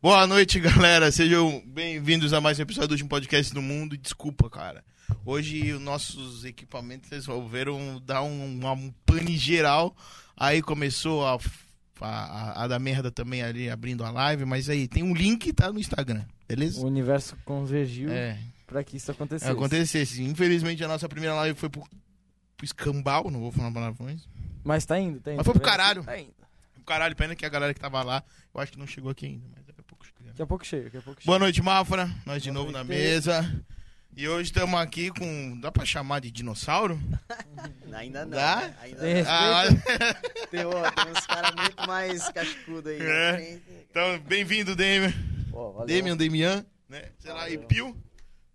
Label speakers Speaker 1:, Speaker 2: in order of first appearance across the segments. Speaker 1: Boa noite, galera. Sejam bem-vindos a mais um episódio do último podcast do mundo. Desculpa, cara. Hoje os nossos equipamentos resolveram dar um, um pane geral. Aí começou a, a, a da merda também ali abrindo a live. Mas aí tem um link, tá no Instagram, beleza?
Speaker 2: O universo convergiu
Speaker 1: É,
Speaker 2: pra que isso acontecesse.
Speaker 1: acontecesse. Infelizmente a nossa primeira live foi pro, pro escambau, não vou falar palavrões.
Speaker 2: Mas tá indo, tá indo.
Speaker 1: Mas foi pro
Speaker 2: Tá vendo?
Speaker 1: caralho.
Speaker 2: Tá indo.
Speaker 1: Caralho, pena que a galera que tava lá, eu acho que não chegou aqui ainda, mas daqui a pouco chega.
Speaker 2: Daqui a pouco chega, daqui a pouco chega.
Speaker 1: Boa noite, Mafra. Nós de
Speaker 2: Boa
Speaker 1: novo na
Speaker 2: noite.
Speaker 1: mesa. E hoje estamos aqui com. Dá pra chamar de dinossauro?
Speaker 3: Ainda não.
Speaker 1: Dá?
Speaker 3: né? Ainda
Speaker 2: É.
Speaker 3: não.
Speaker 1: Ah,
Speaker 3: Tem, ó, tem uns caras muito mais cascudo aí.
Speaker 1: É. um
Speaker 3: né?
Speaker 1: então, bem-vindo, Demian.
Speaker 2: Ó, valeu.
Speaker 1: Demian, Demian, né? Sei lá, e
Speaker 2: Valeu.
Speaker 1: Pio.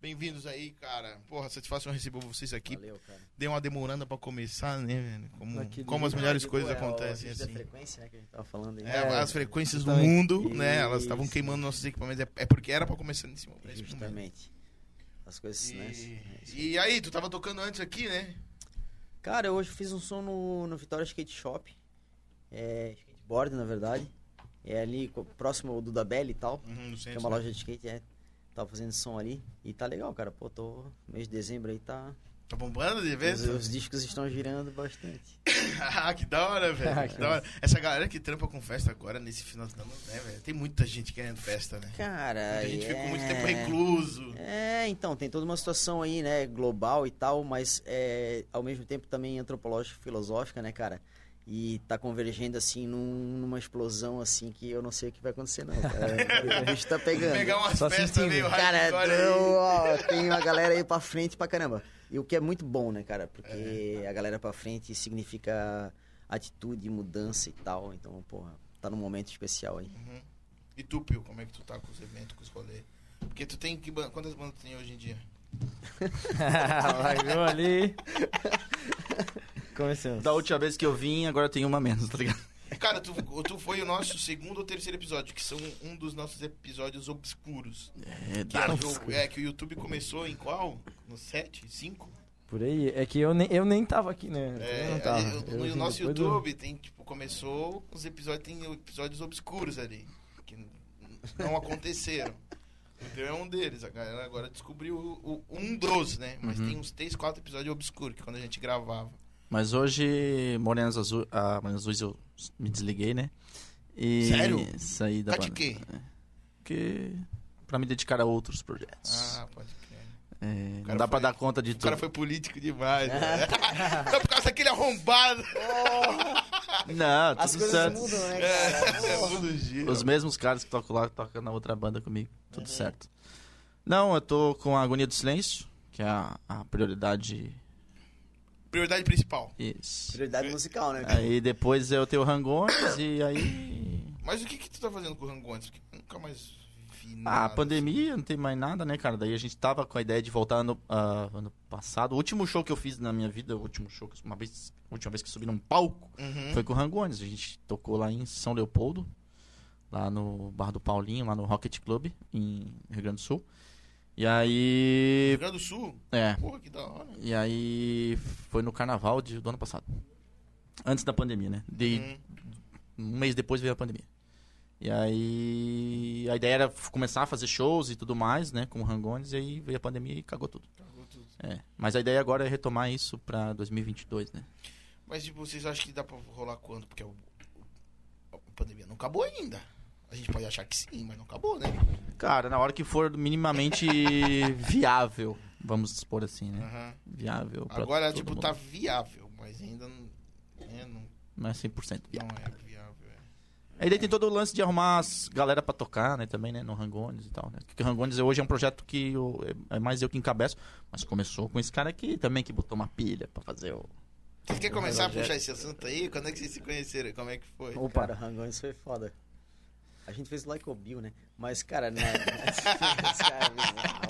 Speaker 1: Bem-vindos aí, cara. Porra, satisfação receber vocês aqui.
Speaker 3: Valeu, cara.
Speaker 1: Deu uma demoranda pra começar, né, velho? Como,
Speaker 2: Naquele-
Speaker 1: como as melhores
Speaker 3: Ah,
Speaker 1: coisas
Speaker 3: boa,
Speaker 1: acontecem,
Speaker 3: ó, a
Speaker 1: assim.
Speaker 3: frequência né, que a gente tava falando aí.
Speaker 1: É, as frequências do
Speaker 2: Justamente.
Speaker 1: mundo, né? Elas
Speaker 3: Isso.
Speaker 1: estavam queimando nossos equipamentos. É- É porque era pra começar nesse momento. nesse momento.
Speaker 3: justamente. As coisas, né?
Speaker 1: né? E,
Speaker 3: É isso.
Speaker 1: e aí, tu tava tocando antes aqui, né?
Speaker 3: Cara, eu hoje fiz um som no, no Vitória Skate Shop. É, skateboard, na verdade. É ali co- próximo ao Duda Belli e tal.
Speaker 1: Uhum, no centro.
Speaker 3: Que é uma loja de skate, é. Tava fazendo som ali. E tá legal, cara. Pô, tô... Mês de dezembro aí tá...
Speaker 1: Tá bombando de vez?
Speaker 3: Os, os discos estão girando bastante.
Speaker 1: Ah, que da hora,
Speaker 2: Ah,
Speaker 1: velho.
Speaker 2: que
Speaker 1: Que da hora. Essa galera que trampa com festa agora, nesse final de ano, né, velho? Tem muita gente querendo festa, né?
Speaker 3: Cara,
Speaker 1: Muita gente ficou muito tempo
Speaker 3: é-
Speaker 1: recluso.
Speaker 3: É, então, tem toda uma situação aí, né, global e tal, mas é, ao mesmo tempo também antropológica e filosófica, né, cara? E tá convergendo, assim, num- numa explosão, assim, que eu não sei o que vai acontecer, não. Cara. o bicho tá pegando.
Speaker 1: Pegar umas
Speaker 2: É, Só
Speaker 1: festas
Speaker 2: sentindo.
Speaker 1: meio
Speaker 3: Cara,
Speaker 1: hardcore aí.
Speaker 3: eu, ó, tem uma galera aí pra frente pra caramba. E o que é muito bom, né, cara? Porque
Speaker 1: É.
Speaker 3: a galera pra frente significa atitude, mudança e tal. Então, porra, tá num momento especial aí.
Speaker 1: Uhum. E tu, Pio, como é que tu tá com os eventos, com os rolês? Porque tu tem que. ban- Quantas bandas tu tem hoje em dia?
Speaker 2: Largou ali. Começamos.
Speaker 4: Da última vez que eu vim, agora tem uma menos, tá ligado?
Speaker 1: Cara, tu, tu foi o nosso segundo ou terceiro episódio, que são um dos nossos episódios obscuros.
Speaker 4: É,
Speaker 1: Que, era o- é, que o YouTube começou em qual? No 7? 5?
Speaker 2: Por aí, é que eu nem, eu nem tava aqui, né?
Speaker 1: É,
Speaker 2: eu
Speaker 4: Ah,
Speaker 2: não
Speaker 4: tá.
Speaker 1: ali,
Speaker 2: tava.
Speaker 1: o- no
Speaker 2: Eu vim
Speaker 1: nosso
Speaker 2: depois do-
Speaker 1: YouTube tem, tipo, começou, os episódios tem episódios obscuros ali, que n- não aconteceram. O teu é um deles, a galera agora descobriu o- o- um dos, né? Mas
Speaker 4: Uhum.
Speaker 1: tem uns três, quatro episódios obscuros, que quando a gente gravava.
Speaker 4: Mas hoje, Morenas Azul, ah, Morenas Azuis eu me desliguei, né? E
Speaker 1: Sério?
Speaker 4: Saí da
Speaker 1: Tá de
Speaker 4: banda. É,
Speaker 1: quê?
Speaker 4: Porque... Pra me dedicar a outros projetos.
Speaker 1: Ah, pode crer.
Speaker 4: É, não
Speaker 1: cara
Speaker 4: dá pra
Speaker 1: foi-
Speaker 4: dar conta de
Speaker 1: O
Speaker 4: tudo.
Speaker 1: cara foi político demais, né? Só por causa daquele arrombado.
Speaker 4: Não,
Speaker 3: As
Speaker 4: tudo
Speaker 3: coisas
Speaker 4: certo.
Speaker 3: mudam, né, cara?
Speaker 1: É, todo dia.
Speaker 4: Os mesmos caras que tocam lá, tocam na outra banda comigo.
Speaker 1: É.
Speaker 4: Tudo certo. Não, eu tô com a Agonia do Silêncio, que é a, a prioridade...
Speaker 1: Prioridade principal.
Speaker 4: Isso.
Speaker 3: Prioridade musical, né? cara?
Speaker 4: Aí depois eu tenho Rangones e aí...
Speaker 1: Mas o que que tu tá fazendo com o Rangones? Porque eu nunca mais vi nada.
Speaker 4: A Ah, pandemia não tem mais nada, né, cara? Daí a gente tava com a ideia de voltar ano, ah, ano passado. O último show que eu fiz na minha vida, o último show, que- uma vez, a última vez que eu subi num palco,
Speaker 1: Uhum.
Speaker 4: foi com o Rangones. A gente tocou lá em São Leopoldo, lá no Bar do Paulinho, lá no Rocket Club, em Rio Grande do Sul. E
Speaker 1: Rio
Speaker 4: aí.
Speaker 1: Grande do Sul?
Speaker 4: É.
Speaker 1: Porra, que da hora.
Speaker 4: E aí foi no carnaval de, do ano passado. Antes da pandemia, né? De,
Speaker 1: Uhum.
Speaker 4: um mês depois veio a pandemia. E aí a ideia era f- começar a fazer shows e tudo mais, né, com o Rangones, e aí veio a pandemia e cagou tudo.
Speaker 1: Cagou tudo.
Speaker 4: É, mas a ideia agora é retomar isso pra 2022, né?
Speaker 1: Mas tipo, vocês acham que dá pra rolar quando? Porque o- a pandemia não acabou ainda. A gente pode achar que sim, mas não acabou, né?
Speaker 4: Cara, na hora que for minimamente viável, vamos supor assim, né?
Speaker 1: Aham.
Speaker 4: Viável pra
Speaker 1: Agora,
Speaker 4: todo
Speaker 1: tipo,
Speaker 4: mundo.
Speaker 1: tá viável, mas ainda não, né, não,
Speaker 4: não é 100% viável.
Speaker 1: não é viável. é.
Speaker 4: Aí daí tem todo o lance de arrumar as galera pra tocar, né, também, né, no Rangones e tal, né? Porque o Rangones hoje é um projeto que eu- é mais eu que encabeço, mas começou com esse cara aqui também que botou uma pilha pra fazer o
Speaker 1: Vocês querem começar a puxar esse assunto aí? Quando é que vocês se conheceram? Como é que foi?
Speaker 2: Opa.
Speaker 3: Cara, Rangones foi foda. A gente fez like o Bill, né? é Mas, cara, não.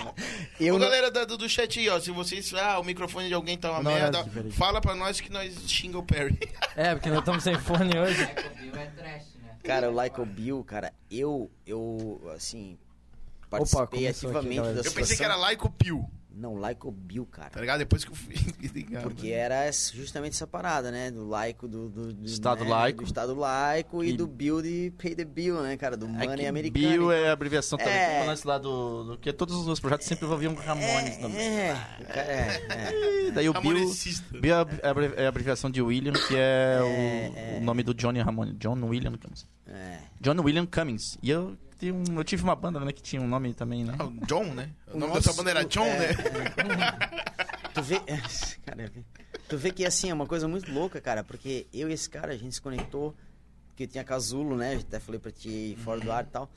Speaker 1: Ô,
Speaker 3: eu não...
Speaker 1: galera da- do, do chat aí, ó, se vocês... Ah, o microfone de alguém tá uma
Speaker 2: Não, não,
Speaker 1: merda,
Speaker 2: aqui, peraí.
Speaker 1: fala pra nós que nós xinga o Perry.
Speaker 2: É, porque nós estamos sem fone hoje.
Speaker 3: Cara, o like o Bill, cara, eu, eu, assim,
Speaker 2: Opa,
Speaker 3: participei
Speaker 2: começou aqui,
Speaker 3: ativamente
Speaker 2: galera.
Speaker 3: da
Speaker 1: Eu pensei que era
Speaker 3: situação.
Speaker 1: Laico Pio.
Speaker 3: Não, Laico Bill,
Speaker 1: Tá
Speaker 3: cara.
Speaker 1: ligado? Depois que eu fui ligado. É
Speaker 3: Porque é, era es- justamente essa parada, né? Do laico, do... do, do-
Speaker 4: Estado
Speaker 3: né?
Speaker 4: laico.
Speaker 3: Do Estado laico e,
Speaker 4: E-
Speaker 3: do Bill de Pay the Bill, né, cara? Do
Speaker 4: É
Speaker 3: Money
Speaker 4: que
Speaker 3: americano.
Speaker 4: Bill é a abreviação também.
Speaker 3: É.
Speaker 4: Tem um lance lá do, do- que todos os meus projetos sempre envolviam Ramones também.
Speaker 3: É, o cara- é, é.
Speaker 4: E
Speaker 1: um
Speaker 4: daí o Bill,
Speaker 1: Ramonicista.
Speaker 4: Bill é a- é a abrevi- é a abreviação de William, que é, o,
Speaker 3: É, é.
Speaker 4: o nome do Johnny Ramone. John William Cummings. John William Cummings. E eu, tenho um- eu tive uma banda né, que tinha um nome também, né?
Speaker 1: Ah, o John, né? O,
Speaker 3: O
Speaker 1: nome
Speaker 3: nosso-
Speaker 1: da sua banda era John,
Speaker 3: é,
Speaker 1: né?
Speaker 3: Tu vê. Cara, é tu vê que assim, é uma coisa muito louca, cara, porque eu e esse cara, a gente se conectou, porque tinha casulo, né? Até falei pra ti fora do ar e tal.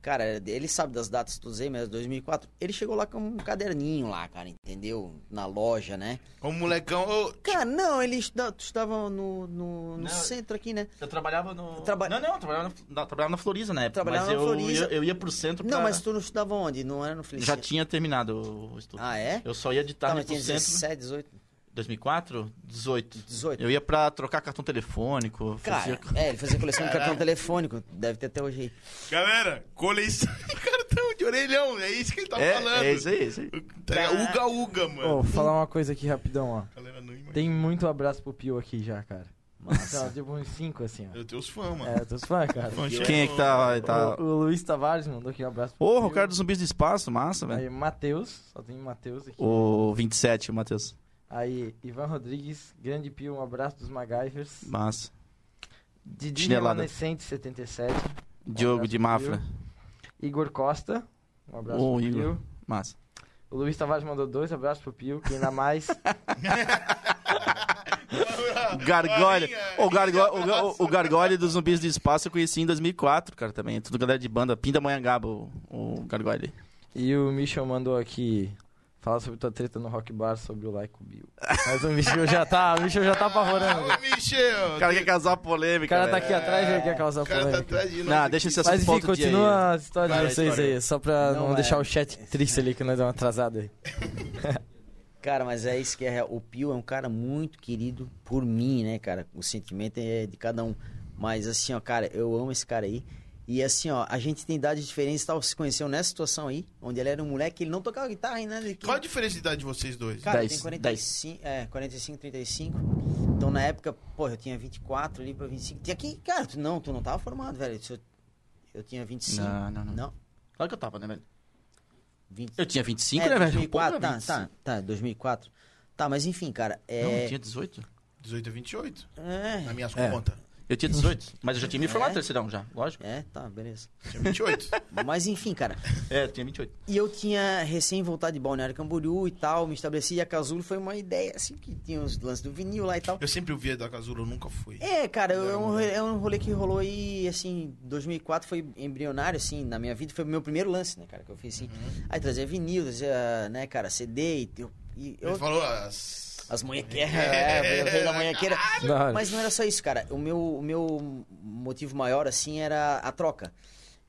Speaker 3: Cara, ele sabe das datas todas aí, mas é 2004. Ele chegou lá com um caderninho lá, cara, entendeu? Na loja, né?
Speaker 1: O molecão. ô,
Speaker 3: Cara, não, ele estuda- tu estudava no, no, no
Speaker 4: Não.
Speaker 3: centro aqui, né?
Speaker 4: Eu trabalhava no.
Speaker 3: Traba-
Speaker 4: Não, não, eu trabalhava na, na- trabalhava na Floriza na época.
Speaker 3: Trabalhava
Speaker 4: mas
Speaker 3: na
Speaker 4: eu,
Speaker 3: Floriza.
Speaker 4: Eu, eu ia pro centro pra...
Speaker 3: Não, mas tu não estudava onde? Não era no Feliz?
Speaker 4: tá- Já tinha terminado o estudo.
Speaker 3: Ah, é?
Speaker 4: Eu só ia de
Speaker 3: Tá,
Speaker 4: tarde
Speaker 3: mas
Speaker 4: pro
Speaker 3: tinha
Speaker 4: centro.
Speaker 3: 17,
Speaker 4: né?
Speaker 3: 18,
Speaker 4: 2004? 18.
Speaker 3: 18.
Speaker 4: Eu ia pra trocar cartão telefônico.
Speaker 3: Cara,
Speaker 4: fazia-
Speaker 3: é, ele fazia coleção de cartão telefônico, deve ter até hoje aí.
Speaker 1: Galera, coleção de cartão de orelhão. É isso que ele tá falando.
Speaker 4: É, é isso aí, é isso aí.
Speaker 1: Tá ligado? Uga Uga,
Speaker 2: Ô,
Speaker 1: mano.
Speaker 2: vou falar uma coisa aqui rapidão, ó.
Speaker 1: Galera, não imagina.
Speaker 2: Tem muito abraço pro Pio aqui já, cara.
Speaker 3: Massa.
Speaker 2: Tá, tipo uns 5 assim, ó.
Speaker 1: Eu tenho os fãs, mano.
Speaker 2: É, teus fãs, cara.
Speaker 1: Fã
Speaker 4: Quem é que tá. tá...
Speaker 2: O, o Luiz Tavares mandou aqui um abraço pro
Speaker 4: Porra,
Speaker 2: Pio.
Speaker 4: o cara dos zumbis do espaço, massa,
Speaker 1: né?
Speaker 4: velho.
Speaker 2: Aí, Matheus, só tem Matheus aqui.
Speaker 4: O 27, o Matheus.
Speaker 2: Aí, Ivan Rodrigues, grande Pio, um abraço dos MacGyvers.
Speaker 4: Massa.
Speaker 2: Didi
Speaker 4: Chinelada.
Speaker 2: Remanescente, 77.
Speaker 4: Diogo
Speaker 2: abraço
Speaker 4: de
Speaker 2: pro
Speaker 4: Mafra.
Speaker 2: Igor Costa, um abraço
Speaker 4: Ô,
Speaker 2: pro
Speaker 4: Igor.
Speaker 2: Pio.
Speaker 4: Massa.
Speaker 2: O Luiz Tavares mandou dois abraços pro Pio, quem ainda mais.
Speaker 4: Gargolha.
Speaker 1: Marinha,
Speaker 4: O, gargo... o, ga- o Gargolha dos zumbis do espaço eu conheci em 2004, cara, também. Tudo galera de banda. Pindamonhangaba, o, o Gargolha.
Speaker 2: e o Michel mandou aqui. Fala sobre tua treta no Rock Bar sobre o Laico Bill. Mas o Michel já tá, o Michel já tá apavorando.
Speaker 1: Ô, Michel.
Speaker 4: O cara quer causar polêmica.
Speaker 2: O cara tá
Speaker 4: velho.
Speaker 2: aqui atrás e ele quer causar
Speaker 1: O cara tá
Speaker 2: polêmica.
Speaker 1: atrás de nós.
Speaker 4: Não,
Speaker 1: aqui.
Speaker 4: deixa esse assunto
Speaker 2: Mas
Speaker 4: pra
Speaker 2: enfim,
Speaker 4: outro dia aí.
Speaker 2: continua a história
Speaker 4: Vai,
Speaker 2: de vocês
Speaker 4: história.
Speaker 2: aí, só pra
Speaker 3: Não,
Speaker 2: não,
Speaker 3: é-
Speaker 2: deixar o chat triste ali que nós damos uma atrasada aí.
Speaker 3: Cara, mas é isso que é real. O Pio é um cara muito querido por mim, né, cara? O sentimento é de cada um. Mas assim, ó, cara, eu amo esse cara aí. E assim, ó, a gente tem idades diferentes e tal. Se conheceu nessa situação aí, onde ele era um moleque, ele não tocava guitarra nem nada.
Speaker 1: Qual a diferença de idade de vocês dois?
Speaker 3: Cara,
Speaker 4: Dez,
Speaker 3: tem 45, é, 45, 35. Então na época, pô, eu tinha 24 ali pra 25. Tinha que, cara, tu não, tu não tava formado, velho. Eu, eu tinha 25.
Speaker 4: Não, não, não.
Speaker 3: Não,
Speaker 4: Claro que eu tava, né, velho?
Speaker 3: 20.
Speaker 4: Eu tinha 25,
Speaker 3: é,
Speaker 4: né, velho?
Speaker 3: 2004,
Speaker 4: Porra,
Speaker 3: tá, tá, tá, 2004. Tá, mas enfim, cara, é...
Speaker 4: Não, eu tinha 18.
Speaker 1: 18 a 28,
Speaker 3: É,
Speaker 1: nas minhas
Speaker 4: É.
Speaker 1: contas.
Speaker 4: Eu tinha 18. Mas eu já tinha me formado
Speaker 3: É?
Speaker 4: terceirão já, lógico.
Speaker 3: é, tá, beleza.
Speaker 1: Tinha 28.
Speaker 3: Mas enfim, cara.
Speaker 4: É, eu tinha 28.
Speaker 3: E eu tinha recém voltado de Balneário Camboriú e tal, me estabeleci. E a Casulo foi uma ideia, assim, que tinha os lances do vinil lá e tal.
Speaker 1: eu sempre ouvia da Casula, eu nunca fui.
Speaker 3: É, cara, é um, rolê- é um rolê que rolou aí, assim, 2004 foi embrionário, assim, na minha vida. Foi o meu primeiro lance, né, cara, que eu fiz, assim. Aí trazia vinil, trazia, né, cara, CD e... eu- e eu-
Speaker 1: Ele falou as...
Speaker 3: As munhequeiras, é, eu veio da munhequeira.
Speaker 2: Da hora.
Speaker 3: Mas não era só isso, cara. O meu, o meu motivo maior, assim, era a troca.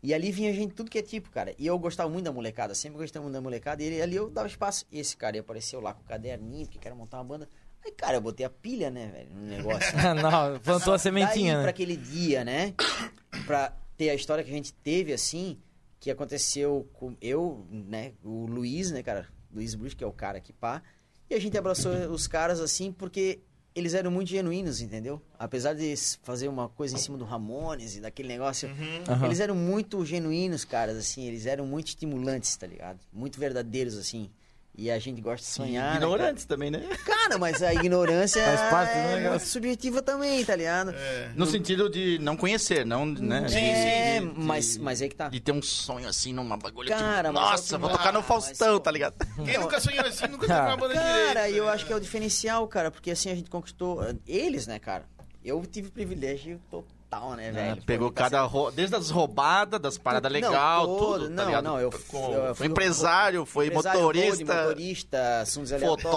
Speaker 3: E ali vinha gente tudo que é tipo, cara. E eu gostava muito da molecada, sempre gostava muito da molecada. E ele- ali eu dava espaço. E esse cara aí apareceu lá com o caderninho, porque queria montar uma banda. Aí, cara, eu botei a pilha, né, velho, no negócio.
Speaker 2: não, plantou a sementinha,
Speaker 3: Daí, pra
Speaker 2: né?
Speaker 3: aquele dia, né? Pra ter a história que a gente teve, assim, que aconteceu com eu, né? O Luiz, né, cara? Luiz Bruce, que é o cara que pá. E a gente abraçou os caras, assim, porque eles eram muito genuínos, entendeu? Apesar de s- fazer uma coisa em cima do Ramones e daquele negócio.
Speaker 2: Aham.
Speaker 3: Eles eram muito genuínos, caras, assim. Eles eram muito estimulantes, tá ligado? Muito verdadeiros, assim. E a gente gosta de sonhar. né, cara?
Speaker 4: Ignorantes também, né?
Speaker 3: Cara, mas a ignorância
Speaker 2: Faz parte do
Speaker 3: é
Speaker 2: negócio.
Speaker 3: muito subjetiva também, tá ligado?
Speaker 1: É.
Speaker 4: No sentido de não conhecer, não, né?
Speaker 1: Sim,
Speaker 3: é,
Speaker 4: De- de-
Speaker 3: mas,
Speaker 4: de-
Speaker 3: mas é que tá.
Speaker 4: De ter um sonho assim numa bagulha
Speaker 3: Cara,
Speaker 4: tipo,
Speaker 3: mas é
Speaker 4: nossa,
Speaker 3: que
Speaker 4: vou
Speaker 3: não-
Speaker 4: tocar no
Speaker 3: Ah,
Speaker 4: Faustão,
Speaker 3: mas-
Speaker 4: tá ligado?
Speaker 1: Quem nunca sonhou assim, nunca teve uma banda direita.
Speaker 3: Cara,
Speaker 4: né?
Speaker 3: eu acho que é o diferencial, cara, porque assim a gente conquistou eh, eles, né, cara? Eu tive privilégio total, né, velho?
Speaker 4: Ah, pegou
Speaker 3: Pô, tá
Speaker 4: cada ro... desde as roubadas, das paradas
Speaker 3: Não,
Speaker 4: legal,
Speaker 3: todo-
Speaker 4: tudo, tá
Speaker 3: não,
Speaker 4: ligado?
Speaker 3: não, eu- eu-
Speaker 4: Com-
Speaker 3: eu
Speaker 4: foi
Speaker 3: fui-
Speaker 4: empresário, foi
Speaker 3: empresário,
Speaker 4: motorista,
Speaker 3: road, motorista, assuntos aleatórios,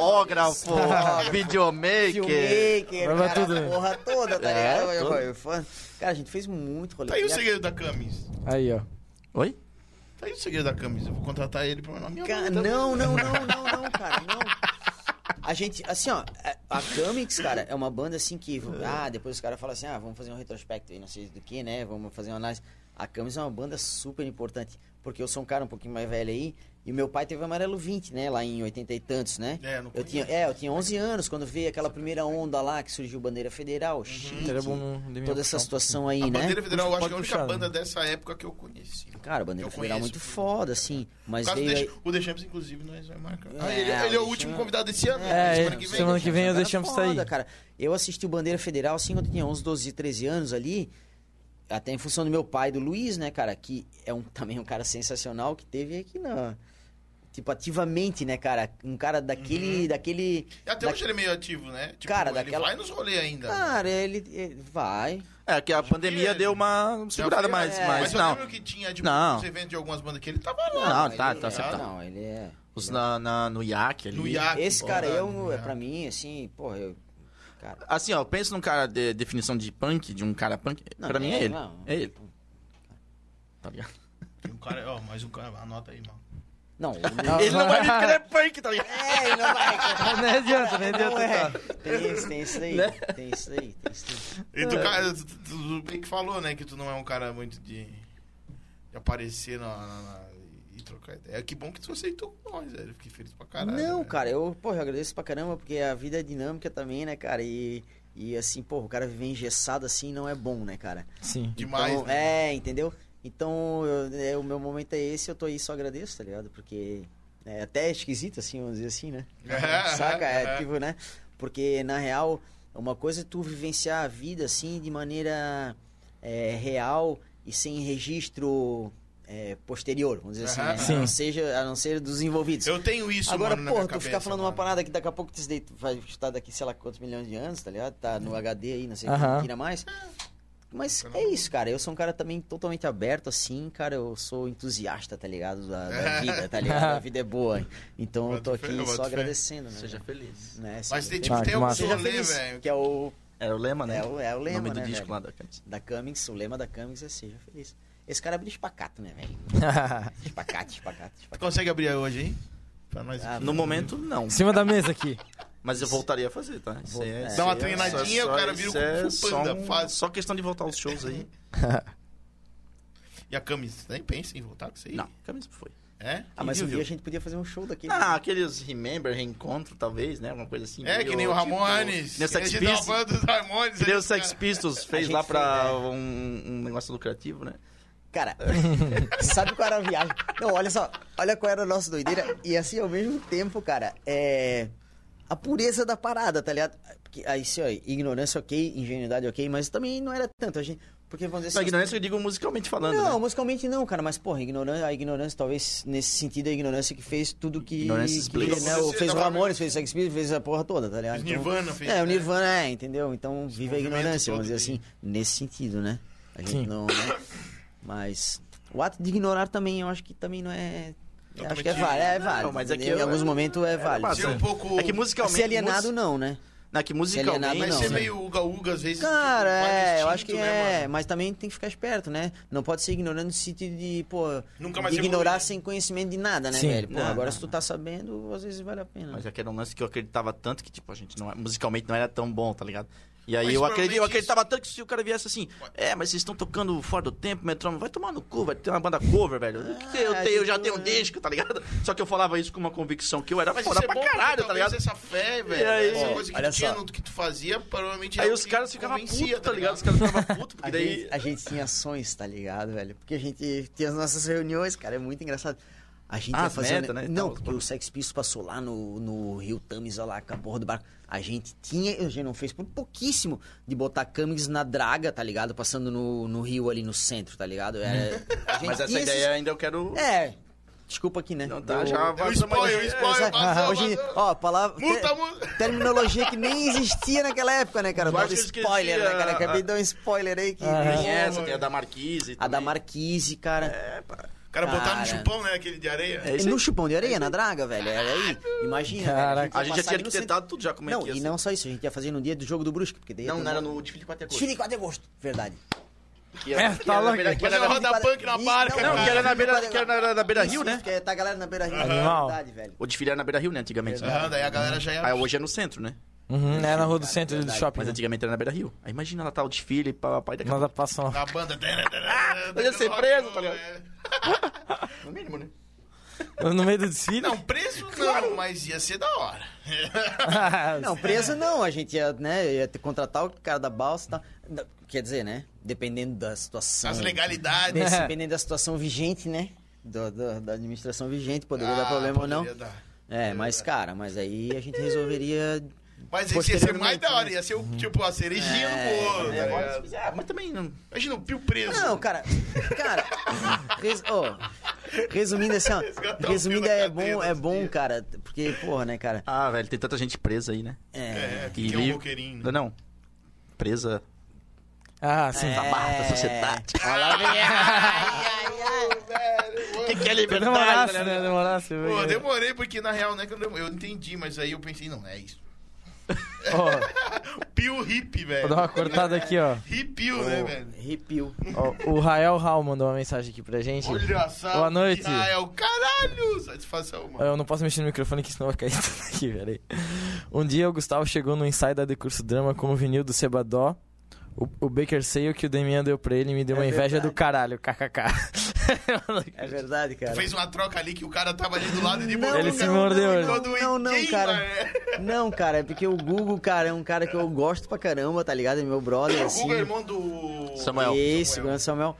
Speaker 4: fotógrafo, videomaker.
Speaker 3: filmmaker,
Speaker 2: Vai
Speaker 3: cara,
Speaker 2: tudo, né?
Speaker 3: a porra toda, tá
Speaker 4: É,
Speaker 3: ligado? Eu-
Speaker 4: tudo.
Speaker 3: eu- eu- Cara, a gente fez muito rolê. né,
Speaker 1: Tá aí o
Speaker 3: E a-
Speaker 1: segredo da Camis.
Speaker 2: Aí, ó.
Speaker 4: Oi?
Speaker 1: Tá aí o segredo da Camis. Eu vou contratar ele pra na minha
Speaker 3: Ca-
Speaker 1: banda.
Speaker 3: Não, não, não, não, não, cara, não. A gente, assim, ó, a Kamix, cara, é
Speaker 1: É.
Speaker 3: uma banda assim que. Ah, depois os caras falam assim, ah, vamos fazer um retrospecto aí, não sei do que, né? Vamos fazer uma análise. A Camis é uma banda super importante, porque eu sou um cara um pouquinho mais velho aí, e meu pai teve o Amarelo 20, né, lá em 80 e tantos, né?
Speaker 1: É, não
Speaker 3: Eu tinha, é, eu tinha 11 anos quando veio aquela primeira onda lá que surgiu Bandeira
Speaker 1: Uhum.
Speaker 3: Federal, Chique,
Speaker 2: Então Era bom de minha
Speaker 3: toda essa
Speaker 2: opção.
Speaker 3: situação aí,
Speaker 1: a
Speaker 3: né?
Speaker 1: Bandeira Federal, eu acho
Speaker 2: Pode
Speaker 1: que é a única
Speaker 2: puxar, né?
Speaker 1: banda dessa época que eu conheci.
Speaker 3: Cara, Bandeira
Speaker 1: Eu
Speaker 3: Federal é
Speaker 1: conheço. É.
Speaker 3: muito foda, assim,
Speaker 1: Por
Speaker 3: mas
Speaker 1: causa
Speaker 3: veio
Speaker 1: do
Speaker 3: aí...
Speaker 1: The- o The Champs, inclusive, nós vai marcar.
Speaker 3: É,
Speaker 1: Ah, ele, ele é o
Speaker 3: o
Speaker 1: último
Speaker 3: Champs.
Speaker 1: convidado desse ano.
Speaker 2: É,
Speaker 1: né? semana que vem.
Speaker 2: semana que vem eu
Speaker 3: Era
Speaker 2: deixamos
Speaker 3: foda,
Speaker 2: sair.
Speaker 3: né, cara. Eu assisti o Bandeira Federal assim quando eu tinha 11, 12, 13 anos ali, até em função do meu pai, do Luiz, né, cara, que é um, também um cara sensacional que teve aqui na... Tipo, ativamente, né, cara? Um cara daquele...
Speaker 4: Uhum.
Speaker 3: daquele
Speaker 1: Até
Speaker 3: da-
Speaker 1: hoje ele é meio ativo, né? Tipo,
Speaker 3: Cara,
Speaker 1: ele
Speaker 3: daquela- Ah,
Speaker 1: vai nos rolês ainda.
Speaker 3: Cara, ele, ele vai...
Speaker 4: É, que a pandemia
Speaker 1: que-
Speaker 4: deu uma segurada,
Speaker 1: Já foi-
Speaker 4: mas,
Speaker 1: é,
Speaker 4: mas
Speaker 1: eu
Speaker 4: não.
Speaker 1: lembro que tinha, tipo,
Speaker 4: Não.
Speaker 1: uns eventos de algumas bandas que ele tava lá.
Speaker 4: Não,
Speaker 3: ele
Speaker 4: tá,
Speaker 3: é-
Speaker 4: tá, você tá.
Speaker 3: Não, ele é...
Speaker 4: Os na, Ah, na- no iaque ali.
Speaker 1: No iaque.
Speaker 3: Esse cara aí é,
Speaker 4: Uhum.
Speaker 3: um, é
Speaker 1: né?
Speaker 3: pra mim, assim, porra, eu. Cara.
Speaker 4: Assim, ó, pensa num cara de definição de punk, de um cara punk.
Speaker 3: Não,
Speaker 4: pra mim é
Speaker 3: é,
Speaker 4: ele.
Speaker 3: não.
Speaker 4: É ele. Tá ligado?
Speaker 1: Tem um cara, ó, mais um cara, anota aí, mano.
Speaker 3: Não, ele,
Speaker 4: Ele não vai me porque ele é punk, tá ligado?
Speaker 3: é, ele não vai. cara.
Speaker 2: Ah, Não adianta, não
Speaker 3: Não
Speaker 2: adianta.
Speaker 3: é.
Speaker 2: tá.
Speaker 3: Tem isso, tem isso daí.
Speaker 4: Né?
Speaker 3: Tem isso daí, tem isso daí.
Speaker 1: E tu, cara, tu, tu- tu bem que falou, né, que tu não é um cara muito de, de aparecer na, na- na- e trocar ideia. É Que bom que tu aceitou com nós, velho. Fiquei feliz pra caralho. né?
Speaker 3: Não,
Speaker 1: velho.
Speaker 3: cara, eu, porra, eu agradeço pra caramba, porque a vida é dinâmica também, né, cara? E, e assim, porra, o cara viver engessado assim não é bom, né, cara?
Speaker 2: Sim.
Speaker 1: Demais,
Speaker 3: Então,
Speaker 1: né?
Speaker 3: É, entendeu? Então, eu- é, o meu momento é esse, eu tô aí só agradeço, tá ligado? Porque é até esquisito, assim, vamos dizer assim, né? Saca? É tipo, né? Porque, na real, uma coisa é tu vivenciar a vida, assim, de maneira é, real e sem registro é, posterior, vamos dizer
Speaker 1: Aham.
Speaker 2: Sim.
Speaker 3: assim, né? A, não seja, a não ser dos envolvidos.
Speaker 1: Eu tenho isso,
Speaker 3: Agora,
Speaker 1: mano, na
Speaker 3: porra,
Speaker 1: minha
Speaker 3: tu
Speaker 1: cabeça,
Speaker 3: ficar falando uma
Speaker 1: mano.
Speaker 3: parada que daqui a pouco tu se deita- vai chutar daqui, sei lá, quantos milhões de anos, tá ligado? Tá
Speaker 1: Uhum.
Speaker 3: no HD aí, não sei o que,
Speaker 2: Aham.
Speaker 3: não tira mais. Mas é isso, cara. Eu sou um cara também totalmente aberto, assim, cara. Eu sou entusiasta, tá ligado? Da, da vida, tá ligado? A vida é boa. Então eu
Speaker 1: Boto
Speaker 3: tô
Speaker 1: fé,
Speaker 3: aqui
Speaker 1: eu boto
Speaker 3: só
Speaker 1: fé.
Speaker 3: agradecendo, né?
Speaker 4: Seja feliz.
Speaker 3: né?
Speaker 1: Mas
Speaker 3: seja
Speaker 1: tem,
Speaker 3: feliz.
Speaker 1: tipo,
Speaker 2: Ah,
Speaker 1: tem
Speaker 2: que
Speaker 1: algum
Speaker 2: massa.
Speaker 3: Seja
Speaker 1: rolê,
Speaker 3: feliz,
Speaker 1: velho.
Speaker 3: que é o,
Speaker 4: Era o lema, né?
Speaker 3: é o, é o lema,
Speaker 4: nome do
Speaker 3: né,
Speaker 4: disco
Speaker 3: velho?
Speaker 4: lá da camisa.
Speaker 3: Da Cummings, o lema da Cummings é Seja Feliz. Esse cara abre espacate, né, velho? Espacate, espacate,
Speaker 1: Tu
Speaker 3: espacate.
Speaker 1: consegue abrir hoje, hein? Pra nós
Speaker 3: Ah,
Speaker 1: aqui.
Speaker 4: No momento, não.
Speaker 2: em cima da mesa aqui.
Speaker 4: Mas eu voltaria a fazer, tá? Isso é-
Speaker 3: Dá
Speaker 4: isso
Speaker 3: uma
Speaker 4: é-
Speaker 1: treinadinha,
Speaker 4: só-
Speaker 1: o cara vira
Speaker 4: isso
Speaker 1: o Kung
Speaker 4: é
Speaker 1: Fu
Speaker 4: só
Speaker 1: Panda,
Speaker 4: um-
Speaker 1: faz.
Speaker 4: Só questão de voltar aos shows aí.
Speaker 1: E a camisa, nem pensa em voltar com isso aí?
Speaker 4: Não, camisa foi.
Speaker 1: É?
Speaker 3: Ah, mas um
Speaker 4: Viu,
Speaker 3: dia
Speaker 4: viu?
Speaker 3: a gente podia fazer um show daqui.
Speaker 4: Ah, aqueles Remember, Reencontro, talvez, né? Alguma coisa assim.
Speaker 1: É,
Speaker 4: meio,
Speaker 1: que nem o
Speaker 4: tipo,
Speaker 1: Ramones.
Speaker 4: que nem o Sex
Speaker 1: que nem a
Speaker 4: Pistols.
Speaker 1: banda dos Ramones.
Speaker 4: Que nem
Speaker 1: aí,
Speaker 4: o Sex
Speaker 1: cara.
Speaker 4: Pistols fez
Speaker 3: gente
Speaker 4: lá
Speaker 3: foi,
Speaker 4: pra
Speaker 3: é.
Speaker 4: um, um negócio lucrativo, né?
Speaker 3: Cara, sabe qual era a viagem? Não, olha só, olha qual era a nossa doideira. E assim, ao mesmo tempo, cara, é. A pureza da parada, tá ligado? Porque, aí, assim, ó, ignorância ok, ingenuidade ok, mas também não era tanto. A gente. Porque vamos dizer
Speaker 4: Na
Speaker 3: assim.
Speaker 4: ignorância eu digo musicalmente falando,
Speaker 3: Não,
Speaker 4: né?
Speaker 3: musicalmente não, cara, mas porra, ignorância, a ignorância talvez nesse sentido a ignorância que fez tudo que,
Speaker 4: Ignorância
Speaker 3: que
Speaker 4: explica.
Speaker 3: né, o- fez o
Speaker 1: Você-
Speaker 3: Ramones, fez o Sex Pistols, fez a porra toda, tá ligado?
Speaker 1: Os
Speaker 3: Então-
Speaker 1: Nirvana fez,
Speaker 3: É, o
Speaker 1: né?
Speaker 3: Nirvana é, entendeu? Então vive a
Speaker 1: movimento
Speaker 3: ignorância,
Speaker 1: todo
Speaker 3: vamos dizer
Speaker 1: que-
Speaker 3: assim, nesse sentido, né? A gente
Speaker 2: Sim.
Speaker 3: não, né? Mas o ato de ignorar também, eu acho que também não é eu acho que é
Speaker 1: Totalmente-
Speaker 3: válido, é válido.
Speaker 4: mas é que
Speaker 3: entendeu? em
Speaker 4: eu-
Speaker 3: alguns momentos é válido.
Speaker 1: Ser um pouco...
Speaker 4: É que musicalmente...
Speaker 3: Se alienado
Speaker 4: mus-
Speaker 3: não, né?
Speaker 4: Não, que
Speaker 3: alienado,
Speaker 4: musicalmente...
Speaker 1: Mas
Speaker 3: não,
Speaker 1: ser
Speaker 3: né?
Speaker 1: meio uga-uga, às vezes...
Speaker 3: Cara,
Speaker 1: tipo, vai
Speaker 3: é, eu
Speaker 1: distinto,
Speaker 3: acho que
Speaker 1: né,
Speaker 3: é,
Speaker 1: mano?
Speaker 3: mas também tem que ficar esperto, né? Não pode ser ignorando no sentido de, pô,
Speaker 1: Nunca mais
Speaker 3: de ignorar
Speaker 1: evoluir.
Speaker 3: sem conhecimento de nada, né,
Speaker 2: Sim.
Speaker 3: velho? Pô,
Speaker 4: Não,
Speaker 3: agora
Speaker 4: não,
Speaker 3: se tu tá sabendo, às vezes vale a pena.
Speaker 4: Mas aquele era um lance que eu acreditava tanto que, tipo, a gente não, musicalmente não era tão bom, tá ligado? E aí
Speaker 1: Mas
Speaker 4: eu, acredito, eu
Speaker 1: provavelmente
Speaker 4: acreditava tanto que se o cara viesse assim, é, mas vocês estão tocando fora do tempo, metrônomo, vai tomar no cu, vai ter uma banda cover, velho. O que que eu,
Speaker 3: Ah,
Speaker 4: tenho, eu já
Speaker 3: tipo,
Speaker 4: tenho um
Speaker 3: é.
Speaker 4: disco, tá ligado? Só que eu falava isso com uma convicção que eu era
Speaker 1: Mas
Speaker 4: foda
Speaker 1: isso é
Speaker 4: pra
Speaker 1: bom,
Speaker 4: caralho,
Speaker 1: porque
Speaker 4: tá
Speaker 1: talvez
Speaker 4: ligado?
Speaker 1: Essa fé, velho,
Speaker 4: E aí-
Speaker 1: essa coisa que
Speaker 3: Olha
Speaker 1: tu tinha
Speaker 3: só.
Speaker 1: no que tu fazia, provavelmente...
Speaker 4: Aí
Speaker 1: era o
Speaker 4: os
Speaker 1: que
Speaker 4: caras ficavam
Speaker 1: convencia,
Speaker 4: putos, tá ligado? Os caras ficavam putos,
Speaker 3: A,
Speaker 4: porque daí...
Speaker 3: gente, a gente tinha ações, tá ligado, velho? Porque a gente tinha as nossas reuniões, cara, é muito engraçado. A gente
Speaker 4: Ah,
Speaker 3: ia
Speaker 4: as
Speaker 3: fazer.
Speaker 4: metas, né, e
Speaker 3: Não,
Speaker 4: tal.
Speaker 3: porque o Sex Pistols passou lá no, no Rio Tamis, olha lá, com a porra do barco. A gente tinha, a gente não fez por pouquíssimo de botar câmeras na draga, tá ligado? Passando no, no rio ali no centro, tá ligado?
Speaker 4: Hum.
Speaker 3: Era- a gente
Speaker 4: Mas essa
Speaker 3: tinha esses-
Speaker 4: ideia ainda eu quero...
Speaker 3: É. Desculpa aqui, né?
Speaker 4: Não tá,
Speaker 3: Eu-
Speaker 4: já
Speaker 1: Eu
Speaker 4: vai
Speaker 1: spoiler, eu
Speaker 3: Pois é,
Speaker 1: spoiler, passou,
Speaker 3: hoje,
Speaker 1: passou.
Speaker 3: ó, palavra.
Speaker 1: Multa,
Speaker 3: ter-
Speaker 1: multa.
Speaker 3: Terminologia que nem existia naquela época, né, cara?
Speaker 4: Eu acho
Speaker 3: Dá um
Speaker 4: que eu esqueci
Speaker 3: spoiler, né, cara?
Speaker 4: a-
Speaker 3: Acabei de dar um spoiler aí que. é, né?
Speaker 2: Aham.
Speaker 4: Tem essa, tem a da Marquise
Speaker 3: A da
Speaker 4: também.
Speaker 3: Marquise, cara.
Speaker 1: O cara botaram no
Speaker 3: Cara.
Speaker 1: chupão, né? Aquele de areia.
Speaker 4: É isso aí.
Speaker 3: no chupão de areia, na draga, velho. Era aí. Imagina. velho,
Speaker 2: Caraca.
Speaker 4: A
Speaker 3: ia
Speaker 4: gente já
Speaker 3: passar
Speaker 4: tinha
Speaker 3: ali no centro.
Speaker 4: arquitetado tudo já, como é
Speaker 3: Não,
Speaker 4: que ia
Speaker 3: e
Speaker 4: ser.
Speaker 3: não só isso, a gente ia fazer no dia do jogo do Brusque, porque daí.
Speaker 4: Não,
Speaker 3: todo
Speaker 4: não era
Speaker 3: mundo-
Speaker 4: no desfile de Patecos.
Speaker 3: Desfile 4 de agosto, verdade.
Speaker 4: Que era-
Speaker 2: É, tá
Speaker 4: que era na
Speaker 2: louco.
Speaker 4: beira- que era
Speaker 1: Fazer
Speaker 4: na-
Speaker 1: uma roda punk na
Speaker 3: Isso,
Speaker 1: barca,
Speaker 4: Não, que
Speaker 1: cara.
Speaker 4: era na beira, que era na, na beira Rio, né?
Speaker 3: Isso, que Tá a galera na beira rio,
Speaker 2: Animal.
Speaker 3: verdade, velho.
Speaker 4: O desfile era na beira Rio, né? Antigamente.
Speaker 1: Ah, daí a galera já ia...
Speaker 4: Aí hoje é no centro, né?
Speaker 2: Uhum, é na rua do centro do
Speaker 3: verdade.
Speaker 2: shopping.
Speaker 4: Mas
Speaker 2: né?
Speaker 4: antigamente era na beira Rio. Aí imagina lá tá o desfile, papai, daqui a
Speaker 2: Nós passamos.
Speaker 1: Na banda...
Speaker 4: Eu ia ser preso, tá ligado?
Speaker 3: No
Speaker 4: é
Speaker 3: mínimo, né?
Speaker 2: No meio do desfile?
Speaker 1: É. Não, preso não, mas ia ser da hora.
Speaker 3: Não, preso não. A gente ia, né, ia ter que contratar o cara da balsa e tal. Da- Quer dizer, né? Dependendo da situação.
Speaker 1: As legalidades.
Speaker 3: Desse- Dependendo da situação vigente, né? Do- do- da administração vigente, poderia dar
Speaker 1: Ah,
Speaker 3: problema ou não.
Speaker 1: poderia né. dar.
Speaker 3: É, mas, cara, mas aí a gente resolveria.
Speaker 1: Mas esse ia ser mais da hora, ia ser
Speaker 2: né? Uhum.
Speaker 1: o, tipo a cerejinha
Speaker 3: É,
Speaker 1: no bolo.
Speaker 3: é,
Speaker 1: tá ligado?
Speaker 4: Ah, mas também não.
Speaker 1: Imagina o Pio preso.
Speaker 3: Não, cara. Cara. res- ó, resumindo assim, ó.
Speaker 1: Resgatar o
Speaker 3: Resumindo,
Speaker 1: fio da
Speaker 3: é
Speaker 1: cadeia
Speaker 3: bom, é
Speaker 1: dos
Speaker 3: bom,
Speaker 1: dias.
Speaker 3: cara. Porque, porra, né, cara?
Speaker 4: Ah, velho, tem tanta gente presa aí, né?
Speaker 3: É.
Speaker 1: É,
Speaker 4: Que
Speaker 1: que é um
Speaker 4: livre.
Speaker 1: boqueirinho.
Speaker 4: Não, não. Presa.
Speaker 2: Ah, sim.
Speaker 3: É.
Speaker 4: Tá Barra da sociedade.
Speaker 1: né? Velho,
Speaker 4: O que, que é liberdade?
Speaker 2: Demorasse,
Speaker 4: tá
Speaker 2: né?
Speaker 4: ligado?
Speaker 2: Demorasse.
Speaker 1: Pô, eu demorei, porque na real, né, que eu, demorei, eu entendi, mas aí eu pensei, não, é isso.
Speaker 2: Ó,
Speaker 1: Pio hippie, velho.
Speaker 2: vou dar uma cortada aqui, ó.
Speaker 1: Hipio, né, velho?
Speaker 3: Arrepio.
Speaker 2: Ó, O Rael Hal mandou uma mensagem aqui pra gente.
Speaker 1: Olha só.
Speaker 2: Boa noite.
Speaker 1: Ah, é o caralho. Satisfação, mano.
Speaker 2: Eu não posso mexer no microfone que senão vai cair tudo aqui, peraí. Um dia o Gustavo chegou no ensaio da Decurso Drama com o vinil do Sebadó, o, o Baker Sale que o Demian deu pra ele e me deu
Speaker 3: É
Speaker 2: uma inveja
Speaker 3: verdade.
Speaker 2: do caralho, kkk.
Speaker 3: É verdade, cara.
Speaker 1: Fez uma troca ali que o cara tava ali do lado e de
Speaker 3: Não,
Speaker 1: boa,
Speaker 2: Ele
Speaker 1: cara,
Speaker 2: se mordeu,
Speaker 1: ficou
Speaker 2: ele.
Speaker 1: doente,
Speaker 3: Não, não, cara.
Speaker 1: né?
Speaker 3: Não, cara, é porque o Googo, cara, é um cara que eu gosto pra caramba, tá ligado? É meu brother,
Speaker 1: O
Speaker 3: assim.
Speaker 1: Google é irmão do.
Speaker 4: Samuel.
Speaker 3: Esse, Grande Samuel.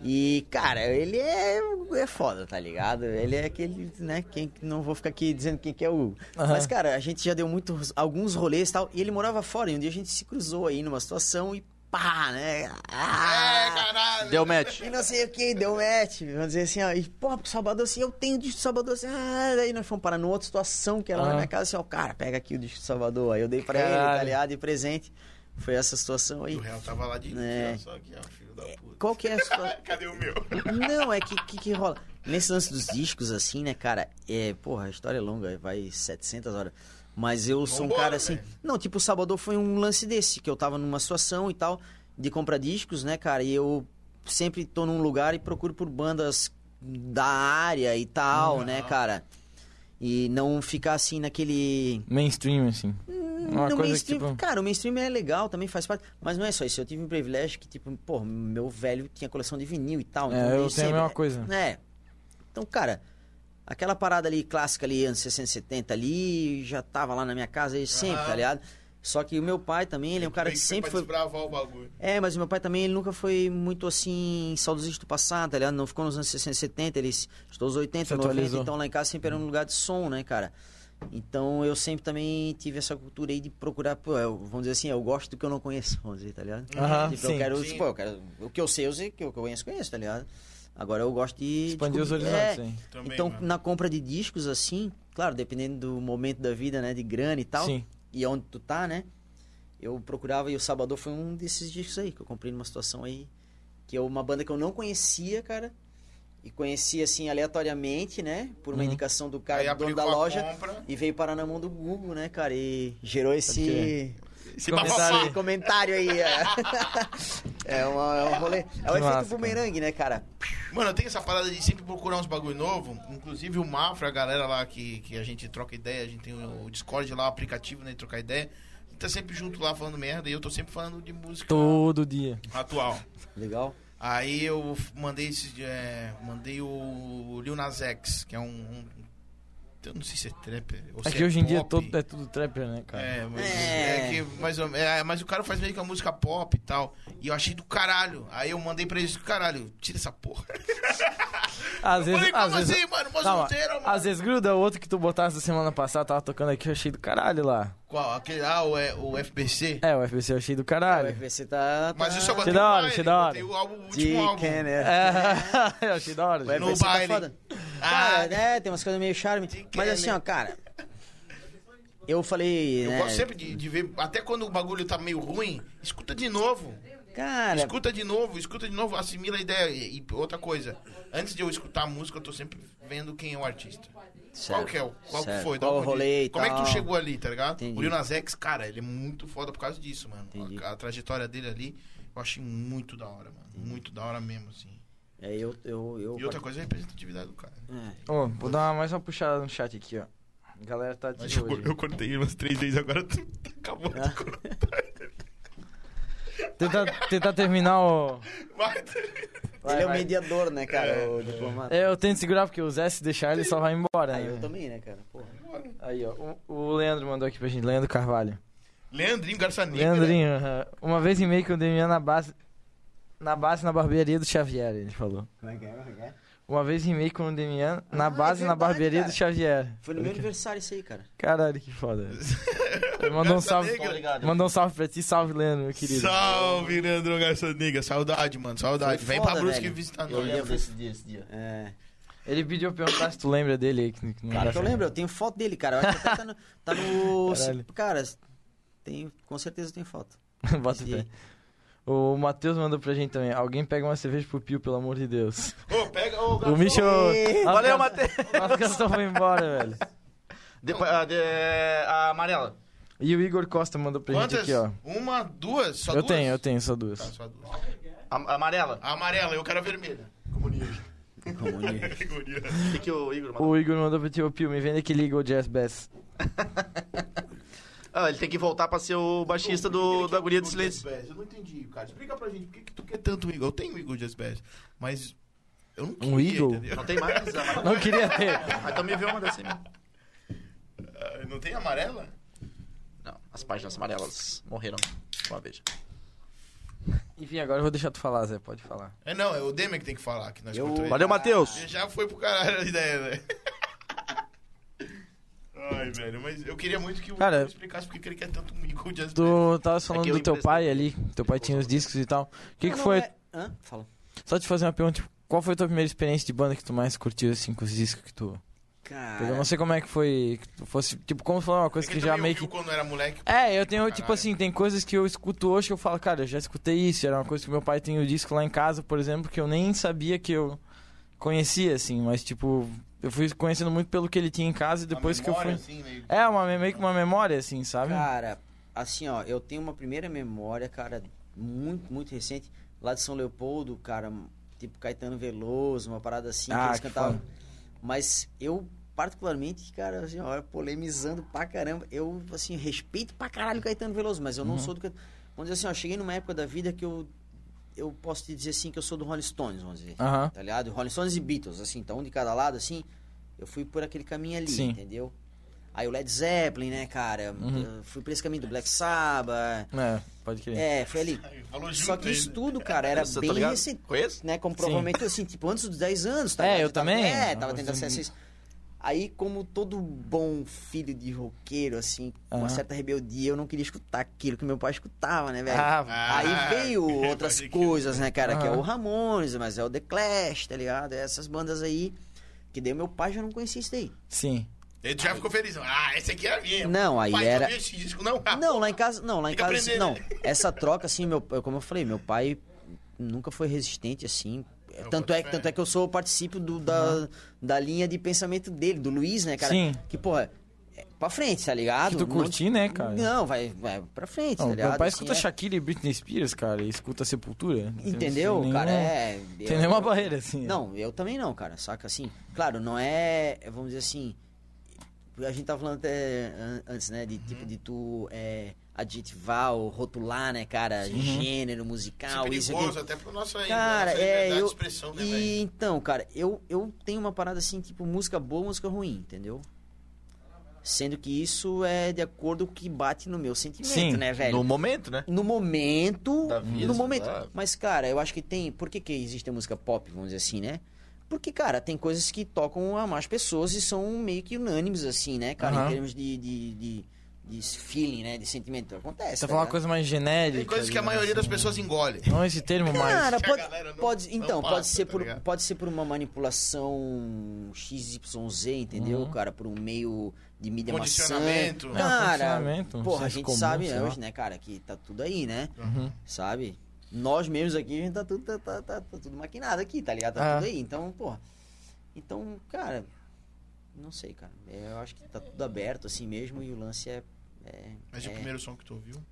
Speaker 3: E, cara, ele é, é foda, tá ligado? Ele é aquele, né? Quem, não vou ficar aqui dizendo quem que é o.
Speaker 2: Aham.
Speaker 3: Mas, cara, a gente já deu muitos, alguns rolês e tal. E ele morava fora. E um dia a gente se cruzou aí numa situação e pá, né? Ah,
Speaker 1: É, caralho.
Speaker 4: Deu match.
Speaker 3: e não sei o que, deu match. Vamos dizer assim, ó. E, pô, porque Salvador, assim, eu tenho o disco de Salvador, assim. Ah, daí nós fomos parar numa outra situação que era lá
Speaker 2: Ah.
Speaker 3: na minha casa, assim, ó, cara, pega aqui o disco de Salvador. Aí eu dei pra ele,
Speaker 2: Caralho.
Speaker 3: tá ligado? E presente. Foi essa situação aí.
Speaker 1: O réu tava lá de.
Speaker 3: É.
Speaker 1: Só que, ó, filho da puta.
Speaker 3: Qual que é a situação?
Speaker 1: Cadê o meu?
Speaker 3: não, é que, que que rola? Nesse lance dos discos, assim, né, cara? É, porra, a história é longa, vai 700 horas. Mas eu sou um
Speaker 1: Vambora,
Speaker 3: cara assim.
Speaker 1: velho.
Speaker 3: Não, tipo, o Salvador foi um lance desse, que eu tava numa situação e tal, de comprar discos, né, cara? E eu sempre tô num lugar e procuro por bandas da área e tal,
Speaker 1: Uhum.
Speaker 3: né, cara? E não ficar assim naquele.
Speaker 2: Mainstream, assim. Uma coisa que,
Speaker 3: Não, Hum, mainstream,
Speaker 2: tipo...
Speaker 3: Cara, o mainstream é legal, também faz parte. Mas não é só isso. Eu tive um privilégio que, tipo, pô, meu velho tinha coleção de vinil e tal. então
Speaker 2: É, eu
Speaker 3: desde
Speaker 2: tenho a
Speaker 3: sempre-
Speaker 2: mesma coisa.
Speaker 3: É. Então, cara, aquela parada ali clássica ali, anos 60, 70 ali, já tava lá na minha casa aí sempre,
Speaker 1: Aham.
Speaker 3: tá ligado? Só que o meu pai também, ele é um cara
Speaker 1: Meio
Speaker 3: que sempre
Speaker 1: pra
Speaker 3: foi.
Speaker 1: desbravar o bagulho.
Speaker 3: É, mas o meu pai também, ele nunca foi muito assim, saudosista do passado, tá ligado? Não ficou nos anos 60, 70, ele se- estudou os 80,
Speaker 2: Se
Speaker 3: 90,
Speaker 2: atualizou.
Speaker 3: então lá em casa sempre era um lugar de som, né, cara? Então eu sempre também tive essa cultura aí de procurar, pô, eu- vamos dizer assim, eu gosto do que eu não conheço, vamos dizer, tá ligado?
Speaker 2: Aham,
Speaker 3: Tipo,
Speaker 2: sim.
Speaker 3: eu quero,
Speaker 1: Sim.
Speaker 3: tipo, eu quero, o que eu sei, eu sei, o que eu conheço, conheço, tá ligado? Agora eu gosto de...
Speaker 2: Expandir os
Speaker 3: descobrir-
Speaker 2: horizontes,
Speaker 3: É,
Speaker 2: hein?
Speaker 1: Também, né?
Speaker 3: então,
Speaker 1: mano.
Speaker 3: na compra de discos, assim, claro, dependendo do momento da vida, né, de grana e tal,
Speaker 2: Sim.
Speaker 3: e onde tu tá, né, eu procurava, e o Sabador foi um desses discos aí, que eu comprei numa situação aí, que é uma banda que eu não conhecia, cara, e conheci, assim, aleatoriamente, né, por uma
Speaker 2: Uhum.
Speaker 3: indicação do
Speaker 1: Aí
Speaker 3: cara, do dono
Speaker 1: aplicou
Speaker 3: da
Speaker 1: a
Speaker 3: loja,
Speaker 1: compra.
Speaker 3: e veio parar na mão do Google, né, cara, e gerou esse...
Speaker 2: crer.
Speaker 1: Esse
Speaker 2: Comentário
Speaker 1: bafafá.
Speaker 3: Esse comentário aí, é. É, uma- é um rolê. É o
Speaker 2: Que massa,
Speaker 3: efeito
Speaker 2: cara.
Speaker 3: bumerangue, né, cara?
Speaker 1: Mano, eu tenho essa parada de sempre procurar uns bagulho novo. Inclusive o Mafra, a galera lá que, que a gente troca ideia, a gente tem o Discord lá, o aplicativo, né? de Trocar ideia. A gente tá sempre junto lá falando merda e eu tô sempre falando de música
Speaker 2: Todo dia.
Speaker 1: atual.
Speaker 3: Legal.
Speaker 1: Aí eu f- mandei esse, é, mandei o Lil Nas X, que é um, um- Eu não sei se é trap. Ou
Speaker 2: É
Speaker 1: se
Speaker 2: que hoje em dia
Speaker 1: pop.
Speaker 2: todo, é tudo trapper, né, cara?
Speaker 1: É, mas,
Speaker 3: É.
Speaker 1: é que, mas, é, mas o cara faz meio que uma música pop e tal. E eu achei do caralho. Aí eu mandei pra eles, caralho, tira essa porra.
Speaker 2: Às
Speaker 1: Eu
Speaker 2: vezes...
Speaker 1: falei,
Speaker 2: Às
Speaker 1: como
Speaker 2: vezes...
Speaker 1: assim, mano? Uma
Speaker 2: Calma,
Speaker 1: solteira, mano.
Speaker 2: às vezes gruda o outro que tu botasse semana passada, tava tocando aqui, eu achei do caralho lá.
Speaker 1: Qual? Aquele, ah, o, é, o FBC?
Speaker 2: É, o FBC eu achei do
Speaker 3: O
Speaker 2: caralho.
Speaker 3: UFC tá... tá...
Speaker 1: Mas eu só
Speaker 2: Achei
Speaker 1: botei
Speaker 2: da
Speaker 1: no
Speaker 2: hora,
Speaker 1: baile,
Speaker 2: achei da hora.
Speaker 1: botei o, álbum, o último álbum.
Speaker 3: Chicken, né?
Speaker 2: É, eu achei da hora.
Speaker 3: O
Speaker 2: gente.
Speaker 1: No
Speaker 3: FBC tá
Speaker 1: baile.
Speaker 3: foda.
Speaker 1: Ah,
Speaker 3: Cara, né? Tem umas coisas meio charme. Mas assim, ó, cara. Eu falei.
Speaker 1: né? Eu
Speaker 3: né,
Speaker 1: gosto sempre de, de ver, até quando o bagulho tá meio ruim, escuta de novo.
Speaker 3: Cara,
Speaker 1: Escuta de novo, escuta de novo, assimila a ideia. E, e outra coisa, antes de eu escutar a música, eu tô sempre vendo quem é o artista. Qual
Speaker 3: Certo,
Speaker 1: que é? o- Qual que
Speaker 3: certo.
Speaker 1: foi?
Speaker 3: Qual
Speaker 1: Da
Speaker 3: o
Speaker 1: onde-
Speaker 3: rolê e
Speaker 1: Como é que
Speaker 3: tal.
Speaker 1: tu chegou ali, tá ligado?
Speaker 3: Entendi.
Speaker 1: O Lil Nas X, cara, ele é muito foda por causa disso, mano.
Speaker 3: Entendi.
Speaker 1: A, a trajetória dele ali, eu achei muito da hora, mano. Muito da hora mesmo, assim.
Speaker 3: é, eu. eu, eu
Speaker 1: E outra coisa é a representatividade do cara. né?
Speaker 3: É.
Speaker 2: Ô, vou dar mais uma puxada no chat aqui, ó. A galera tá de
Speaker 1: Mas
Speaker 2: olho.
Speaker 1: eu, Ah. eu cortei umas três vezes, agora tu
Speaker 3: tá
Speaker 1: acabou de cortar.
Speaker 2: Tentar, tentar terminar o.
Speaker 1: Vai,
Speaker 2: Vai,
Speaker 3: ele é o
Speaker 2: vai.
Speaker 3: mediador, né, cara? O diplomata.
Speaker 2: É, eu tento segurar, porque o Zé se deixar, ele só vai embora.
Speaker 3: Ah,
Speaker 2: né?
Speaker 3: eu também, né, cara? Porra.
Speaker 2: Aí, ó. O, o Leandro mandou aqui pra gente, Leandro Carvalho.
Speaker 1: Leandrinho Garçaninho.
Speaker 3: né?
Speaker 2: Leandrinho, aham. uma vez e meio que eu dormia na base. Na base, na barbearia do Xavier, ele falou.
Speaker 3: Como é que é? Como é que é?
Speaker 2: Uma vez e meio com o Demian na
Speaker 3: Ah, é
Speaker 2: base, na
Speaker 3: verdade,
Speaker 2: barbearia
Speaker 3: cara.
Speaker 2: do Xavier.
Speaker 3: Foi no meu aniversário isso aí, cara.
Speaker 2: Caralho, que foda. Ele mandou um
Speaker 3: Tá
Speaker 2: salve.
Speaker 1: Negra.
Speaker 4: Obrigado.
Speaker 2: Mandou um
Speaker 3: né?
Speaker 2: salve pra ti, salve, Leandro, meu querido.
Speaker 1: Salve, Leandro Garçaniga. Saudade, mano. Saudade.
Speaker 3: Foi
Speaker 1: Vem
Speaker 3: foda,
Speaker 1: pra Brusque
Speaker 3: velho.
Speaker 1: visitar
Speaker 4: Eu
Speaker 1: nós.
Speaker 4: lembro desse dia, esse dia.
Speaker 3: É.
Speaker 2: Ele pediu pra eu perguntar se tu lembra dele aí. Que que não
Speaker 3: Cara,
Speaker 2: dá
Speaker 3: que eu
Speaker 2: certo.
Speaker 3: lembro, eu tenho foto dele, cara. Eu acho que até tá no. Tá no
Speaker 2: Caralho.
Speaker 3: cara, tem, com certeza tem foto.
Speaker 2: Bota
Speaker 3: Esse
Speaker 2: fé. O Matheus mandou pra gente também. Alguém pega uma cerveja pro Pio, pelo amor de Deus.
Speaker 1: Ô, pega ô,
Speaker 2: O
Speaker 1: garçom.
Speaker 2: Michel. Nossa,
Speaker 3: Ei,
Speaker 4: Valeu,
Speaker 2: cara-
Speaker 4: Matheus!
Speaker 2: Nossa canção foi embora, velho.
Speaker 4: Depois, a, ah, de, a amarela.
Speaker 2: E o Igor Costa mandou pra
Speaker 1: Quantas?
Speaker 2: gente aqui, ó.
Speaker 1: Uma, duas? Só
Speaker 2: eu
Speaker 1: duas?
Speaker 2: tenho, eu tenho só duas.
Speaker 1: Tá, só duas.
Speaker 4: A, a amarela.
Speaker 1: A amarela, eu quero a vermelha.
Speaker 3: Comunista.
Speaker 4: O que, que o Igor mandou?
Speaker 2: O Igor mandou pra ti, ô Pio, me vende aquele Igor Jazz Bass.
Speaker 4: Ah, ele tem que voltar pra ser o baixista do, da Guria do Silêncio.
Speaker 1: Eu não entendi, cara. Explica pra gente por que, que tu quer tanto o Eagle. Eu tenho o Eagle Jazz Bass, mas eu não queria,
Speaker 2: Eagle?
Speaker 1: entendeu?
Speaker 4: Não tem mais a amarela.
Speaker 2: Não queria ter.
Speaker 4: Ah, então me vê uma dessa aí mesmo.
Speaker 1: Ah, Não tem amarela?
Speaker 4: Não, as páginas amarelas morreram de uma vez.
Speaker 2: Enfim, agora eu vou deixar tu falar, Zé, pode falar.
Speaker 1: É não, é o Demer que tem que falar. Que nós
Speaker 3: Eu-
Speaker 1: cortou ele.
Speaker 4: Valeu, Matheus!
Speaker 1: Ele Ah, Já foi pro caralho a ideia, né? Ai, velho, mas eu queria muito que o
Speaker 2: Cara,
Speaker 1: Cara, explicasse por que que ele quer tanto um Eagle Jazz Bass.
Speaker 2: Tu tava falando
Speaker 4: É que eu
Speaker 2: do teu
Speaker 4: emprestei.
Speaker 2: pai ali, teu pai tinha os discos e tal. O que, que
Speaker 3: Não,
Speaker 2: foi?
Speaker 3: não é- Hã? Fala.
Speaker 2: Só te fazer uma pergunta, tipo, qual foi a tua primeira experiência de banda que tu mais curtiu, assim, com os discos que tu.
Speaker 3: Cara.
Speaker 2: Eu não sei como é que foi. Que tu fosse, tipo, como falar uma
Speaker 1: É
Speaker 2: coisa que
Speaker 1: também
Speaker 2: já meio
Speaker 1: ouviu
Speaker 2: que.
Speaker 1: quando era moleque.
Speaker 2: É, eu tenho, tipo
Speaker 1: Caralho.
Speaker 2: assim, tem coisas que eu escuto hoje que eu falo, cara, eu já escutei isso. Era uma coisa que meu pai tem o disco lá em casa, por exemplo, que eu nem sabia que eu conhecia, assim, mas tipo, eu fui conhecendo muito pelo que ele tinha em casa e depois
Speaker 1: Uma
Speaker 2: que eu fui.
Speaker 1: memória, assim, meio-
Speaker 2: É, uma, me- meio que uma memória, assim, sabe?
Speaker 3: Cara, assim, ó, eu tenho uma primeira memória, cara, muito, muito recente, lá de São Leopoldo, cara, tipo Caetano Veloso, uma parada assim
Speaker 2: Ah,
Speaker 3: que eles
Speaker 2: que
Speaker 3: cantavam.
Speaker 2: foda.
Speaker 3: Mas eu, particularmente, cara, assim, ó, polemizando pra caramba, eu, assim, respeito pra caralho o Caetano Veloso, mas
Speaker 2: Uhum.
Speaker 3: eu não sou do Caetano. Vamos dizer assim, ó, cheguei numa época da vida que eu, eu posso te dizer assim que eu sou do Rolling Stones, vamos dizer.
Speaker 2: Aham.
Speaker 3: Tá ligado? Rolling Stones e Beatles, assim, então um de cada lado, assim, eu fui por aquele caminho ali,
Speaker 2: Sim.
Speaker 3: entendeu? Aí o Led Zeppelin, né, cara?
Speaker 2: Uhum.
Speaker 3: Eu Fui por esse caminho do Black Sabbath.
Speaker 2: É, pode crer.
Speaker 3: É, foi ali.
Speaker 1: Ai, Falou junto
Speaker 3: Só que
Speaker 1: ainda.
Speaker 3: isso tudo, cara, era
Speaker 4: Você tá
Speaker 3: bem
Speaker 4: ligado?
Speaker 3: recente,
Speaker 4: Conheço?
Speaker 3: né? Como provavelmente, assim, tipo, antes dos 10 anos, tá
Speaker 2: É,
Speaker 3: ligado?
Speaker 2: eu
Speaker 3: tava-
Speaker 2: também.
Speaker 3: É,
Speaker 2: Tava
Speaker 3: tava tendo acesso
Speaker 2: sendo-
Speaker 3: a isso. Aí, como todo bom filho de roqueiro, assim, com uma
Speaker 2: Aham.
Speaker 3: certa rebeldia, eu não queria escutar aquilo que meu pai escutava, né, velho?
Speaker 2: Ah,
Speaker 1: Ah,
Speaker 3: Aí veio
Speaker 1: pode
Speaker 3: outras
Speaker 1: crer.
Speaker 3: coisas, né, cara? Que é
Speaker 2: Aham.
Speaker 3: o Ramones, mas é o The Clash, tá ligado? Essas bandas aí. Que daí meu pai já não conhecia isso daí.
Speaker 2: sim.
Speaker 1: Ele já ficou feliz. Ah, esse aqui é a minha.
Speaker 3: Não, aí
Speaker 1: Pai,
Speaker 3: era.
Speaker 1: Tu viu esse disco? Não, Ah,
Speaker 3: Não, lá em casa. Não, lá em
Speaker 1: Tem que
Speaker 3: casa.
Speaker 1: aprender,
Speaker 3: assim, não,
Speaker 1: né?
Speaker 3: essa troca, assim, meu, como eu falei, meu pai nunca foi resistente, assim.
Speaker 1: Eu boto
Speaker 3: Tanto é,
Speaker 1: fé.
Speaker 3: tanto é que eu sou participo do, da, da linha de pensamento dele, do Luiz, né, cara?
Speaker 2: Sim.
Speaker 3: Que, porra, é pra frente, tá ligado?
Speaker 2: Que tu
Speaker 3: Não-
Speaker 2: curti, né, cara?
Speaker 3: Não, vai, vai pra frente,
Speaker 2: Não,
Speaker 3: tá ligado?
Speaker 2: meu pai
Speaker 3: Assim,
Speaker 2: escuta
Speaker 3: é-
Speaker 2: Shakira e Britney Spears, cara, e escuta Sepultura. Não tem-
Speaker 3: Entendeu,
Speaker 2: tem
Speaker 3: cara?
Speaker 2: nenhuma-
Speaker 3: É.
Speaker 2: Tem
Speaker 3: eu-
Speaker 2: nenhuma barreira, assim.
Speaker 3: Não, eu também não, cara, saca? Assim, claro, não é, é, vamos dizer assim, a gente tava falando até an- antes, né,
Speaker 1: Uhum.
Speaker 3: de tipo de tu é, adjetivar ou rotular, né, cara,
Speaker 1: isso
Speaker 3: gênero
Speaker 1: é
Speaker 3: musical, isso
Speaker 1: perigoso,
Speaker 3: aqui.
Speaker 1: até pro nosso ainda.
Speaker 3: Cara, é, eu...
Speaker 1: De expressão, né,
Speaker 3: e então, cara, eu, eu tenho uma parada assim, tipo, música boa, música ruim, entendeu? Sendo que isso é de acordo com o que bate no meu sentimento,
Speaker 2: Sim,
Speaker 3: né, velho?
Speaker 4: No momento, né?
Speaker 3: No momento.
Speaker 4: Da vida,
Speaker 3: no
Speaker 4: sei
Speaker 3: momento.
Speaker 4: lá.
Speaker 3: Mas, cara, eu acho que tem. Por que, que existe a música pop, vamos dizer assim, né? Porque, cara, tem coisas que tocam a mais pessoas e são meio que unânimes, assim, né, cara?
Speaker 2: Aham.
Speaker 3: Em termos de, de, de, de feeling, né? De sentimento. Acontece.
Speaker 2: Você
Speaker 3: tá
Speaker 2: falou uma
Speaker 3: ligado?
Speaker 2: coisa mais genérica.
Speaker 1: Tem
Speaker 3: tá
Speaker 1: coisas que a
Speaker 2: digamos
Speaker 1: maioria das
Speaker 2: assim.
Speaker 1: pessoas engole.
Speaker 2: Não esse termo mais.
Speaker 3: Cara,
Speaker 1: que a
Speaker 3: pode,
Speaker 1: galera não-
Speaker 3: pode-
Speaker 1: não
Speaker 3: então,
Speaker 1: passa,
Speaker 3: pode, ser
Speaker 1: tá
Speaker 3: por,
Speaker 1: ligado?
Speaker 3: pode ser por uma manipulação XYZ, entendeu,
Speaker 2: Uhum.
Speaker 3: cara? Por um meio de mídia
Speaker 1: Condicionamento.
Speaker 2: É,
Speaker 3: maçã. Cara,
Speaker 2: funcionamento, um
Speaker 3: porra, a
Speaker 2: senso
Speaker 3: gente
Speaker 2: comum,
Speaker 3: sabe
Speaker 2: sei
Speaker 3: né,
Speaker 2: lá.
Speaker 3: hoje, né, cara, que tá tudo aí, né?
Speaker 2: Uhum.
Speaker 3: sabe? Nós mesmos aqui, a gente tá tudo, tá, tá, tá- tá tudo maquinado aqui, tá ligado? Tá
Speaker 2: Ah.
Speaker 3: tudo aí. Então, porra. Então, cara, não sei, cara. É, Eu acho que tá tudo aberto assim mesmo e o lance é. é
Speaker 1: Mas
Speaker 3: é
Speaker 1: o primeiro som que tu ouviu?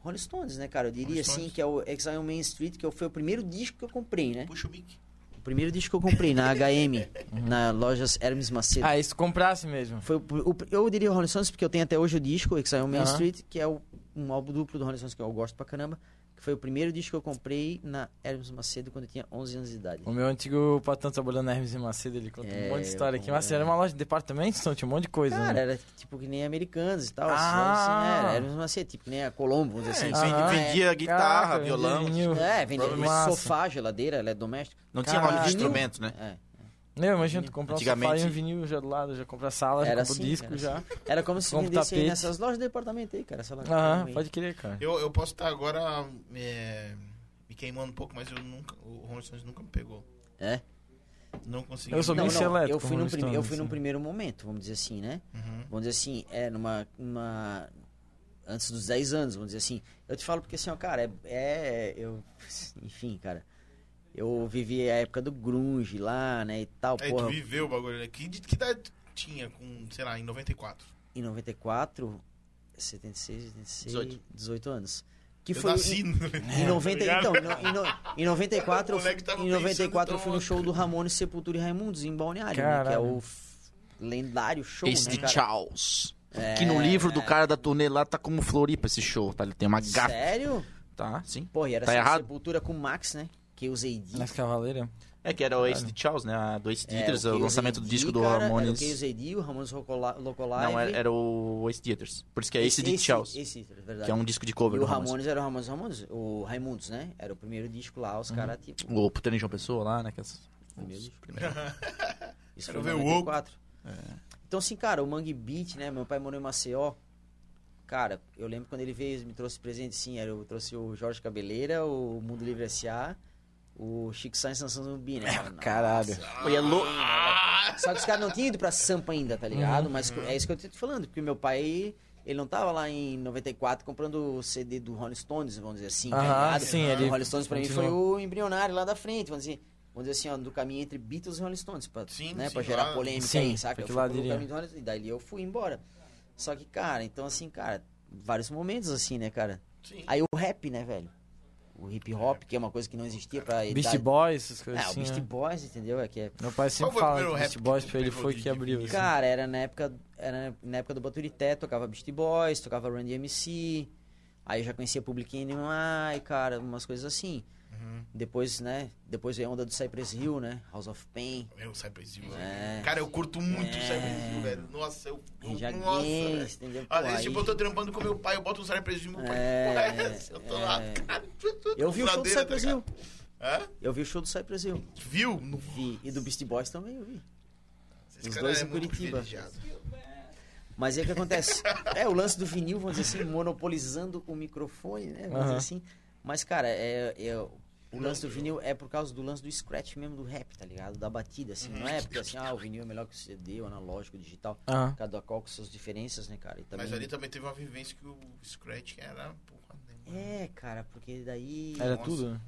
Speaker 3: Rolling Stones, né, cara? Eu diria
Speaker 1: Rolling
Speaker 3: assim
Speaker 1: Stones.
Speaker 3: que é o Exile on Main Street, que foi o primeiro disco que eu comprei, né?
Speaker 1: Puxa o mic.
Speaker 3: O primeiro disco que eu comprei na HM, na lojas Hermes Macedo.
Speaker 2: Ah, isso comprasse mesmo.
Speaker 3: Foi o, o- eu diria Rolling Stones porque eu tenho até hoje o disco, Exile on Main
Speaker 2: Aham.
Speaker 3: Street, que é o- um álbum duplo do Rolling Stones que eu gosto pra caramba. que foi o primeiro disco que eu comprei na Hermes Macedo quando eu tinha 11 anos de idade.
Speaker 2: O meu antigo patrão trabalhou na Hermes e Macedo, ele conta
Speaker 3: É,
Speaker 2: um monte de história
Speaker 3: eu-
Speaker 2: aqui. Mas era uma loja de departamentos, então tinha um monte de coisa.
Speaker 3: Cara,
Speaker 2: né?
Speaker 3: era tipo que nem americanos e tal.
Speaker 2: Ah. É,
Speaker 3: Assim, era Hermes Macedo, tipo que nem a Colombo, vamos dizer
Speaker 4: Sim,
Speaker 3: assim.
Speaker 2: sim,
Speaker 3: Ah,
Speaker 2: Aham.
Speaker 4: vendia guitarra,
Speaker 2: Caraca,
Speaker 4: violão.
Speaker 2: vinil.
Speaker 3: É, é vendia
Speaker 2: Massa.
Speaker 3: sofá, geladeira, eletrodoméstico.
Speaker 4: Não tinha nome de
Speaker 2: Caraca.
Speaker 4: instrumento, né?
Speaker 3: É.
Speaker 2: Meu, imagina, tu comprar um sofá
Speaker 4: Antigamente-
Speaker 2: e um vinil já do lado, já compra a sala, já
Speaker 3: Era
Speaker 2: compra o
Speaker 3: assim,
Speaker 2: disco,
Speaker 3: era
Speaker 2: já.
Speaker 3: Era como se
Speaker 2: Compra
Speaker 3: vendesse aí
Speaker 2: um tapete.
Speaker 3: nessas lojas de departamento aí, cara. Sei lá,
Speaker 2: Aham,
Speaker 3: como aí.
Speaker 2: pode querer, cara.
Speaker 1: Eu, eu posso estar agora é, me queimando um pouco, mas eu nunca, o Rolling Stones nunca me pegou.
Speaker 3: É?
Speaker 1: Não consegui.
Speaker 2: Eu sou
Speaker 1: Não,
Speaker 2: bem
Speaker 1: não.
Speaker 2: seleto
Speaker 3: eu
Speaker 2: com
Speaker 3: fui, num
Speaker 2: Rolling
Speaker 3: prime- eu
Speaker 2: Stones,
Speaker 3: fui num
Speaker 2: né?
Speaker 3: primeiro momento, vamos dizer assim, né?
Speaker 1: Uhum.
Speaker 3: Vamos dizer assim, é numa, numa- Antes dos 10 anos, vamos dizer assim. Eu te falo porque assim, ó, cara, é. é- eu, enfim, cara. Eu vivi a época do Grunge lá, né? E tal,
Speaker 2: É,
Speaker 1: Aí tu
Speaker 3: porra.
Speaker 1: viveu o bagulho, né? Que, que idade tu tinha com, sei lá, em 94?
Speaker 3: Em 94, 76, 86, 18,
Speaker 4: 18.
Speaker 3: anos. Que
Speaker 1: eu
Speaker 3: foi.
Speaker 1: nasci
Speaker 3: em,
Speaker 1: no...
Speaker 3: em 90,
Speaker 1: Tá
Speaker 3: então, em, no, em no- em 94, eu
Speaker 1: O moleque tava
Speaker 3: fui- em 94 eu
Speaker 1: pensando,
Speaker 3: fui no
Speaker 1: tava-
Speaker 3: show do Ramones Sepultura e Raimundos em Balneário, né, que é
Speaker 2: Caralho.
Speaker 3: o f- lendário show, né,
Speaker 4: Este
Speaker 3: cara? É, né?
Speaker 4: Charles. Que no livro do cara da turnê lá tá como Floripa esse show, tá? Ele tem uma gata.
Speaker 3: Sério?
Speaker 4: Tá, sim.
Speaker 3: Porra, e era
Speaker 4: Tá
Speaker 3: essa
Speaker 4: errado?
Speaker 3: Sepultura com o Max, né? Que eu usei de.
Speaker 2: Nas Cavaleiras.
Speaker 4: É que era o Ace de Charles, né? A do
Speaker 3: É,
Speaker 4: Ace Theaters, o lançamento do disco do
Speaker 3: Era o
Speaker 4: Ramones.
Speaker 3: Case AD, o Ramones Locola- Locolive.
Speaker 4: Não, era, era o Ace Theaters. Por isso que é Ace de Charles,
Speaker 3: Esse, esse, verdade.
Speaker 4: que é um disco de
Speaker 3: e
Speaker 4: cover
Speaker 3: o
Speaker 4: do Ramones.
Speaker 3: Ramones era o Ramones, Ramones, o Raimundos, né? Era o primeiro disco lá,
Speaker 4: Uhum.
Speaker 3: os caras, tipo...
Speaker 4: O Putanê João Pessoa lá, né? que as-
Speaker 3: Primeiro
Speaker 4: os
Speaker 3: disco.
Speaker 4: primeiros.
Speaker 3: Isso
Speaker 1: Quero
Speaker 3: foi em
Speaker 1: ver o É.
Speaker 3: 94. Então, assim, cara, o Mangue Beat, né? Meu pai morou em Maceió. Cara, eu lembro quando ele veio, ele me trouxe presente, sim. Era, eu trouxe o Jorge Cabeleira, o Mundo Livre S.A., o Chico Sainz dançando zumbi,
Speaker 1: É,
Speaker 3: né? cara?
Speaker 2: Caralho.
Speaker 4: Pô, e é lou-
Speaker 1: Ah,
Speaker 3: Só que os caras não tinham ido pra Sampa ainda, tá ligado?
Speaker 1: Uhum,
Speaker 3: Mas é isso que eu tô te falando, porque meu pai, ele não tava lá em 94 comprando o CD do Rolling Stones, vamos dizer assim, tá
Speaker 2: Aham,
Speaker 3: ligado?
Speaker 2: sim, ele tipo
Speaker 3: O Rolling Stones pra mim
Speaker 2: continuou.
Speaker 3: foi o embrionário lá da frente, vamos dizer, vamos dizer assim, ó, do caminho entre Beatles e Rolling Stones, pra,
Speaker 1: Sim,
Speaker 3: né,
Speaker 1: sim,
Speaker 3: pra gerar
Speaker 1: lá-
Speaker 3: polêmica
Speaker 2: Sim,
Speaker 3: aí, saca?
Speaker 2: pra
Speaker 3: Eu
Speaker 2: que
Speaker 3: fui
Speaker 2: lado
Speaker 3: pelo
Speaker 2: iria?
Speaker 3: caminho do Rolling Stones, e daí eu fui embora. Só que, cara, então assim, cara, vários momentos assim, né, cara?
Speaker 1: Sim.
Speaker 3: Aí o rap, né, velho? O hip hop, que é uma coisa que não existia pra
Speaker 2: Beast Boys, essas coisas
Speaker 3: É, o
Speaker 2: assim.
Speaker 3: Beast
Speaker 2: né?
Speaker 3: Boys, entendeu? É que é
Speaker 2: Meu
Speaker 1: Qual
Speaker 2: pai sempre
Speaker 1: foi o
Speaker 2: fala
Speaker 1: primeiro
Speaker 2: que
Speaker 1: rap
Speaker 2: Beast Boys
Speaker 1: que tu
Speaker 2: pra ele
Speaker 1: pegou
Speaker 2: foi
Speaker 1: de-
Speaker 2: que abriu.
Speaker 1: de
Speaker 2: assim.
Speaker 3: Cara, era na época, era na época do Baturité, tocava Beastie Boys, tocava Randy MC, aí eu já conhecia Public Enemy, cara, umas coisas assim.
Speaker 1: Uhum.
Speaker 3: Depois, né, depois veio a onda do Cypress Hill, né, House of Pain,
Speaker 1: Meu, Cypress Hill.
Speaker 3: É.
Speaker 1: Cara, eu curto muito o Cypress Hill, velho. Nossa, eu... eu
Speaker 3: já
Speaker 1: nossa, velho.
Speaker 3: Games, entendeu? Pô,
Speaker 1: Às vezes,
Speaker 3: aí-
Speaker 1: tipo, eu tô trampando com meu pai, eu boto um Cypress Hill, meu pai,
Speaker 3: É,
Speaker 1: porra é essa? Eu tô lá,
Speaker 3: é.
Speaker 1: cara.
Speaker 3: Eu vi o show do
Speaker 1: Furadeira,
Speaker 3: Cypress
Speaker 1: tá
Speaker 3: Hill,
Speaker 1: Hã?
Speaker 3: eu vi o show do Cypress Hill,
Speaker 1: Viu? No...
Speaker 3: vi, e do Beastie Boys também eu vi.
Speaker 1: Esse
Speaker 3: Os
Speaker 1: cara é
Speaker 3: dois em
Speaker 1: muito
Speaker 3: Curitiba.
Speaker 1: privilegiado.
Speaker 3: Mas aí o que acontece? é, o lance do vinil, vamos dizer assim, monopolizando o microfone, né? Vamos dizer
Speaker 2: Aham.
Speaker 3: assim. Mas, cara, é, é- o lance do vinil é por causa do lance do scratch mesmo do rap, tá ligado? Da batida, assim. Não é porque assim, ah, o vinil é melhor que o CD, o analógico, o digital.
Speaker 2: Aham.
Speaker 3: Cada qual com suas diferenças, né, cara? E também...
Speaker 1: Mas ali também teve uma vivência que o Scratch era, porra, né, mano?
Speaker 3: É, cara, porque daí.
Speaker 2: Era
Speaker 1: Nossa.
Speaker 2: tudo? né?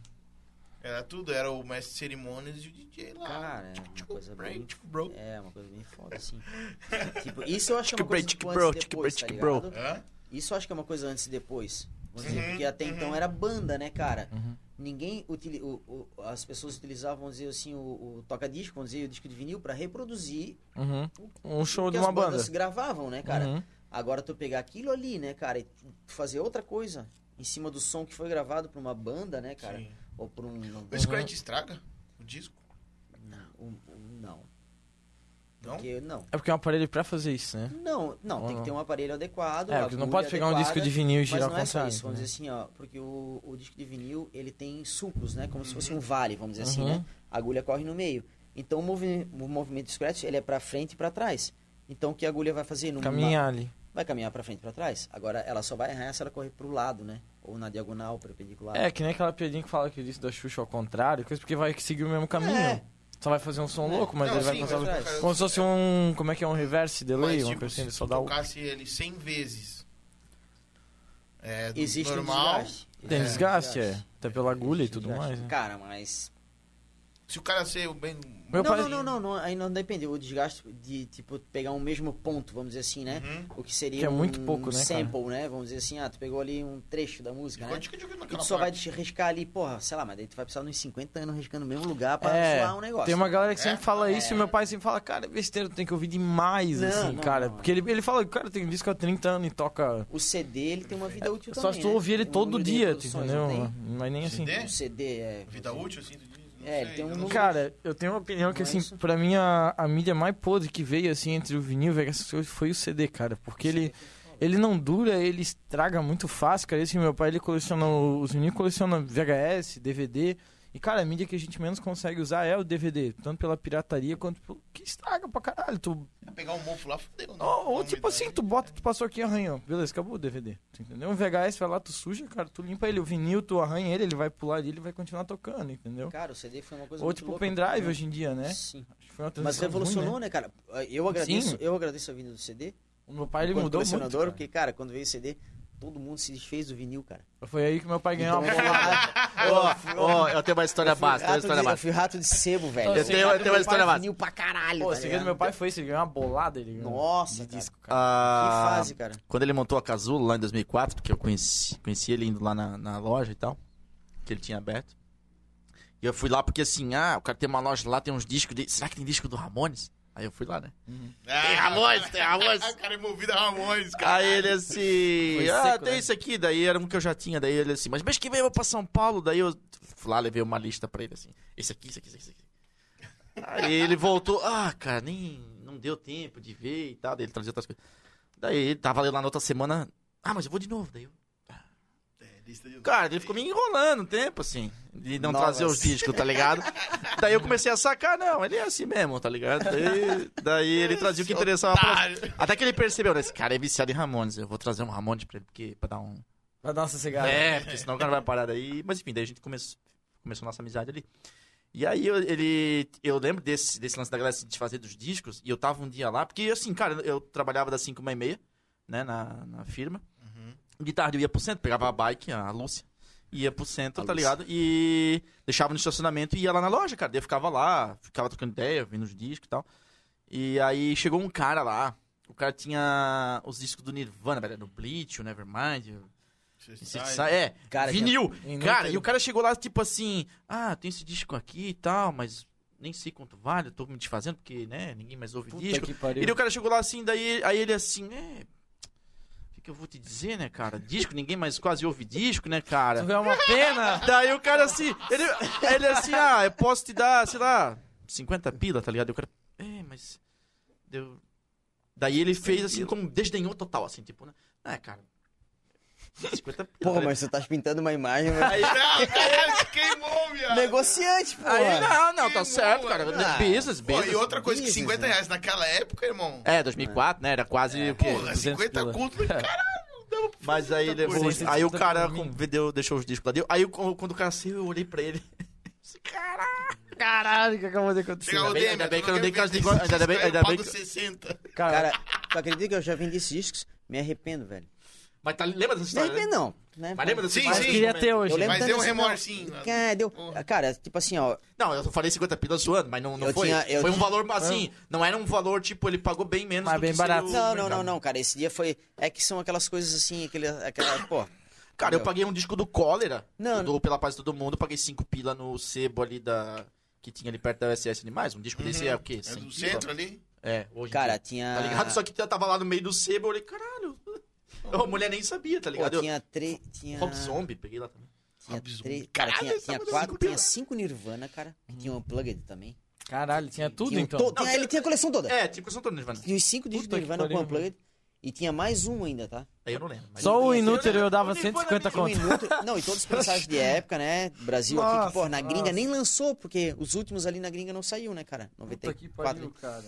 Speaker 1: Era tudo, era o mestre de cerimônias e o DJ lá.
Speaker 3: Cara, é uma
Speaker 1: Tchic,
Speaker 3: coisa
Speaker 1: brain,
Speaker 3: bem-
Speaker 1: tchic, bro.
Speaker 3: É, uma coisa bem foda, assim. tipo, isso eu acho que é uma coisa
Speaker 4: Tic break, tic
Speaker 3: tipo,
Speaker 4: bro,
Speaker 3: antes e
Speaker 4: tic
Speaker 3: depois,
Speaker 4: break,
Speaker 3: tá
Speaker 4: tic bro.
Speaker 3: ligado?
Speaker 1: Hã?
Speaker 3: Isso eu acho que é uma coisa antes e depois. Vamos dizer,
Speaker 1: Uhum,
Speaker 3: porque até
Speaker 1: uhum.
Speaker 3: então era banda, né, cara?
Speaker 2: Uhum.
Speaker 3: Ninguém utili- o- o- as pessoas utilizavam, vamos dizer assim, o, o toca-disco, vamos dizer, o disco de vinil pra reproduzir
Speaker 2: Uhum. Um show
Speaker 3: o
Speaker 2: de
Speaker 3: que as
Speaker 2: uma banda.
Speaker 3: bandas gravavam, né, cara?
Speaker 2: Uhum.
Speaker 3: Agora tu pegar aquilo ali, né, cara, e tu fazer outra coisa em cima do som que foi gravado pra uma banda, né, cara?
Speaker 1: Sim.
Speaker 3: Ou por um,
Speaker 1: O Scratch estraga o disco?
Speaker 3: não, um- um- não,
Speaker 1: Não?
Speaker 3: porque não.
Speaker 2: É porque é um aparelho pra fazer isso, né?
Speaker 3: Não, não,
Speaker 2: Ou
Speaker 3: tem
Speaker 2: não?
Speaker 3: que ter um aparelho adequado.
Speaker 2: É,
Speaker 3: uma
Speaker 2: porque não
Speaker 3: agulha
Speaker 2: pode pegar um
Speaker 3: adequada.
Speaker 2: disco de vinil e
Speaker 3: Mas
Speaker 2: girar ao
Speaker 3: não é só
Speaker 2: contrário.
Speaker 3: isso, vamos
Speaker 2: né?
Speaker 3: dizer assim, ó, porque o, o disco de vinil, ele tem sulcos, né, como se fosse um vale, vamos dizer assim,
Speaker 2: Uhum.
Speaker 3: né? A agulha corre no meio. Então o, movi- o movimento do scratch, ele é para frente e para trás. Então o que a agulha vai fazer? Numa-
Speaker 2: Caminhar ali.
Speaker 3: Vai caminhar para frente e para trás. Agora ela só vai errar se ela correr para o lado, né? Ou na diagonal, perpendicular.
Speaker 2: É, que nem aquela piadinha que fala que o disco da Xuxa ao contrário, coisa porque vai seguir o mesmo caminho.
Speaker 3: É.
Speaker 2: Só vai fazer um som louco, mas
Speaker 1: Não,
Speaker 2: ele vai
Speaker 1: sim,
Speaker 2: passar.
Speaker 1: mas, cara,
Speaker 2: Como se fosse um. Como é que é? Um reverse delay,
Speaker 1: Mas,
Speaker 2: uma
Speaker 1: tipo,
Speaker 2: coisa assim, ele
Speaker 1: se
Speaker 2: só
Speaker 1: tu
Speaker 2: dá o.
Speaker 1: tocasse ele 100 vezes. É, do
Speaker 3: Existe um
Speaker 1: normal.
Speaker 3: desgaste.
Speaker 2: Tem
Speaker 1: É,
Speaker 2: desgaste, é. Até pela agulha e tudo mais. né?
Speaker 3: Cara, um mas
Speaker 1: se o cara ser o bem,
Speaker 2: Meu
Speaker 3: não,
Speaker 2: pai-
Speaker 3: não, não, não, não, aí não depende. O desgaste de, tipo, pegar um mesmo ponto, vamos dizer assim, né?
Speaker 1: Uhum.
Speaker 3: O que seria
Speaker 2: Que é
Speaker 3: um
Speaker 2: muito pouco, né, cara?
Speaker 3: sample, né? Vamos dizer assim, ah, tu pegou ali um trecho da música, né?
Speaker 1: Ficou tchuc-tchuc
Speaker 3: E
Speaker 1: naquela
Speaker 3: tu só vai
Speaker 1: parte.
Speaker 3: te riscar ali, porra, sei lá, mas daí tu vai precisar de uns 50 anos riscando no mesmo lugar pra
Speaker 2: É,
Speaker 3: soar um negócio.
Speaker 2: Tem uma galera que sempre
Speaker 1: É,
Speaker 2: fala
Speaker 3: é.
Speaker 2: isso e meu pai sempre fala, cara, é besteira, tu tem que ouvir demais,
Speaker 3: Não,
Speaker 2: assim,
Speaker 3: não,
Speaker 2: cara.
Speaker 3: não.
Speaker 2: Porque ele, ele fala, cara, tem um disco há 30 anos e toca.
Speaker 3: O CD, ele tem uma vida útil
Speaker 2: É, Só
Speaker 3: também,
Speaker 2: se tu
Speaker 3: né?
Speaker 2: ouvir ele
Speaker 3: Tem um
Speaker 2: todo
Speaker 3: número de
Speaker 2: dia, tu
Speaker 3: reproduções, não
Speaker 2: entendeu? Mas nem assim.
Speaker 1: CD?
Speaker 3: tem? O CD é...
Speaker 1: Vida útil, assim, tu diz? Não
Speaker 3: É,
Speaker 1: sei,
Speaker 3: tem
Speaker 1: eu
Speaker 3: um
Speaker 1: não
Speaker 3: número-
Speaker 2: Cara, eu tenho uma opinião que,
Speaker 3: Não é
Speaker 2: assim,
Speaker 3: isso?
Speaker 2: pra mim a, a mídia mais podre que veio, assim, entre o vinil e as coisas foi o CD, cara. Porque ele, ele não dura, ele estraga muito fácil, cara. Esse meu pai, ele coleciona, os meninos colecionam VHS, DVD. E, cara, a mídia que a gente menos consegue usar é o DVD. Tanto pela pirataria, quanto pelo... Que estraga pra caralho. Tu...
Speaker 1: Vou pegar um mofo lá, fudeu. né?
Speaker 2: Ou, ou
Speaker 1: Não me
Speaker 2: tipo
Speaker 1: dá.
Speaker 2: assim, tu bota, tu passou aqui e arranhou. Beleza, acabou o DVD. tu entendeu? Um VHS vai lá, tu suja, cara, tu limpa ele. O vinil, tu arranha ele, ele vai pular ali, ele vai continuar tocando, entendeu?
Speaker 3: Cara, o CD foi uma coisa
Speaker 2: Ou
Speaker 3: muito
Speaker 2: tipo
Speaker 3: louca.
Speaker 2: pendrive hoje em dia, né?
Speaker 3: Sim.
Speaker 2: Foi uma
Speaker 3: Mas
Speaker 2: transição
Speaker 3: revolucionou,
Speaker 2: ruim, né?
Speaker 3: né? cara? Eu agradeço,
Speaker 2: Sim.
Speaker 3: eu agradeço a vinda do CD.
Speaker 2: O meu pai ele
Speaker 3: Enquanto
Speaker 2: mudou muito.
Speaker 3: colecionador,
Speaker 2: cara.
Speaker 3: porque, cara, quando veio o CD, todo mundo se desfez do vinil, cara.
Speaker 2: Foi aí que meu pai ganhou uma
Speaker 3: Então,
Speaker 2: bolada.
Speaker 4: Ó, ó, eu tenho uma história
Speaker 3: fui
Speaker 4: massa, tenho uma
Speaker 3: rato
Speaker 4: história
Speaker 3: de, eu
Speaker 4: massa.
Speaker 3: fui rato de sebo, velho.
Speaker 2: Então,
Speaker 4: Eu tenho- eu tenho uma história massa.
Speaker 3: vinil pra caralho,
Speaker 2: Pô, o
Speaker 3: tá
Speaker 2: segredo do
Speaker 3: ligado?
Speaker 2: meu pai foi isso, ele ganhou uma bolada. Ele ganhou
Speaker 3: Nossa,
Speaker 2: de
Speaker 3: cara.
Speaker 2: disco, cara.
Speaker 4: Ah,
Speaker 3: Que fase, cara.
Speaker 4: Quando ele montou a Casulo lá em 2004, que eu conheci, conheci ele indo lá na, na loja e tal, que ele tinha aberto. E eu fui lá porque assim, ah, o cara tem uma loja lá, tem uns discos de. Será que tem disco do Ramones? Aí eu fui lá, né?
Speaker 1: Ah,
Speaker 4: Ramones, tem Ramones.
Speaker 1: O cara é movido a Ramones, cara.
Speaker 4: Aí ele assim,
Speaker 2: Foi
Speaker 4: ah,
Speaker 2: seco,
Speaker 4: tem
Speaker 2: né?
Speaker 4: isso aqui. Daí era um que eu já tinha. Daí ele assim, mas mês que vem eu vou pra São Paulo. Daí eu fui lá, levei uma lista pra ele assim: esse aqui, esse aqui, esse aqui. Aí ele voltou, ah, cara, nem. Não deu tempo de ver e tal. Daí ele trazia outras coisas. Daí ele tava lá na outra semana, ah, mas eu vou de novo. Daí eu,
Speaker 1: É, lista de-
Speaker 4: Cara, ele ficou me enrolando um tempo, assim, de não
Speaker 3: Novas.
Speaker 4: trazer os discos, tá ligado? daí eu comecei a sacar, não, ele é assim mesmo, tá ligado? Daí, daí ele trazia o que interessava pra...
Speaker 1: Otário.
Speaker 4: Até que ele percebeu, né? Esse cara é viciado em Ramones, eu vou trazer um Ramones pra ele, porque, pra dar um...
Speaker 2: Vai dar uma sossegada.
Speaker 4: É, porque senão o cara vai parar daí. Mas enfim, daí a gente começou, começou nossa amizade ali. E aí eu, ele, eu lembro desse, desse lance da galera se desfazer dos discos, e eu tava um dia lá, porque assim, cara, eu trabalhava das 5 e meia, né, na, na firma.
Speaker 3: Uhum.
Speaker 4: De tarde eu ia pro centro, pegava a bike, a Lúcia, ia pro centro,
Speaker 3: A
Speaker 4: tá
Speaker 3: Lúcia.
Speaker 4: ligado? E deixava no estacionamento e ia lá na loja, cara. Daí eu ficava lá, ficava trocando ideia, vendo os discos e tal. E aí chegou um cara lá, o cara tinha os discos do Nirvana, velho, era o Bleach, o Nevermind,
Speaker 1: assim,
Speaker 4: Insecticide. É,
Speaker 3: Cara,
Speaker 4: vinil.
Speaker 2: tinha-
Speaker 4: Cara, e o cara chegou lá, tipo assim, ah, tem esse disco aqui e tal, mas nem sei quanto vale, eu tô me desfazendo, porque, né, ninguém mais ouve
Speaker 2: Puta
Speaker 4: disco.
Speaker 2: que
Speaker 4: E
Speaker 2: pariu.
Speaker 4: daí o cara chegou lá assim, daí aí ele assim, é. O que, que eu vou te dizer, né, cara? Disco, ninguém mais quase ouve disco, né, cara?
Speaker 2: Tu é uma pena.
Speaker 4: Daí o cara assim, ele, ele assim, ah, eu posso te dar, sei lá, 50 pila, tá ligado? E o cara, é, mas. Deu... Daí ele fez assim, como desdenhou total, assim, tipo, né? É, cara. 50 pila.
Speaker 3: Porra,
Speaker 4: tá
Speaker 3: mas você tá pintando uma imagem, velho.
Speaker 4: Aí,
Speaker 1: Não, cara, queimou, viado.
Speaker 3: Negociante, porra.
Speaker 4: aí não, não, tá
Speaker 1: Que
Speaker 4: certo,
Speaker 1: boa,
Speaker 4: cara.
Speaker 3: cara.
Speaker 4: Business,
Speaker 1: Pô,
Speaker 4: business.
Speaker 1: e outra coisa que
Speaker 3: Business,
Speaker 1: 50
Speaker 3: né?
Speaker 1: reais naquela época, irmão.
Speaker 4: assim. É, 2004, né? Era quase o quê?
Speaker 1: É, Porra,
Speaker 2: 200
Speaker 1: 50
Speaker 2: pila.
Speaker 1: conto, é caralho. dava pra
Speaker 4: Mas
Speaker 1: fazer
Speaker 4: aí
Speaker 1: muita
Speaker 4: levou.
Speaker 1: coisa.
Speaker 2: Sim,
Speaker 4: Aí o
Speaker 2: 150 pra
Speaker 4: cara
Speaker 2: mim.
Speaker 4: com- vendeu, deixou os discos lá. Deu- Aí eu- quando o cara saiu, eu olhei pra ele. Caralho!
Speaker 2: Caralho, o que acabou de acontecer?
Speaker 1: Chegava o
Speaker 4: Ainda bem-
Speaker 1: DM,
Speaker 4: ainda bem que eu
Speaker 1: tu
Speaker 4: não dei
Speaker 1: quer
Speaker 4: caso de
Speaker 1: vender
Speaker 4: igual-
Speaker 1: esses
Speaker 4: ainda bem-
Speaker 1: discos,
Speaker 4: ainda
Speaker 1: eu
Speaker 4: bem
Speaker 1: pago
Speaker 4: que-
Speaker 1: 60.
Speaker 2: Cara,
Speaker 3: Cara, tu acredita que eu já vendi esses discos? Me arrependo, velho.
Speaker 4: Mas tá, lembra dessa
Speaker 3: Me
Speaker 4: história? né?
Speaker 3: arrependo, não. Né?
Speaker 4: Mas lembra dessa
Speaker 1: Sim,
Speaker 4: história?
Speaker 1: sim.
Speaker 2: queria ter hoje.
Speaker 3: Eu lembro
Speaker 1: Mas
Speaker 3: tanto
Speaker 1: deu um
Speaker 3: assim, não,
Speaker 1: remorsinho, né?
Speaker 3: Cara, deu...
Speaker 1: Porra.
Speaker 3: Cara, tipo assim, ó.
Speaker 4: Não, eu só falei 50 pilas zoando, mas não, não
Speaker 3: Eu
Speaker 4: foi.
Speaker 3: tinha- eu
Speaker 4: foi um
Speaker 3: tinha-
Speaker 1: Ah.
Speaker 4: valor assim, não era um valor tipo, ele pagou bem menos
Speaker 2: Mas
Speaker 4: do
Speaker 2: bem
Speaker 4: que
Speaker 2: barato.
Speaker 4: seria o
Speaker 3: Não, não,
Speaker 4: mercado.
Speaker 3: não, não, cara. Esse dia foi. É que são aquelas coisas assim, aquele, aquela. Pô.
Speaker 4: Cara, eu
Speaker 3: Entendeu?
Speaker 4: paguei um disco do Cólera,
Speaker 3: Não,
Speaker 4: eu dou pela paz de todo mundo, eu paguei 5 pila no sebo ali da... Que tinha ali perto da USS Animais, um disco desse é o quê?
Speaker 1: É
Speaker 4: 100
Speaker 1: do
Speaker 4: pila?
Speaker 1: centro ali.
Speaker 4: É, hoje em
Speaker 3: Cara,
Speaker 4: dia.
Speaker 3: tinha.
Speaker 4: Tá ligado? Só que eu tava lá no meio do sebo, eu olhei, caralho. A mulher nem sabia, tá
Speaker 3: Pô,
Speaker 4: ligado?
Speaker 3: tinha três. Tinha...
Speaker 4: Eu, Rob Zombie, peguei lá também.
Speaker 3: Tinha
Speaker 1: Rob
Speaker 3: três.
Speaker 1: Zombie.
Speaker 3: Cara,
Speaker 4: Caralho,
Speaker 3: tinha,
Speaker 4: essa
Speaker 3: tinha
Speaker 4: música
Speaker 3: quatro,
Speaker 4: deu
Speaker 3: tinha cinco Nirvana, cara. E tinha um Unplugged também.
Speaker 2: caralho, tinha tudo
Speaker 3: Tinha um
Speaker 2: então.
Speaker 3: to-
Speaker 4: Não,
Speaker 3: tinha- Ele tinha a coleção toda.
Speaker 4: É, tipo, eu sou Antônio Nirvana.
Speaker 3: Tinha os cinco discos
Speaker 2: Puta
Speaker 3: do
Speaker 2: que
Speaker 3: Nirvana com
Speaker 2: pariu,
Speaker 3: Unplugged. E tinha mais um ainda, tá?
Speaker 4: Aí eu não lembro. mas-
Speaker 2: Só o
Speaker 4: Eu
Speaker 2: Inútero eu dava
Speaker 4: lembro. O Nirvana
Speaker 2: 150
Speaker 4: mesmo.
Speaker 2: conto.
Speaker 3: Um inútil. Não, e todos os personagens de época, né? Brasil aqui,
Speaker 2: Nossa,
Speaker 3: que, pô, na gringa
Speaker 2: nossa.
Speaker 3: nem lançou, porque os últimos ali na gringa não saiu, né, cara?
Speaker 2: Puta que
Speaker 3: 94.
Speaker 2: pariu, cara.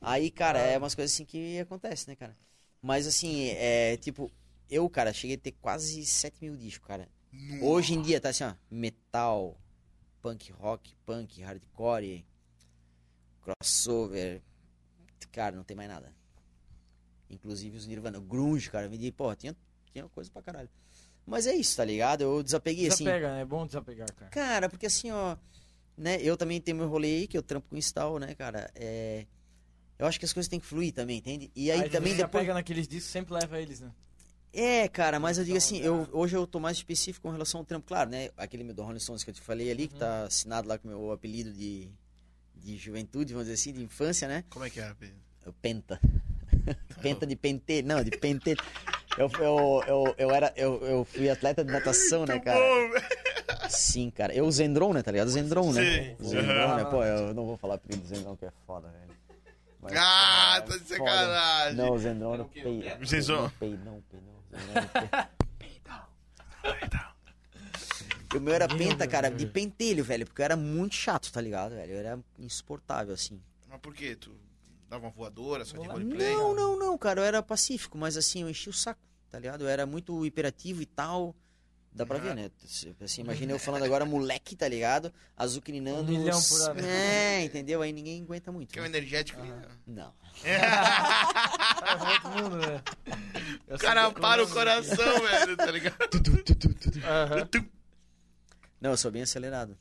Speaker 3: Aí, cara, é umas coisas assim que acontece, né, cara? Mas assim, é tipo, eu, cara, cheguei a ter quase 7 mil discos, cara. Hoje em dia tá assim, ó, metal, punk rock, punk, hardcore, crossover. Cara, não tem mais nada. Inclusive os Nirvana, grunge, cara, eu vendi, porra, tinha, tinha coisa pra caralho. Mas é isso, tá ligado? Eu desapeguei assim.
Speaker 2: Desapega, né? É bom desapegar, cara.
Speaker 3: Cara, porque assim, ó, né, eu também tenho meu rolê aí, que eu trampo com install, né, cara? É, eu acho que as coisas têm que fluir também, entende? E aí,
Speaker 2: a gente
Speaker 3: também
Speaker 2: já
Speaker 3: depois.
Speaker 2: pega naqueles discos sempre leva eles, né?
Speaker 3: É, cara, mas eu digo
Speaker 2: Então,
Speaker 3: assim,
Speaker 2: tá.
Speaker 3: eu, hoje eu tô mais específico com relação ao trampo, claro, né? Aquele meu do Rolling Stones que eu te falei ali, que tá assinado lá com o meu apelido de, de juventude, vamos dizer assim, de infância, né?
Speaker 1: Como é que é, Pedro?
Speaker 3: Eu Penta. Penta de pentê, não, de pentê. Eu, eu, eu, eu, era, eu, eu fui atleta de natação, né, cara? Sim, cara. Eu Zendron, né, tá ligado? Zendron, né?
Speaker 1: Sim.
Speaker 3: Zendron, né?
Speaker 2: Aham.
Speaker 3: Pô, eu não vou falar apelido do Zendron, que é foda, velho. Mas,
Speaker 1: Ah,
Speaker 3: cara,
Speaker 1: tá de
Speaker 3: foda.
Speaker 1: sacanagem.
Speaker 3: Não, o Zendron era
Speaker 4: o quê?
Speaker 3: peidão.
Speaker 1: Zezão.
Speaker 3: Peidão, peidão. Zendron era peidão. O meu era penta, cara, de pentelho, velho, porque eu era muito chato, tá ligado, velho? Eu era insuportável, assim.
Speaker 1: Mas por quê? Tu dava uma voadora, só tinha
Speaker 2: Não,
Speaker 1: roleplay?
Speaker 3: Não, não, não, cara, eu era pacífico, mas assim, eu enchi o saco, tá ligado? Eu era muito hiperativo e tal. Dá pra ver, né? Assim, imagina eu falando agora moleque, tá ligado? Azucrinando.
Speaker 2: Um milhão
Speaker 3: uns-
Speaker 2: por ano.
Speaker 3: É, entendeu? Aí ninguém aguenta muito.
Speaker 1: Que é um
Speaker 3: né?
Speaker 1: energético ali, né?
Speaker 3: Não.
Speaker 2: Cara, vai todo mundo, né? Eu
Speaker 1: O
Speaker 2: sei
Speaker 3: um
Speaker 1: cara
Speaker 2: que eu
Speaker 1: para o
Speaker 2: lembro.
Speaker 1: coração, velho, tá ligado?
Speaker 2: Aham.
Speaker 3: Não, eu sou bem acelerado.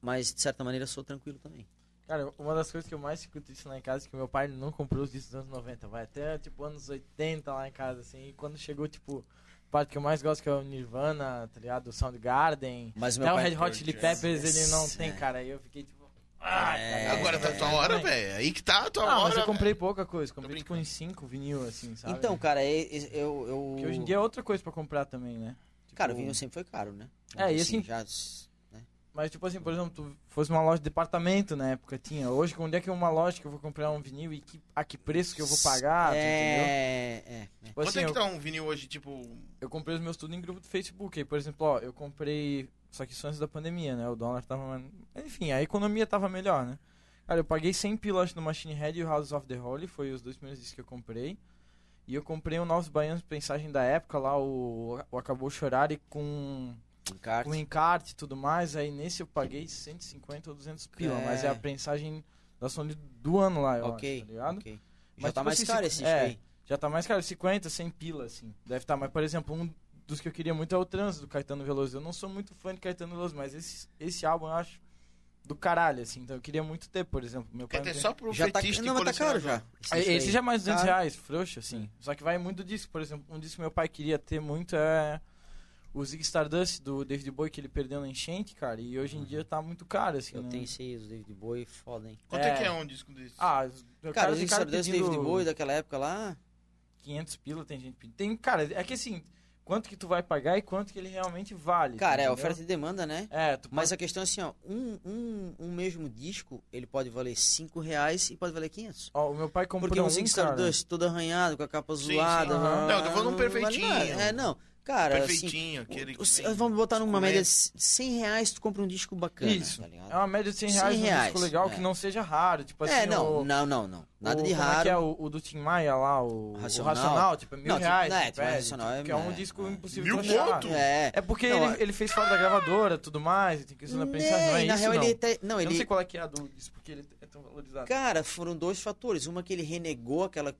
Speaker 3: Mas, de certa maneira, eu sou tranquilo também.
Speaker 2: Cara, uma das coisas que eu mais escuto isso lá em casa é que meu pai não comprou os discos dos anos 90, vai até tipo anos 80 lá em casa, assim, e quando chegou, tipo, a parte que eu mais gosto que é o Nirvana, tá ligado? O Soundgarden.
Speaker 3: Mas meu
Speaker 2: Até o
Speaker 3: pai-
Speaker 2: um
Speaker 3: é
Speaker 2: Red Hot Chili Peppers ele não
Speaker 3: Yes,
Speaker 2: tem,
Speaker 3: é.
Speaker 2: cara. Aí eu fiquei tipo. Ah,
Speaker 3: É,
Speaker 2: cara,
Speaker 1: Agora tá a
Speaker 2: é,
Speaker 1: tua hora,
Speaker 2: também.
Speaker 1: velho. Aí que tá a tua
Speaker 2: Ah,
Speaker 1: hora.
Speaker 2: mas eu
Speaker 1: velho.
Speaker 2: comprei pouca coisa, comprei tipo
Speaker 1: brincando.
Speaker 2: uns 5 vinil, assim, sabe?
Speaker 3: Então, cara, e- e- eu. eu...
Speaker 2: Porque hoje em dia é outra coisa pra comprar também, né? Tipo,
Speaker 3: Cara, o vinho sempre foi caro, né?
Speaker 2: É, e assim-
Speaker 3: Já...
Speaker 2: Mas, tipo assim, por exemplo, tu fosse uma loja de departamento na época, tinha. Hoje, onde é que é uma loja que eu vou comprar um vinil e que, a que preço que eu vou pagar? tu entendeu?
Speaker 3: É, é, é.
Speaker 2: Tipo
Speaker 1: Quanto
Speaker 2: assim,
Speaker 1: é que
Speaker 2: eu,
Speaker 1: tá um vinil hoje, tipo...
Speaker 2: eu comprei os meus tudo em grupo do Facebook. Aí, por exemplo, ó, eu comprei. Só que isso antes da pandemia, né? O dólar tava. Enfim, a economia tava melhor, né? Cara, eu paguei 100 pilas no Machine Head e o House of the Holy, foi os dois primeiros discos que eu comprei. E eu comprei o Novos Baianos Pensagem da época, lá o, o Acabou Chorar e com
Speaker 3: Encarte.
Speaker 2: com encarte e tudo mais, aí nesse eu paguei 150 ou 200 pila,
Speaker 3: É.
Speaker 2: mas é a prensagem da Sony do ano lá, eu
Speaker 3: Ok.
Speaker 2: acho, tá ligado?
Speaker 3: ok. Já
Speaker 2: Mas,
Speaker 3: tá
Speaker 2: tipo,
Speaker 3: mais
Speaker 2: se-
Speaker 3: caro esse
Speaker 2: é.
Speaker 3: disco aí.
Speaker 2: Já tá mais caro, 50, 100 pila, assim, deve tá, mas por exemplo, um dos que eu queria muito é o Trans, do Caetano Veloso, eu não sou muito fã de Caetano Veloso, mas esse, esse álbum eu acho do caralho, assim, então eu queria muito ter, por exemplo, meu pai...
Speaker 1: É, é
Speaker 2: não tem-
Speaker 1: só pro
Speaker 3: Já tá,
Speaker 1: fetiche
Speaker 3: não,
Speaker 1: e
Speaker 3: mas tá caro
Speaker 1: colecionador.
Speaker 3: já.
Speaker 2: Aí,
Speaker 3: disco
Speaker 2: Esse
Speaker 3: aí.
Speaker 2: já é mais 200
Speaker 3: Caro.
Speaker 2: reais, frouxo, assim.
Speaker 3: É.
Speaker 2: Só que vai muito disso. Por exemplo, um disco que meu pai queria ter muito é o Zig Stardust do David Bowie que ele perdeu na enchente, cara. E hoje em dia tá muito caro, assim.
Speaker 3: Uhum. Eu
Speaker 2: né?
Speaker 3: tenho seis, o David Bowie, foda, hein?
Speaker 1: Quanto é
Speaker 2: É.
Speaker 1: que é um disco desse?
Speaker 2: Ah, os- o
Speaker 3: Cara,
Speaker 2: cara,
Speaker 3: os
Speaker 2: tem
Speaker 3: Zig
Speaker 2: cara
Speaker 3: Stardust,
Speaker 2: pedindo Tá
Speaker 3: David Bowie daquela época lá.
Speaker 2: 500 pila, tem gente pedindo. Tem, cara, é que assim, quanto que tu vai pagar e quanto que ele realmente vale.
Speaker 3: Cara, é
Speaker 2: entendeu?
Speaker 3: oferta e demanda, né?
Speaker 2: É, tu
Speaker 3: Mas a questão é assim, ó, um, um, um mesmo disco, ele pode valer 5 reais e pode valer 500.
Speaker 2: Ó, o meu pai comprou
Speaker 3: Porque um
Speaker 2: um,
Speaker 3: Zig
Speaker 2: cara.
Speaker 3: Stardust todo arranhado, com a capa
Speaker 1: Sim, sim.
Speaker 3: zoada.
Speaker 2: Aham.
Speaker 3: blá,
Speaker 1: Não, eu tô
Speaker 3: blá,
Speaker 1: falando um
Speaker 3: blá, blá, blá,
Speaker 1: perfeitinho.
Speaker 3: blá. É, não. Cara, assim,
Speaker 1: Perfeitinho, aquele
Speaker 3: o-
Speaker 1: que
Speaker 3: se-
Speaker 1: vem
Speaker 3: vamos botar numa
Speaker 1: com
Speaker 3: média
Speaker 1: leite.
Speaker 3: de 100 reais, tu compra um disco bacana,
Speaker 2: Isso.
Speaker 3: tá ligado?
Speaker 2: É uma média de 100
Speaker 3: 100
Speaker 2: reais, um
Speaker 3: reais,
Speaker 2: disco legal
Speaker 3: é.
Speaker 2: que não seja raro. Tipo assim,
Speaker 3: é, não,
Speaker 2: o-
Speaker 3: não, não, não. Nada
Speaker 2: o,
Speaker 3: de
Speaker 2: Como é que é
Speaker 3: raro.
Speaker 2: o, o do Tim Maia lá, o o
Speaker 3: Racional.
Speaker 2: Racional, tipo, é mil
Speaker 3: Não, tipo,
Speaker 2: reais.
Speaker 3: não, é,
Speaker 2: tipo,
Speaker 3: Tim Maia Racional
Speaker 2: tipo,
Speaker 3: é-
Speaker 2: que é um
Speaker 3: é,
Speaker 2: disco
Speaker 3: é.
Speaker 2: impossível
Speaker 1: Mil
Speaker 2: de achar.
Speaker 1: conto?
Speaker 3: É.
Speaker 2: É porque
Speaker 3: Não,
Speaker 2: ele, ele fez fora da gravadora tudo mais, e tem questão da prensagem, não é
Speaker 3: e Né, na
Speaker 2: isso,
Speaker 3: real
Speaker 2: não.
Speaker 3: ele até, não,
Speaker 2: Eu não
Speaker 3: ele
Speaker 2: sei qual é que é a do disco, porque ele é tão valorizado.
Speaker 3: Cara, foram dois fatores. Uma que ele renegou aquela,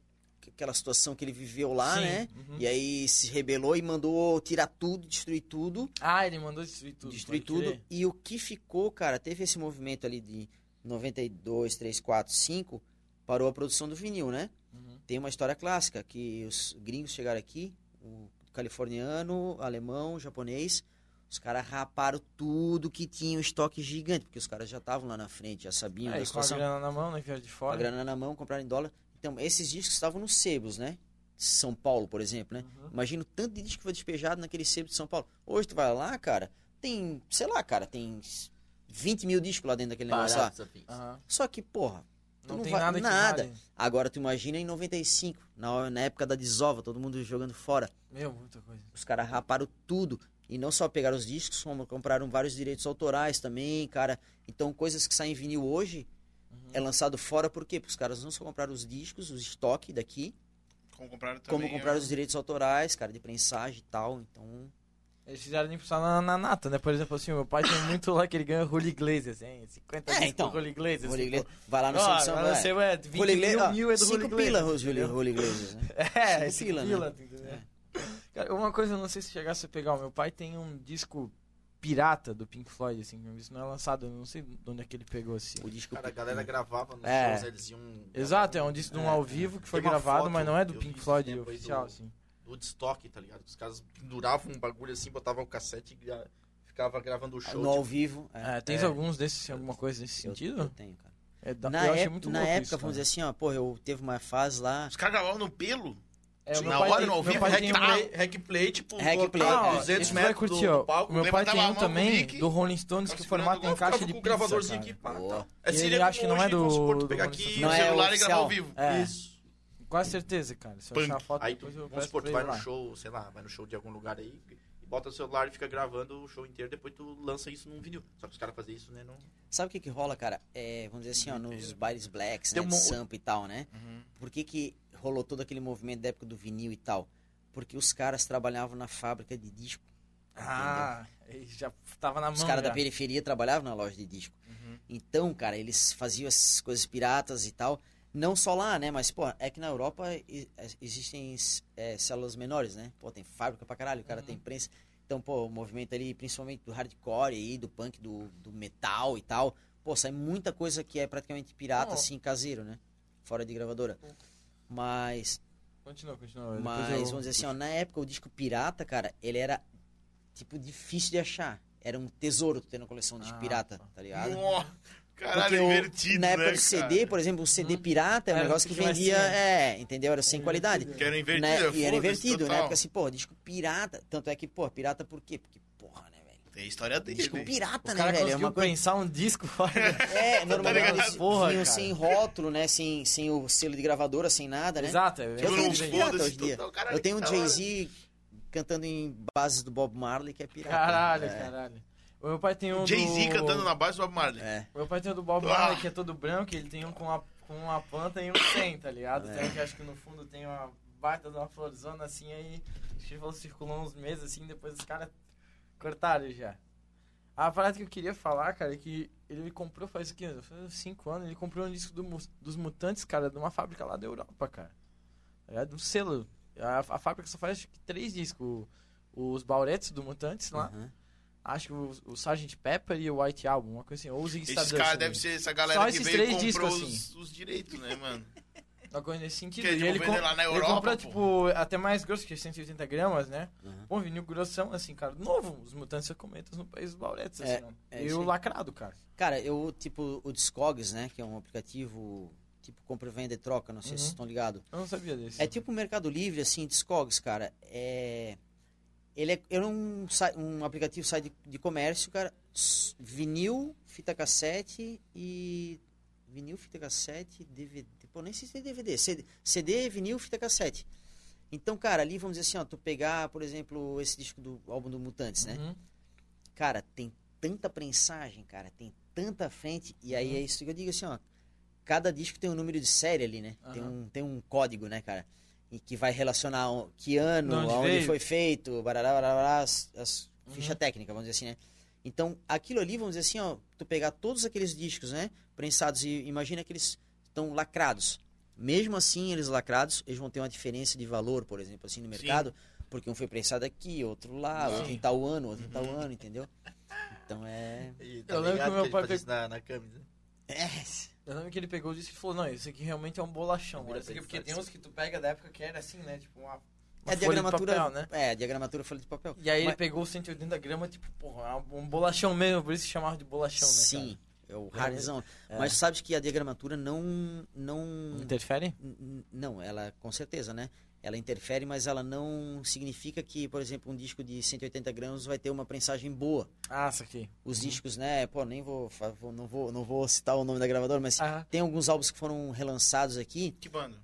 Speaker 3: aquela situação que ele viveu lá,
Speaker 2: Sim,
Speaker 3: né?
Speaker 2: uhum.
Speaker 3: E aí se rebelou e mandou tirar tudo, destruir tudo,
Speaker 2: Ah, ele mandou destruir tudo.
Speaker 3: destruir
Speaker 2: pode
Speaker 3: tudo.
Speaker 2: crer.
Speaker 3: E o que ficou, cara, teve esse movimento ali de 92, 3, 4, 5, parou a produção do vinil, né?
Speaker 2: Uhum.
Speaker 3: Tem uma história clássica que os gringos chegaram aqui, o californiano, alemão, japonês, os caras raparam tudo que tinha um estoque gigante, porque os caras já estavam lá na frente, já sabiam
Speaker 2: É,
Speaker 3: da
Speaker 2: e com a
Speaker 3: situação.
Speaker 2: grana na mão, né, viagem de
Speaker 3: Com a
Speaker 2: fora.
Speaker 3: grana na mão, compraram em dólar. Então, esses discos estavam nos sebos, né? São Paulo, por exemplo, né?
Speaker 2: Uhum.
Speaker 3: Imagina o tanto de disco que foi despejado naquele sebo de São Paulo. Hoje tu vai lá, cara, tem, sei lá, cara, tem 20 mil discos lá dentro daquele negócio lá.
Speaker 4: Ah,
Speaker 2: Aham.
Speaker 3: Só que, porra, Tu
Speaker 2: Não,
Speaker 3: não
Speaker 2: tem
Speaker 3: vai-
Speaker 2: nada que
Speaker 3: nada.
Speaker 2: vale.
Speaker 3: agora tu imagina em 95, na, na época da desova, todo mundo jogando fora.
Speaker 2: Meu, muita coisa.
Speaker 3: Os caras raparam tudo. E não só pegaram os discos, como compraram vários direitos autorais também, cara. Então, coisas que saem em vinil hoje
Speaker 1: Uhum.
Speaker 3: é lançado fora por quê? Porque os caras não só compraram os discos, os estoque daqui,
Speaker 1: Como compraram
Speaker 3: como
Speaker 1: também,
Speaker 3: comprar
Speaker 1: é.
Speaker 3: os direitos autorais, cara, de prensagem e tal. Então,
Speaker 2: Eles fizeram limpar na, na nata, né? Por exemplo, assim, o meu pai tem muito lá que ele ganha Holy Glazes, hein? 50
Speaker 3: É,
Speaker 2: discos
Speaker 3: então,
Speaker 2: do Holy Glazes.
Speaker 3: Holy
Speaker 2: tipo,
Speaker 3: Glaze, vai lá no
Speaker 2: Ó,
Speaker 3: Santo Samba,
Speaker 2: agora
Speaker 3: é.
Speaker 2: você vai, 20
Speaker 3: Holy
Speaker 2: mil,
Speaker 3: Glaze-
Speaker 2: mil é do
Speaker 3: cinco
Speaker 2: Holy Glaze.
Speaker 3: pila, Holy,
Speaker 2: entendeu?
Speaker 3: Holy Glazes, né?
Speaker 2: É,
Speaker 3: cinco
Speaker 2: cinco
Speaker 3: pila,
Speaker 2: pila,
Speaker 3: né?
Speaker 2: entendeu? Cara, uma coisa eu não sei se chegasse a pegar, o meu pai tem um disco pirata do Pink Floyd, assim. Isso não é lançado, eu não sei de onde é que ele pegou, assim.
Speaker 3: O disco.
Speaker 4: Cara, a galera gravava nos
Speaker 2: É.
Speaker 4: shows, eles iam...
Speaker 2: Exato, é um disco de um
Speaker 4: É.
Speaker 2: ao vivo que foi
Speaker 4: Tem uma
Speaker 2: gravado,
Speaker 4: foto,
Speaker 2: mas não é do
Speaker 4: eu vi
Speaker 2: Pink
Speaker 4: esse
Speaker 2: Floyd
Speaker 4: tempo aí
Speaker 2: oficial,
Speaker 4: do-
Speaker 2: assim.
Speaker 4: Woodstock, tá ligado? Os caras penduravam um bagulho assim, botavam o cassete e gra- ficava gravando o show.
Speaker 3: tá no ao vivo.
Speaker 2: É, tens alguns desses, alguma coisa nesse
Speaker 3: Eu-
Speaker 2: sentido?
Speaker 3: Eu tenho, cara.
Speaker 2: É da-
Speaker 3: na
Speaker 2: eu
Speaker 3: ép-
Speaker 2: achei muito
Speaker 3: na
Speaker 2: louco
Speaker 3: época,
Speaker 2: isso,
Speaker 3: vamos
Speaker 2: cara.
Speaker 3: dizer assim, ó, porra, eu teve uma fase lá.
Speaker 1: Os caras gravavam no pelo?
Speaker 2: É, o meu
Speaker 1: na
Speaker 2: pai
Speaker 1: hora,
Speaker 2: tem-
Speaker 1: no ao
Speaker 2: meu
Speaker 1: vivo,
Speaker 2: pai
Speaker 1: hack
Speaker 2: tem um-
Speaker 1: play.
Speaker 4: tipo, Hack play, tipo,
Speaker 3: Hack
Speaker 4: botar
Speaker 3: play. é.
Speaker 2: Ah, ó,
Speaker 4: 200
Speaker 2: esse vai
Speaker 4: metros
Speaker 2: curtir,
Speaker 4: do,
Speaker 2: ó.
Speaker 4: do palco.
Speaker 2: O meu pai
Speaker 1: levantava
Speaker 2: tem
Speaker 1: a
Speaker 2: um
Speaker 1: mão com o
Speaker 2: também,
Speaker 1: mic,
Speaker 2: do Rolling Stones, que o formato em caixa de
Speaker 4: com o
Speaker 2: pizza,
Speaker 4: gravadorzinho
Speaker 2: cara.
Speaker 4: aqui, pá,
Speaker 3: Boa.
Speaker 4: tá. É
Speaker 2: E
Speaker 4: seria
Speaker 2: ele acha
Speaker 4: como
Speaker 2: que não é
Speaker 4: hoje, vamos supor,
Speaker 2: do-
Speaker 4: tu pegar
Speaker 2: do
Speaker 4: aqui
Speaker 1: E
Speaker 3: Não
Speaker 1: o
Speaker 4: o
Speaker 3: é
Speaker 4: celular
Speaker 1: celular e gravar
Speaker 3: oficial.
Speaker 1: ao vivo.
Speaker 2: É,
Speaker 4: Isso.
Speaker 2: quase certeza, cara. Se eu
Speaker 1: Punk.
Speaker 2: achar a foto,
Speaker 4: Aí, tu,
Speaker 2: depois eu
Speaker 4: vamos
Speaker 2: peço
Speaker 4: supor,
Speaker 2: pra
Speaker 4: tu
Speaker 2: ele
Speaker 4: vai no
Speaker 2: lá.
Speaker 4: show, sei lá, vai no show de algum lugar aí e bota o celular e fica gravando o show inteiro, depois tu lança isso num vídeo. Só que os caras fazem isso, né? Não...
Speaker 3: Sabe o que que rola, cara? É, vamos dizer assim, ó, nos bailes blacks, né,
Speaker 4: Tem um
Speaker 3: de
Speaker 4: mo-
Speaker 3: sampa e tal, né?
Speaker 2: Uhum.
Speaker 3: Por que que rolou todo aquele movimento da época do vinil e tal? Porque os caras trabalhavam na fábrica de disco.
Speaker 2: Ah, ele já tava na mão.
Speaker 3: Os caras
Speaker 2: já. Uhum.
Speaker 3: da periferia trabalhavam na loja de disco. Então, cara, eles faziam essas coisas piratas e tal. Não só lá, né? Mas, pô, é que na Europa e- é- existem é, células menores, né? Pô, tem fábrica pra caralho, o cara
Speaker 2: Uhum.
Speaker 3: tem prensa. Então, pô, o movimento ali, principalmente do hardcore aí, do punk, do, do metal e tal. Pô, sai muita coisa que é praticamente pirata,
Speaker 2: Não.
Speaker 3: assim, caseiro, né? Fora de gravadora. Mas
Speaker 2: Continua, continua. depois
Speaker 3: mas,
Speaker 2: eu-
Speaker 3: vamos dizer assim, ó, na época o disco pirata, cara, ele era, tipo, difícil de achar. Era um tesouro tu ter na coleção de disco
Speaker 2: Ah,
Speaker 3: pirata,
Speaker 2: tá.
Speaker 3: tá ligado?
Speaker 1: Ó,
Speaker 3: Porque
Speaker 1: Caralho,
Speaker 3: o- é
Speaker 1: invertido,
Speaker 3: Na
Speaker 1: né,
Speaker 3: época do
Speaker 1: cara?
Speaker 3: CD, por exemplo, um CD pirata é um
Speaker 2: Hum. Era
Speaker 3: negócio que
Speaker 2: um pouquinho mais
Speaker 3: vendia,
Speaker 2: cedo.
Speaker 3: é, entendeu? Era sem qualidade.
Speaker 1: Que era invertido,
Speaker 3: Né? E era
Speaker 1: foda-se,
Speaker 3: invertido, na
Speaker 1: total.
Speaker 3: época assim, pô, disco pirata. Tanto é que, pô, pirata por quê? Porque, porra, né, velho?
Speaker 1: Tem a história dele.
Speaker 3: Disco pirata,
Speaker 2: O
Speaker 3: né,
Speaker 2: cara
Speaker 3: velho? É
Speaker 2: conseguiu
Speaker 3: uma coisa.
Speaker 2: pensar um disco fora.
Speaker 3: É, normalmente
Speaker 1: ligado?
Speaker 3: eles
Speaker 2: Porra,
Speaker 3: vinham
Speaker 2: cara.
Speaker 3: sem rótulo, né? Sem, sem o selo de gravadora, sem nada, né?
Speaker 2: Exato, é.
Speaker 3: Eu
Speaker 1: Tudo
Speaker 3: tenho
Speaker 1: num
Speaker 3: de
Speaker 2: é-
Speaker 3: pirata
Speaker 1: foda-se
Speaker 3: hoje em dia.
Speaker 1: total, caralho,
Speaker 3: Eu tenho
Speaker 1: que
Speaker 3: um
Speaker 1: da hora.
Speaker 3: Jay-Z cantando em bases do Bob Marley, que é pirata.
Speaker 2: Caralho,
Speaker 3: é.
Speaker 2: caralho. O meu pai tem um.
Speaker 1: Jay-Z
Speaker 2: do...
Speaker 1: cantando na base do Bob Marley.
Speaker 3: É.
Speaker 2: Meu pai tem o do Bob
Speaker 1: Ah.
Speaker 2: Marley, que é todo branco, e ele tem um com uma, com uma planta e um sem, tá ligado?
Speaker 1: É.
Speaker 2: Tem um que acho que no fundo tem uma baita de uma florzona assim, aí acho que falou, circulou uns meses assim, depois os caras cortaram já. A parada que eu queria falar, cara, é que ele comprou faz o quê? Faz uns 5 anos, ele comprou um disco do Mu- dos Mutantes, cara, de uma fábrica lá da Europa, cara. É de um selo. A, a fábrica só faz acho que três discos. O- Os Bauretes do Mutantes lá.
Speaker 3: Uhum.
Speaker 2: Acho que o, o Sgt. Pepper e o White Album, uma coisa assim. Ou o Zig
Speaker 1: Esses
Speaker 2: Stardust.
Speaker 1: caras
Speaker 2: né?
Speaker 1: devem ser essa galera
Speaker 2: Só
Speaker 1: que
Speaker 2: esses
Speaker 1: veio e
Speaker 2: três
Speaker 1: comprou
Speaker 2: discos,
Speaker 1: os, os direitos, né, mano?
Speaker 2: Uma coisa nesse sentido.
Speaker 1: Que eles
Speaker 2: E ele,
Speaker 1: vão
Speaker 2: com-
Speaker 1: vender lá na
Speaker 2: ele
Speaker 1: Europa,
Speaker 2: comprou,
Speaker 1: pô.
Speaker 2: tipo, até mais grosso, que é 180 gramas, né?
Speaker 3: Uhum.
Speaker 2: Bom, vinil grossão, assim, cara, novo. Os Mutantes e Cometas no País dos Bauretes,
Speaker 3: É,
Speaker 2: assim, ó.
Speaker 3: é
Speaker 2: E
Speaker 3: isso
Speaker 2: o
Speaker 3: aí.
Speaker 2: lacrado, cara.
Speaker 3: Cara, eu, tipo, o Discogs, né? Que é um aplicativo tipo compra, venda e troca, não sei se
Speaker 2: Uhum.
Speaker 3: vocês estão ligados.
Speaker 2: Eu não sabia desse.
Speaker 3: É tipo o Mercado Livre, assim, Discogs, cara. É. Ele é, ele é um, sai- um aplicativo sai de, de comércio, cara. s- Vinil, fita cassete e. Vinil, fita cassete, DVD. Pô, nem sei se tem DVD. CD, CD, vinil, fita cassete. Então, cara, ali vamos dizer assim, ó, tu pegar, por exemplo, esse disco do álbum do Mutantes, né?
Speaker 2: Uhum.
Speaker 3: cara, tem tanta prensagem, cara, tem tanta frente, e
Speaker 2: Uhum.
Speaker 3: aí é isso que eu digo assim, ó, cada disco tem um número de série ali, né? Tem,
Speaker 2: Aham.
Speaker 3: um, tem um código, né, cara? E que vai relacionar o- que ano,
Speaker 2: De onde
Speaker 3: aonde
Speaker 2: veio.
Speaker 3: foi feito, barará, barará, as, as
Speaker 2: Uhum.
Speaker 3: ficha técnica, vamos dizer assim, né? Então, aquilo ali, vamos dizer assim, ó, tu pegar todos aqueles discos, né, prensados e imagina que eles estão lacrados. Mesmo assim, eles lacrados, eles vão ter uma diferença de valor, por exemplo, assim, no
Speaker 1: Sim.
Speaker 3: mercado, porque um foi prensado aqui, outro lá,
Speaker 2: Sim.
Speaker 3: outro em tal ano, outro em tal ano, entendeu? Então é.
Speaker 4: E,
Speaker 2: Eu lembro que o meu pai
Speaker 4: fazia isso na, na camisa.
Speaker 3: É.
Speaker 2: Eu lembro que ele pegou o disco e falou, não, isso aqui realmente é um bolachão.
Speaker 4: Primeira
Speaker 2: Olha, isso aqui,
Speaker 4: vez,
Speaker 2: porque
Speaker 4: sabe?
Speaker 2: tem uns que tu pega da época que era assim, né? Tipo, uma, uma
Speaker 3: É a
Speaker 2: folha
Speaker 3: diagramatura.
Speaker 2: de papel, né?
Speaker 3: É, a diagramatura folha de papel.
Speaker 2: E aí ele
Speaker 3: Mas-
Speaker 2: pegou o 180 gramas, tipo, porra, é um bolachão mesmo, por isso que chamava de bolachão, né,
Speaker 3: Sim, é o hardzão.
Speaker 2: É.
Speaker 3: Mas sabes que a diagramatura não. não
Speaker 2: Cara? Interfere?
Speaker 3: n- n- não, ela, com certeza, né? Ela interfere, mas ela não significa que, por exemplo, um disco de 180 gramas vai ter uma prensagem boa.
Speaker 2: Ah, isso aqui.
Speaker 3: Os discos, né? Pô, nem vou, fa- vou- não vou, não vou citar o nome da gravadora, mas
Speaker 2: Ah,
Speaker 3: tem alguns álbuns que foram relançados aqui,
Speaker 1: Que banda?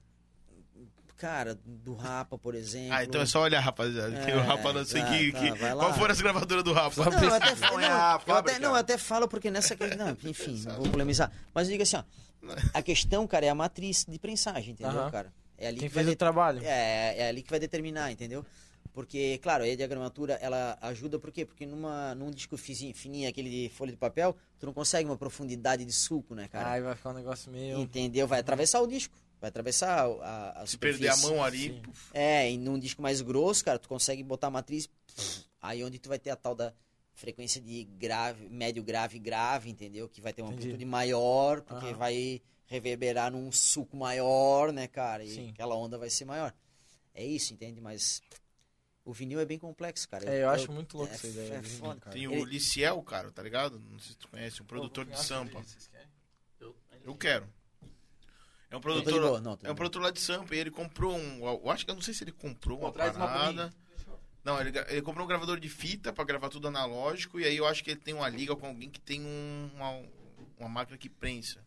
Speaker 3: cara, do Rapa, por exemplo.
Speaker 1: Ah, então é só olhar, rapaziada. que
Speaker 3: É,
Speaker 1: o Rafa não sei
Speaker 3: tá,
Speaker 1: que,
Speaker 3: tá,
Speaker 1: que-
Speaker 3: vai lá.
Speaker 1: Qual foi essa gravadora do Rafa?
Speaker 2: Só-
Speaker 3: Não, eu até,
Speaker 4: Não
Speaker 3: não,
Speaker 4: é a
Speaker 3: eu
Speaker 4: fábrica.
Speaker 3: até, não, eu até falo porque nessa que- Não, enfim, não vou polemizar. Mas eu digo assim, ó. A questão, cara, é a matriz de prensagem, entendeu,
Speaker 2: Aham.
Speaker 3: cara? É ali
Speaker 2: quem
Speaker 3: que vai
Speaker 2: fez o
Speaker 3: de-
Speaker 2: trabalho?
Speaker 3: é, é ali que vai determinar, entendeu? Porque, claro, aí a diagramatura, ela ajuda, por quê? Porque numa, num disco fizinho- fininho, aquele de folha de papel, tu não consegue uma profundidade de sulco, né, cara?
Speaker 2: Aí vai ficar um negócio meio...
Speaker 3: entendeu? Vai atravessar o disco, vai atravessar a, a, a
Speaker 1: Se perder a
Speaker 3: superfície.
Speaker 1: mão ali,
Speaker 2: Sim.
Speaker 1: puf,
Speaker 3: É, e num disco mais grosso, cara, tu consegue botar a matriz pff, aí onde tu vai ter a tal da frequência de grave, médio, grave, grave, entendeu? Que vai ter uma
Speaker 2: Entendi.
Speaker 3: amplitude maior, porque
Speaker 2: Aham.
Speaker 3: vai reverberar num suco maior, né, cara? E
Speaker 2: Sim.
Speaker 3: aquela onda vai ser maior. É isso, entende? Mas o vinil é bem complexo, cara.
Speaker 2: É, eu acho muito louco
Speaker 3: é
Speaker 2: essa
Speaker 3: f-
Speaker 2: ideia.
Speaker 3: é
Speaker 2: de vinil,
Speaker 3: foda.
Speaker 2: cara.
Speaker 1: Tem o
Speaker 3: Ele-
Speaker 1: Liciel, cara, tá ligado? Não sei se tu conhece, um produtor de sampa. Eu quero. É um
Speaker 3: Não, tô de
Speaker 1: produtor,
Speaker 3: boa, não, tô de
Speaker 1: é um
Speaker 3: boa.
Speaker 1: produtor lá de Sampa e ele comprou um. Eu acho que eu não sei se ele comprou
Speaker 4: Pô,
Speaker 1: uma
Speaker 4: traz uma pra
Speaker 1: parada. não, ele, gra- ele comprou um gravador de fita pra gravar tudo analógico e aí eu acho que ele tem uma liga com alguém que tem um- uma, uma máquina que prensa.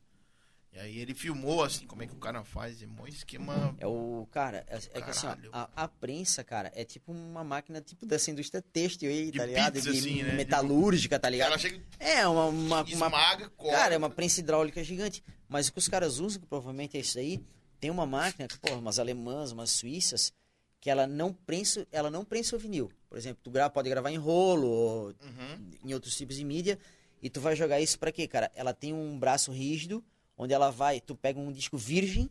Speaker 1: E aí ele filmou assim como é que o cara faz, é um esquema.
Speaker 3: É o. Cara, é, é que assim, ó,
Speaker 1: Caralho.
Speaker 3: a, a prensa, cara, é tipo uma máquina tipo dessa indústria têxtil aí,
Speaker 1: De
Speaker 3: tá ligado?
Speaker 1: pizza,
Speaker 3: de
Speaker 1: assim, né?
Speaker 3: metalúrgica, tá
Speaker 1: O
Speaker 3: ligado?
Speaker 1: cara chega e
Speaker 3: É, uma. uma, uma-
Speaker 1: esmaga, corta.
Speaker 3: cara, é uma prensa hidráulica gigante. Mas o que os caras usam, que provavelmente é isso aí, tem uma máquina, que, porra, umas alemãs, umas suíças, que ela não prensa, ela não prensa o vinil. Por exemplo, tu gra- pode gravar em rolo ou
Speaker 1: Uhum.
Speaker 3: em outros tipos de mídia. E tu vai jogar isso pra quê, cara? Ela tem um braço rígido, onde ela vai, tu pega um disco virgem,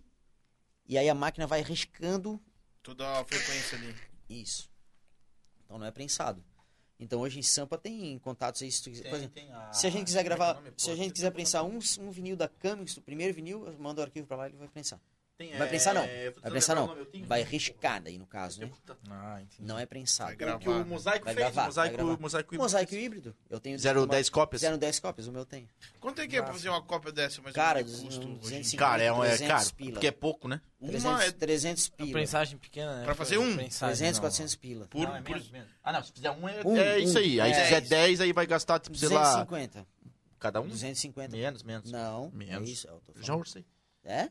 Speaker 3: e aí a máquina vai riscando
Speaker 1: Toda a frequência ali.
Speaker 3: isso. Então não é prensado. Então hoje em Sampa tem contatos aí. Se, tu quiser- por exemplo,
Speaker 4: Ah, é
Speaker 3: se a gente quiser gravar,
Speaker 2: é
Speaker 3: se a gente quiser prensar um, um vinil da Cummings, o primeiro vinil, manda o arquivo pra lá e ele vai prensar.
Speaker 2: é,
Speaker 3: vai prensar não, vai prensar não. Vai riscar daí no caso, né?
Speaker 2: Ah, entendi.
Speaker 3: Não é prensado.
Speaker 1: Vai gravar.
Speaker 4: Que o mosaico
Speaker 3: Vai
Speaker 4: fez,
Speaker 3: gravar,
Speaker 4: o mosaico,
Speaker 3: vai gravar.
Speaker 4: mosaico,
Speaker 3: Mosaico híbrido. Eu tenho
Speaker 4: Zero
Speaker 3: uma-
Speaker 4: dez cópias.
Speaker 3: zero dez cópias, o meu tem.
Speaker 1: Quanto é que é pra fazer uma cópia dessa? Mas
Speaker 3: Cara,
Speaker 1: custo
Speaker 3: uns
Speaker 1: hoje em dia?
Speaker 3: 250.
Speaker 4: Cara, é, um, é
Speaker 3: 300
Speaker 4: caro,
Speaker 3: pila.
Speaker 4: porque é pouco, né?
Speaker 1: Uma
Speaker 3: 300,
Speaker 1: é
Speaker 3: 300
Speaker 2: É uma
Speaker 3: pila.
Speaker 2: prensagem pequena, né?
Speaker 1: Pra fazer um?
Speaker 2: Prensagem,
Speaker 3: 300,
Speaker 2: não. é
Speaker 3: 400 pila.
Speaker 1: por, por-
Speaker 4: Ah, não, se fizer um é,
Speaker 3: Um,
Speaker 4: é
Speaker 3: um.
Speaker 4: isso aí. Aí se
Speaker 1: É.
Speaker 4: fizer 10, aí vai gastar, tipo, sei lá,
Speaker 3: 250.
Speaker 4: cada um?
Speaker 3: 250.
Speaker 4: Menos, menos.
Speaker 3: Não, é
Speaker 4: Menos.
Speaker 3: isso. Eu tô falando.
Speaker 4: Já orcei.
Speaker 3: É?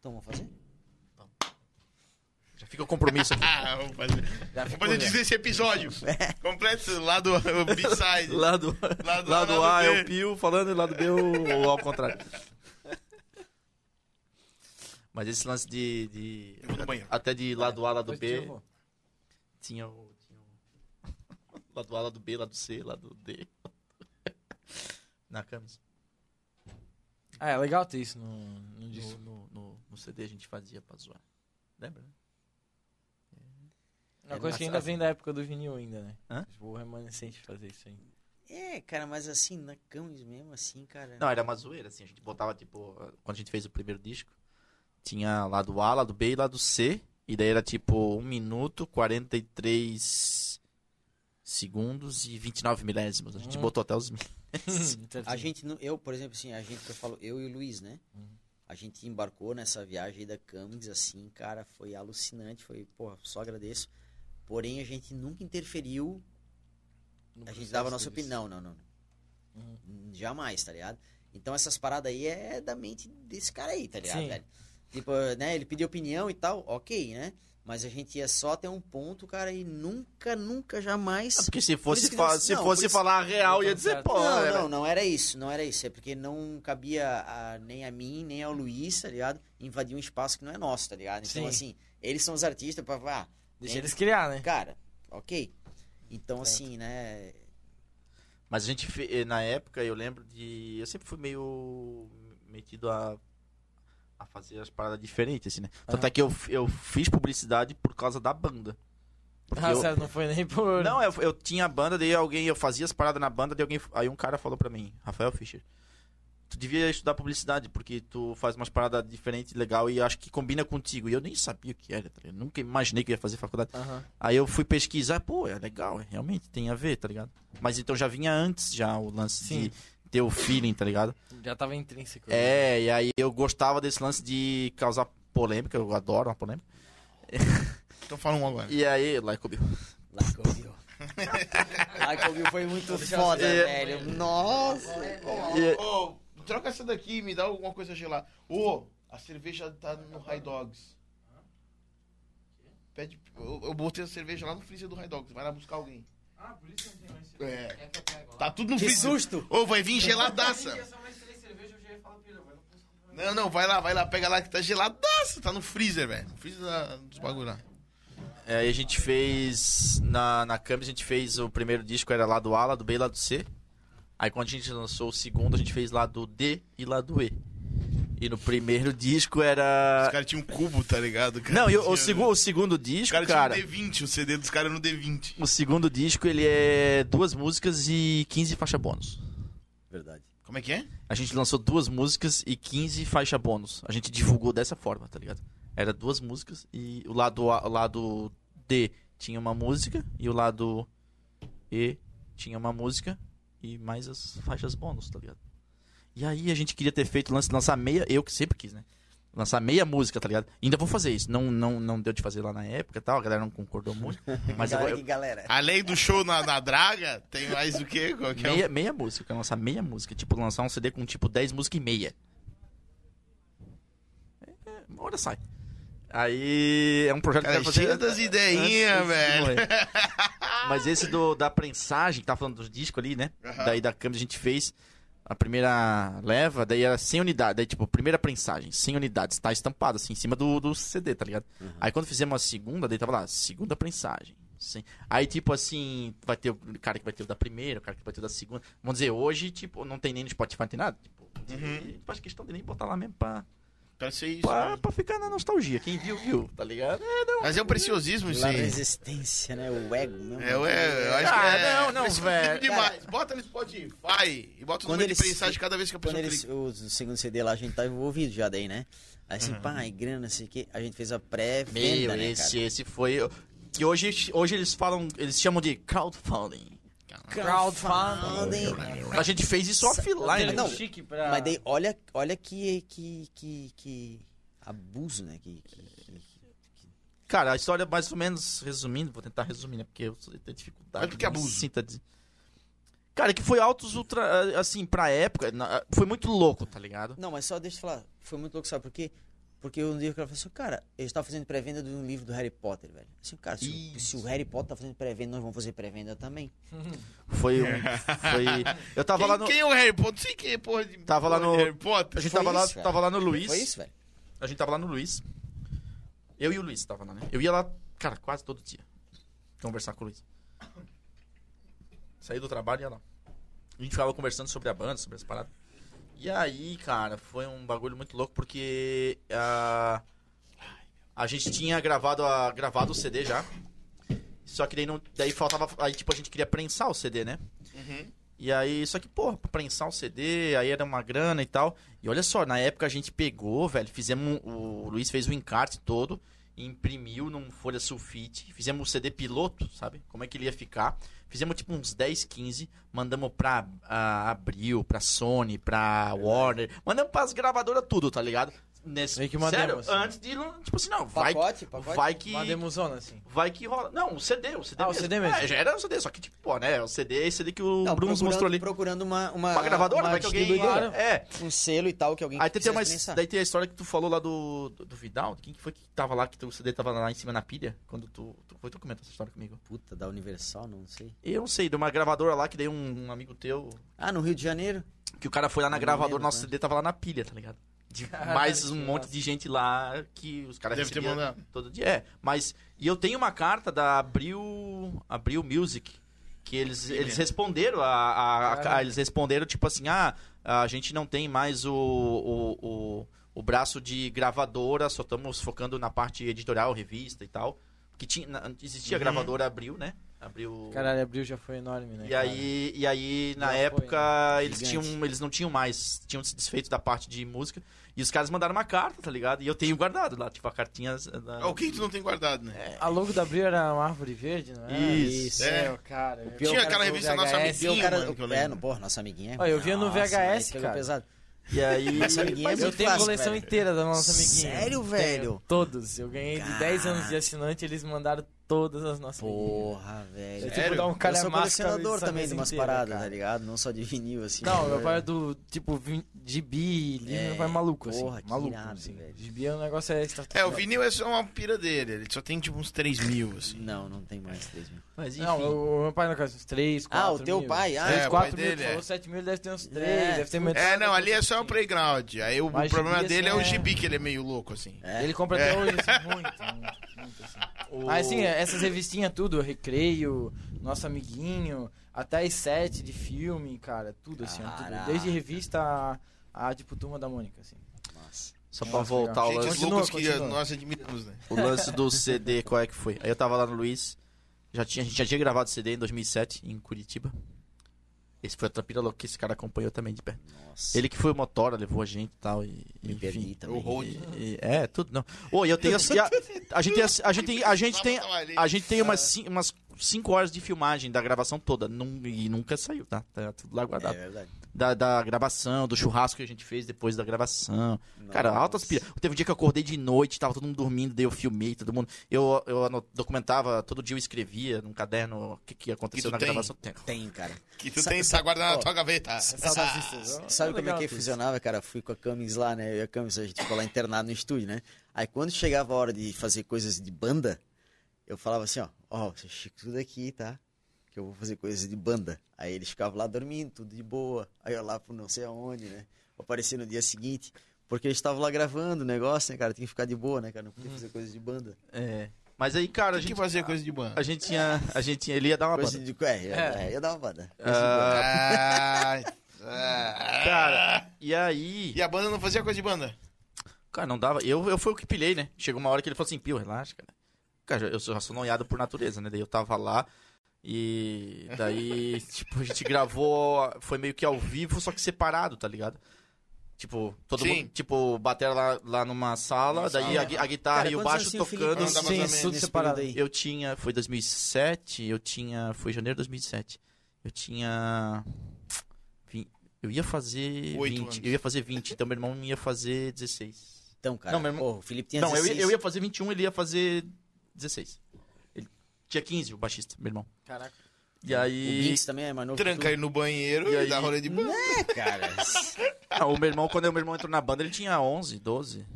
Speaker 3: Então vamos fazer?
Speaker 4: Já fica o compromisso aqui.
Speaker 1: Ah, vamos fazer.
Speaker 2: Já
Speaker 1: Vamos
Speaker 2: ficou,
Speaker 1: fazer
Speaker 2: já.
Speaker 1: 16 episódios.
Speaker 3: É.
Speaker 1: Completo lá do B-side.
Speaker 4: lá do,
Speaker 1: Lá do-
Speaker 4: lá do
Speaker 1: lá
Speaker 4: A
Speaker 1: do
Speaker 4: é
Speaker 1: B.
Speaker 4: o Pio falando e lá do B é o, o ao contrário. Mas esse lance de. de-
Speaker 1: Eu vou no banheiro.
Speaker 4: até de lá do A, lá do
Speaker 2: Depois eu
Speaker 4: B.
Speaker 2: vou.
Speaker 4: Tinha o. Tinha o... lá do A, lá do B, lá do C, lá do D. Na camisa.
Speaker 2: Ah, é legal ter isso no, no disco.
Speaker 4: No, no, no- no CD a gente fazia pra zoar. Lembra, né?
Speaker 2: Uma coisa que ainda vem da época do vinil ainda, né?
Speaker 4: Hã?
Speaker 2: Vou remanescente fazer isso aí.
Speaker 3: É, cara, mas assim, na Camus mesmo, assim, cara.
Speaker 4: Não, era uma zoeira, assim. A gente botava, tipo, quando a gente fez o primeiro disco, tinha lá do A, lá do B e lá do C. E daí era tipo 1 minuto, 43 segundos e 29 milésimos. A gente
Speaker 2: Hum.
Speaker 4: botou até os mil.
Speaker 3: A
Speaker 2: Assim.
Speaker 3: gente, não- eu, por exemplo, assim, a gente que eu falo, eu e o Luiz, né? A gente embarcou nessa viagem aí da Cummings, assim, cara, foi alucinante, foi, porra, só agradeço. Porém, a gente nunca interferiu, a gente dava a nossa opinião, não, não, não. Jamais, tá ligado? Então essas paradas aí é da mente desse cara aí, tá ligado,
Speaker 2: Sim.
Speaker 3: velho? Tipo, né, ele pediu opinião e tal, ok, né? Mas a gente ia só até um ponto, cara, e nunca, nunca, jamais...
Speaker 4: Porque se
Speaker 3: isso
Speaker 4: fosse,
Speaker 3: que
Speaker 4: fa-
Speaker 3: nós-
Speaker 4: se
Speaker 3: não, por
Speaker 4: fosse
Speaker 3: isso-
Speaker 4: falar a real, ia
Speaker 2: Tá
Speaker 4: dizer,
Speaker 2: certo.
Speaker 4: pô, é."
Speaker 3: Não,
Speaker 4: era-
Speaker 3: não, não era isso, não era isso. É porque não cabia a- nem a mim, nem ao Luiz, tá ligado? Invadir um espaço que não é nosso, tá ligado? Então,
Speaker 2: Sim.
Speaker 3: assim, eles são os artistas pra falar, "Ah,
Speaker 2: Deixa eles criar, né?
Speaker 3: cara, ok. Então, assim, né?
Speaker 4: Mas a gente, fe- eh, na época, eu lembro de. Eu sempre fui meio metido a, a fazer as paradas diferentes, assim, né? Tanto
Speaker 2: Aham.
Speaker 4: é que eu, f- eu fiz publicidade por causa da banda. Porque
Speaker 2: Ah,
Speaker 4: eu-
Speaker 2: sério, não foi nem por...
Speaker 4: Não, eu, eu tinha a banda, daí alguém, eu fazia as paradas na banda, daí alguém. Aí um cara falou pra mim, Rafael Fischer, tu devia estudar publicidade, porque tu faz umas paradas diferentes, legal, e acho que combina contigo. E eu nem sabia o que era, tá ligado? nunca imaginei que eu ia fazer faculdade.
Speaker 2: Aham.
Speaker 4: Aí eu fui pesquisar, pô, é legal, é, realmente tem a ver, tá ligado? Mas então já vinha antes já o lance
Speaker 2: Sim. Uhum.
Speaker 4: de ter o feeling, tá ligado?
Speaker 2: Já tava intrínseco. né?
Speaker 4: É, e aí eu gostava desse lance de causar polêmica, eu adoro uma polêmica.
Speaker 1: Então fala um agora.
Speaker 4: E aí, lá é comigo.
Speaker 3: Like ouviu. like ouviu foi muito foda,
Speaker 4: É.
Speaker 3: velho. Nossa!
Speaker 4: E-
Speaker 1: Ô, ô, troca essa daqui, me dá alguma coisa gelada. Ô, a cerveja tá no High Dogs. Pede, eu, eu botei a cerveja lá no freezer do High Dogs. Vai lá buscar alguém.
Speaker 2: Ah, por isso não tem mais cerveja.
Speaker 1: É. Tá tudo no
Speaker 3: Que
Speaker 1: freezer.
Speaker 3: susto!
Speaker 1: Ô, vai vir geladaça.
Speaker 2: só mais três cervejas, eu já ia falar pra ele. um
Speaker 1: Não, não, vai lá, vai lá, pega lá que tá geladaça. Tá no freezer, velho. No Freezer da- dos bagulho lá.
Speaker 4: É, aí a gente fez. Na, na câmera, a gente fez o primeiro disco, era lá do A, lá do B e lá do C. Aí quando a gente lançou o segundo, a gente fez lá do D e lá do E. E no primeiro disco era.
Speaker 1: Os caras tinham um cubo, tá ligado? cara?
Speaker 4: Não, e o, o,
Speaker 1: Tinha- né?
Speaker 4: segu- o segundo
Speaker 1: Os
Speaker 4: disco,
Speaker 1: caras
Speaker 4: cara.
Speaker 1: tinham um D20, o CD dos caras no D20.
Speaker 4: O segundo disco, ele é duas músicas e 15 faixa bônus.
Speaker 3: Verdade.
Speaker 1: Como é que é?
Speaker 4: A gente lançou duas músicas e 15 faixa bônus. A gente divulgou dessa forma, tá ligado? Era duas músicas e o lado, A- o lado D tinha uma música e o lado E tinha uma música e mais as faixas bônus, tá ligado? E aí a gente queria ter feito o lance de lançar meia, eu que sempre quis, né? Lançar meia música, tá ligado? Ainda vou fazer isso. Não, não, não deu de fazer lá na época e tal, a galera não concordou muito. Mas eu,
Speaker 3: Galera,
Speaker 4: eu-
Speaker 3: que galera.
Speaker 1: Além do show na, na draga, tem mais o quê? Qualquer um.
Speaker 4: Meia, meia música, eu quero lançar meia música. Tipo, lançar um CD com tipo 10 músicas e meia. É, é, uma hora sai. Aí é um projeto
Speaker 1: Cara,
Speaker 4: que eu quero
Speaker 1: cheio
Speaker 4: fazer.
Speaker 1: das
Speaker 4: antes-
Speaker 1: ideinhas,
Speaker 4: antes de
Speaker 1: velho.
Speaker 4: morrer. Mas esse do, da prensagem, que tá falando dos discos ali, né?
Speaker 1: Aham.
Speaker 4: Daí da câmera a gente fez a primeira leva, daí era 100 unidades. Daí, tipo, primeira prensagem, 100 unidades. Tá estampado assim, em cima do, do CD, tá ligado?
Speaker 1: Uhum.
Speaker 4: Aí quando fizemos a segunda, daí tava lá, segunda prensagem. Sim. Aí, tipo assim, vai ter o cara que vai ter o da primeira, o cara que vai ter o da segunda. Vamos dizer, hoje, tipo, não tem nem no Spotify, não tem nada. Tipo,
Speaker 1: Uhum.
Speaker 4: faz questão de nem botar lá mesmo pra,
Speaker 1: Pra ser isso.
Speaker 4: pra,
Speaker 1: né?
Speaker 4: pra ficar na nostalgia. Quem viu, viu, tá ligado? É, não.
Speaker 1: Mas é o preciosismo, isso
Speaker 3: Lá na
Speaker 1: aí.
Speaker 3: resistência, né? O ego mesmo.
Speaker 1: É, eu, eu acho
Speaker 4: Ah,
Speaker 1: que é.
Speaker 4: não, não,
Speaker 1: preciosismo
Speaker 4: velho.
Speaker 1: demais. Bota no Spotify e bota o
Speaker 3: Quando
Speaker 1: número de
Speaker 3: eles-
Speaker 1: mensagem cada vez que a
Speaker 3: Quando
Speaker 1: pessoa
Speaker 3: eles,
Speaker 1: clica.
Speaker 3: o, o segundo CD lá, a gente tava envolvido já daí, né? Aí assim, pá, e grana, não sei o quê. A gente fez a
Speaker 4: Meu,
Speaker 3: pré-venda, né,
Speaker 4: esse, esse foi. Que hoje, hoje eles falam, eles chamam de crowdfunding.
Speaker 3: cara?
Speaker 2: é Crowdfunding.
Speaker 1: né?
Speaker 4: A gente fez isso offline.
Speaker 3: Não,
Speaker 4: Não,
Speaker 2: chique pra...
Speaker 3: Mas daí, olha, olha que, que, que, que abuso, né? Que, que- que- que-
Speaker 4: cara, a história mais ou menos resumindo, vou tentar resumir, né? Porque eu sou- tenho dificuldade.
Speaker 1: Mas por que
Speaker 3: é
Speaker 4: não me
Speaker 1: abuso?
Speaker 4: sinta de- Cara, que foi altos ultra, ah, assim, pra época, na- foi muito louco, tá ligado?
Speaker 3: Não, mas só deixa eu falar. Foi muito louco, sabe por quê? Porque um dia o cara falou assim, cara, eles estavam fazendo pré-venda de um livro do Harry Potter, velho. Assim, cara, se, o- se o Harry Potter tá fazendo pré-venda, nós vamos fazer pré-venda também.
Speaker 4: Foi um, foi Eu tava lá
Speaker 1: Quem,
Speaker 4: no
Speaker 1: quem é o Harry Potter? Sei quem é, porra de.
Speaker 4: Tava lá
Speaker 1: porra
Speaker 4: no-
Speaker 1: de Harry Potter.
Speaker 4: a gente
Speaker 3: Foi
Speaker 4: tava lá,
Speaker 3: isso, cara.
Speaker 4: tava lá no Luiz.
Speaker 3: Foi isso, velho.
Speaker 4: A gente tava lá no Luiz. Eu e o Luiz tava lá, né? Eu ia lá, cara, quase todo dia. Conversar com o Luiz. Saí do trabalho e ia lá. A gente ficava conversando sobre a banda, sobre as paradas. E aí, cara, foi um bagulho muito louco porque ah, a gente tinha gravado, a, gravado o CD já. Só que daí, não, daí faltava. Aí, tipo, a gente queria prensar o CD, né?
Speaker 2: Uhum.
Speaker 4: E aí, só que, porra, pra prensar um CD, aí era uma grana e tal. E olha só, na época a gente pegou, velho, fizemos. um- O Luiz fez o encarte todo, imprimiu num folha sulfite, fizemos o CD piloto, sabe? Como é que ele ia ficar. Fizemos tipo uns 10, 15, mandamos pra ah, Abril, pra Sony, pra Warner, mandamos pras gravadoras tudo, tá ligado? Nesse,
Speaker 2: Meio que
Speaker 4: sério,
Speaker 2: mandamos, assim.
Speaker 4: antes de. Tipo assim, não, vai,
Speaker 3: Pacote, pacote.
Speaker 4: vai que.
Speaker 2: Uma demuzona, assim.
Speaker 4: Vai que rola. Não, o CD, o CD
Speaker 2: Ah, o
Speaker 4: mesmo.
Speaker 2: CD mesmo.
Speaker 4: É, já era o CD, só que tipo, pô, né? O CD, esse CD que o Bruns
Speaker 3: procurando-
Speaker 4: mostrou ali.
Speaker 3: Procurando uma, uma,
Speaker 4: Uma gravadora,
Speaker 3: uma
Speaker 4: vai que alguém.
Speaker 3: distribuidora.
Speaker 4: É.
Speaker 3: Um selo e tal, que alguém
Speaker 4: Aí tem, tem
Speaker 3: quisesse
Speaker 4: mais-
Speaker 3: prensar.
Speaker 4: daí tem a história que tu falou lá do, do, do Vidal. Quem que foi que tava lá, que o CD tava lá em cima na pilha? Quando tu. tu foi tu comentou essa história comigo?
Speaker 3: Puta, da Universal, não sei.
Speaker 4: Eu não sei, de uma gravadora lá que daí um, um amigo teu.
Speaker 3: Ah, no Rio de Janeiro?
Speaker 4: Que o cara foi lá na
Speaker 3: Não
Speaker 4: gravadora,
Speaker 3: lembro,
Speaker 4: nosso
Speaker 3: cara.
Speaker 4: CD tava lá na pilha, tá ligado? De-
Speaker 2: Caralho,
Speaker 4: mais
Speaker 2: que
Speaker 4: um monte
Speaker 2: massa.
Speaker 4: de gente lá que os caras
Speaker 1: Deve ter
Speaker 4: recebiam
Speaker 1: mandado.
Speaker 4: todo dia. É, mas. E eu tenho uma carta da Abril. Abril Music. Que eles, eles responderam. A, a- a-
Speaker 2: Caralho.
Speaker 4: eles responderam, tipo assim, ah, a gente não tem mais o. o, o o braço de gravadora, só estamos focando na parte editorial, revista e tal. Que tinha, na- existia a
Speaker 1: Uhum.
Speaker 4: gravadora Abril, né? Abril.
Speaker 2: Caralho, abril já foi enorme, né?
Speaker 4: E
Speaker 2: cara?
Speaker 4: aí, e aí na
Speaker 2: Já foi,
Speaker 4: época, eles,
Speaker 3: Gigante.
Speaker 4: tinham, eles não tinham mais, tinham se desfeito da parte de música. E os caras mandaram uma carta, tá ligado? E eu tenho guardado lá, tipo, a cartinha. da-
Speaker 1: É o que tu não tem guardado, né?
Speaker 4: É.
Speaker 2: É, A logo da abril era uma árvore verde, não é?
Speaker 4: Isso.
Speaker 1: É.
Speaker 2: É, cara. eu-
Speaker 1: Tinha aquela revista Nossa
Speaker 3: E o
Speaker 1: Amiguinha,
Speaker 3: cara,
Speaker 1: mano, que eu
Speaker 3: é,
Speaker 1: lembro.
Speaker 3: no, porra, nossa amiguinha.
Speaker 2: Ó, eu via no
Speaker 3: Nossa,
Speaker 2: VHS,
Speaker 3: aí pegou
Speaker 2: cara.
Speaker 3: é pesado.
Speaker 4: E aí.
Speaker 3: Nossa, amiguinha é
Speaker 2: Eu
Speaker 3: muito
Speaker 2: tenho a
Speaker 3: clássico,
Speaker 2: coleção
Speaker 3: velho.
Speaker 2: inteira da nossa amiguinha.
Speaker 3: Sério, velho?
Speaker 2: Tenho Todos. Eu ganhei de 10
Speaker 3: Cara.
Speaker 2: anos de assinante eles mandaram todas as nossas amiguinhas.
Speaker 3: Porra, velho.
Speaker 2: Eu,
Speaker 1: Sério?
Speaker 2: tipo, dar um
Speaker 3: Cara, eu sou
Speaker 2: calhamaço com a
Speaker 3: colecionador
Speaker 2: essa
Speaker 3: também
Speaker 2: mesa
Speaker 3: de umas
Speaker 2: inteira,
Speaker 3: paradas,
Speaker 2: cara.
Speaker 3: tá ligado? Não só de vinil, assim.
Speaker 2: Não, meu
Speaker 3: velho.
Speaker 2: pai é do tipo vin- gibi, livro,
Speaker 3: É,
Speaker 2: meu pai é maluco,
Speaker 3: porra,
Speaker 2: assim.
Speaker 3: que
Speaker 2: Maluco,
Speaker 3: irado,
Speaker 2: assim.
Speaker 3: velho.
Speaker 2: Gibi é um negócio é estatuto.
Speaker 1: É, o vinil é só uma pira dele. Ele só tem tipo uns 3 mil, assim.
Speaker 3: Não, não tem mais 3 mil.
Speaker 4: Mas enfim.
Speaker 2: Não, o, o meu pai, no caso, uns 3, 4
Speaker 3: Ah, o teu
Speaker 2: mil.
Speaker 3: pai, ah.
Speaker 1: É, o
Speaker 2: 3, 4
Speaker 1: pai
Speaker 2: mil,
Speaker 1: dele,
Speaker 2: tu
Speaker 1: é.
Speaker 2: falou 7 mil, deve ter uns 3,
Speaker 3: É.
Speaker 2: deve ter metade.
Speaker 1: É, não, ali é só um playground. Aí o,
Speaker 2: Mas
Speaker 1: problema
Speaker 2: gibi,
Speaker 1: dele é o
Speaker 2: assim, é-
Speaker 1: gibi, que ele é meio louco, assim.
Speaker 2: Ele compra até hoje, assim, muito, muito, muito, assim.
Speaker 4: o-
Speaker 2: Mas assim, essas revistinhas tudo, Recreio, Nosso Amiguinho, até as sete de filme, cara, tudo assim, ó, tudo.
Speaker 3: Caraca.
Speaker 2: desde revista a, a, tipo Turma da Mônica, assim.
Speaker 4: Só pra
Speaker 2: Nossa,
Speaker 4: voltar ao
Speaker 1: Gente,
Speaker 4: lance.
Speaker 2: Continua,
Speaker 1: loucos que
Speaker 2: continua.
Speaker 1: nós admiramos, né?
Speaker 4: O lance do CD, qual é que foi? Aí eu tava lá no Luiz, já tinha, a gente já tinha gravado CD em 2007, em Curitiba. Esse foi a Tapira Louca que esse cara acompanhou também de perto.
Speaker 3: Nossa,
Speaker 4: Ele que foi o motora, levou a gente e tal, e,
Speaker 3: me
Speaker 4: enfim.
Speaker 3: perdi também. né?
Speaker 1: o Hold.
Speaker 4: E- e- é, tudo não. Ô, e eu tenho assim, a, a gente tem assim- a gente tem a gente tem a gente tem umas cin- umas 5 horas de filmagem da gravação toda nun- e nunca saiu, tá? Tá tudo lá
Speaker 3: É
Speaker 4: guardado.
Speaker 3: verdade.
Speaker 4: Da, da gravação, do churrasco que a gente fez depois da gravação. Cara,
Speaker 3: Nossa.
Speaker 4: altas pilhas. Teve um dia que eu acordei de noite, tava todo mundo dormindo, daí eu filmei todo mundo. Eu, eu ano- documentava, todo dia eu escrevia num caderno o que, que
Speaker 1: Que
Speaker 4: aconteceu
Speaker 1: tu
Speaker 4: na
Speaker 1: tem?
Speaker 4: gravação. Tem.
Speaker 3: Tem, cara.
Speaker 1: Que tu
Speaker 3: Sa-
Speaker 1: tem,
Speaker 3: sa-
Speaker 1: tá guardado
Speaker 3: ó,
Speaker 1: na tua gaveta.
Speaker 2: Saudades, né?
Speaker 3: Sabe
Speaker 2: É
Speaker 3: como é
Speaker 2: legal tudo
Speaker 3: que
Speaker 2: isso.
Speaker 3: funcionava, cara? Fui com a Camis lá, né? Eu e a Camis, a gente ficou lá internado no estúdio, né? Aí quando chegava a hora de fazer coisas de banda, eu falava assim, ó, ó, vocês ficam tudo aqui, tá? Que eu vou fazer coisas de banda. Aí eles ficavam lá dormindo, tudo de boa. Aí eu lá pro não sei aonde, né? Apareci no dia seguinte. Porque eles estavam lá gravando o negócio, né, cara? Tinha que ficar de boa, né, cara? Não
Speaker 4: Uhum.
Speaker 3: podia fazer coisas de banda.
Speaker 4: É. Mas aí, cara, a
Speaker 1: que
Speaker 4: gente, tá-
Speaker 1: fazer coisa de banda.
Speaker 4: a gente tinha. A gente tinha. Ele ia dar uma
Speaker 3: Coisa
Speaker 4: banda.
Speaker 3: de. É, é, ia dar uma banda. Coisa de banda.
Speaker 4: Ah,
Speaker 1: Ah, ah.
Speaker 4: Cara, e aí.
Speaker 1: E a banda não fazia coisa de banda?
Speaker 4: Cara, não dava. Eu, eu fui o que pilhei, né? Chegou uma hora que ele falou assim, Pio, relaxa, cara. Cara, eu sou, eu sou noiado por natureza, né? Daí eu tava lá e daí, tipo, a gente gravou, foi meio que ao vivo, só que separado, tá ligado? Tipo, todo
Speaker 1: Sim.
Speaker 4: mundo, tipo, bateram lá, lá numa sala,
Speaker 1: Numa
Speaker 4: daí
Speaker 1: sala.
Speaker 4: a, gui- a guitarra
Speaker 3: Cara,
Speaker 4: e o
Speaker 3: quantos
Speaker 4: baixo
Speaker 3: anos tinha o Felipe?
Speaker 4: tocando.
Speaker 1: Não dá pra
Speaker 2: Sim,
Speaker 1: saber
Speaker 2: tudo
Speaker 3: nesse
Speaker 2: separado.
Speaker 3: período aí.
Speaker 4: Eu tinha, foi 2007, eu tinha, foi janeiro de 2007. Eu tinha vin- eu ia fazer
Speaker 1: Oito
Speaker 4: 20,
Speaker 1: anos.
Speaker 4: eu ia fazer 20, então meu irmão ia fazer 16.
Speaker 3: Então, cara,
Speaker 4: Não, meu irmão-
Speaker 3: pô, o Felipe tinha
Speaker 4: Não, eu,
Speaker 3: 16.
Speaker 4: ia- eu ia fazer 21, ele ia fazer 16. Ele tinha 15, o baixista, meu irmão.
Speaker 2: Caraca.
Speaker 4: E
Speaker 3: O
Speaker 4: aí.
Speaker 3: Binks também é mais novo. que tu.
Speaker 1: Tranca aí no banheiro
Speaker 4: E
Speaker 1: e,
Speaker 4: aí? Hum?
Speaker 1: dá rolê de banda.
Speaker 3: É, cara.
Speaker 4: Ah, o meu irmão, quando o meu irmão entrou na banda, ele tinha 11, 12.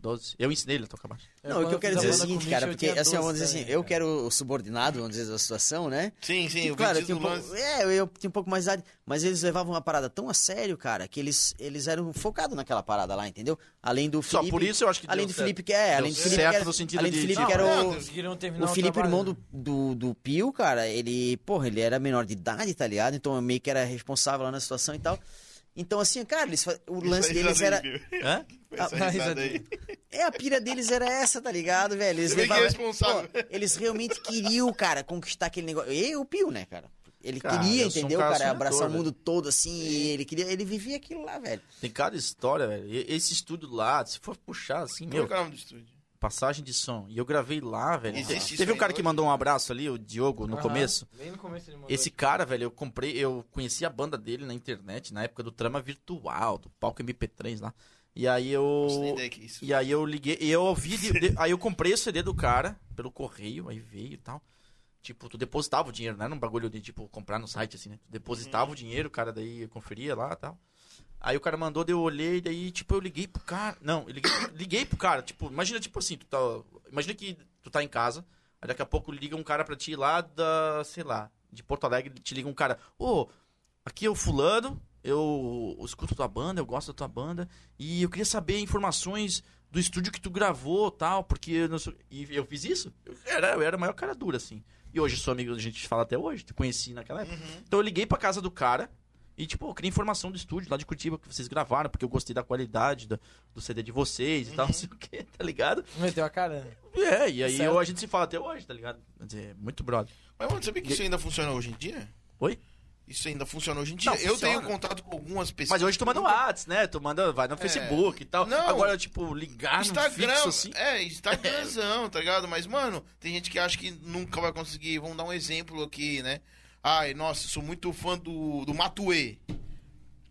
Speaker 4: 12. Eu ensinei ele a tocar baixo.
Speaker 3: Não, o que eu quero
Speaker 2: fiz
Speaker 3: dizer é
Speaker 2: a
Speaker 3: o
Speaker 2: banda
Speaker 3: seguinte,
Speaker 2: com
Speaker 3: cara,
Speaker 2: Mitch, eu
Speaker 3: porque
Speaker 2: tinha é.
Speaker 3: assim, vamos
Speaker 2: 12
Speaker 3: dizer assim,
Speaker 2: também,
Speaker 3: eu
Speaker 2: cara.
Speaker 3: quero o subordinado, vamos dizer, da situação, né?
Speaker 1: Sim, sim,
Speaker 3: Tipo,
Speaker 1: o
Speaker 3: claro,
Speaker 1: claro,
Speaker 3: eu tinha um
Speaker 1: do lance.
Speaker 3: pouco, é, eu, eu tinha um pouco mais de idade, mas eles levavam uma parada tão a sério, cara, que eles, eles eram focados naquela parada lá, entendeu? Além do
Speaker 4: Só
Speaker 3: Felipe.
Speaker 4: por isso eu acho que
Speaker 3: além
Speaker 4: deu
Speaker 3: do
Speaker 4: certo.
Speaker 3: Felipe que é, além do
Speaker 4: Deu
Speaker 3: Felipe
Speaker 4: certo
Speaker 3: que era,
Speaker 4: no sentido
Speaker 3: além do
Speaker 4: de- tipo, "Ah,
Speaker 3: Felipe
Speaker 4: Não,
Speaker 3: que era
Speaker 1: não,
Speaker 3: o,
Speaker 1: Deus.
Speaker 2: Conseguiram terminar
Speaker 3: o Felipe,
Speaker 2: trabalho,
Speaker 3: irmão
Speaker 2: né?
Speaker 3: do, do, do Pio, cara, ele, porra, ele era menor de idade, tá ligado? Então meio que era responsável lá na situação e tal. Então, assim, cara, eles, fa- o lance deles era.
Speaker 4: Hã?
Speaker 1: Essa
Speaker 2: Ah,
Speaker 1: risada aí.
Speaker 3: É, a pira deles era essa, tá ligado, velho? Eles,
Speaker 1: Você vê que é
Speaker 3: levavam-
Speaker 1: responsável.
Speaker 3: Pô, eles realmente queriam, cara, conquistar aquele negócio. E o Pio, né, cara? Ele
Speaker 4: Cara,
Speaker 3: queria,
Speaker 4: eu sou um
Speaker 3: entendeu,
Speaker 4: cara
Speaker 3: cara?
Speaker 4: sonhador,
Speaker 3: Abraçar o
Speaker 4: velho.
Speaker 3: mundo todo assim. E ele queria. Ele vivia aquilo lá, velho.
Speaker 4: Tem cada história, velho. E- Esse estúdio lá, se for puxar assim,
Speaker 1: Como é
Speaker 4: meu,
Speaker 1: que é o nome do estúdio?
Speaker 4: passagem de som. E eu gravei lá, velho.
Speaker 1: Existe isso
Speaker 4: Teve um
Speaker 1: aí
Speaker 4: cara que
Speaker 1: hoje?
Speaker 4: mandou um abraço ali, o Diogo, no
Speaker 2: Aham.
Speaker 4: começo.
Speaker 2: Bem no começo ele mandou.
Speaker 4: Esse cara, velho, eu comprei, eu conheci a banda dele na internet, na época do Trama Virtual, do palco MP3 lá. E aí eu.
Speaker 1: Não tem ideia que é isso.
Speaker 4: E aí eu liguei, e eu ouvi, de- de- aí eu comprei o CD do cara pelo correio, aí veio e tal. Tipo, tu depositava o dinheiro, não era um bagulho de, tipo, comprar no site, assim, né? Tu depositava o dinheiro, o cara daí eu conferia lá e tal. Aí o cara mandou, daí eu olhei, daí, tipo, eu liguei pro cara. Não, eu liguei, liguei pro cara, tipo, imagina, tipo assim, tu tá. Imagina que tu tá em casa, aí daqui a pouco liga um cara pra ti lá da, sei lá, de Porto Alegre, te liga um cara, ô, aqui é o fulano, eu escuto tua banda, eu gosto da tua banda, e eu queria saber informações do estúdio que tu gravou tal, porque eu não sou... E eu fiz isso? Eu era, eu era o maior cara dura, assim. E hoje sou amigo, a gente fala até hoje, te conheci naquela época.
Speaker 1: Uhum.
Speaker 4: Então eu liguei pra casa do cara e, tipo, eu queria informação do estúdio lá de Curitiba que vocês gravaram, porque eu gostei da qualidade do, do CD de vocês e tal, não sei o que, tá ligado?
Speaker 2: Meteu a cara? né?
Speaker 4: É, e aí
Speaker 2: Certo.
Speaker 4: eu- a gente se fala até hoje, tá ligado? Quer dizer, muito brother.
Speaker 1: Mas, mano, sabia que isso ainda funciona hoje em dia?
Speaker 4: Oi?
Speaker 1: Isso ainda funciona hoje em dia.
Speaker 4: Não,
Speaker 1: eu
Speaker 4: funciona.
Speaker 1: tenho contato com algumas pessoas.
Speaker 4: Mas hoje tu manda
Speaker 1: Nunca-
Speaker 4: Whats, né? Tu manda, vai no Facebook e tal.
Speaker 1: Não.
Speaker 4: Agora, tipo, ligar no
Speaker 1: Instagram,
Speaker 4: fixo, assim.
Speaker 1: é, Instagramzão, tá ligado? Mas, mano, tem gente que acha que nunca vai conseguir. Vamos dar um exemplo aqui, né? Ai, nossa, sou muito fã do, do Matue.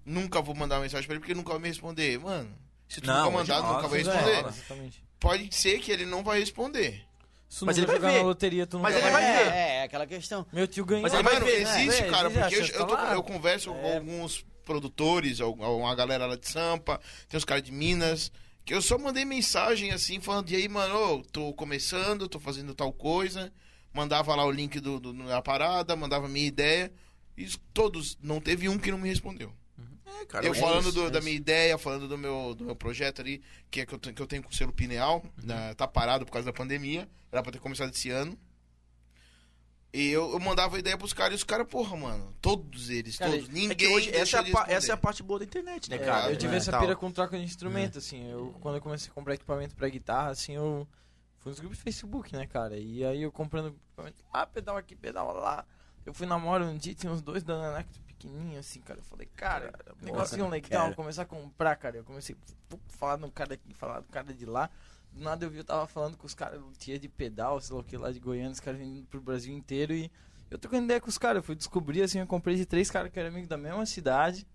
Speaker 1: Nunca vou mandar uma mensagem pra ele porque ele nunca vai me responder. Mano, se tu
Speaker 4: Não,
Speaker 1: nunca
Speaker 4: hoje
Speaker 1: mandar,
Speaker 4: não,
Speaker 1: nunca vai
Speaker 4: hoje não é.
Speaker 1: responder.
Speaker 4: rola.
Speaker 2: Exatamente.
Speaker 1: Pode ser que ele não vai responder.
Speaker 2: Se tu
Speaker 4: Mas
Speaker 2: não
Speaker 4: ele vai
Speaker 2: jogar
Speaker 4: ver.
Speaker 2: na loteria, tu não
Speaker 4: Mas
Speaker 2: vai
Speaker 4: ele vai
Speaker 3: é,
Speaker 4: ver.
Speaker 3: é, é aquela questão.
Speaker 2: Meu tio ganhou.
Speaker 4: Mas ele
Speaker 1: Mas,
Speaker 4: vai
Speaker 1: mano,
Speaker 4: ver, né?
Speaker 1: existe,
Speaker 2: Vai, É,
Speaker 1: cara,
Speaker 2: existe,
Speaker 1: porque eu,
Speaker 2: acho que
Speaker 1: eu tô-
Speaker 2: tá lá.
Speaker 1: eu converso com
Speaker 4: É.
Speaker 1: alguns produtores, al- uma galera lá de Sampa, tem uns caras de Minas, que eu só mandei mensagem assim, falando, e aí, mano, ô, tô começando, tô fazendo tal coisa, mandava lá o link do, do- da parada, mandava a minha ideia, e todos, não teve um que não me respondeu.
Speaker 4: É, cara,
Speaker 1: eu
Speaker 4: hoje-
Speaker 1: falando
Speaker 3: isso,
Speaker 1: do-
Speaker 3: é
Speaker 1: da
Speaker 3: isso.
Speaker 1: minha ideia, falando do meu, do meu projeto ali, que é que eu, te- que eu tenho com o selo
Speaker 2: Uhum.
Speaker 1: Pineal, né, tá parado por causa da pandemia, era pra ter começado esse ano. E eu, eu mandava ideia pros caras e os caras, porra, mano, todos eles,
Speaker 3: Cara,
Speaker 1: todos, ninguém.
Speaker 4: É que hoje, essa,
Speaker 1: deixou
Speaker 4: é
Speaker 1: de
Speaker 4: a, pa-
Speaker 1: responder.
Speaker 4: essa é a parte boa da internet, né,
Speaker 3: É,
Speaker 4: cara?
Speaker 2: Eu tive
Speaker 4: Né,
Speaker 2: essa
Speaker 4: tal. É.
Speaker 2: pira com troca de instrumento, assim. Eu, quando eu comecei a comprar equipamento pra guitarra, assim, eu fui nos grupos de Facebook, né, cara? E aí eu comprando equipamento lá, pedal aqui, pedal lá. Eu fui na Mora um dia, tinha uns dois Dananactos pequenininhos, assim, cara. Eu falei, cara, um negocinho legal,
Speaker 4: cara.
Speaker 2: começar a comprar, cara. Eu comecei a falar no cara aqui, falar do cara de lá. Do nada eu vi, eu tava falando com os caras, tia de pedal, sei lá o que, lá de Goiânia, os caras vindo pro Brasil inteiro e... Eu tô com ideia com os caras, eu fui descobrir assim, eu comprei de três caras que eram amigos da mesma cidade.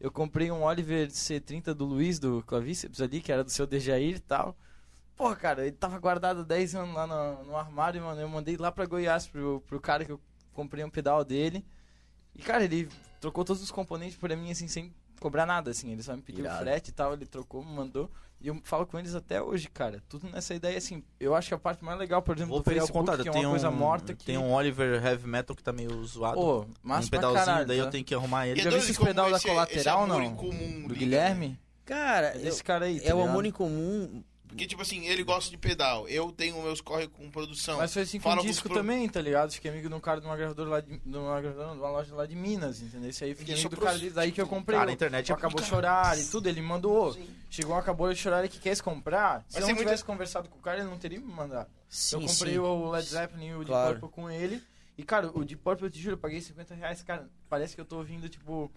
Speaker 2: Eu comprei um Oliver C30 do Luiz, do Clavíceps ali, que era do seu Dejair e tal. Porra, cara, ele tava guardado há 10 anos lá no, no armário, mano. Eu mandei lá pra Goiás pro, pro cara que eu comprei um pedal dele. E, cara, ele trocou todos os componentes pra mim, assim, sem cobrar nada, assim. Ele só me pediu
Speaker 3: Irado.
Speaker 2: frete e tal, ele trocou, me mandou. E eu falo com eles até hoje, cara. Tudo nessa ideia, assim. Eu acho que a parte mais legal, por exemplo,
Speaker 4: Vou
Speaker 2: do
Speaker 4: pegar o
Speaker 2: Facebook,
Speaker 4: contato.
Speaker 2: que é
Speaker 4: tem
Speaker 2: uma coisa
Speaker 4: um,
Speaker 2: morta que...
Speaker 4: Tem um Oliver Heavy Metal que tá meio zoado.
Speaker 2: Ô,
Speaker 4: um
Speaker 2: massa pra
Speaker 4: pedalzinho,
Speaker 2: caralho,
Speaker 4: daí
Speaker 2: tá?
Speaker 4: eu tenho um que arrumar ele.
Speaker 2: já vi
Speaker 1: doido
Speaker 2: esses
Speaker 1: como
Speaker 2: pedal da
Speaker 1: esse- é, esse
Speaker 2: colateral,
Speaker 1: amor
Speaker 2: não?
Speaker 1: em comum
Speaker 2: Do
Speaker 1: liga, né?
Speaker 2: Guilherme?
Speaker 3: Cara,
Speaker 2: É
Speaker 3: eu-
Speaker 2: desse cara aí. tá
Speaker 3: é o
Speaker 2: ligado?
Speaker 3: amor em comum.
Speaker 1: Porque, tipo assim, ele gosta de pedal. Eu tenho meus corre com produção.
Speaker 2: Mas foi assim com
Speaker 1: Fala
Speaker 2: um
Speaker 1: com os
Speaker 2: disco
Speaker 1: pro-
Speaker 2: também, tá ligado? Fiquei amigo de um cara de uma gravadora lá de, de, uma, gravadora, de uma loja lá de Minas, entendeu? Esse aí fiquei
Speaker 1: Isso
Speaker 2: amigo do
Speaker 1: pros- tipo, então,
Speaker 2: cara dele, daí que eu comprei.
Speaker 4: Cara,
Speaker 2: o-
Speaker 4: a
Speaker 2: o
Speaker 4: internet é
Speaker 2: acabou de chorar e tudo, ele me mandou. Chegou, acabou de chorar, ele que quer comprar. Se
Speaker 1: Mas
Speaker 2: eu
Speaker 1: tem
Speaker 2: não
Speaker 1: muita-
Speaker 2: tivesse conversado com o cara, ele não teria me mandado.
Speaker 3: Sim,
Speaker 2: eu comprei
Speaker 3: sim.
Speaker 2: o Led Zeppelin e o
Speaker 3: Claro.
Speaker 2: Deep Purple com ele. E, cara, o Deep Purple, eu te juro, eu paguei 50 reais. Cara, parece que eu tô ouvindo, tipo,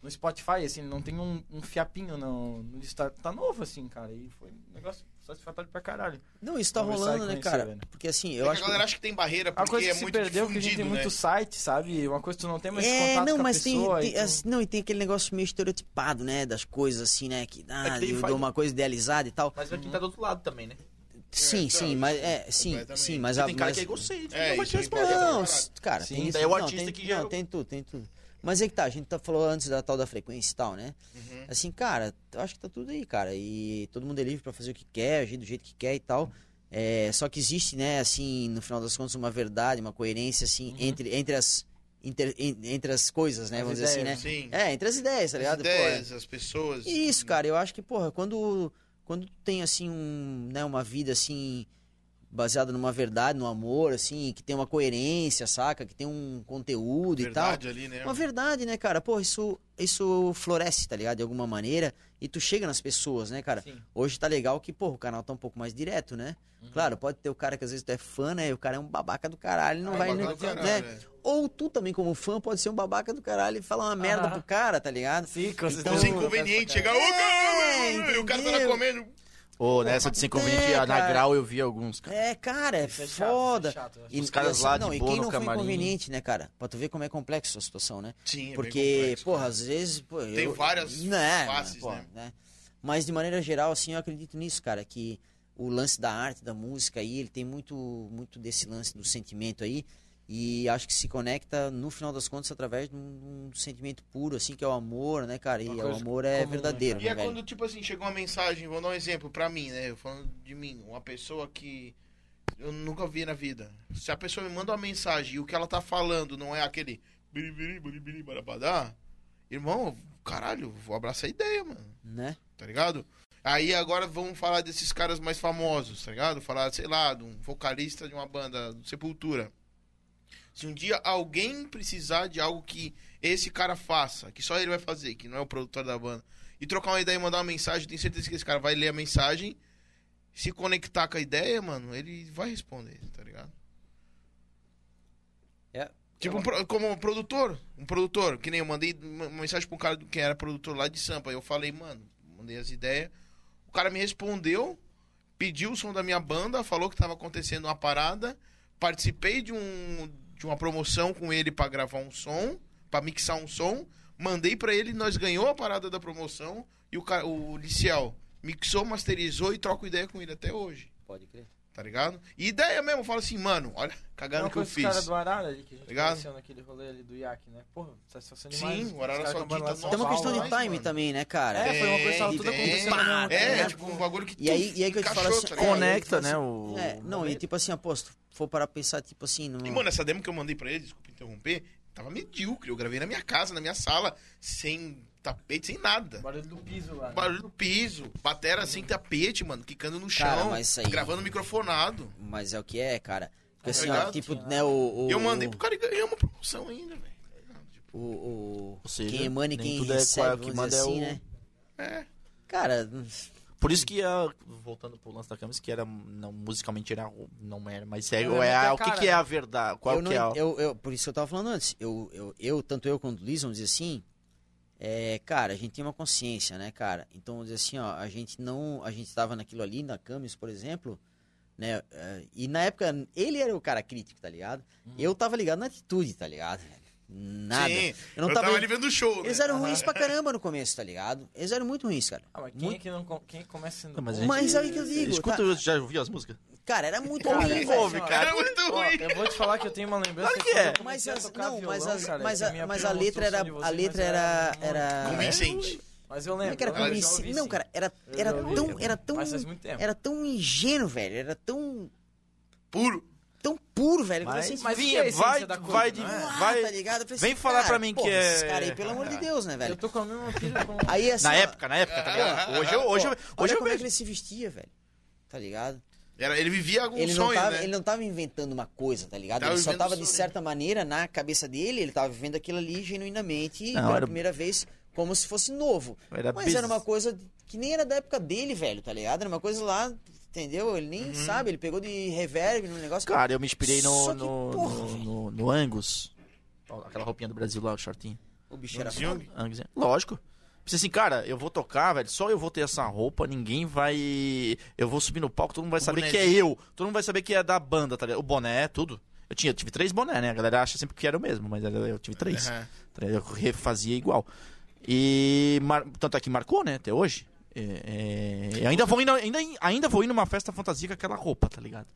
Speaker 2: no Spotify, assim, não tem um, um fiapinho, não. No disco. Tá, tá novo, assim, cara. E foi um negócio satisfatório pra caralho.
Speaker 3: Não, isso tá
Speaker 2: Conversar
Speaker 3: rolando,
Speaker 2: e
Speaker 3: né,
Speaker 2: conhecer,
Speaker 3: cara?
Speaker 2: velho.
Speaker 3: Porque assim,
Speaker 1: É
Speaker 3: eu
Speaker 1: que
Speaker 3: acho
Speaker 1: a galera acha que tem barreira
Speaker 2: A
Speaker 1: porque
Speaker 2: coisa que
Speaker 1: é
Speaker 2: se
Speaker 1: muito
Speaker 2: perdeu, que a gente tem
Speaker 1: difundido, né?
Speaker 2: muito site, sabe? Uma coisa que tu não tem mais
Speaker 3: É,
Speaker 2: contato
Speaker 3: não,
Speaker 2: com a
Speaker 3: mas tem,
Speaker 2: pessoa.
Speaker 3: tem-
Speaker 2: e tu-
Speaker 3: as- não, e tem aquele negócio meio estereotipado, né, das coisas assim, né, que ah,
Speaker 4: É que tem
Speaker 3: eu
Speaker 4: fa-
Speaker 3: dou uma coisa idealizada e tal.
Speaker 4: Mas vai quem tá do outro lado também, né?
Speaker 3: sim,
Speaker 1: é,
Speaker 3: sim,
Speaker 1: tá,
Speaker 3: mas
Speaker 1: isso,
Speaker 3: é, sim,
Speaker 1: completamente.
Speaker 3: sim, mas a-
Speaker 4: tem cara
Speaker 3: mas-
Speaker 4: que é egocêntrico.
Speaker 1: É,
Speaker 4: não vai
Speaker 1: isso
Speaker 4: te
Speaker 1: aí
Speaker 4: responder.
Speaker 1: pode-
Speaker 4: cara.
Speaker 3: Não, s- cara,
Speaker 2: Sim,
Speaker 3: tem isso.
Speaker 4: daí é o
Speaker 3: não,
Speaker 4: artista
Speaker 3: tem-
Speaker 4: que já-
Speaker 3: não, tem tudo, tem tudo. Mas é que tá, a gente tá falando antes da tal da frequência e tal, né?
Speaker 2: Uhum.
Speaker 3: Assim, cara, eu acho que tá tudo aí, cara. E todo mundo é livre pra fazer o que quer, agir do jeito que quer e tal. É, só que existe, né, assim, no final das contas, uma verdade, uma coerência, assim,
Speaker 2: Uhum.
Speaker 3: entre, entre, as, inter- en- entre as coisas, né?
Speaker 2: As
Speaker 3: vamos dizer
Speaker 2: ideias,
Speaker 3: assim,
Speaker 1: Sim.
Speaker 3: né? É, entre as ideias, tá
Speaker 1: As
Speaker 3: ligado? Pô, é-
Speaker 1: ideias, as pessoas. hum,
Speaker 3: isso, cara, eu acho que, porra, quando, quando tu tem, assim, um, né, uma vida, assim, baseada numa verdade, no amor, assim, que tem uma coerência, saca? Que tem um conteúdo e tal.
Speaker 1: Verdade ali, né?
Speaker 3: Uma verdade, né, cara? Porra, isso, isso floresce, tá ligado? De alguma maneira. E tu chega nas pessoas, né, cara?
Speaker 2: Sim.
Speaker 3: Hoje tá legal que, porra, o canal tá um pouco mais direto, né?
Speaker 1: Uhum.
Speaker 3: Claro, pode ter o cara que às vezes tu é fã, né? E o cara é um babaca do caralho, não
Speaker 1: É um
Speaker 3: vai...
Speaker 1: babaca
Speaker 3: nem-
Speaker 1: do caralho,
Speaker 3: né?
Speaker 1: é.
Speaker 3: Ou tu também, como fã, pode ser um babaca do caralho e falar uma merda
Speaker 2: Ah.
Speaker 3: pro cara, tá ligado?
Speaker 2: Sim, com certeza.
Speaker 1: Então,
Speaker 3: Então, É,
Speaker 1: é inconveniente chegar. Ô, cara, e o cara tá lá
Speaker 3: entendeu?
Speaker 1: comendo.
Speaker 4: Ô, nessa de 520
Speaker 3: É,
Speaker 4: a- na
Speaker 3: cara.
Speaker 4: grau eu vi alguns, cara.
Speaker 3: É, cara, é
Speaker 2: Isso é chato, isso é
Speaker 3: foda.
Speaker 2: chato, eu acho.
Speaker 3: E- assim,
Speaker 4: Os caras lá de
Speaker 3: não, e
Speaker 4: boa
Speaker 3: quem
Speaker 4: no
Speaker 3: não foi
Speaker 4: camarim.
Speaker 3: inconveniente, né, cara? Pra tu ver como é complexo a situação, né?
Speaker 1: Sim, é bem
Speaker 3: Porque,
Speaker 1: complexo,
Speaker 3: porra,
Speaker 1: cara.
Speaker 3: às vezes. Pô,
Speaker 1: Tem várias
Speaker 3: né,
Speaker 1: faces,
Speaker 3: pô,
Speaker 1: né?
Speaker 3: Mas de maneira geral, assim, eu acredito nisso, cara, que o lance da arte, da música aí, ele tem muito, muito desse lance do sentimento aí. E acho que se conecta, no final das contas, através de um, um sentimento puro, assim, que é o amor, né, cara? E
Speaker 2: Uma
Speaker 3: o
Speaker 2: coisa
Speaker 3: amor é
Speaker 2: comum, né,
Speaker 3: verdadeiro,
Speaker 1: E
Speaker 3: né,
Speaker 1: é
Speaker 3: velho?
Speaker 1: quando, tipo assim, chegou uma mensagem, vou dar um exemplo pra mim, né? Eu Falando de mim, uma pessoa que eu nunca vi na vida. Se a pessoa me manda uma mensagem e o que ela tá falando não é aquele biri, biri, biri, biri, barabadá, irmão, caralho, vou abraçar a ideia, mano.
Speaker 3: Né?
Speaker 1: Tá ligado? Aí agora vamos falar desses caras mais famosos, tá ligado? Falar, sei lá, de um vocalista de uma banda, do Sepultura. Se um dia alguém precisar de algo que esse cara faça, que só ele vai fazer, que não é o produtor da banda, e trocar uma ideia e mandar uma mensagem, tenho certeza que esse cara vai ler a mensagem, se conectar com a ideia, mano, ele vai responder, tá ligado?
Speaker 3: É.
Speaker 1: Tipo, um pro- como um produtor, um produtor, que nem eu mandei uma uma mensagem pra um cara do- que era produtor lá de Sampa, eu falei, mano, mandei as ideias, o cara me respondeu, pediu o som da minha banda, falou que tava acontecendo uma parada, participei de um de uma promoção com ele pra gravar um som, pra mixar um som, mandei pra ele, nós ganhou a parada da promoção e o ca- o Liciel mixou, masterizou e troco ideia com ele até hoje,
Speaker 3: Pode crer.
Speaker 1: tá ligado? E ideia mesmo, fala assim, mano, olha, cagada
Speaker 2: Não,
Speaker 1: que eu
Speaker 2: com esse cara
Speaker 1: fiz.
Speaker 2: do Arara ali, que a gente
Speaker 1: Ligado?
Speaker 2: conheceu naquele rolê ali do Iac, né? Porra, satisfação
Speaker 1: Sim,
Speaker 2: demais.
Speaker 1: o Arara
Speaker 2: Os caras
Speaker 1: só
Speaker 2: acabando
Speaker 1: quita-
Speaker 2: lá em São
Speaker 3: Tem uma questão de
Speaker 1: Mas,
Speaker 2: Paulo,
Speaker 3: time
Speaker 1: mano.
Speaker 3: também, né, cara?
Speaker 2: É, foi uma coisa que tava
Speaker 1: Tem,
Speaker 2: tudo
Speaker 1: tem.
Speaker 2: acontecendo ao mesmo
Speaker 1: É,
Speaker 2: tempo.
Speaker 1: tipo um bagulho que
Speaker 3: E aí-
Speaker 1: tu
Speaker 3: e aí que eu te falo
Speaker 1: encaixou,
Speaker 3: assim,
Speaker 1: tá ligado?
Speaker 3: é,
Speaker 4: Conecta,
Speaker 3: ele
Speaker 4: né?
Speaker 3: falou
Speaker 4: O...
Speaker 3: É, não, e tipo assim, aposto, se for parar pra pensar, tipo assim, numa...
Speaker 1: E, mano, essa demo que eu mandei pra ele, desculpa interromper, tava medíocre. Eu gravei na minha casa, na minha sala, sem tapete, sem nada.
Speaker 2: Barulho do piso lá. né?
Speaker 1: Barulho no piso, batera sem tapete, mano, quicando no chão,
Speaker 3: Cara, mas isso aí-
Speaker 1: gravando microfonado.
Speaker 3: Mas é o que é, cara. Porque assim, ó,
Speaker 1: Obrigado.
Speaker 3: tipo, né, o. o-
Speaker 1: Eu mandei pro cara e ganhei uma promoção ainda, velho.
Speaker 3: O, o-
Speaker 4: Ou seja,
Speaker 3: quem emana e
Speaker 4: nem
Speaker 3: quem
Speaker 4: tudo é
Speaker 3: recebe,
Speaker 4: qual- que
Speaker 3: vamos
Speaker 4: manda
Speaker 3: dizer
Speaker 4: é
Speaker 3: assim,
Speaker 4: o-
Speaker 3: né?
Speaker 1: É.
Speaker 3: Cara,
Speaker 4: Por isso que, ah, voltando pro lance da câmera, isso que era, não, musicalmente era, não era, mas é,
Speaker 2: Eu lembro
Speaker 4: é,
Speaker 2: até,
Speaker 4: o que,
Speaker 2: cara,
Speaker 4: que é a verdade? Qual
Speaker 3: né? eu
Speaker 4: que é a...
Speaker 3: não, eu, eu- Por isso que eu tava falando antes. Eu, eu, eu tanto eu quanto o Luiz, vamos dizer assim, é, cara, a gente tem uma consciência, né, cara? Então, vamos dizer assim, ó, a gente não. A gente tava naquilo ali, na Camis, por exemplo, né? eh, E na época, ele era o cara crítico, tá ligado? Eu tava ligado na atitude, tá ligado? velho? Nada.
Speaker 1: Sim,
Speaker 3: eu
Speaker 1: eu
Speaker 3: não
Speaker 1: tava
Speaker 3: tava.
Speaker 1: ali vendo o show, né?
Speaker 3: Eles eram ruins pra caramba no começo, tá ligado? Eles eram muito ruins, cara.
Speaker 2: Ah, mas quem
Speaker 3: Muito-
Speaker 2: é que não com- quem começa sendo
Speaker 4: Não, mas
Speaker 2: bom?
Speaker 4: a gente-
Speaker 3: Mas aí que eu digo,
Speaker 4: Escuta,
Speaker 3: tá?
Speaker 4: eu já ouviu as músicas?
Speaker 3: Cara, era muito
Speaker 2: Cara,
Speaker 3: ruim,
Speaker 2: velho,
Speaker 3: velho.
Speaker 4: envolve,
Speaker 2: assim, ó,
Speaker 1: Cara, é muito
Speaker 2: ó,
Speaker 3: né?
Speaker 1: ruim.
Speaker 2: Eu vou te falar que eu tenho uma lembrança
Speaker 4: Claro que
Speaker 2: quando eu
Speaker 4: é.
Speaker 3: Mas
Speaker 2: comecei a
Speaker 3: as,
Speaker 2: tocar
Speaker 3: não,
Speaker 2: violão,
Speaker 3: mas, as,
Speaker 2: cara,
Speaker 3: mas,
Speaker 2: que
Speaker 3: a,
Speaker 2: minha
Speaker 3: mas
Speaker 2: prima
Speaker 3: a
Speaker 2: mostrou
Speaker 3: letra
Speaker 2: som
Speaker 3: era.
Speaker 2: de vocês,
Speaker 3: a
Speaker 2: mas
Speaker 3: letra era.
Speaker 2: muito-
Speaker 3: era...
Speaker 1: Convincente.
Speaker 2: Mas eu
Speaker 3: Como
Speaker 2: lembro.
Speaker 3: é que era
Speaker 2: eu já ouvi,
Speaker 3: convincente?
Speaker 2: sim.
Speaker 3: Não, cara, era,
Speaker 2: Eu já
Speaker 3: era
Speaker 2: ouvi,
Speaker 3: tão.
Speaker 2: eu-
Speaker 3: Era tão. É,
Speaker 2: Mas faz muito tempo.
Speaker 3: Era tão ingênuo, velho. Era tão.
Speaker 1: Puro.
Speaker 3: Tão puro, velho.
Speaker 4: Mas-
Speaker 3: que eu falei assim,
Speaker 2: Mas
Speaker 4: Vinha,
Speaker 2: que é a essência
Speaker 4: vai-
Speaker 2: da coisa,
Speaker 4: vai de-
Speaker 2: não é?
Speaker 3: "Ah",
Speaker 4: vai-
Speaker 3: tá ligado? Eu falei
Speaker 4: vem
Speaker 3: assim,
Speaker 4: falar
Speaker 3: cara,
Speaker 4: pra mim que
Speaker 3: porra,
Speaker 4: é-
Speaker 3: Esses caras aí, pelo amor de Deus, né,
Speaker 2: Eu
Speaker 3: velho?
Speaker 2: tô com a mesma pira com...
Speaker 3: Aí assim.
Speaker 4: Na
Speaker 3: ó,
Speaker 4: época, na época, tá ligado? Hoje eu, hoje eu,
Speaker 3: Ah, Olha
Speaker 4: hoje eu
Speaker 3: como é que
Speaker 4: vejo.
Speaker 3: ele se vestia, velho. Tá ligado?
Speaker 1: Era, ele vivia
Speaker 4: É um
Speaker 1: algum
Speaker 3: Ele não,
Speaker 1: sonho,
Speaker 3: tava,
Speaker 1: né?
Speaker 3: ele não tava inventando uma coisa, tá ligado?
Speaker 1: Tava
Speaker 3: ele só
Speaker 1: vivendo
Speaker 4: um
Speaker 3: tava,
Speaker 1: o
Speaker 3: de
Speaker 1: sonho.
Speaker 3: certa maneira, na cabeça dele, ele tava vivendo aquilo ali genuinamente,
Speaker 4: Não,
Speaker 3: pela
Speaker 4: era-
Speaker 3: primeira vez, como se fosse novo.
Speaker 4: Era
Speaker 3: Mas
Speaker 4: business.
Speaker 3: era uma coisa que nem era da época dele, velho, tá ligado? Era uma coisa lá, entendeu? Ele nem sabe, ele pegou de reverb no negócio.
Speaker 4: Uhum. Cara, eu me inspirei
Speaker 3: Só
Speaker 4: no,
Speaker 3: que,
Speaker 4: no,
Speaker 3: porra,
Speaker 4: no,
Speaker 3: velho.
Speaker 4: no- no Angus. Ó, Aquela roupinha do Brasil lá, o shortinho.
Speaker 3: o bicho era
Speaker 1: Jung.
Speaker 3: foda.
Speaker 4: Angus, é. Lógico. Pensei assim, cara, eu vou tocar, velho, só eu vou ter essa roupa, ninguém vai... Eu vou subir no palco, todo mundo vai saber que é eu. Todo mundo vai saber que é da banda, tá ligado? O boné, tudo. Eu, tinha, eu tive três boné, né? A galera acha sempre que era o mesmo, mas era- eu tive três.
Speaker 1: Aham.
Speaker 4: Tá ligado? Eu refazia igual. E mar- tanto é que marcou, né? Até hoje. É, é, eu ainda vou indo, ainda, ainda vou ir numa festa fantasia com aquela roupa, tá ligado?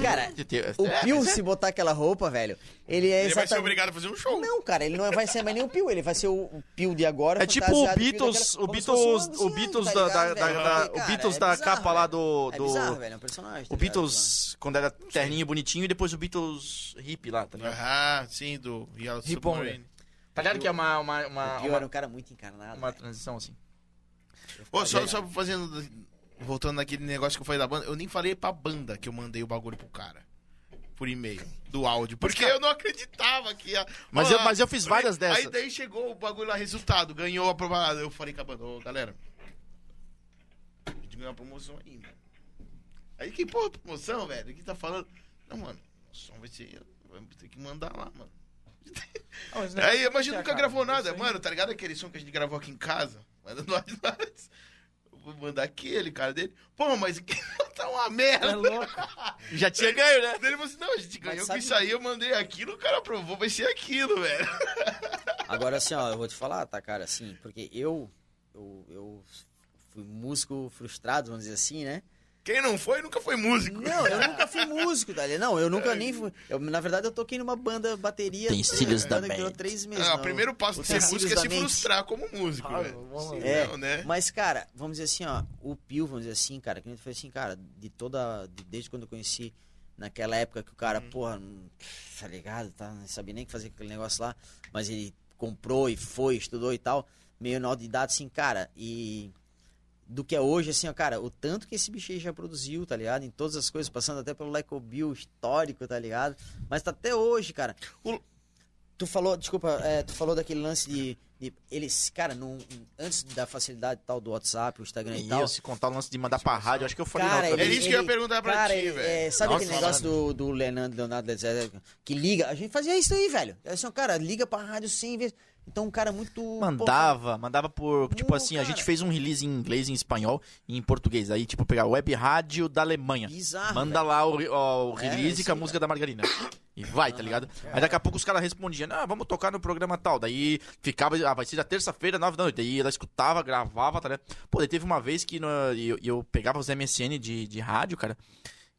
Speaker 3: Cara,
Speaker 4: De ter-
Speaker 3: o
Speaker 4: é,
Speaker 3: Pio,
Speaker 4: mas é.
Speaker 3: se botar aquela roupa, velho, ele
Speaker 1: Ele vai
Speaker 3: é
Speaker 1: ser
Speaker 3: exatamente...
Speaker 1: obrigado a fazer um show.
Speaker 3: Não, cara, ele não é- vai ser mais nem o Pio, ele vai ser o o Pio de agora.
Speaker 4: É tipo o
Speaker 3: fantasiado de Pio
Speaker 4: Beatles,
Speaker 3: daquela-
Speaker 4: o
Speaker 3: como se fosse um
Speaker 4: Beatles, o
Speaker 3: anciano,
Speaker 4: Beatles
Speaker 3: tá
Speaker 4: da, da,
Speaker 3: ligado,
Speaker 4: da,
Speaker 3: velho?
Speaker 4: da-
Speaker 3: Porque,
Speaker 4: o
Speaker 3: cara,
Speaker 4: Beatles
Speaker 3: é
Speaker 4: da
Speaker 3: bizarro,
Speaker 4: capa lá
Speaker 3: velho.
Speaker 4: do,
Speaker 3: É
Speaker 4: do-
Speaker 3: bizarro, velho, é um personagem. tá
Speaker 4: o
Speaker 3: ligado?
Speaker 4: Beatles quando era terninho bonitinho e depois o Beatles hip lá, tá ligado?
Speaker 1: Aham, sim, do Yellow
Speaker 2: Ripon,
Speaker 1: Submarine.
Speaker 4: Tá ligado que é uma uma
Speaker 3: O
Speaker 4: uma,
Speaker 3: Pio era um cara muito
Speaker 4: uma-
Speaker 3: encarnado.
Speaker 4: uma
Speaker 3: velho.
Speaker 4: transição assim.
Speaker 1: Ô, só, só fazendo. Voltando naquele negócio que eu falei da banda, eu nem falei pra banda que eu mandei o bagulho pro cara. Por e-mail, do áudio. Porque eu não acreditava que ia.
Speaker 4: Mas
Speaker 1: Ó,
Speaker 4: eu- mas eu fiz várias
Speaker 1: aí-
Speaker 4: dessas.
Speaker 1: Aí daí chegou o bagulho lá, resultado, ganhou a promoção. Eu falei com a banda, ô galera. A gente ganhou a promoção aí, mano. Aí que porra, promoção, velho? O que tá falando? Não, mano, o som vai ser. Vamos ter que mandar lá, mano.
Speaker 2: Ah, mas não é
Speaker 1: Aí
Speaker 2: isso,
Speaker 1: a gente nunca
Speaker 2: cara,
Speaker 1: gravou
Speaker 2: isso
Speaker 1: nada.
Speaker 2: aí.
Speaker 1: Mano, tá ligado aquele som que a gente gravou aqui em casa? Manda nós nós. Eu vou mandar aquele, cara dele. Pô, mas tá uma
Speaker 2: É
Speaker 1: merda.
Speaker 2: louco.
Speaker 4: Já tinha ganho, né?
Speaker 1: Daí Ele falou assim, não, a gente ganhou com
Speaker 3: sabe-
Speaker 1: isso aí, eu mandei aquilo, o cara aprovou, vai ser aquilo, velho.
Speaker 3: Agora, assim, ó, eu vou te falar, tá, cara, assim, porque eu, eu, eu fui músico frustrado, vamos dizer assim, né?
Speaker 1: Quem não foi, nunca foi músico.
Speaker 3: Não, eu nunca fui músico, tá? ligado? Não, eu
Speaker 1: É.
Speaker 3: nunca nem fui. eu, na verdade, eu toquei numa banda bateria.
Speaker 4: Tem cílios
Speaker 3: uma
Speaker 4: da
Speaker 3: banda que durou
Speaker 4: mente.
Speaker 3: três meses.
Speaker 1: Ah,
Speaker 3: não.
Speaker 1: o primeiro passo de ser
Speaker 3: Utensílios
Speaker 1: músico é
Speaker 3: da
Speaker 1: se
Speaker 3: mente.
Speaker 1: frustrar como músico,
Speaker 2: Ah,
Speaker 4: Tipo,
Speaker 1: velho.
Speaker 2: vamos lá.
Speaker 1: Sim,
Speaker 3: É,
Speaker 1: não, né?
Speaker 3: mas, cara, vamos dizer assim, ó, o Pio, vamos dizer assim, cara, que nem tu foi assim, cara, de toda, de- desde quando eu conheci, naquela época que o cara, porra, não- tá ligado, tá, não sabia nem o que fazer com aquele negócio lá, mas ele comprou e foi, estudou e tal, meio na de idade, assim, cara, e do que é hoje, assim, ó, cara, o tanto que esse bicho aí já produziu, tá ligado, em todas as coisas, passando até pelo Leco Bill histórico, tá ligado, mas tá até hoje, cara, Tu falou, desculpa, é, tu falou daquele lance de, de eles, cara, não, antes da facilidade tal do WhatsApp, o Instagram e,
Speaker 4: E
Speaker 3: tal.
Speaker 4: eu se contar o lance de mandar pra rádio, acho que eu falei
Speaker 3: Cara,
Speaker 4: na outra
Speaker 1: É
Speaker 4: vez.
Speaker 1: isso que eu ia perguntar pra
Speaker 3: cara,
Speaker 1: ti,
Speaker 3: é,
Speaker 1: velho.
Speaker 3: sabe
Speaker 4: Nossa,
Speaker 3: aquele negócio do, do Leonardo, Leonardo etc, que liga? A gente fazia isso aí, velho. É assim, ó, cara, liga pra rádio 100 vezes. Então, um cara muito.
Speaker 4: Mandava, mandava por. Tipo
Speaker 3: Não,
Speaker 4: assim, a
Speaker 3: cara.
Speaker 4: gente fez um release em inglês, em espanhol e em português. Aí, tipo, pegar Web Rádio da Alemanha.
Speaker 3: Bizarro,
Speaker 4: Manda lá o, re- ó, o
Speaker 3: É,
Speaker 4: release
Speaker 3: isso
Speaker 4: com a
Speaker 3: aí,
Speaker 4: música da Margarina. E vai, tá ligado? Aí daqui a pouco os caras respondiam, ah, vamos tocar no programa tal. Daí ficava, ah, vai ser da terça-feira, nove da noite. Aí ela escutava, gravava, tá ligado? Pô, daí teve uma vez que no- eu, eu pegava os MSN de, de rádio, cara.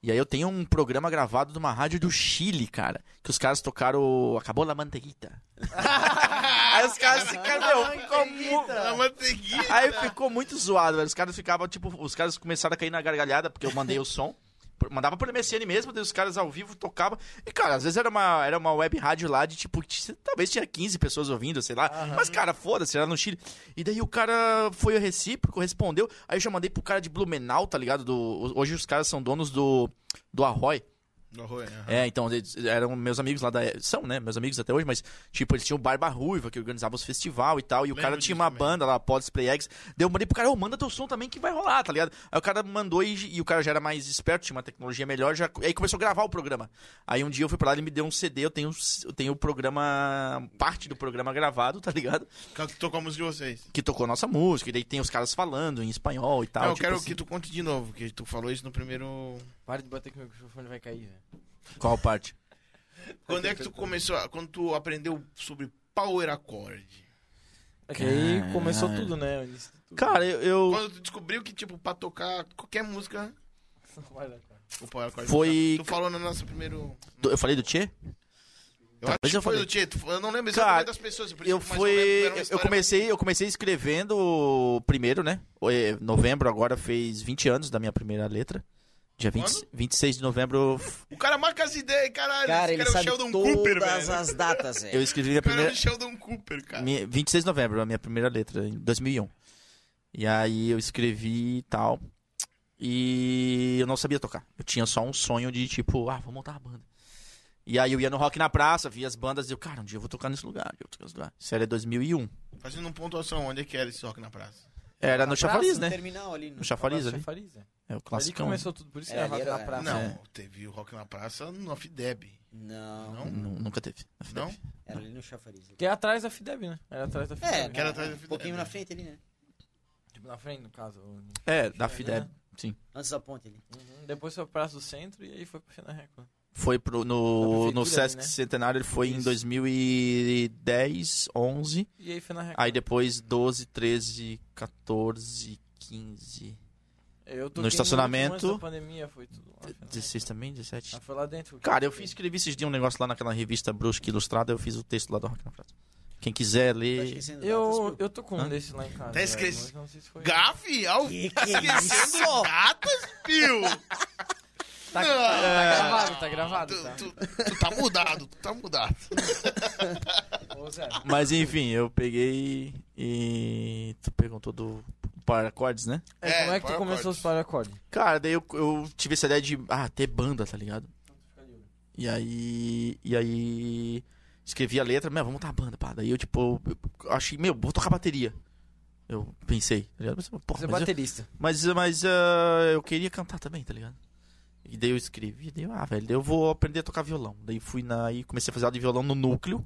Speaker 4: E aí eu tenho um programa gravado de uma rádio do Chile, cara. Que os caras tocaram Acabou la Mantequita. aí os caras ficaram, meu, ficou mu-
Speaker 1: A manteiguinha.
Speaker 4: Aí ficou muito zoado, velho. Os caras ficavam, tipo, os caras começaram a cair na gargalhada, porque eu mandei o som. Por- Mandava por MSN mesmo, daí os caras ao vivo tocavam. E, cara, às vezes era uma, era uma web rádio lá de tipo, t- talvez tinha 15 pessoas ouvindo, sei lá. Mas, cara, foda-se, era no Chile. E daí o cara foi recíproco, respondeu. Aí eu já mandei pro cara de Blumenau, tá ligado? Do, hoje os caras são donos do, do Arroy.
Speaker 1: Arroio, aham.
Speaker 4: É, então, eles eram meus amigos lá da. São, né? Meus amigos até hoje, mas, tipo, eles tinham o Barba Ruiva, que organizava os festival e tal. E o
Speaker 1: Lembro
Speaker 4: cara
Speaker 1: disso
Speaker 4: tinha uma
Speaker 1: também.
Speaker 4: banda lá, Pod Spray Eggs. Deu, eu mandei pro cara, ô, manda teu som também que vai rolar, tá ligado? Aí o cara mandou e, e o cara já era mais esperto, tinha uma tecnologia melhor, já, aí começou a gravar o programa. Aí um dia eu fui pra lá, ele me deu um CD, eu tenho, eu tenho o programa. parte do programa gravado, tá ligado?
Speaker 1: Cara, que tocou a música de vocês.
Speaker 4: Que tocou nossa música, e daí tem os caras falando em espanhol e tal.
Speaker 1: Não, eu
Speaker 4: tipo
Speaker 1: quero
Speaker 4: assim.
Speaker 1: que tu conte de novo, que tu falou isso no primeiro.
Speaker 2: Para de bater que o microfone vai cair, velho.
Speaker 4: Qual parte?
Speaker 1: Quando é que tu começou, a- quando tu aprendeu sobre power accord?
Speaker 2: É que aí
Speaker 4: Cara.
Speaker 2: começou tudo, né? O início de tudo.
Speaker 4: Cara, eu- eu...
Speaker 1: Quando tu descobriu que, tipo, pra tocar qualquer música, o power accord... é
Speaker 4: Foi-
Speaker 1: Tu falou no nosso primeiro...
Speaker 4: eu falei do Tchê?
Speaker 1: Eu acho que
Speaker 4: eu
Speaker 1: foi
Speaker 4: falei.
Speaker 1: do Tieto, eu não lembro
Speaker 4: Cara,
Speaker 1: exatamente das pessoas. por isso
Speaker 4: eu
Speaker 1: que mais ou menos
Speaker 4: fui.
Speaker 1: era uma
Speaker 4: eu- Eu
Speaker 1: história-
Speaker 4: comecei, eu comecei escrevendo primeiro, né? Eh, Novembro agora fez 20 anos da minha primeira letra. Dia 20,
Speaker 1: Quando?
Speaker 4: 26 de novembro
Speaker 1: O cara marca as ideias, caralho.
Speaker 3: Cara,
Speaker 1: esse
Speaker 3: ele
Speaker 1: cara é o
Speaker 3: sabe
Speaker 1: Sheldon
Speaker 3: todas
Speaker 1: Cooper, velho. é
Speaker 3: as datas,
Speaker 4: eu
Speaker 3: velho.
Speaker 4: escrevi a
Speaker 1: O cara é
Speaker 4: primeira.
Speaker 1: o Sheldon Cooper, cara.
Speaker 4: minha- 26 de novembro, a minha primeira letra, em 2001. E aí eu escrevi e tal. E eu não sabia tocar. Eu tinha só um sonho de tipo, ah, vou montar uma banda. E aí eu ia no rock na praça, via as bandas e eu, cara, um dia eu vou tocar nesse lugar. um dia Eu vou tocar nesse lugar. Isso era 2001.
Speaker 1: Fazendo uma pontuação, onde é que era esse rock na praça? Tá
Speaker 4: Era no chafariz, né?
Speaker 3: terminal ali. No...
Speaker 4: No chafariz ali.
Speaker 2: Chafariz, é.
Speaker 4: É o
Speaker 2: Ali
Speaker 4: classicão. né?
Speaker 2: começou tudo, por isso
Speaker 3: É,
Speaker 2: que é
Speaker 3: ali
Speaker 2: rock
Speaker 3: era-
Speaker 2: na praça.
Speaker 1: não,
Speaker 4: é.
Speaker 1: teve o rock na praça no Afdeb.
Speaker 3: Não,
Speaker 1: Não?
Speaker 4: Nu- Nunca teve.
Speaker 1: Não?
Speaker 3: era ali no chafariz.
Speaker 2: Que é atrás da FIDEB, né? Era atrás da FIDEB.
Speaker 3: É,
Speaker 1: Que era
Speaker 3: né?
Speaker 1: atrás da
Speaker 3: um
Speaker 1: Fidel,
Speaker 3: pouquinho
Speaker 1: né?
Speaker 3: na frente ali, né?
Speaker 2: Tipo, na frente, no caso. Uhum.
Speaker 4: É, da
Speaker 2: Fideb.
Speaker 4: Fideb.
Speaker 3: Antes da ponte ali.
Speaker 2: Uhum. Depois foi pra Praça do Centro e aí foi pra Fina Record.
Speaker 4: Foi pro,
Speaker 2: Da
Speaker 4: no,
Speaker 2: prefeitura
Speaker 4: no
Speaker 2: ali,
Speaker 4: Sesc
Speaker 2: né?
Speaker 4: Centenário, ele foi em
Speaker 2: Isso.
Speaker 4: 2010, 11.
Speaker 2: E aí Fina Record.
Speaker 4: Aí depois 12, 13, 14, 15.
Speaker 2: Eu toquei
Speaker 4: no estacionamento.
Speaker 2: antes da pandemia, foi tudo lá. Fina Record.
Speaker 4: 16 também, 17.
Speaker 2: Ah, foi lá dentro.
Speaker 4: Cara, eu fiz, escrevi esses dias um negócio lá naquela revista Brusque Ilustrada, eu fiz o texto lá do Rock na Prata. Quem quiser
Speaker 3: Tá
Speaker 4: ler.
Speaker 3: esquecendo
Speaker 2: Eu,
Speaker 3: datas,
Speaker 2: eu tô com um
Speaker 4: Hã?
Speaker 2: desse lá em casa.
Speaker 1: Tá
Speaker 2: velho,
Speaker 1: esqueci-
Speaker 2: mas Não sei se foi.
Speaker 1: Gafe? Ao...
Speaker 3: Que que é
Speaker 1: Esquecendo
Speaker 3: isso?
Speaker 1: datas, Pio?
Speaker 2: Tá, tá,
Speaker 1: Não.
Speaker 2: tá gravado, tá gravado.
Speaker 1: Ah, Tu,
Speaker 2: Tá.
Speaker 1: tu, tu tá mudado, tu tá mudado.
Speaker 2: Ô, Zé,
Speaker 4: Mas enfim, eu peguei e. Tu perguntou do Paracordes, né?
Speaker 2: é,
Speaker 1: É,
Speaker 2: como é que tu
Speaker 1: power
Speaker 2: começou
Speaker 1: chords.
Speaker 2: os paracordes?
Speaker 4: Cara, daí eu, eu tive essa ideia de ah, ter banda, tá ligado? E aí. E aí. Escrevi a letra, meu, vamos montar a banda, pá. Daí eu, tipo, eu achei, meu, vou tocar bateria. Eu pensei, tá ligado? Mas, porra,
Speaker 2: Você é
Speaker 4: mas eu-
Speaker 2: baterista.
Speaker 4: mas, mas, ah, eu queria cantar também, tá ligado? E daí eu escrevi, daí eu, ah, velho, daí eu vou aprender a tocar violão. Daí fui na. E comecei a fazer aula de violão no núcleo.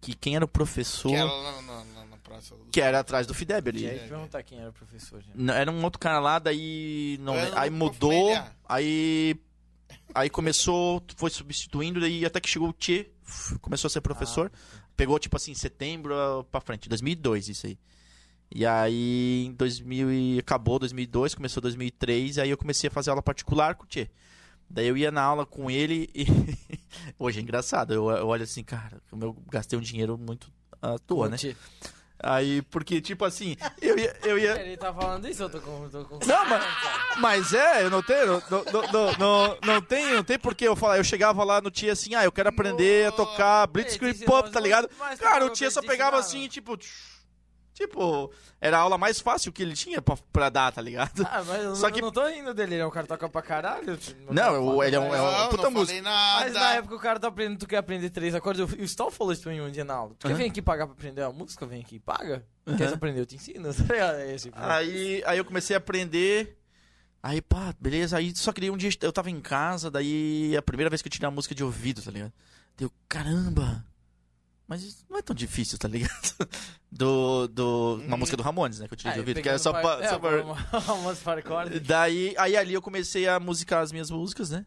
Speaker 4: Que quem era o professor.
Speaker 1: Que é era lá na, na, na praça. do-
Speaker 4: que é, era atrás do Fideb ali.
Speaker 2: E aí perguntar quem era o professor. gente.
Speaker 4: Não, Era um outro cara lá, daí. Não,
Speaker 1: Era um
Speaker 4: aí
Speaker 1: outro
Speaker 4: mudou.
Speaker 1: familiar.
Speaker 4: Aí. Aí começou, foi substituindo, daí até que chegou o Tchê, f- começou a ser professor.
Speaker 1: Ah.
Speaker 4: Pegou, tipo assim, setembro ah, pra frente, 2002, isso aí. E aí, em 2000, e- acabou 2002, começou 2003, aí eu comecei a fazer aula particular com o Tchê. Daí eu ia na aula com ele e. Hoje é engraçado, eu, eu olho assim, cara, como eu gastei um dinheiro muito à toa, né?
Speaker 2: Curti.
Speaker 4: Aí, porque, tipo assim, eu ia. Eu ia...
Speaker 2: Ele tá falando isso, eu tô com. Tô com...
Speaker 4: Não, mas, mas é, eu não tenho, não, não, não, não, não tem, não tem porque eu falar. Eu chegava lá no tia assim, ah, eu quero aprender a tocar Blitzkrieg Pop, tá ligado? Cara, o tia só pegava assim, tipo, tch, tipo, era a aula mais fácil que ele tinha pra, pra dar, tá ligado?
Speaker 2: Ah, mas eu
Speaker 4: Só
Speaker 2: não-
Speaker 4: que-
Speaker 2: não tô indo dele, ele é um cara que toca pra caralho. tipo,
Speaker 4: Não,
Speaker 2: tá
Speaker 4: o-
Speaker 2: foda,
Speaker 4: ele é um-
Speaker 2: mas-
Speaker 4: é um-
Speaker 1: Não,
Speaker 4: puta
Speaker 1: não falei
Speaker 4: música.
Speaker 1: nada.
Speaker 2: Mas na época o cara tá aprendendo, tu quer aprender três acordes. eu- O Stall falou isso pra mim um dia na aula. Tu quer
Speaker 4: Aham.
Speaker 2: vir aqui pagar pra aprender uma música? Vem aqui e paga. Quer
Speaker 4: Uhum.
Speaker 2: aprender, eu te ensino. tá ligado? É esse, tipo,
Speaker 4: Aí, aí eu comecei a aprender. Aí, pá, beleza. Aí só queria um dia. Eu tava em casa, daí a primeira vez que eu tirei a música de ouvido, tá ligado? Deu, caramba! Mas isso não é tão difícil, tá ligado? Do. do uma
Speaker 1: Hum.
Speaker 4: música do Ramones, né? Que eu tirei
Speaker 2: Uhum. Ah,
Speaker 4: de ouvido, que
Speaker 2: pegando
Speaker 4: era só
Speaker 2: par-
Speaker 4: pra.
Speaker 2: é,
Speaker 4: só pra-
Speaker 2: uma- umas par cordas.
Speaker 4: Daí, aí ali eu comecei a musicar as minhas músicas, né?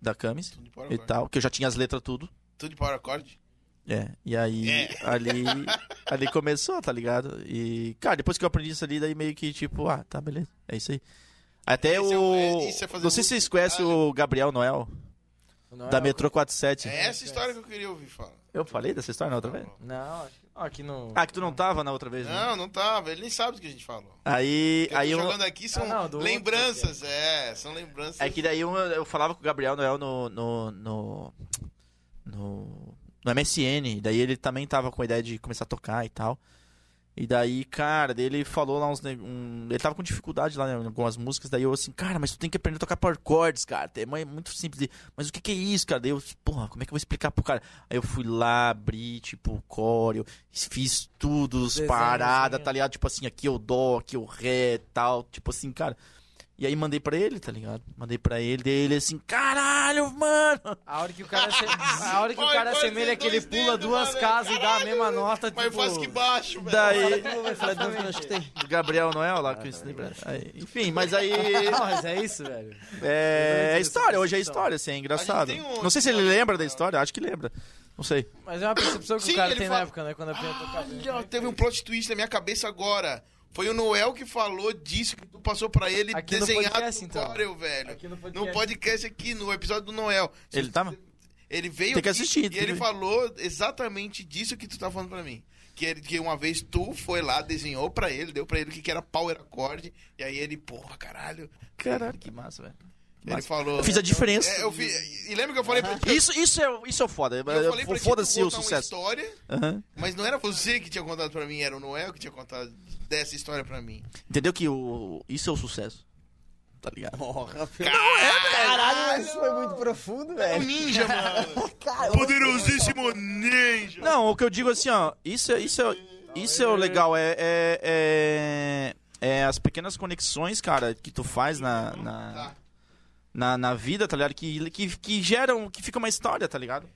Speaker 4: Da Camis
Speaker 1: Tudo de
Speaker 4: e
Speaker 1: power chord.
Speaker 4: tal, que eu já tinha as letras tudo.
Speaker 1: Tudo de power chord.
Speaker 4: É, e aí
Speaker 1: É.
Speaker 4: ali ali começou, tá ligado? E cara, depois que eu aprendi isso ali, daí meio que tipo, ah, tá beleza, é isso aí. Até
Speaker 1: Esse é
Speaker 4: o
Speaker 1: um- é- isso é fazer
Speaker 4: Não sei se vocês conhecem
Speaker 1: música.
Speaker 4: o Gabriel Noel
Speaker 2: Não
Speaker 4: da
Speaker 2: é o-
Speaker 4: Metrô 47.
Speaker 1: É essa história que eu queria ouvir, fala.
Speaker 4: Eu falei dessa história na outra vez?
Speaker 2: Não, acho que não, aqui no...
Speaker 4: Ah, que tu não tava na outra vez, né?
Speaker 1: Não, não tava. Ele nem sabe do que a gente falou.
Speaker 4: Aí
Speaker 1: Porque
Speaker 4: aí
Speaker 1: eu
Speaker 4: eu
Speaker 1: tô jogando aqui são
Speaker 2: Ah, não, do outro
Speaker 1: lembranças, é, são lembranças.
Speaker 4: é que daí eu, eu falava com o Gabriel Noel no no no no, no MSN, daí ele também tava com a ideia de começar a tocar e tal. E daí, cara, daí ele falou lá uns. ne- Um, ele tava com dificuldade lá né, em algumas músicas. Daí eu assim, cara, mas tu tem que aprender a tocar power chords, cara. É mu- é muito simples. de- Mas o que que é isso, cara? Daí eu, porra, como é que eu vou explicar pro cara? Aí eu fui lá, abri, tipo, o core, eu fiz tudo, as
Speaker 2: Desenho,
Speaker 4: paradas,
Speaker 2: assim,
Speaker 4: tá ligado? Tipo assim, aqui é o dó, aqui é o ré tal. Tipo assim, cara. E aí mandei pra ele, tá ligado? Mandei pra ele, daí ele assim, caralho, mano!
Speaker 2: A hora que o cara, se... a hora que o
Speaker 1: Vai,
Speaker 2: cara
Speaker 1: vai,
Speaker 2: assemelha
Speaker 1: tem
Speaker 2: que ele
Speaker 1: dois
Speaker 2: pula
Speaker 1: dedos,
Speaker 2: duas
Speaker 1: mano.
Speaker 2: casas e dá a mesma nota, tipo...
Speaker 1: Mas faz que baixo, velho.
Speaker 4: Daí,
Speaker 3: Fred
Speaker 2: Tá
Speaker 3: Duncan, acho que tem.
Speaker 4: o Gabriel Noel lá, que eu ensinei pra aí, Enfim, mas aí.
Speaker 2: Não, mas é isso, velho.
Speaker 4: É, é história, hoje é
Speaker 2: Então.
Speaker 4: história, assim, é engraçado.
Speaker 1: A gente tem um-
Speaker 4: Não sei se ele lembra da história, acho que lembra. Não sei.
Speaker 2: Mas é uma percepção que
Speaker 1: Sim,
Speaker 2: o cara
Speaker 1: ele
Speaker 2: tem na
Speaker 1: fala-
Speaker 2: época, né? Quando aprende a tocar. bem.
Speaker 1: Olha, teve um plot twist na minha cabeça agora. Foi o Noel que falou disso, que tu passou pra ele
Speaker 2: Aqui no
Speaker 1: desenhado
Speaker 2: podcast,
Speaker 1: no
Speaker 2: então.
Speaker 1: Corel, velho.
Speaker 2: Aqui no podcast.
Speaker 1: No podcast aqui, no episódio do Noel.
Speaker 4: Ele tava?
Speaker 1: Ele veio
Speaker 4: Tem que
Speaker 1: aqui
Speaker 4: assistir,
Speaker 1: e
Speaker 4: tem
Speaker 1: ele
Speaker 4: que-
Speaker 1: falou exatamente disso que tu tá falando pra mim. Que, ele, que uma vez tu foi lá, desenhou pra ele, deu pra ele o que que era power accord, e aí ele, porra, caralho.
Speaker 4: Caralho, que massa, velho.
Speaker 1: Ele falou...
Speaker 4: Eu fiz a diferença.
Speaker 1: É, eu fiz- E lembra que eu falei pra ti?
Speaker 4: Isso, isso, é, isso é foda.
Speaker 1: Eu falei pra ti
Speaker 4: Foda-se
Speaker 1: tu um
Speaker 4: o
Speaker 1: contar uma
Speaker 4: sucesso.
Speaker 1: história,
Speaker 4: Aham.
Speaker 1: mas não era você que tinha contado pra mim, era o Noel que tinha contado dessa história pra mim.
Speaker 4: Entendeu que o... isso é o sucesso. Tá ligado?
Speaker 3: Porra, Caralho, isso foi muito profundo,
Speaker 1: É um
Speaker 3: velho.
Speaker 1: ninja, mano.
Speaker 3: Cara,
Speaker 1: Poderosíssimo ninja.
Speaker 4: Não, o que eu digo assim, ó, isso é, isso é, isso é o legal, é, é, é- é as pequenas conexões, cara, que tu faz na, na,
Speaker 1: Tá.
Speaker 4: na, na vida, tá ligado? Que, que, que geram, que fica uma história, tá ligado?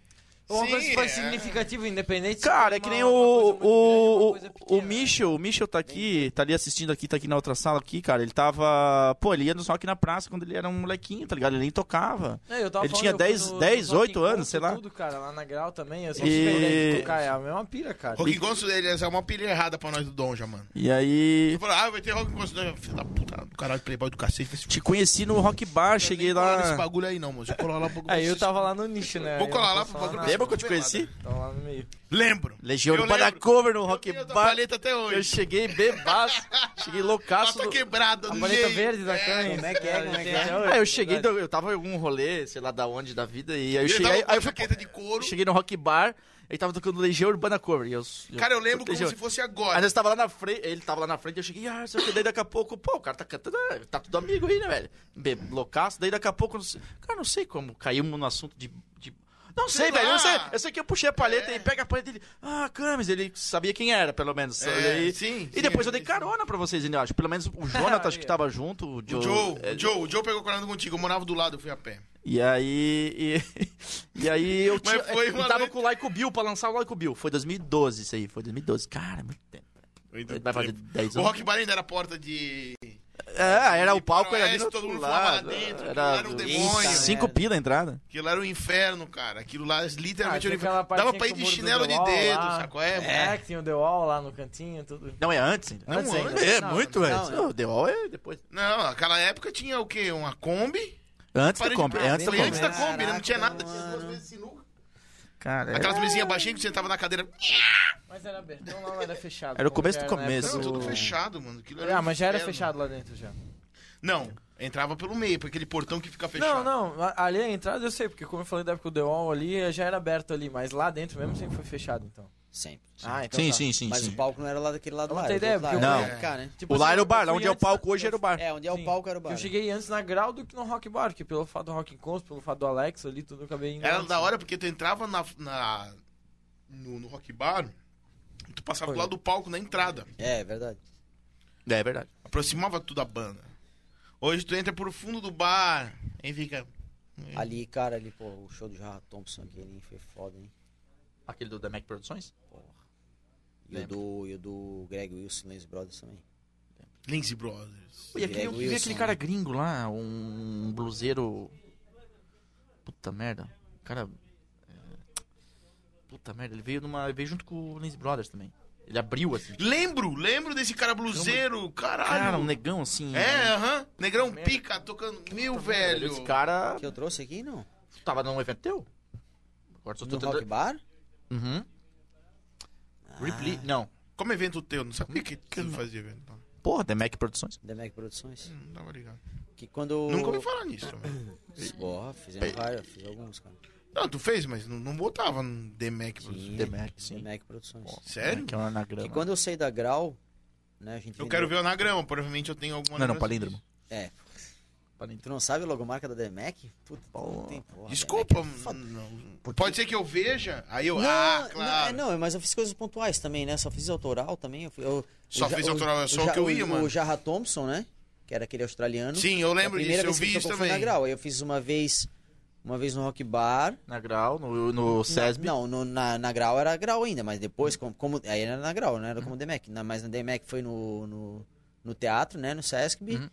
Speaker 2: Uma
Speaker 1: Sim,
Speaker 2: coisa que foi
Speaker 1: é.
Speaker 2: significativa, independente... se
Speaker 4: Cara,
Speaker 2: foi
Speaker 4: é que
Speaker 2: uma-
Speaker 4: nem
Speaker 2: uma coisa
Speaker 4: o,
Speaker 2: muito grande ou uma
Speaker 4: o,
Speaker 2: coisa
Speaker 4: o, o
Speaker 2: pequena. né?
Speaker 4: Michel, o Michel tá aqui, tá ali assistindo aqui, tá aqui na outra sala aqui, cara, ele tava, pô, ele ia no rock na praça quando ele era um molequinho, tá ligado? Ele nem tocava.
Speaker 2: É, eu tava
Speaker 4: Ele
Speaker 2: falando,
Speaker 4: tinha
Speaker 2: eu fui
Speaker 4: 10,
Speaker 2: no-
Speaker 4: 10,
Speaker 2: no Rock
Speaker 4: 8
Speaker 2: Encontro
Speaker 4: anos, sei lá.
Speaker 2: Tudo, cara, lá na Grau também, eu só
Speaker 4: E-
Speaker 2: e... tocar, é a mesma pira, cara.
Speaker 1: Rock Gonço, ele essa é uma pilha errada pra nós do Donja, mano.
Speaker 4: E aí,
Speaker 1: Ele falou, ah, vai ter Rock Gonço. Não, Filho da puta, do caralho, playboy do cacete. vai se
Speaker 4: te conheci no rock bar,
Speaker 1: Eu
Speaker 4: cheguei
Speaker 1: nem colar nesse
Speaker 4: lá... É,
Speaker 1: bagulho aí não, moço. Eu colar lá pro
Speaker 2: Aí eu tava lá no nicho, né?
Speaker 1: Vou
Speaker 2: aí
Speaker 1: colar
Speaker 2: eu
Speaker 1: lá
Speaker 2: não
Speaker 1: pro
Speaker 2: posso falar
Speaker 1: bagulho.
Speaker 2: nada.
Speaker 4: Lembra que eu te conheci?
Speaker 2: Tava lá no meio.
Speaker 1: Lembro.
Speaker 4: Legião
Speaker 1: né? Eu
Speaker 4: Urbana
Speaker 1: lembro.
Speaker 4: Cover no
Speaker 1: Eu
Speaker 4: Rock
Speaker 1: tenho essa
Speaker 4: Bar.
Speaker 1: paleta até
Speaker 4: Eu
Speaker 1: hoje.
Speaker 4: cheguei bebaço, cheguei
Speaker 1: Ela
Speaker 4: loucaço.
Speaker 1: tá
Speaker 4: do-
Speaker 1: quebrada
Speaker 2: A
Speaker 1: do
Speaker 2: paleta
Speaker 1: jeito.
Speaker 2: verde da Kanye.
Speaker 3: como é que é, como é que é?
Speaker 4: Ah, eu cheguei, do- eu tava em algum rolê, sei lá da onde, da vida, e aí eu
Speaker 1: Ele
Speaker 4: cheguei,
Speaker 1: tava com
Speaker 4: aí eu
Speaker 1: a
Speaker 4: fui,
Speaker 1: jaqueta de couro.
Speaker 4: cheguei no Rock Bar, ele tava tocando Legião Urbana Cover. E eu,
Speaker 1: Cara, eu lembro como
Speaker 4: Legião.
Speaker 1: se fosse
Speaker 4: Aí
Speaker 1: agora.
Speaker 4: nós tava lá na frente, ele tava lá na frente, eu cheguei, ah, sei o que, daí daqui a pouco, pô, o cara tá cantando, ah, tá tudo amigo aí, né, velho? Be- Loucaço, daí daqui a pouco, não sei- cara, não sei como, caímos no assunto de... de- Não sei,
Speaker 1: Sei
Speaker 4: velho,
Speaker 1: lá. É.
Speaker 4: não sei, eu sei que eu puxei a palheta, ele pega a palheta dele, ah, Camis, ele sabia quem era, pelo menos.
Speaker 1: É,
Speaker 4: Daí-
Speaker 1: sim,
Speaker 4: assim, E depois
Speaker 1: sim,
Speaker 4: eu dei
Speaker 1: sim.
Speaker 4: carona pra vocês, eu acho, pelo menos o Jonathan, acho que tava junto, o Joe...
Speaker 1: O Joe,
Speaker 4: é,
Speaker 1: o Joe, o Joe pegou correndo contigo. Eu morava do lado, eu fui a pé.
Speaker 4: E aí... E, e aí eu
Speaker 1: Mas
Speaker 4: tinha...
Speaker 1: foi
Speaker 4: eu
Speaker 1: uma
Speaker 4: tava
Speaker 1: noite-
Speaker 4: com o Laico Bill pra lançar o Laico Bill, foi 2012 isso aí, foi 2012, cara, é muito tempo. Vai fazer 10
Speaker 1: O
Speaker 4: anos.
Speaker 1: Rock Bar ainda era a porta de...
Speaker 4: É, era
Speaker 1: E
Speaker 4: o palco, era ali
Speaker 1: faroeste,
Speaker 4: no
Speaker 1: todo
Speaker 4: outro
Speaker 1: mundo fumava
Speaker 4: lado.
Speaker 1: lá dentro,
Speaker 4: era
Speaker 1: era um
Speaker 4: do-
Speaker 1: demônio.
Speaker 4: Cinco
Speaker 3: Merda.
Speaker 4: pila a entrada.
Speaker 1: Aquilo lá era o inferno, cara. Aquilo lá, literalmente,
Speaker 2: Ah, tem
Speaker 1: era o
Speaker 2: aquela
Speaker 1: inferno.
Speaker 2: partinha
Speaker 1: Dava pra ir
Speaker 2: com
Speaker 1: de
Speaker 2: o muro do
Speaker 1: chinelo de
Speaker 2: drywall
Speaker 1: dedo,
Speaker 2: lá.
Speaker 1: sacou? É, mano.
Speaker 2: É, que tem o The Wall lá no cantinho, tudo.
Speaker 4: Não, é antes ainda.
Speaker 1: Não,
Speaker 2: Antes ainda.
Speaker 1: antes.
Speaker 4: É,
Speaker 2: Não,
Speaker 4: muito
Speaker 2: não,
Speaker 4: antes.
Speaker 2: não.
Speaker 4: O The Wall é depois.
Speaker 1: Não, naquela época tinha o quê? Uma Kombi?
Speaker 4: Antes da
Speaker 1: Parede
Speaker 4: compra.
Speaker 1: preta.
Speaker 4: É antes da
Speaker 1: Foi antes
Speaker 4: compra.
Speaker 1: da Kombi, né? não tinha
Speaker 3: Caraca,
Speaker 1: nada. Tinha duas
Speaker 3: mano.
Speaker 1: vezes sinuca.
Speaker 4: Cara, era-
Speaker 2: é.
Speaker 1: Aquelas mesinhas baixinhas que você sentava na cadeira.
Speaker 2: Mas era aberto, não, era fechado.
Speaker 4: Era o começo do
Speaker 3: né,
Speaker 2: Como que era na
Speaker 4: começo.
Speaker 1: Não,
Speaker 2: época
Speaker 1: tudo
Speaker 2: do-
Speaker 1: fechado, mano. Aquilo
Speaker 2: Ah,
Speaker 1: um
Speaker 2: mas já era
Speaker 1: inferno.
Speaker 2: fechado lá dentro já.
Speaker 1: Não, entrava pelo meio, por aquele portão que fica fechado.
Speaker 2: Não, não, a- ali a entrada eu sei, porque como eu falei da época do The Wall ali, eh, já era aberto ali, mas lá dentro mesmo sempre foi fechado, então.
Speaker 3: Sempre. Então tá.
Speaker 2: Ah,
Speaker 4: Sim, sim, sim.
Speaker 3: Mas
Speaker 4: sim.
Speaker 3: o palco não era lá daquele lado
Speaker 2: Eu
Speaker 3: lá.
Speaker 2: não
Speaker 3: era
Speaker 2: tenho
Speaker 3: do
Speaker 2: ideia,
Speaker 3: outro
Speaker 2: porque
Speaker 3: lado,
Speaker 4: eu-
Speaker 3: era
Speaker 1: Não.
Speaker 3: cá, né?
Speaker 2: Tipo,
Speaker 4: O lá
Speaker 2: assim,
Speaker 4: era o
Speaker 2: eu
Speaker 4: bar, lá
Speaker 2: fui
Speaker 4: onde é o
Speaker 2: antes-
Speaker 4: palco hoje era o bar.
Speaker 3: É, onde é o
Speaker 2: Sim.
Speaker 3: palco era o bar.
Speaker 2: Eu cheguei antes na Grau do que no Rock Bar, que pelo fato do Rock Encontro, pelo fato do Alex ali, tudo eu acabei indo.
Speaker 1: Era
Speaker 2: antes.
Speaker 1: da hora porque tu entrava na, na- no, no Rock Bar, e tu passava do lado do palco na entrada.
Speaker 3: É, é verdade.
Speaker 4: É verdade.
Speaker 1: Aproximava tudo da banda. Hoje tu entra pro fundo do bar e fica.
Speaker 3: Ali, cara, ali, pô, o show do Jarra Thompson aqui, ele foi foda, hein?
Speaker 4: Aquele do, da Mac Produções?
Speaker 3: E o do, e o do Greg Wilson, Lance Brothers também.
Speaker 1: Lindsay Brothers.
Speaker 4: E aquele, eu
Speaker 3: Greg
Speaker 4: vi
Speaker 3: Wilson,
Speaker 4: aquele
Speaker 3: né?
Speaker 4: cara gringo lá, um bluseiro. Puta merda. Cara. é, Puta merda, ele veio numa. Ele veio junto com o Lindsay Brothers também. Ele abriu assim.
Speaker 1: Lembro, lembro desse cara bluseiro, caralho.
Speaker 4: Cara, um negão assim.
Speaker 1: É, aham. Negrão pica, tocando mil, velho.
Speaker 4: Esse cara
Speaker 3: Que eu trouxe aqui, não?
Speaker 4: tava num evento teu? Agora só
Speaker 3: No
Speaker 4: tô
Speaker 3: Rock Ah.
Speaker 4: tentando.
Speaker 3: Bar?
Speaker 4: Uhum. Ripley. Não.
Speaker 1: Como evento teu, não sabia que tu fazia evento. Não, Hum,
Speaker 4: Porra, The Mac Produções.
Speaker 3: Da Mac Produções.
Speaker 1: não tava ligado.
Speaker 3: Que quando...
Speaker 1: Nunca ouvi falar nisso. mano.
Speaker 3: Porra, fizemos vários, fiz alguns, cara.
Speaker 1: Não, tu fez, mas não, não botava no The Mac.
Speaker 3: Sim.
Speaker 4: The Mac, sim.
Speaker 3: Mac Produções.
Speaker 1: Sério?
Speaker 4: Que é um anagrama.
Speaker 3: Que quando eu saí da Grau, né, a gente
Speaker 1: Eu
Speaker 3: vendeu-
Speaker 1: quero ver o anagrama, provavelmente eu tenho alguma
Speaker 4: Não, não,
Speaker 1: lembrança
Speaker 4: palíndromo.
Speaker 1: disso.
Speaker 3: É.
Speaker 4: Palíndromo.
Speaker 3: Tu não sabe a logomarca da DMAC? Puta, tu não tem porra.
Speaker 1: Desculpa,
Speaker 3: DMAC é foda.
Speaker 1: não- pode ser que eu veja, aí eu.
Speaker 3: Não,
Speaker 1: ah,
Speaker 3: não, é,
Speaker 1: claro.
Speaker 3: não, mas eu fiz coisas pontuais também, né? Só fiz autoral também. Eu, eu,
Speaker 1: Só
Speaker 3: o Ja-
Speaker 1: fiz autoral, é só o
Speaker 3: Ja-
Speaker 1: que eu ia, mano.
Speaker 3: O Jarra Thompson, né? Que era aquele australiano.
Speaker 1: Sim, eu
Speaker 3: É A
Speaker 1: lembro
Speaker 3: primeira
Speaker 1: disso, eu
Speaker 3: vez que
Speaker 1: vi
Speaker 3: ele
Speaker 1: isso
Speaker 3: tocou foi
Speaker 1: também.
Speaker 3: Na Grau. Aí Eu fiz uma vez, uma vez no Rock Bar.
Speaker 4: Na Grau, no, no SESB.
Speaker 3: Não, no- na, na Grau era Grau ainda, mas depois, como, como- aí era na Grau, não era
Speaker 4: Uhum.
Speaker 3: como DMAC. Na, mas na DMAC foi no, no, no teatro, né? No Sesc,
Speaker 4: Uhum.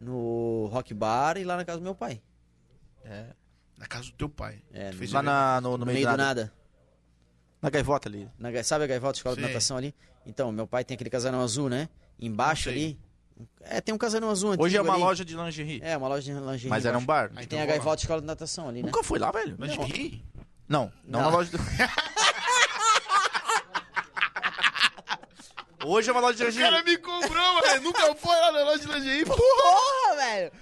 Speaker 3: no Rock Bar e lá na casa do meu pai.
Speaker 4: É.
Speaker 1: Na casa do teu pai.
Speaker 3: É,
Speaker 1: Tu fez
Speaker 4: Lá
Speaker 1: o-
Speaker 4: na- no, no
Speaker 3: No
Speaker 4: meio do nada.
Speaker 3: nada.
Speaker 4: Na gaivota ali.
Speaker 3: Na ga- sabe a gaivota escola
Speaker 1: Sim.
Speaker 3: de natação ali? Então, meu pai tem aquele casarão azul, né? Embaixo
Speaker 1: Não sei.
Speaker 3: ali. É, tem um casarão azul antigo
Speaker 4: Hoje é uma
Speaker 3: ali.
Speaker 4: loja de lingerie.
Speaker 3: É, uma loja de lingerie.
Speaker 4: mas era um
Speaker 3: embaixo.
Speaker 4: bar.
Speaker 1: Aí
Speaker 3: Tem
Speaker 1: então
Speaker 3: a
Speaker 1: vou lá.
Speaker 3: gaivota escola de natação ali, né?
Speaker 4: Nunca foi lá, velho?
Speaker 1: Mas ri?
Speaker 4: Não, não,
Speaker 3: Não.
Speaker 4: na loja do... Hoje é uma loja de
Speaker 1: O
Speaker 4: lingerie.
Speaker 1: cara me cobrou, velho. Nunca foi lá na loja de lingerie. Porra,
Speaker 3: Porra, velho!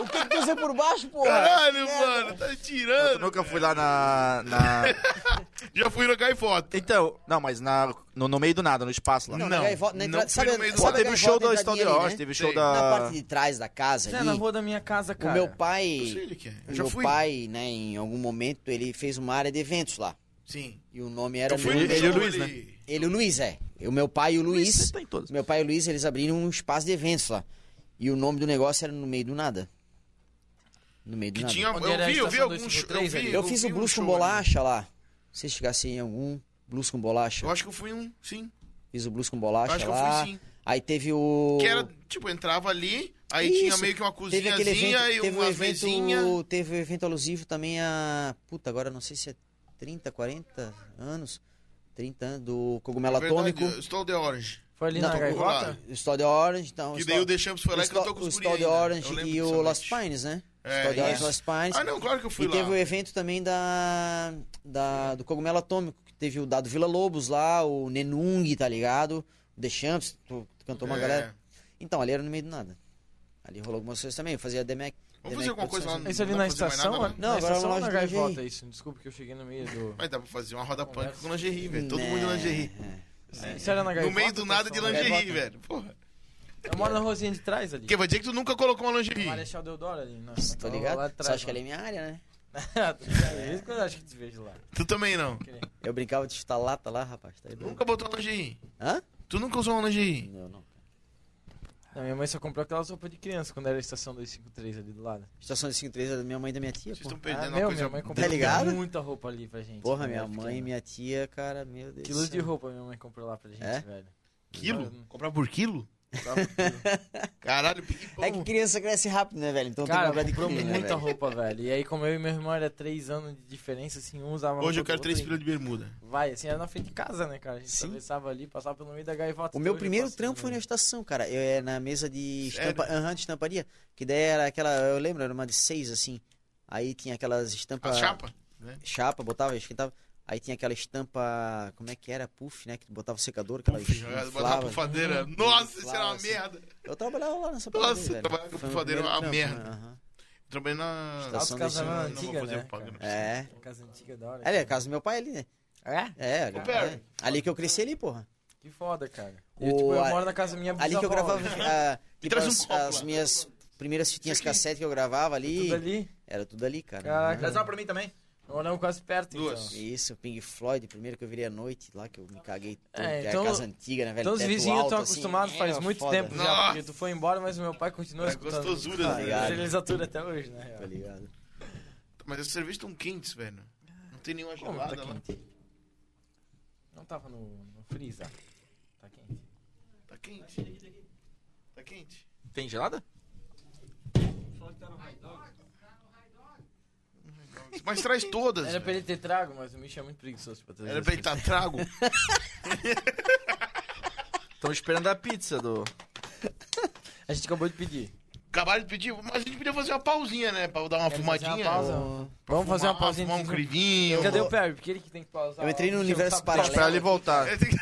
Speaker 3: o que que tu usa por baixo, porra?
Speaker 1: caralho,
Speaker 3: É,
Speaker 1: mano. Tá
Speaker 4: Eu
Speaker 1: tirando.
Speaker 4: nunca fui lá na... na-
Speaker 1: Já fui no Gaivota.
Speaker 4: Então, não, mas na, no, no meio do nada, no espaço lá.
Speaker 3: Não,
Speaker 1: Não,
Speaker 3: na gaivota. Na
Speaker 1: não
Speaker 3: entrada,
Speaker 1: fui
Speaker 3: sabe,
Speaker 1: no meio do
Speaker 4: Pô,
Speaker 1: lado.
Speaker 3: sabe a
Speaker 4: teve o
Speaker 3: gaivota
Speaker 4: show
Speaker 3: entradinha
Speaker 4: da História de
Speaker 3: ali,
Speaker 4: Oz,
Speaker 3: né?
Speaker 4: teve o show
Speaker 1: Sim.
Speaker 3: Na
Speaker 4: da...
Speaker 3: parte de trás da casa
Speaker 2: É, na
Speaker 3: ali.
Speaker 2: rua da minha casa,
Speaker 3: O
Speaker 2: cara.
Speaker 3: meu pai.
Speaker 1: Eu sei onde que é. Eu
Speaker 3: o
Speaker 1: já
Speaker 3: meu
Speaker 1: fui.
Speaker 3: pai, né, em algum momento, ele fez uma área de eventos lá.
Speaker 1: Sim.
Speaker 3: E o né? nome era.
Speaker 1: eu fui
Speaker 3: meu-
Speaker 1: no
Speaker 4: ele e o
Speaker 1: show
Speaker 4: Luiz,
Speaker 1: ali.
Speaker 3: Ele, o Luiz, é. O meu pai e o Luiz.
Speaker 4: Você tá em todas.
Speaker 3: Meu pai e o Luiz, eles abriram um espaço de eventos lá. E o nome do negócio era No Meio do Nada. No Meio do
Speaker 1: Que
Speaker 3: Nada.
Speaker 1: tinha,
Speaker 2: Onde
Speaker 1: eu
Speaker 2: era a
Speaker 1: vi, eu vi
Speaker 2: estação
Speaker 1: alguns
Speaker 2: 253 ali.
Speaker 3: Eu fiz o
Speaker 1: vi um
Speaker 3: Blues com
Speaker 1: show ali.
Speaker 3: Bolacha lá. Se vocês chegassem em algum, Blues com Bolacha.
Speaker 1: Eu acho que eu fui um, sim.
Speaker 3: Fiz o Blues com
Speaker 1: Eu
Speaker 3: Bolacha
Speaker 1: acho que eu
Speaker 3: lá.
Speaker 1: fui sim.
Speaker 3: Aí teve o...
Speaker 1: Que era, tipo, entrava ali, aí
Speaker 3: Isso.
Speaker 1: tinha meio que uma
Speaker 3: Teve aquele evento,
Speaker 1: cozinhazinha e
Speaker 3: teve um
Speaker 1: umas mesinhas.
Speaker 3: evento, teve um evento alusivo também a, puta, agora não sei se é 30, 40 anos, 30 anos, do Cogumelo Atômico,
Speaker 1: É Verdade, Stole the Orange.
Speaker 2: Foi ali
Speaker 3: Não,
Speaker 2: na
Speaker 3: tô-
Speaker 2: gaivota?
Speaker 1: Olá.
Speaker 3: o Stall de Orange, então...
Speaker 1: Que
Speaker 3: o
Speaker 1: daí
Speaker 3: Stall-
Speaker 1: o The Champs foi lá que eu tô com
Speaker 3: o
Speaker 1: os guri
Speaker 3: Stall de
Speaker 1: ainda. Eu
Speaker 3: Orange
Speaker 1: lembro
Speaker 3: e o
Speaker 1: disso,
Speaker 3: Lost
Speaker 1: realmente.
Speaker 3: Pines, né?
Speaker 1: É,
Speaker 3: Stall de Orange
Speaker 1: isso.
Speaker 3: e Lost Pines.
Speaker 1: Ah, não, claro que eu fui
Speaker 3: E
Speaker 1: lá.
Speaker 3: teve o evento também da, da- do Cogumelo Atômico, que teve o Dado Vila Lobos lá, o Nenung, tá ligado? O The Champs, tu, tu cantou uma
Speaker 1: É.
Speaker 3: galera. Então, ali era no meio do nada. Ali rolou algumas coisas também, eu fazia DMAC.
Speaker 1: Vamos fazer alguma coisa lá no-
Speaker 2: Isso ali
Speaker 1: Não
Speaker 2: na
Speaker 1: fazer mais
Speaker 2: estação?
Speaker 1: nada, não.
Speaker 2: ó.
Speaker 3: Não,
Speaker 2: na
Speaker 3: agora é uma
Speaker 2: estação ou
Speaker 3: loja
Speaker 2: na
Speaker 3: de lingerie.
Speaker 2: gaivota, isso. Desculpa que eu cheguei no meio do...
Speaker 1: Mas dá pra fazer uma roda punk
Speaker 2: Conversa.
Speaker 1: com lingerie, velho. Todo
Speaker 3: Né.
Speaker 1: mundo de lingerie.
Speaker 3: É,
Speaker 2: Isso era na gaivota?
Speaker 1: No meio do nada de
Speaker 2: estação?
Speaker 1: lingerie,
Speaker 3: Gaivota.
Speaker 1: velho. Porra.
Speaker 2: Eu moro na rosinha de trás ali.
Speaker 1: Porque vai dizer que tu nunca colocou uma lingerie.
Speaker 2: Marechal Deodoro ali. né? Não,
Speaker 3: Tô ligado? Só acho que ali é
Speaker 2: ali...
Speaker 3: minha área, né?
Speaker 2: É isso que eu acho que te vejo lá.
Speaker 1: Tu também não.
Speaker 3: Eu brincava de chutar lata lá, rapaz. Tá aí doido.
Speaker 1: Nunca botou uma lingerie.
Speaker 3: Hã?
Speaker 1: Tu nunca usou uma lingerie.
Speaker 3: Não, não.
Speaker 2: Não, minha mãe só comprou aquela sopa de criança quando era a estação 253 ali do lado. Ah,
Speaker 3: Estação de 53 é da minha mãe e da minha tia,
Speaker 1: Vocês
Speaker 3: pô.
Speaker 1: estão perdendo uma
Speaker 2: meu,
Speaker 1: coisa.
Speaker 2: minha mãe comprou
Speaker 3: Tá ligado?
Speaker 2: muita roupa ali pra gente.
Speaker 3: Porra,
Speaker 1: né?
Speaker 2: quando
Speaker 3: minha
Speaker 2: era
Speaker 3: mãe e
Speaker 2: pequeno.
Speaker 3: minha tia, cara, meu Deus.
Speaker 2: Quilo
Speaker 3: do
Speaker 2: de
Speaker 3: céu.
Speaker 2: roupa minha mãe comprou lá pra gente,
Speaker 3: É?
Speaker 2: velho.
Speaker 1: Quilo? Comprar por quilo? Caralho, pique-pão.
Speaker 3: É que criança cresce rápido, né, velho? Então
Speaker 2: Cara,
Speaker 3: tem que comprar
Speaker 2: comprou
Speaker 3: de quilo, né,
Speaker 2: muita
Speaker 3: velho?
Speaker 2: roupa, velho. E aí, como eu e meu irmão era três anos de diferença, assim, um usava
Speaker 1: Hoje
Speaker 2: roupa
Speaker 1: eu
Speaker 2: do
Speaker 1: quero três
Speaker 2: outro,
Speaker 1: pilas de bermuda.
Speaker 2: e- Vai, assim, era na frente de casa, né, cara? A gente
Speaker 3: Sim.
Speaker 2: atravessava ali, passava pelo meio da gaivota. Até
Speaker 3: O meu
Speaker 2: hoje eu
Speaker 3: primeiro
Speaker 2: passo
Speaker 3: trampo
Speaker 2: ali,
Speaker 3: foi na
Speaker 2: né?
Speaker 3: estação, cara. Eu é na mesa de,
Speaker 1: Sério?
Speaker 3: estampa, aham, de estamparia. Que daí era aquela. Eu lembro, era uma de seis, assim. Aí tinha aquelas
Speaker 1: A
Speaker 3: estampas.
Speaker 1: chapa?
Speaker 3: Chapa, botava, esquentava. Aí tinha aquela estampa. Como é que era? Puff, né? Que tu botava o secador, aquela
Speaker 1: Puff, botar uma
Speaker 3: inflava. assim.
Speaker 1: pufadeira. Nossa, isso era uma
Speaker 3: Inflava, assim.
Speaker 1: merda.
Speaker 3: Eu trabalhava lá
Speaker 1: Nossa,
Speaker 3: nessa padaria,
Speaker 1: eu
Speaker 3: velho.
Speaker 1: trabalhava com
Speaker 3: Foi meu
Speaker 1: padeiro,
Speaker 3: primeiro
Speaker 1: uma
Speaker 3: trampo,
Speaker 1: merda.
Speaker 3: né? Aham.
Speaker 1: Trabalhei na.
Speaker 3: Estação
Speaker 2: Altas casas
Speaker 3: desse-
Speaker 2: na
Speaker 1: Não, não vou
Speaker 2: antiga,
Speaker 1: fazer
Speaker 2: né,
Speaker 1: propaganda.
Speaker 2: cara?
Speaker 3: É.
Speaker 2: Casa antiga da hora.
Speaker 3: Ali é a
Speaker 2: cara.
Speaker 3: casa do meu pai ali, né?
Speaker 2: É?
Speaker 3: É, ali,
Speaker 1: Ô, Perry.
Speaker 3: é. Ali que eu cresci ali, porra.
Speaker 2: Que foda, cara.
Speaker 3: O-
Speaker 2: Eu, tipo, eu
Speaker 3: a-
Speaker 2: moro na casa da minha
Speaker 3: Ali que eu
Speaker 2: bisavó,
Speaker 3: gravava
Speaker 2: né?
Speaker 3: ah, tipo,
Speaker 1: traz um
Speaker 3: as,
Speaker 1: copo
Speaker 3: as
Speaker 1: lá.
Speaker 3: minhas primeiras fitinhas
Speaker 1: Isso aqui.
Speaker 3: cassete que eu gravava ali.
Speaker 2: É Tudo ali.
Speaker 3: Era tudo ali, cara.
Speaker 2: Caraca.
Speaker 4: Traz uma é pra mim também.
Speaker 2: Moramos quase perto,
Speaker 1: Duas.
Speaker 2: então.
Speaker 3: Isso, Pink Floyd, o primeiro que eu virei à noite lá, que eu me caguei todo,
Speaker 2: É,
Speaker 3: que
Speaker 2: então-
Speaker 3: era casa antiga, né, velho?
Speaker 2: Então os
Speaker 3: Teto
Speaker 2: vizinhos
Speaker 3: alto,
Speaker 2: estão
Speaker 3: assim,
Speaker 2: acostumados faz
Speaker 3: é,
Speaker 2: muito
Speaker 3: foda,
Speaker 2: tempo já,
Speaker 1: Nossa.
Speaker 2: porque tu foi embora, mas o meu pai continua
Speaker 1: É
Speaker 2: escutando.
Speaker 1: gostosura,
Speaker 3: Tá
Speaker 1: né?
Speaker 3: ligado.
Speaker 2: Eles aturam até hoje, né?
Speaker 3: Tá ligado?
Speaker 1: Mas essas cervejas estão quentes, velho. Não tem nenhuma
Speaker 2: Como tá
Speaker 1: gelada lá.
Speaker 2: quente? Não tava no, no freezer. Tá quente.
Speaker 1: Tá quente. Tá quente.
Speaker 4: Tem gelada?
Speaker 1: Mas traz todas.
Speaker 2: Era pra
Speaker 1: velho.
Speaker 2: ele ter trago, mas o Michel é muito preguiçoso pra trazer.
Speaker 1: Era pra ele estar trago.
Speaker 4: Estão esperando a pizza do.
Speaker 2: A gente acabou de pedir.
Speaker 1: Acabaram de pedir, mas a gente podia fazer uma pausinha, né? Pra dar uma
Speaker 2: Quer fazer
Speaker 1: fumadinha.
Speaker 2: uma pausa? Vamos fazer uma pausinha.
Speaker 1: Fumar um
Speaker 2: de-
Speaker 1: crivinho.
Speaker 2: Cadê o Perry? Porque ele que tem que pausar.
Speaker 3: Eu entrei no
Speaker 2: Michel,
Speaker 3: universo
Speaker 2: sabe-
Speaker 3: paralelo.
Speaker 4: Esperar ele voltar.
Speaker 1: É, tem que-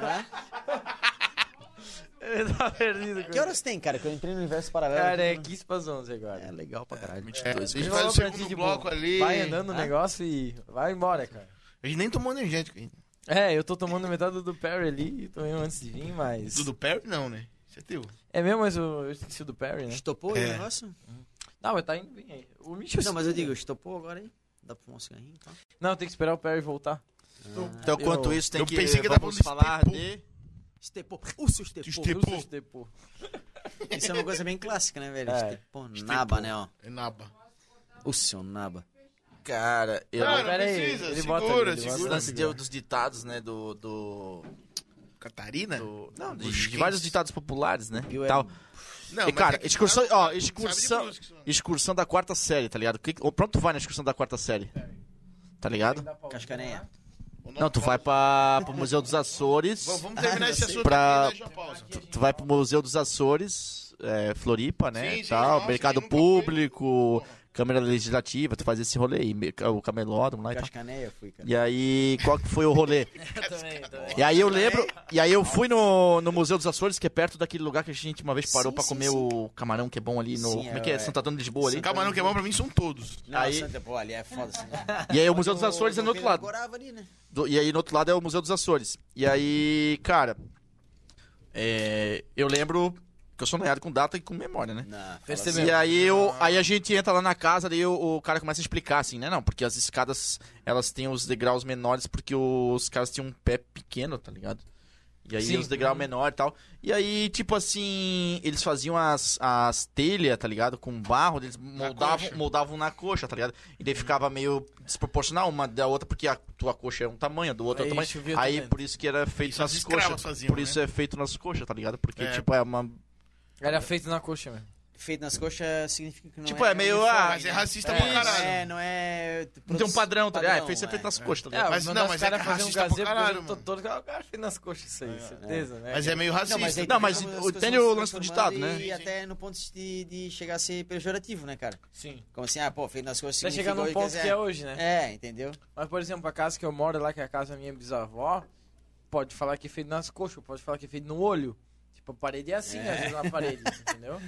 Speaker 3: Né?
Speaker 2: Eu tava tá perdido.
Speaker 3: Que horas tem, cara? Que eu entrei no universo paralelo.
Speaker 2: Cara, é
Speaker 3: aqui,
Speaker 2: 15 para 11 agora.
Speaker 3: né? É legal pra caralho.
Speaker 1: É, a
Speaker 4: 22
Speaker 1: gente faz
Speaker 4: vezes.
Speaker 1: o
Speaker 2: Vamos pra ti
Speaker 1: segundo
Speaker 2: de
Speaker 1: bloco
Speaker 2: boa.
Speaker 1: ali.
Speaker 2: Vai andando o
Speaker 3: Ah.
Speaker 2: negócio e vai embora, cara.
Speaker 1: A gente nem tomou energético ainda.
Speaker 2: É, eu tô tomando metade do Perry ali, tomei um antes de vir, mas.
Speaker 1: Do do Perry, não, né? Isso é teu.
Speaker 2: É mesmo, mas eu, eu esqueci o do Perry, né?
Speaker 3: Estopou aí
Speaker 1: É.
Speaker 3: o negócio?
Speaker 2: Não, mas tá indo bem aí. O Mitchell. é.
Speaker 3: Não, mas eu digo, estopou agora aí? Ah, Dá pra fumar um cigarrinho e tal?
Speaker 2: Não, tem que esperar o Perry voltar.
Speaker 4: Então,
Speaker 2: Eu-
Speaker 4: quanto isso, tem
Speaker 1: eu
Speaker 4: que,
Speaker 1: pensei que dava
Speaker 4: vamos
Speaker 1: um
Speaker 4: falar
Speaker 1: step
Speaker 4: de...
Speaker 3: Estepou. Urso estepou.
Speaker 1: Estepou.
Speaker 2: Russo Estepô.
Speaker 3: Isso é uma coisa bem clássica, né, velho?
Speaker 2: É.
Speaker 3: Estepou. Naba, né, ó.
Speaker 1: É naba.
Speaker 3: Urso, naba.
Speaker 4: Cara, eu...
Speaker 1: Cara,
Speaker 2: pera aí,
Speaker 1: precisa.
Speaker 2: ele
Speaker 1: segura,
Speaker 2: bota ali, ele
Speaker 4: Esse
Speaker 1: segura.
Speaker 4: lance de- dos ditados, né, do... do,
Speaker 1: Catarina?
Speaker 4: do- não, de,
Speaker 1: Dos
Speaker 4: de
Speaker 1: quentes.
Speaker 4: vários ditados populares, né,
Speaker 3: Eu
Speaker 4: e tal.
Speaker 1: Não,
Speaker 4: e,
Speaker 1: mas
Speaker 4: cara,
Speaker 1: é que
Speaker 4: excursão,
Speaker 1: sabe-
Speaker 4: ó,
Speaker 1: sabe de
Speaker 4: excursão,
Speaker 1: música, isso né? não.
Speaker 4: excursão da quarta série, tá ligado? Que, ou pronto, tu vai na excursão da quarta série, tá ligado?
Speaker 3: Cascarenha.
Speaker 1: O
Speaker 4: Não, tu
Speaker 1: nosso-
Speaker 4: vai pra, pro Museu dos Açores,
Speaker 1: Vamos, vamos terminar
Speaker 3: Ah,
Speaker 1: esse
Speaker 3: eu sei.
Speaker 1: assunto
Speaker 4: Pra-
Speaker 1: aqui, né, já pausa.
Speaker 4: tu vai pro Museu dos Açores, é, Floripa, né,
Speaker 1: Sim, sim,
Speaker 4: tal,
Speaker 1: nossa,
Speaker 4: mercado
Speaker 3: um
Speaker 1: quem nunca foi?
Speaker 4: público, Câmara Legislativa, tu faz esse rolê aí, me- o Camelódromo lá e tal.
Speaker 3: Cascaneia eu fui, cara.
Speaker 4: E aí, qual que foi o rolê?
Speaker 2: Eu também, também.
Speaker 4: E aí eu lembro, e aí eu fui no, no Museu dos Açores, que é perto daquele lugar que a gente uma vez parou
Speaker 3: Sim,
Speaker 4: pra
Speaker 3: sim,
Speaker 4: comer
Speaker 3: sim.
Speaker 4: o camarão que é bom ali no,
Speaker 3: Sim,
Speaker 4: como é que é,
Speaker 3: é,
Speaker 4: Santo Antônio de Lisboa ali.
Speaker 1: Camarão que é bom pra mim são todos.
Speaker 3: Não,
Speaker 4: aí-
Speaker 3: Santa, pô, ali é foda assim.
Speaker 4: E aí o Museu dos Açores é no outro lado.
Speaker 3: Morava ali, né?
Speaker 4: Do- e aí no outro lado é o Museu dos Açores. E aí, cara, é, eu lembro que eu sou noiado com data e com memória, né?
Speaker 3: Não,
Speaker 2: Percebeu?
Speaker 4: E aí, eu, aí a gente entra lá na casa, daí o, o cara começa a explicar assim, né? Não, porque as escadas, elas têm os degraus menores porque os caras tinham um pé pequeno, tá ligado? E aí
Speaker 2: Sim.
Speaker 4: os degraus menores e tal. E aí, tipo assim, eles faziam as, as telhas, tá ligado? Com barro, eles moldavam,
Speaker 1: coxa.
Speaker 4: moldavam na coxa, tá ligado? E daí ficava meio desproporcional uma da outra, porque a tua coxa é um tamanho, a do outro é
Speaker 2: É
Speaker 4: outro
Speaker 2: isso, eu vi
Speaker 4: tamanho.
Speaker 2: eu
Speaker 4: Aí
Speaker 2: também.
Speaker 4: por isso que era feito
Speaker 1: Isso as
Speaker 4: nas
Speaker 1: escravas
Speaker 4: coxas.
Speaker 1: faziam,
Speaker 4: por
Speaker 1: né?
Speaker 4: isso é feito nas coxas, tá ligado? Porque,
Speaker 1: É.
Speaker 4: tipo, é uma.
Speaker 2: Era feito na coxa mesmo.
Speaker 3: Feito nas coxas significa que não
Speaker 4: Tipo, é meio,
Speaker 3: uniforme,
Speaker 4: ah,
Speaker 1: Mas é
Speaker 3: né?
Speaker 1: racista
Speaker 2: É,
Speaker 1: pra
Speaker 3: Não
Speaker 1: caralho.
Speaker 3: é, não é...
Speaker 4: Não tem um padrão, tá ligado? Ah, é feito, é
Speaker 3: é.
Speaker 4: feito nas coxas, tá ligado?
Speaker 2: É,
Speaker 1: Mas
Speaker 2: mandar
Speaker 1: não,
Speaker 2: os
Speaker 1: mas é
Speaker 2: caras
Speaker 1: que é
Speaker 2: fazer um
Speaker 1: racista pra
Speaker 2: gazebo,
Speaker 1: caralho,
Speaker 2: eu tô
Speaker 1: mano.
Speaker 2: todo é o cara fez nas coxas isso aí, certeza, né?
Speaker 1: Mas é meio
Speaker 3: Não, mas
Speaker 1: racista.
Speaker 3: aí
Speaker 4: Assim, Não,
Speaker 3: tem
Speaker 4: mas
Speaker 3: como as
Speaker 4: o-
Speaker 3: coisas
Speaker 4: tem
Speaker 3: vão
Speaker 4: o
Speaker 3: se
Speaker 4: lance do
Speaker 3: transformando
Speaker 4: ditado, né?
Speaker 3: E até no ponto de, de chegar a ser pejorativo, né, cara?
Speaker 2: Sim.
Speaker 3: Como assim, ah, pô, feito nas coxas
Speaker 2: Até
Speaker 3: significa...
Speaker 2: chegar num
Speaker 3: hoje,
Speaker 2: ponto
Speaker 3: quer
Speaker 2: que é
Speaker 3: dizer,
Speaker 2: hoje, né?
Speaker 3: É, entendeu?
Speaker 2: Mas, por exemplo, a casa que eu moro lá, que é a casa da minha bisavó, pode falar que é feito nas coxas, pode falar que é feito no olho. Tipo, a parede é assim, às vezes, na parede,
Speaker 1: É.
Speaker 2: entendeu?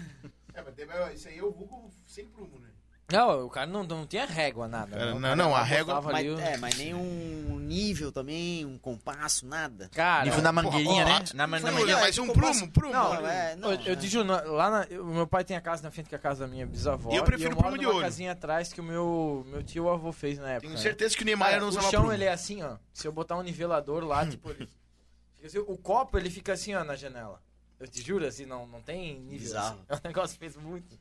Speaker 1: Isso aí eu vou sem prumo, né?
Speaker 2: Não, o cara não, não tinha régua, nada.
Speaker 1: Cara,
Speaker 2: né? O
Speaker 1: não, não, a
Speaker 2: botava
Speaker 1: régua-
Speaker 2: ali
Speaker 3: Mas,
Speaker 2: o-
Speaker 3: é, mas nem um nível também, um compasso, nada.
Speaker 2: Cara,
Speaker 4: Nível na mangueirinha,
Speaker 1: porra,
Speaker 4: né? Na, ma- na
Speaker 1: Não,
Speaker 4: mangueira.
Speaker 1: olha, mas um prumo, prumo.
Speaker 2: Não,
Speaker 1: olha.
Speaker 3: é,
Speaker 2: eu, eu te juro, na- lá na, eu- meu pai tem a casa na frente que é a casa da minha bisavó.
Speaker 1: E eu prefiro
Speaker 2: moro
Speaker 1: prumo de
Speaker 2: numa
Speaker 1: olho. um
Speaker 2: casinha atrás que o meu, meu tio avô fez na época.
Speaker 1: Tenho
Speaker 2: né?
Speaker 1: certeza que o Neymar
Speaker 2: Cara,
Speaker 1: não
Speaker 2: o
Speaker 1: usava
Speaker 2: chão
Speaker 1: prumo.
Speaker 2: ele é assim, ó. Se eu botar um nivelador lá, tipo, ele fica assim, o copo ele fica assim, ó, na janela. Eu te juro, assim, não, não tem nível.
Speaker 3: Bizarro.
Speaker 2: Assim. É um negócio que fez muito.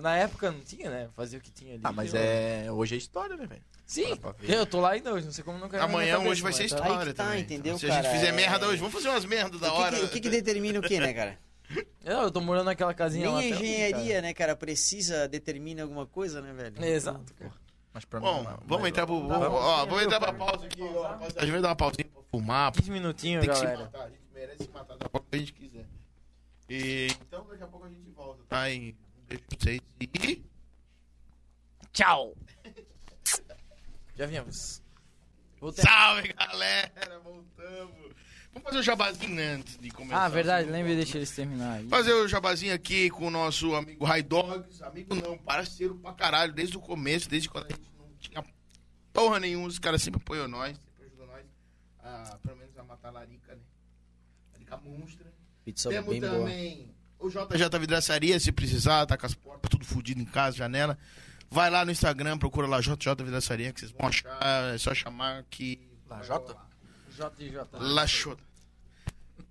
Speaker 2: Na época não tinha, né? Fazer o que tinha ali.
Speaker 4: Ah, mas
Speaker 2: Eu-
Speaker 4: é. Hoje é história, né, velho?
Speaker 2: Sim,
Speaker 4: pra ver.
Speaker 2: eu tô lá ainda hoje, não sei como não caiu na minha
Speaker 1: Amanhã,
Speaker 2: cabeça,
Speaker 1: hoje vai
Speaker 2: mas
Speaker 1: ser
Speaker 2: tá.
Speaker 1: história
Speaker 3: Aí que tá,
Speaker 1: também. então.
Speaker 3: entendeu,
Speaker 1: Se a gente
Speaker 3: cara?
Speaker 1: fizer merda
Speaker 3: É.
Speaker 1: hoje, vamos fazer umas merdas da
Speaker 3: O que
Speaker 1: hora.
Speaker 3: que- o que, que determina o que, né, cara?
Speaker 2: Eu, eu tô morando naquela casinha lá.
Speaker 3: Nem
Speaker 2: até hoje,
Speaker 3: engenharia, né, cara? Precisa, determina alguma coisa, né, velho?
Speaker 2: cara. Exato. cara.
Speaker 4: Mas pra
Speaker 1: Bom,
Speaker 4: mim. não, é
Speaker 1: vamos
Speaker 4: mas-
Speaker 1: entrar pro.
Speaker 2: Tá
Speaker 1: Vamos,
Speaker 2: bom.
Speaker 1: ó, vamos entrar pra pausa aqui, ó. rapaziada. A gente vai dar uma pausinha pra fumar,
Speaker 2: 15 minutinhos,
Speaker 4: Tem que se
Speaker 2: galera.
Speaker 1: Tá, a gente merece se matar da forma que a gente quiser. E, então daqui a pouco a gente volta, tá? Em um beijo pra vocês e.
Speaker 2: Tchau. Já viemos. Voltei.
Speaker 1: Salve galera! Voltamos! Vamos fazer o jabazinho né, antes de começar.
Speaker 2: Ah, verdade,
Speaker 1: assim.
Speaker 2: lembrei, deixa eles terminar aí.
Speaker 1: Fazer o jabazinho aqui com o nosso amigo High Dogs. Amigo não, parceiro pra caralho, desde o começo, desde quando a gente não tinha porra nenhuma, os caras sempre apoiam nós, sempre ajudam nós, a, pelo menos a matar a larica, né? Larica monstra.
Speaker 3: Pizza
Speaker 1: Temos
Speaker 3: bem boa.
Speaker 1: também o JJ Vidraçaria, se precisar, tá com as portas tudo fodido em casa, janela. Vai lá no Instagram, procura lá JJ Vidraçaria, que vocês vão achar, é só chamar que...
Speaker 4: La Jota?
Speaker 2: JJ.
Speaker 1: Lachota.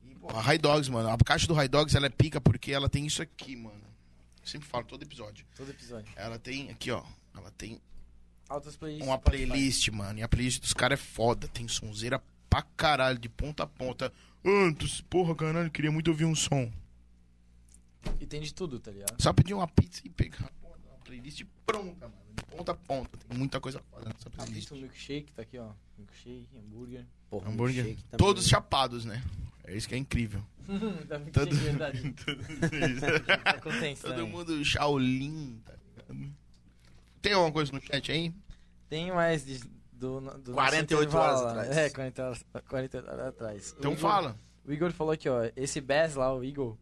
Speaker 1: E, pô, a High Dogs, mano, a caixa do High Dogs, ela é pica porque ela tem isso aqui, mano. Eu sempre falo, todo episódio.
Speaker 2: Todo episódio.
Speaker 1: Ela tem, aqui, ó, ela tem
Speaker 2: Altas playlists.
Speaker 1: uma
Speaker 2: Spotify.
Speaker 1: playlist, mano. E a playlist dos caras é foda. Tem sonzeira pra caralho, de ponta a ponta. Antes, porra, caralho, queria muito ouvir um som.
Speaker 2: E tem de tudo, tá ligado?
Speaker 1: Só pedir uma pizza e pegar porra, uma playlist pronta, mano. De ponta a ponta. Tem muita coisa foda nessa
Speaker 2: Ah,
Speaker 1: playlist.
Speaker 2: visto o milkshake, tá aqui, ó. Milkshake, hambúrguer.
Speaker 3: Porra,
Speaker 1: Hambúrguer.
Speaker 3: milkshake também.
Speaker 1: Todos chapados, né? É isso que é incrível.
Speaker 2: Tá milkshake,
Speaker 1: Todo-
Speaker 2: verdade. Tá contente
Speaker 1: Todo
Speaker 2: também.
Speaker 1: mundo Shaolin, tá ligado? Tem alguma coisa no chat aí?
Speaker 2: Tem mais de, do, do nosso
Speaker 4: 48
Speaker 2: intervalo
Speaker 4: horas
Speaker 2: lá.
Speaker 4: atrás.
Speaker 2: É, 40 horas, 40 horas atrás. O
Speaker 1: Então
Speaker 2: Igor-
Speaker 1: fala.
Speaker 2: O Igor falou aqui, ó. Esse Bass lá, o Igor.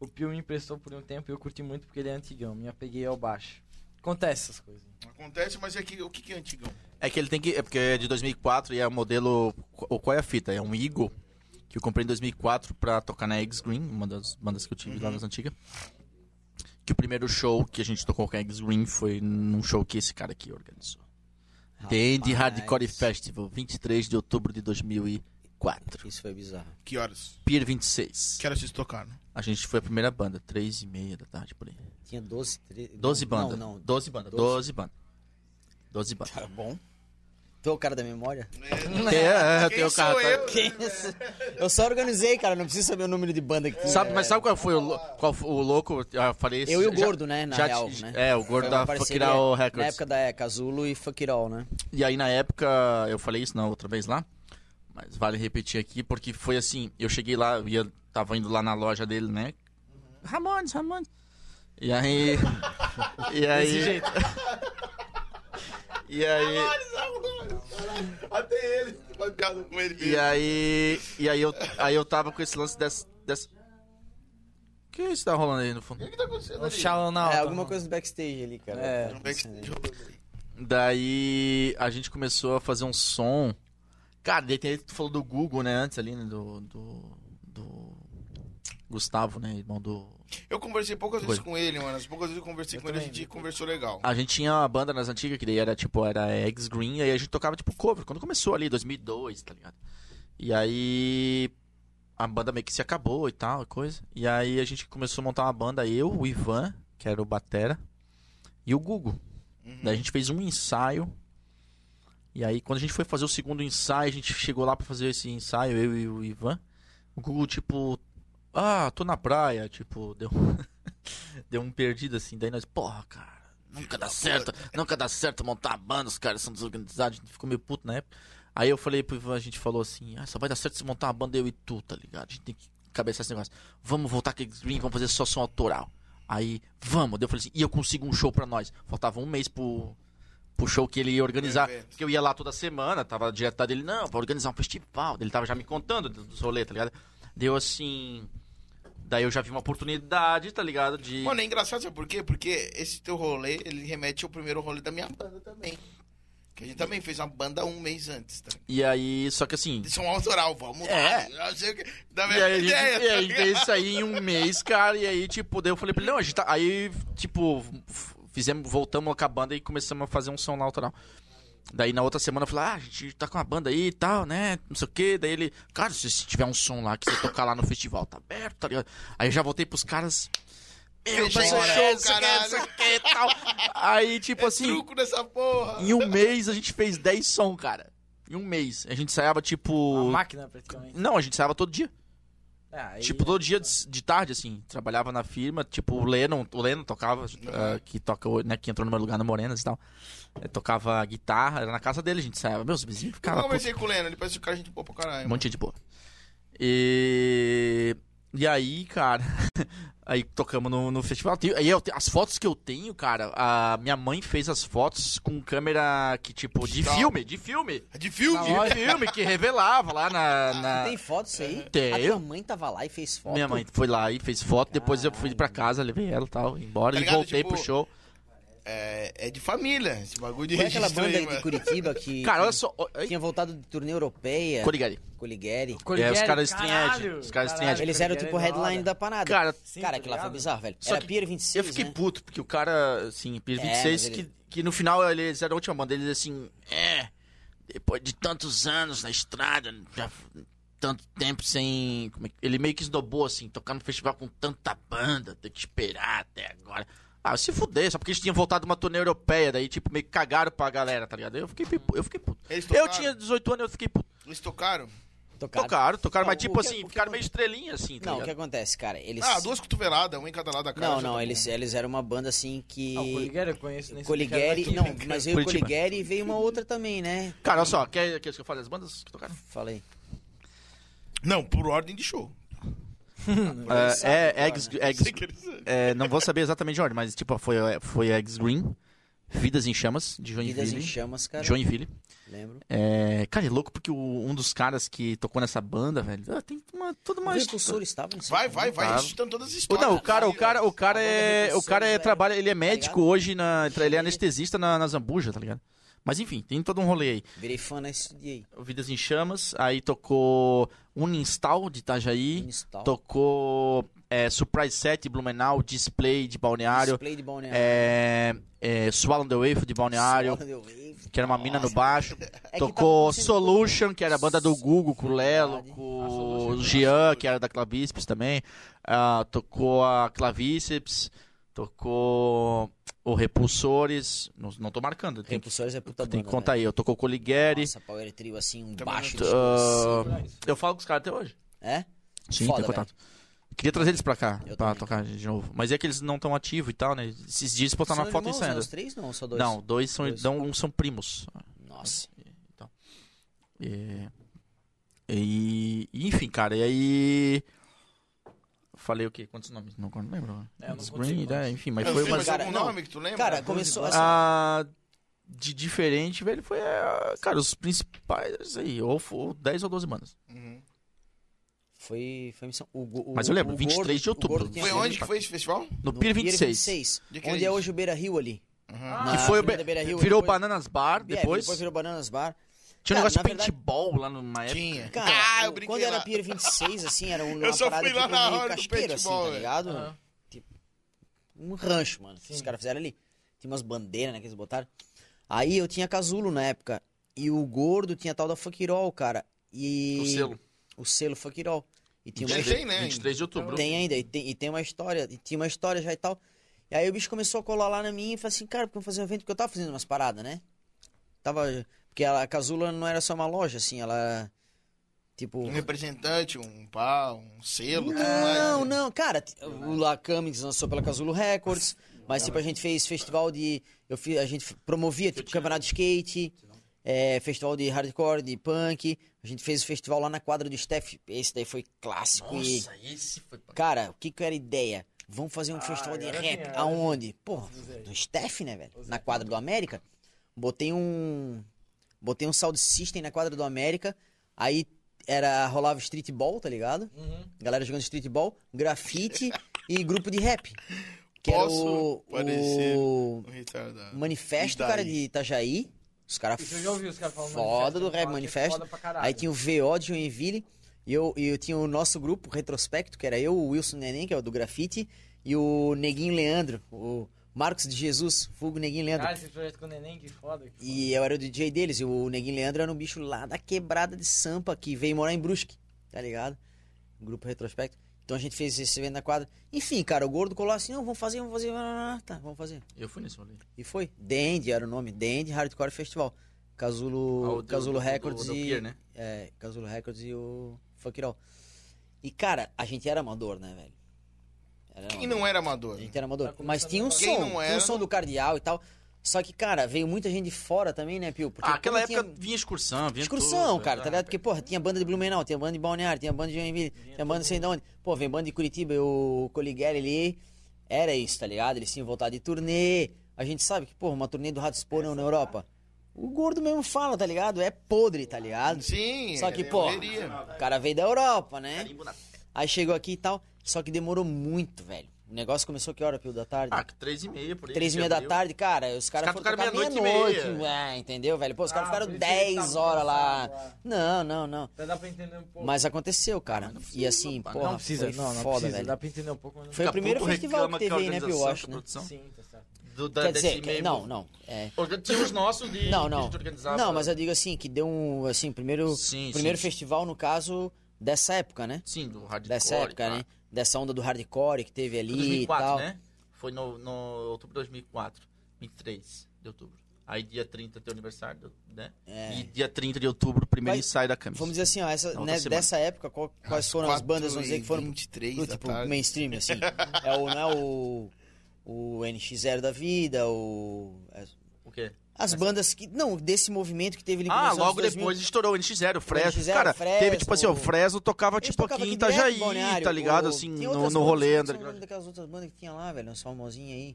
Speaker 2: O Pio me emprestou por um tempo e eu curti muito porque ele é antigão. Me apeguei ao baixo. Acontece essas coisas.
Speaker 1: Acontece, mas é que o que, que é antigão?
Speaker 4: É que ele tem que. É porque é de 2004 e é o modelo. Ou qual é a fita? É um Eagle que eu comprei em 2004 pra tocar na Eggs Green, uma das bandas que eu tive lá nas antigas. Que o primeiro show que a gente tocou com a Eggs Green foi num show que esse cara aqui organizou. The Indie
Speaker 3: Rapaz.
Speaker 4: Hardcore Festival, 23 de outubro de 2004.
Speaker 3: Isso foi bizarro.
Speaker 1: Que horas?
Speaker 4: Pier 26.
Speaker 1: Que horas vocês tocaram?
Speaker 4: A gente foi a primeira banda, 3 e meia da tarde por aí.
Speaker 3: Tinha 12, 13.
Speaker 4: 12 bandas.
Speaker 3: Não, não.
Speaker 4: 12 bandas, 12 bandas. 12 bandas.
Speaker 3: Tá bom. Tu é o cara da memória?
Speaker 4: É,
Speaker 1: Quem
Speaker 4: tem o
Speaker 1: sou
Speaker 4: cara, tá-
Speaker 1: eu?
Speaker 3: Que isso? Eu só organizei, cara. Não preciso saber o número de banda que tinha.
Speaker 4: Sabe, mas sabe qual foi o,
Speaker 1: É.
Speaker 4: lou- qual foi o louco? Eu falei isso.
Speaker 3: Eu e o
Speaker 4: já-
Speaker 3: Gordo, né? Na
Speaker 4: já
Speaker 3: real,
Speaker 4: te-
Speaker 3: né?
Speaker 4: É, o Gordo
Speaker 3: Foi
Speaker 4: da
Speaker 3: uma
Speaker 4: Fuck
Speaker 3: parceria
Speaker 4: It All Records.
Speaker 3: Na época da é, Casulo e Fuck It All, né?
Speaker 4: E aí, na época, eu falei isso na outra vez lá, mas vale repetir aqui, porque foi assim, eu cheguei lá, eu ia, tava indo lá na loja dele, né?
Speaker 1: Uhum.
Speaker 4: Ramones, Ramones. E aí... e aí...
Speaker 2: Desse jeito.
Speaker 4: e aí...
Speaker 1: Até ele, bancado com ele.
Speaker 4: E aí... E aí eu, aí eu tava com esse lance dessa... dessa... O que é isso que tá rolando aí no fundo?
Speaker 1: O que tá acontecendo
Speaker 2: O Shallow
Speaker 4: Ah,
Speaker 2: na
Speaker 3: é
Speaker 4: tá.
Speaker 2: alta,
Speaker 3: alguma
Speaker 2: mano.
Speaker 3: coisa do backstage ali, cara.
Speaker 2: É.
Speaker 3: Tá acontecendo ali.
Speaker 1: ali?
Speaker 4: Daí a gente começou a fazer um som. Cara, daí tem- tu falou do Google, né? Antes ali, né? Do. Do. do Gustavo, né? Irmão do.
Speaker 1: Eu conversei poucas vezes
Speaker 4: Coisa.
Speaker 1: com ele, mano. As poucas vezes eu conversei
Speaker 2: Eu
Speaker 1: com ele, a
Speaker 2: também.
Speaker 1: gente conversou legal.
Speaker 4: A gente tinha uma banda nas antigas que daí era tipo, era Eggs Green, aí a gente tocava tipo cover, quando começou ali, 2002, tá ligado? E aí a banda meio que se acabou e tal, e coisa. E aí a gente começou a montar uma banda, eu, o Ivan, que era o Batera, e o Gugu.
Speaker 1: Uhum.
Speaker 4: Daí a gente fez um ensaio. E aí, quando a gente foi fazer o segundo ensaio, a gente chegou lá pra fazer esse ensaio, eu e o Ivan. O Gugu, tipo, ah, tô na praia, tipo, deu, deu um perdido assim. Daí nós, porra, cara, nunca dá certo, nunca dá certo montar a banda, os caras são desorganizados, a gente ficou meio puto na época. Aí eu falei pro Ivan, a gente falou assim, ah, só vai dar certo se montar uma banda eu e tu, tá ligado? A gente tem que cabeçar esse negócio. Vamos voltar com X Green, vamos fazer só som autoral. Aí, vamos. Daí eu falei assim, e eu consigo um show pra nós. Faltava um mês pro, pro show que ele ia organizar.
Speaker 1: evento.
Speaker 4: Porque eu ia lá toda semana, tava direto da dele, não, pra organizar um festival. Ele tava já me contando do- dos rolês, tá ligado? Deu assim. Daí eu já vi uma oportunidade, tá ligado? De.
Speaker 1: Mano, é engraçado, sabe por quê? Porque esse teu rolê, ele remete ao primeiro rolê da minha banda também. Que a gente também fez uma banda um mês antes, tá?
Speaker 4: E aí, só que assim.
Speaker 1: Som autoral, vamos
Speaker 4: É.
Speaker 1: lá. Não sei o que. Da
Speaker 4: E
Speaker 1: mesma
Speaker 4: aí, a gente-
Speaker 1: ideia,
Speaker 4: e
Speaker 1: tá
Speaker 4: aí
Speaker 1: ligado?
Speaker 4: veio isso aí em um mês, cara. E aí, tipo, daí eu falei pra ele, não, a gente tá. Aí, tipo, f- fizemos, voltamos com a banda e começamos a fazer um som lá autoral. Daí na outra semana eu falei, ah, a gente tá com uma banda aí e tal, né? Não sei o quê. Daí ele, cara, se, se tiver um som lá que você tocar lá no festival, tá aberto, tá ligado? Aí eu já voltei pros caras. Meu,
Speaker 1: Fechou
Speaker 4: vai ser
Speaker 1: o horário,
Speaker 4: show, não sei o quê, não
Speaker 1: caralho. É
Speaker 4: sei o quê e tal. Aí, tipo assim.
Speaker 1: Truco nessa porra.
Speaker 4: Em um mês a gente fez 10 som, cara. Em um mês. A gente saiava
Speaker 2: Uma
Speaker 4: tipo.
Speaker 2: máquina, praticamente.
Speaker 4: Não, a gente saiava todo dia.
Speaker 2: Ah, aí-
Speaker 4: Tipo, todo dia de, de tarde, assim. Trabalhava na firma. Tipo, o Lennon, o Lennon tocava, ah, que toca, hoje, né? Que entrou no meu lugar na Morenas e tal. Eh, tocava guitarra, era na casa dele, a gente saiava. Meus vizinhos
Speaker 1: Eu
Speaker 4: ficavam.
Speaker 1: conversei com o Leno, ele é parece o cara gente boa pra caralho.
Speaker 4: Um monte de boa. E, e aí, cara, aí tocamos no, no festival. Tem- Aí eu, te- as fotos que eu tenho, cara, a minha mãe fez as fotos com câmera que, tipo, de
Speaker 1: Digital.
Speaker 4: filme, de filme.
Speaker 1: É De filme?
Speaker 2: Na
Speaker 4: De
Speaker 2: loja.
Speaker 4: filme que revelava lá na. na-
Speaker 3: Tem foto isso aí?
Speaker 4: Tem.
Speaker 3: A tua mãe tava lá e fez foto?
Speaker 4: Minha mãe foi lá e fez foto, depois eu fui pra casa, levei ela e tal, embora
Speaker 1: Tá
Speaker 4: e
Speaker 1: ligado?
Speaker 4: voltei
Speaker 1: Tipo,
Speaker 4: pro show.
Speaker 1: É, é de família, esse bagulho de
Speaker 4: é
Speaker 3: Foi aquela
Speaker 1: registro
Speaker 3: banda
Speaker 1: aí,
Speaker 3: de
Speaker 1: mano.
Speaker 3: Curitiba que
Speaker 4: Cara, olha
Speaker 3: que
Speaker 4: só. ó, ei,
Speaker 3: tinha voltado de turnê europeia.
Speaker 4: Coligari.
Speaker 3: Coligueri.
Speaker 2: Coligueri,
Speaker 4: É, os caras
Speaker 2: caralho,
Speaker 4: estranhagem, os caras
Speaker 2: caralho,
Speaker 4: estranhagem.
Speaker 3: Eles eram
Speaker 2: Coligueri
Speaker 3: tipo
Speaker 2: é da
Speaker 3: headline
Speaker 2: hora.
Speaker 3: da parada.
Speaker 4: Cara,
Speaker 2: Sim,
Speaker 3: cara,
Speaker 2: tá
Speaker 3: aquilo lá foi
Speaker 2: ligado?
Speaker 3: bizarro, velho.
Speaker 4: Só
Speaker 3: Era
Speaker 4: que
Speaker 3: Pier 26,
Speaker 4: Eu fiquei
Speaker 3: né?
Speaker 4: puto, porque o cara, assim, Pier
Speaker 3: É,
Speaker 4: 26,
Speaker 3: mas ele-
Speaker 4: que, que no final eles eram a última banda, eles assim, é, depois de tantos anos na estrada, já f- tanto tempo sem. como é que- ele meio que esnobou, assim, tocar no festival com tanta banda, tem que esperar até agora. Ah, se fuder, só porque eles tinham voltado uma turnê europeia, daí, tipo, meio que cagaram pra galera, tá ligado? Eu fiquei, pi- eu fiquei puto.
Speaker 1: Eles
Speaker 4: Eu
Speaker 1: tocaram?
Speaker 4: tinha 18 anos, eu fiquei puto.
Speaker 1: Eles tocaram?
Speaker 3: Tocaram.
Speaker 4: Tocaram, tocaram,
Speaker 3: Não,
Speaker 4: mas
Speaker 3: o
Speaker 4: tipo
Speaker 3: que-
Speaker 4: assim,
Speaker 3: o que-
Speaker 4: ficaram meio estrelinha, assim, tá
Speaker 3: Não, o que
Speaker 4: ligado?
Speaker 3: acontece, cara? Eles...
Speaker 1: Ah, duas cotoveladas, um em cada lado da cara.
Speaker 3: Não,
Speaker 1: já tá
Speaker 3: não,
Speaker 1: bom.
Speaker 3: eles, eles eram uma banda assim
Speaker 2: Ah, o
Speaker 3: que...
Speaker 2: Coligueri eu conheço nesse
Speaker 3: Coligueri...
Speaker 2: cara
Speaker 3: Não,
Speaker 2: daqui. né?
Speaker 3: mas veio o
Speaker 4: Curitiba.
Speaker 3: Coligueri e veio uma outra também, né?
Speaker 4: Cara, olha só, quer, quer é que eu fale as bandas que tocaram?
Speaker 3: Falei.
Speaker 1: Não, por ordem de show.
Speaker 4: Ah,
Speaker 3: sabe
Speaker 4: é,
Speaker 3: agora,
Speaker 4: Eggs,
Speaker 3: né?
Speaker 4: Eggs,
Speaker 1: Sei que eles-
Speaker 4: é, não vou saber exatamente de onde, mas tipo, foi, foi Eggs Green, Vidas em Chamas, de
Speaker 3: Vidas em
Speaker 4: Joinville.
Speaker 3: Chamas, cara.
Speaker 4: Joinville.
Speaker 3: Lembro.
Speaker 4: É, cara, é louco porque o- um dos caras que tocou nessa banda, velho, ah, tem uma, toda uma.
Speaker 3: Mas o Sul estava né? no
Speaker 1: Vai, vai, vai.
Speaker 4: Tá.
Speaker 1: Estão todas as
Speaker 4: Ô,
Speaker 1: histórias.
Speaker 4: Não, o cara, o cara, o cara
Speaker 3: Agora
Speaker 4: é,
Speaker 3: redução,
Speaker 4: o cara é,
Speaker 3: velho.
Speaker 4: trabalha, ele é
Speaker 3: Tá
Speaker 4: médico
Speaker 3: ligado?
Speaker 4: hoje na, ele é
Speaker 3: Cheguei.
Speaker 4: anestesista na, na Zambuja, tá ligado? Mas enfim, tem todo um rolê aí.
Speaker 3: Virei fã nesse dia aí.
Speaker 4: O Vidas em Chamas, aí tocou Uninstall de Itajaí,
Speaker 3: Unistal.
Speaker 4: tocou é, Surprise Set de Blumenau, Display de Balneário,
Speaker 3: Display de Balneário.
Speaker 4: é, é, Swallow the Wave de Balneário,
Speaker 3: Swallow the Wave.
Speaker 4: que era uma mina no
Speaker 3: Nossa.
Speaker 4: baixo.
Speaker 3: É que
Speaker 4: Tocou
Speaker 3: tava acontecendo tudo.
Speaker 4: Solution, que era a banda do Gugu, com o Lelo,
Speaker 3: Verdade.
Speaker 1: Ah,
Speaker 4: com
Speaker 1: Solution,
Speaker 4: o
Speaker 1: ah,
Speaker 4: Jean,
Speaker 1: Solution.
Speaker 4: que era da Clavíceps também. Ah, tocou a Clavíceps, tocou o Repulsores. Não, não tô marcando, tem, que-
Speaker 3: Repulsores é puta
Speaker 4: tem que
Speaker 3: banda,
Speaker 4: contar
Speaker 3: né?
Speaker 4: aí. Eu tocou Coligueri.
Speaker 3: Nossa, Power Trio, assim, um
Speaker 1: Também
Speaker 3: baixo.
Speaker 1: não-
Speaker 4: Ah,
Speaker 2: Sim.
Speaker 4: eu falo com os caras até hoje.
Speaker 3: É?
Speaker 4: Sim,
Speaker 3: Foda,
Speaker 4: tem contato. Queria trazer eles pra cá,
Speaker 3: Eu
Speaker 4: pra
Speaker 3: também.
Speaker 4: tocar de novo. Mas é que eles não estão ativos e tal, né? Esses dias
Speaker 3: São
Speaker 4: postaram uma foto e
Speaker 3: irmãos,
Speaker 4: saindo.
Speaker 3: né? Os três não, só dois.
Speaker 4: Não, dois são,
Speaker 3: Dois.
Speaker 4: não, um são primos.
Speaker 3: Nossa.
Speaker 4: É, E, e, enfim, cara, e aí. Falei o quê? Quantos nomes? Não, não lembro.
Speaker 2: É, eu não
Speaker 4: Uns
Speaker 2: consigo,
Speaker 4: Green,
Speaker 2: mas-
Speaker 4: né? Enfim, mas
Speaker 1: Eu
Speaker 4: foi
Speaker 1: sei,
Speaker 4: uma.
Speaker 1: mas é
Speaker 3: Cara,
Speaker 1: algum
Speaker 3: não.
Speaker 1: nome que tu lembra?
Speaker 3: Cara, começou assim.
Speaker 4: Ah, de diferente, velho, foi. ah, Cara, os principais aí, ou, fo- ou 10 ou 12 manos.
Speaker 1: Uhum.
Speaker 3: Foi, foi missão. O, go- o,
Speaker 4: Mas eu lembro,
Speaker 3: o
Speaker 4: 23 de
Speaker 3: Gordo- o
Speaker 4: outubro.
Speaker 3: Gordo tinha
Speaker 1: Foi
Speaker 4: Tem a
Speaker 1: onde
Speaker 4: ver,
Speaker 1: que foi esse festival?
Speaker 4: No, Pier 26.
Speaker 1: De que
Speaker 3: onde
Speaker 1: é
Speaker 3: é
Speaker 1: isso?
Speaker 3: hoje o Beira Rio ali.
Speaker 1: Uhum.
Speaker 4: Que foi o
Speaker 3: Avenida
Speaker 4: Be-
Speaker 3: Beira-Rio,
Speaker 4: Virou
Speaker 3: depois-
Speaker 4: Bananas Bar
Speaker 3: É,
Speaker 4: depois.
Speaker 3: depois virou Bananas Bar.
Speaker 4: Tinha
Speaker 3: Cara,
Speaker 4: um negócio de
Speaker 3: na verdade-
Speaker 4: paintball lá numa época.
Speaker 1: Tinha.
Speaker 3: Cara,
Speaker 1: ah,
Speaker 3: o-
Speaker 1: eu brinquei
Speaker 3: quando era
Speaker 1: lá.
Speaker 3: Pier 26, assim, era uma
Speaker 1: Eu só
Speaker 3: parada
Speaker 1: fui lá
Speaker 3: tipo
Speaker 1: na
Speaker 3: meio
Speaker 1: hora do é. Ah.
Speaker 3: casqueiro, assim,
Speaker 1: paintball,
Speaker 3: tá
Speaker 1: velho.
Speaker 3: ligado?
Speaker 2: Aham.
Speaker 3: Tipo, um rancho, mano, que os
Speaker 2: Sim.
Speaker 3: caras fizeram ali. Tinha umas bandeiras, né, que eles botaram. Aí eu tinha casulo na época. E o gordo tinha tal da Funkirol, cara. E...
Speaker 4: O selo.
Speaker 3: O selo Funkirol. E tinha uma...
Speaker 1: Ele tem, né?
Speaker 4: 23 de outubro.
Speaker 3: Tem ainda, e tem, e tem uma história, e tinha uma história já e tal. E aí o bicho começou a colar lá na minha e falou assim, cara, porque eu vou fazer um evento, porque eu tava fazendo umas paradas, né? Tava. Porque ela- a Casula não era só uma loja, assim, ela. Tipo.
Speaker 1: Um representante, um pau, um selo, tudo mais. né?
Speaker 3: Não, não, cara, t- o La Cummings lançou pela Casulo Records, mas tipo, a gente fez festival de. Eu fiz, a gente promovia, tipo, campeonato de skate, é, festival de hardcore, de punk. A gente fez o festival lá na quadra do Steph. Esse daí foi clássico e.
Speaker 4: Nossa, esse foi.
Speaker 3: Cara, o que que era a ideia? Vamos fazer
Speaker 2: Ah,
Speaker 3: um festival de
Speaker 2: agora
Speaker 3: rap.
Speaker 2: sim, agora
Speaker 3: Aonde? Porra, no Steph, né, velho? Na quadra do América. Botei um. Botei um sound system na quadra do América. Aí era, rolava streetball, tá ligado? Galera jogando streetball, grafite e grupo de rap. Que
Speaker 1: Posso
Speaker 3: era o.
Speaker 1: parecer
Speaker 3: o
Speaker 1: Um retardado. E
Speaker 3: manifesto,
Speaker 1: daí?
Speaker 3: cara, de Itajaí. Os caras.
Speaker 2: Isso eu já ouvi os caras falando
Speaker 3: Foda
Speaker 2: manifesto,
Speaker 3: do rap
Speaker 2: fala que é
Speaker 3: manifesto.
Speaker 2: foda pra
Speaker 4: Tá.
Speaker 2: caralho.
Speaker 3: Aí tinha o VO de Joinville. E eu, e eu tinha o nosso grupo, o Retrospecto, que era eu, o Wilson Neném, que é o do grafite, e o Neguinho Leandro, o Marcos de Jesus, Fulgo Neguinho Leandro.
Speaker 2: Cara, esse projeto com o Neném, que foda. que
Speaker 3: um E eu era o DJ deles, e o Neguinho Leandro era um bicho lá da quebrada de Sampa, que veio morar em Brusque, tá ligado? Grupo Retrospecto. Então a gente fez esse evento na quadra. Enfim, cara, o gordo colou assim, não, vamos fazer, vamos fazer, ah, tá, vamos fazer.
Speaker 4: Eu fui nesse rolê.
Speaker 3: E foi. Dende era o nome, Dende Hardcore Festival.
Speaker 4: Ah, o
Speaker 3: Casulo,
Speaker 4: do-
Speaker 3: Casulo
Speaker 4: do- do-
Speaker 3: Records
Speaker 4: do
Speaker 3: e...
Speaker 4: Pier, né?
Speaker 3: É, Casulo Records e o Fuck It All. E, cara, a gente era amador, né, velho? Era
Speaker 1: Quem
Speaker 3: amador.
Speaker 1: não era amador?
Speaker 3: A gente
Speaker 2: Tá
Speaker 3: era amador.
Speaker 2: começando
Speaker 3: Mas tinha um
Speaker 2: agora.
Speaker 1: Quem
Speaker 3: som,
Speaker 1: não
Speaker 3: tinha
Speaker 1: era,
Speaker 3: um som do Cardeal e tal. Só que, cara, veio muita gente de fora também, né, Pio? Porque
Speaker 4: Ah, aquela
Speaker 3: como
Speaker 4: época
Speaker 3: tinha
Speaker 4: vinha excursão, vinha
Speaker 3: Excursão,
Speaker 4: tudo,
Speaker 3: cara, tá
Speaker 4: é.
Speaker 3: ligado? Porque, porra, tinha banda de Blumenau, tinha banda de Balneário, tinha banda de Joinville, tinha banda de sei de onde. Pô, vem banda de Curitiba, o Coligueri ali. Era isso, tá ligado? Eles tinham voltado de turnê. A gente sabe que, porra, uma turnê do Rato Spor na Europa. O gordo mesmo fala, tá ligado? É podre, tá ligado?
Speaker 1: Sim.
Speaker 3: Só que,
Speaker 1: eu
Speaker 3: pô,
Speaker 1: deveria.
Speaker 3: o cara veio da Europa, né? Aí chegou aqui e tal. Só que demorou muito, velho. O negócio começou que hora, Pio, da tarde?
Speaker 4: Ah, três e meia, por aí.
Speaker 3: Três e meia da tarde, cara, os caras
Speaker 4: caras
Speaker 3: foram
Speaker 4: tocaram
Speaker 3: tocar
Speaker 4: meia-noite e
Speaker 3: meia-noite,
Speaker 4: meia.
Speaker 3: ué, entendeu, velho? Pô, os caras
Speaker 2: Ah,
Speaker 3: ficaram
Speaker 2: por isso que eles
Speaker 3: 10
Speaker 2: estavam
Speaker 3: horas lá.
Speaker 2: cansados lá.
Speaker 3: Não, não, não.
Speaker 2: Dá, dá pra entender um pouco.
Speaker 3: Mas aconteceu, cara. e assim,
Speaker 4: rapaz,
Speaker 3: porra,
Speaker 2: não precisa,
Speaker 3: foi
Speaker 2: não, não
Speaker 3: foda,
Speaker 2: precisa.
Speaker 3: velho.
Speaker 2: Dá pra entender um pouco, mas não
Speaker 3: Foi o primeiro festival que teve aí, né, Pio? Eu acho, né?
Speaker 2: Sim, tá certo.
Speaker 4: Do, da,
Speaker 3: Quer
Speaker 4: desse
Speaker 3: dizer, que-
Speaker 4: meio-
Speaker 3: não, não. É,
Speaker 4: Organ- Tinha os nossos de.
Speaker 3: não, não.
Speaker 4: de organizar
Speaker 3: Não,
Speaker 4: pra-
Speaker 3: mas eu digo assim, que deu um, assim, primeiro,
Speaker 4: Sim,
Speaker 3: primeiro
Speaker 4: sim,
Speaker 3: festival, no caso, dessa época, né?
Speaker 4: Sim, do hardcore.
Speaker 3: Dessa época,
Speaker 4: tá.
Speaker 3: né? Dessa onda do hardcore que teve
Speaker 4: Foi
Speaker 3: ali e
Speaker 4: 2004,
Speaker 3: tal.
Speaker 4: né? Foi no, no outubro de 2004. 23 de outubro. Aí dia 30 teu aniversário, né? E dia 30 de outubro, primeiro
Speaker 3: É. Mas,
Speaker 4: ensaio da Camis.
Speaker 3: Vamos dizer assim, ó, essa,
Speaker 4: Na outra
Speaker 3: né,
Speaker 4: semana.
Speaker 3: dessa época, qual- quais foram as bandas, vamos dizer, que foram
Speaker 1: 23
Speaker 3: pro,
Speaker 1: da
Speaker 3: tipo,
Speaker 1: tarde.
Speaker 3: mainstream, assim. é o, não é o, o NX0 da vida, o... As,
Speaker 4: O quê?
Speaker 3: as bandas que... Não, desse movimento que teve ali
Speaker 4: Ah,
Speaker 3: nos anos
Speaker 4: logo
Speaker 3: 2000.
Speaker 4: depois estourou o NX0, o Fresno.
Speaker 3: NX0,
Speaker 4: Cara,
Speaker 3: Fresno,
Speaker 4: teve tipo assim, o
Speaker 3: o-
Speaker 4: Fresno tocava
Speaker 3: Eles
Speaker 4: tipo
Speaker 3: tocavam
Speaker 4: aqui em
Speaker 3: direto
Speaker 4: Itajaí,
Speaker 3: Balneário,
Speaker 4: tá ligado?
Speaker 3: o-
Speaker 4: Assim,
Speaker 3: tinha
Speaker 4: no,
Speaker 3: outras bandas,
Speaker 4: no
Speaker 3: né?
Speaker 4: rolê.
Speaker 3: não sei o
Speaker 4: underground.
Speaker 3: nome daquelas outras bandas que tinha lá, velho. Só uma mozinha aí.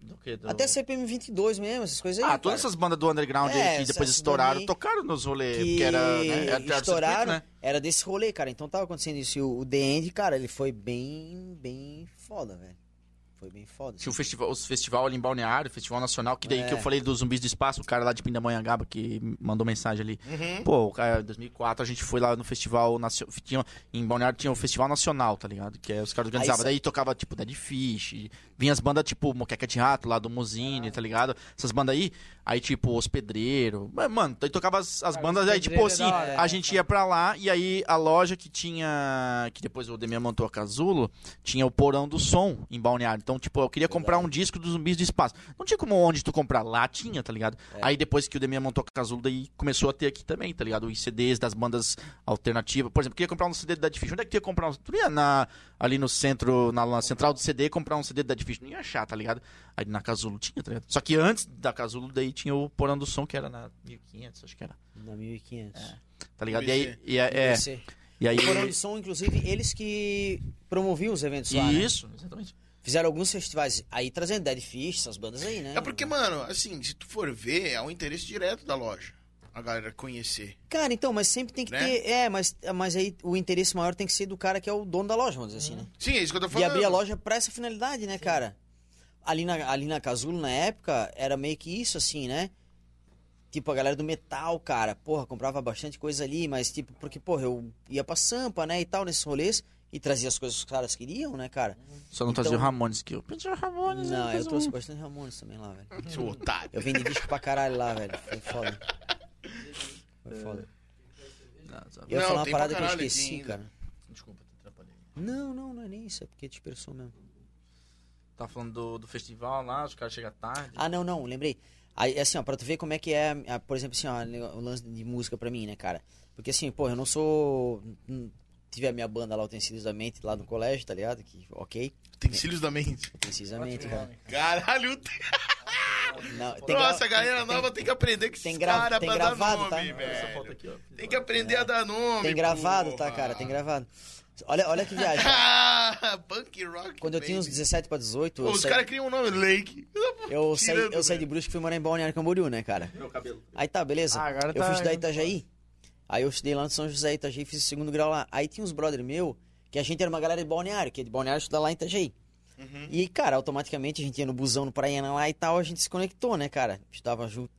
Speaker 4: Do que do-
Speaker 3: Até CPM 22 mesmo, essas coisas aí.
Speaker 4: Ah,
Speaker 3: cara.
Speaker 4: todas essas bandas do underground
Speaker 3: É,
Speaker 4: aí que depois
Speaker 3: essas
Speaker 4: estouraram,
Speaker 3: daí
Speaker 4: tocaram nos rolês,
Speaker 3: que
Speaker 4: porque era, né, era circuito,
Speaker 3: estouraram,
Speaker 4: né?
Speaker 3: era desse rolê, cara. Então tava acontecendo isso. E o, o The End, cara, ele foi bem, bem foda, velho. Foi bem foda.
Speaker 4: Tinha o festival, os festival ali em Balneário, festival nacional, que daí
Speaker 3: É.
Speaker 4: que eu falei dos zumbis do espaço, o cara lá de Pindamonhangaba que mandou mensagem ali.
Speaker 1: Uhum.
Speaker 4: Pô, o cara, em 2004 a gente foi lá no festival nacional, tinha, em Balneário tinha o festival nacional, tá ligado? Que é, os caras organizavam,
Speaker 3: sa-
Speaker 4: daí tocava tipo Dead Fish, vinha as bandas tipo Moqueca de Rato lá do Muzine, tá ligado? Essas bandas aí, aí tipo Os Pedreiro, mas, mano, daí tocava as, as
Speaker 2: Cara,
Speaker 4: bandas
Speaker 2: Os
Speaker 4: aí tipo
Speaker 2: Pedreiro
Speaker 4: assim,
Speaker 2: é da hora,
Speaker 4: a gente ia pra lá e aí a loja que tinha, que depois o Demian montou a Casulo, tinha o porão do som em Balneário. Então, tipo, eu
Speaker 3: É
Speaker 4: queria comprar um disco dos zumbis do espaço. Não tinha como onde tu comprar, lá tinha, tá ligado?
Speaker 3: É.
Speaker 4: Aí depois que o Demian montou a Casulo, daí começou a ter aqui também, tá ligado? Os CDs das bandas alternativas. Por exemplo, queria comprar um CD da Dead Fish. Onde é que tu ia comprar um? Tu não ia na, ali no centro, na, na central do CD, comprar um CD da Dead Fish. Não ia achar, tá ligado? Aí na Casulo tinha, tá ligado? Só que antes da Casulo, daí tinha o porão do som, que era na 1500, acho que era.
Speaker 3: Na 1500.
Speaker 4: Tá ligado?
Speaker 1: UBC.
Speaker 4: E aí, e, aí- é,
Speaker 3: Você.
Speaker 4: e aí...
Speaker 3: Foram eles são, um inclusive, eles que promoviam os eventos lá, né?
Speaker 4: Isso, exatamente.
Speaker 3: Fizeram alguns festivais aí trazendo Dead Fish, essas bandas aí, né?
Speaker 1: É porque, mano, assim, se tu for ver, é um interesse direto da loja. A galera conhecer.
Speaker 3: Cara, então, mas sempre tem que
Speaker 1: Né?
Speaker 3: ter. É, mas, mas aí o interesse maior tem que ser do cara que é o dono da loja, vamos dizer assim, né?
Speaker 1: Sim, é isso que eu tô
Speaker 3: E
Speaker 1: falando.
Speaker 3: abrir a loja pra essa finalidade, né, cara? Ali na, ali na Casulo, na época, era meio que isso, assim, né? Tipo, a galera do metal, cara, porra, comprava bastante coisa ali, mas tipo, porque, porra, eu ia pra Sampa, né, e tal, nesses rolês, e trazia as coisas que os caras queriam, né, cara?
Speaker 4: Só não trazia o
Speaker 3: Então-
Speaker 4: Ramones, que eu pedi o Ramones.
Speaker 3: Não,
Speaker 4: fez
Speaker 3: eu trouxe
Speaker 4: um-
Speaker 3: bastante Ramones também lá, velho.
Speaker 1: Seu otário.
Speaker 3: Eu vendi disco pra caralho lá, velho. Foi foda. Foi foda.
Speaker 4: Não, só-
Speaker 3: Eu ia
Speaker 1: Não,
Speaker 3: falar uma
Speaker 1: tem né? pra
Speaker 3: parada que eu
Speaker 1: caralho aqui
Speaker 3: esqueci,
Speaker 1: ainda.
Speaker 3: cara.
Speaker 4: Desculpa, te atrapalhei.
Speaker 3: Não, não, não é nem isso, é porque dispersou mesmo.
Speaker 4: Tá falando do, do festival lá, os caras chegam tarde.
Speaker 3: Ah, não, não, lembrei. Aí, assim, ó, pra tu ver como é que é, a- por exemplo, assim, ó, o lance de música pra mim, né, cara? Porque, assim, pô, eu não sou... hum, Tive a minha banda lá, Utensílios da Mente, lá no colégio, tá ligado? Que, ok,
Speaker 1: Tem cílios da mente.
Speaker 3: Utensílios da Mente, cara.
Speaker 1: Caralho, tem...
Speaker 3: Não, tem gra-
Speaker 1: nossa, a galera nova tem que aprender com
Speaker 3: tem
Speaker 1: esses
Speaker 3: gra-
Speaker 1: caras
Speaker 3: tem
Speaker 1: pra
Speaker 3: gravado,
Speaker 1: dar nome,
Speaker 3: tá?
Speaker 4: Essa foto
Speaker 1: velho.
Speaker 4: aqui, ó.
Speaker 1: Tem que aprender a dar nome,
Speaker 3: É. Tem gravado,
Speaker 1: porra.
Speaker 3: tá, cara? Tem gravado. Olha, olha que viagem.
Speaker 1: Ah, punk rock.
Speaker 3: Quando eu tinha uns
Speaker 1: baby.
Speaker 3: 17 pra 18,
Speaker 1: Pô,
Speaker 3: eu
Speaker 1: os
Speaker 3: saí,
Speaker 1: caras criam um nome, Lake.
Speaker 3: eu saí,
Speaker 1: tirando,
Speaker 3: eu saí de
Speaker 1: velho.
Speaker 3: Brusque e fui morar em Balneário Camboriú, né, cara?
Speaker 4: né? Meu cabelo.
Speaker 3: Aí tá, beleza.
Speaker 2: Ah, agora
Speaker 3: eu
Speaker 2: tá-
Speaker 3: fui estudar em Itajaí. Aí eu estudei lá no São José Itajaí, fiz o segundo grau lá. Aí tinha uns brother meu, que a gente era uma galera de balneário, que é de balneário estudar lá em Itajaí.
Speaker 4: Uhum.
Speaker 3: E, cara, automaticamente a gente ia no busão, no Praiana lá e tal, a gente se conectou, né, cara? Estudava junto,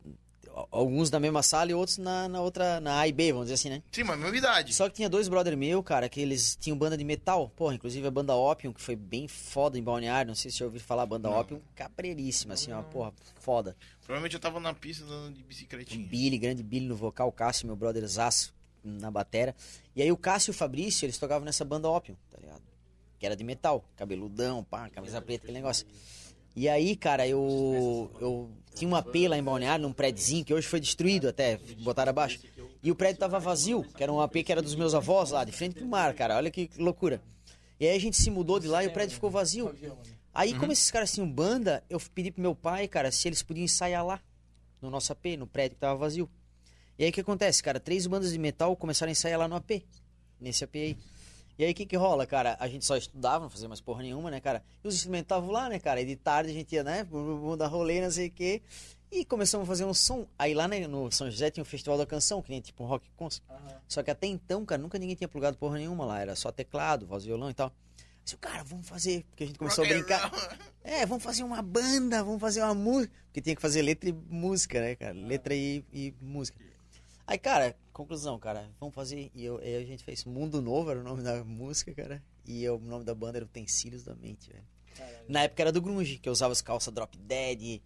Speaker 3: al- alguns na mesma sala e outros na, na outra, na A e B, vamos dizer assim, né?
Speaker 1: Sim, mas mesma idade.
Speaker 3: Só que tinha dois brother meu, cara, que eles tinham banda de metal. Porra, inclusive a banda Opium, que foi bem foda em balneário, não sei se você já ouviu falar, a banda Opium, cabreiríssima, assim, ó, porra, foda.
Speaker 1: Provavelmente eu tava na pista andando de bicicletinha.
Speaker 3: Billy, grande Billy no vocal, o Cássio, meu brother Zaço na batera. E aí o Cássio e o Fabrício, eles tocavam nessa banda Opium, tá ligado? Que era de metal, cabeludão, pá, camisa preta, aquele negócio. E aí, cara, eu, eu tinha uma AP lá em Balneário, num prédiozinho, que hoje foi destruído até, botaram abaixo. E o prédio tava vazio, que era um AP que era dos meus avós lá, de frente pro mar, cara, olha que loucura. E aí a gente se mudou
Speaker 2: um
Speaker 3: de lá e o prédio
Speaker 2: né?
Speaker 3: ficou vazio. Aí,
Speaker 1: Uhum.
Speaker 3: como esses caras tinham banda, eu pedi pro meu pai, cara, se eles podiam ensaiar lá, no nosso AP, no prédio que tava vazio. E aí o que acontece, cara? Três bandas de metal começaram a ensaiar lá no AP, nesse AP aí. E aí o que que rola, cara? A gente só estudava, não fazia mais porra nenhuma, né, cara? E os instrumentos estavam lá, né, cara? E de tarde a gente ia, né, bum, bum, bum, dar rolê, não sei o quê. E começamos a fazer um som. Aí lá né, no São José tinha o Festival da Canção, que nem tipo um rock concert. Só que até então, cara, nunca ninguém tinha plugado porra nenhuma lá. Era só teclado, voz, violão e tal. Assim, cara, vamos fazer. Porque a gente começou
Speaker 1: Rock
Speaker 3: a
Speaker 1: and
Speaker 3: brincar.
Speaker 1: roll.
Speaker 3: É, vamos fazer uma banda, vamos fazer uma música. Porque tinha que fazer letra e música, né, cara?
Speaker 1: Ah.
Speaker 3: Letra e, e música. Aí, cara, conclusão, cara, vamos fazer. E eu, aí a gente fez Mundo Novo, era o nome da música, cara. E eu- o nome da banda era Utensílios da Mente, velho. Na época era do Grunge, que eu usava as calças Drop Dead,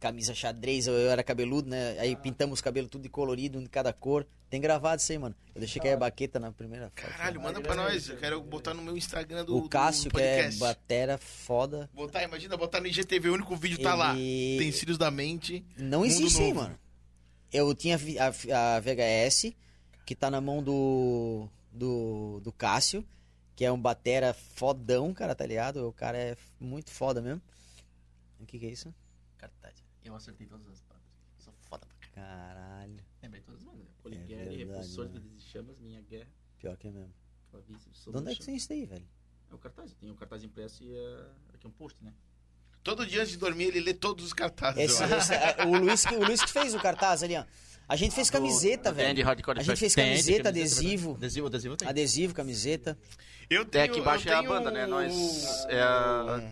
Speaker 3: camisa xadrez, eu, eu era cabeludo, né?
Speaker 1: Ah.
Speaker 3: Aí pintamos os cabelos tudo de colorido, um de cada cor. Tem gravado isso aí, mano. Eu deixei cair a baqueta na primeira foto.
Speaker 1: Ah.
Speaker 3: né?
Speaker 1: Caralho, manda pra nós. Eu quero botar no meu Instagram do,
Speaker 3: O Cássio,
Speaker 1: do
Speaker 3: que é
Speaker 1: podcast.
Speaker 3: batera foda.
Speaker 1: Botar, imagina, botar no IGTV, o único vídeo tá lá.
Speaker 3: Ele-
Speaker 1: Tem cílios da mente.
Speaker 3: Não
Speaker 1: Mundo
Speaker 3: existe, hein,
Speaker 1: novo. né?
Speaker 3: mano. Eu tinha vi- a, a VHS, que tá na mão do, do, do Cássio, que é um batera fodão, cara, tá ligado? O cara é muito foda mesmo. O que que é isso?
Speaker 4: Cartaz. Eu acertei todas as bandas. Sou foda pra caralho.
Speaker 3: Caralho.
Speaker 4: Lembrei todas as bandas.
Speaker 3: Poliguerra, É verdade, né? Repulsores, mano.
Speaker 4: Chamas, Minha Guerra,
Speaker 3: Pior que é mesmo. é
Speaker 4: Clavície,
Speaker 3: De onde é que tem isso daí, velho?
Speaker 4: É o cartaz. Tem o cartaz impresso e aqui um post, né?
Speaker 1: Todo dia antes de dormir ele lê todos os cartazes.
Speaker 3: Esse-
Speaker 1: eu acho.
Speaker 3: esse- é, o, Luiz que, o Luiz que fez o cartaz ali, ó. A
Speaker 1: Ah,
Speaker 3: gente fez
Speaker 1: tá
Speaker 3: camiseta,
Speaker 4: Entende,
Speaker 3: velho.
Speaker 4: hardcore
Speaker 3: A gente
Speaker 4: trash.
Speaker 3: fez
Speaker 4: Tem, tem
Speaker 3: camiseta,
Speaker 4: camiseta,
Speaker 3: adesivo.
Speaker 4: Adesivo, adesivo tem.
Speaker 3: Adesivo, camiseta.
Speaker 1: Eu
Speaker 4: Até
Speaker 1: tenho,
Speaker 4: aqui embaixo
Speaker 1: eu
Speaker 4: é a
Speaker 1: tenho
Speaker 4: banda, né?
Speaker 1: o-
Speaker 4: Nós- é a-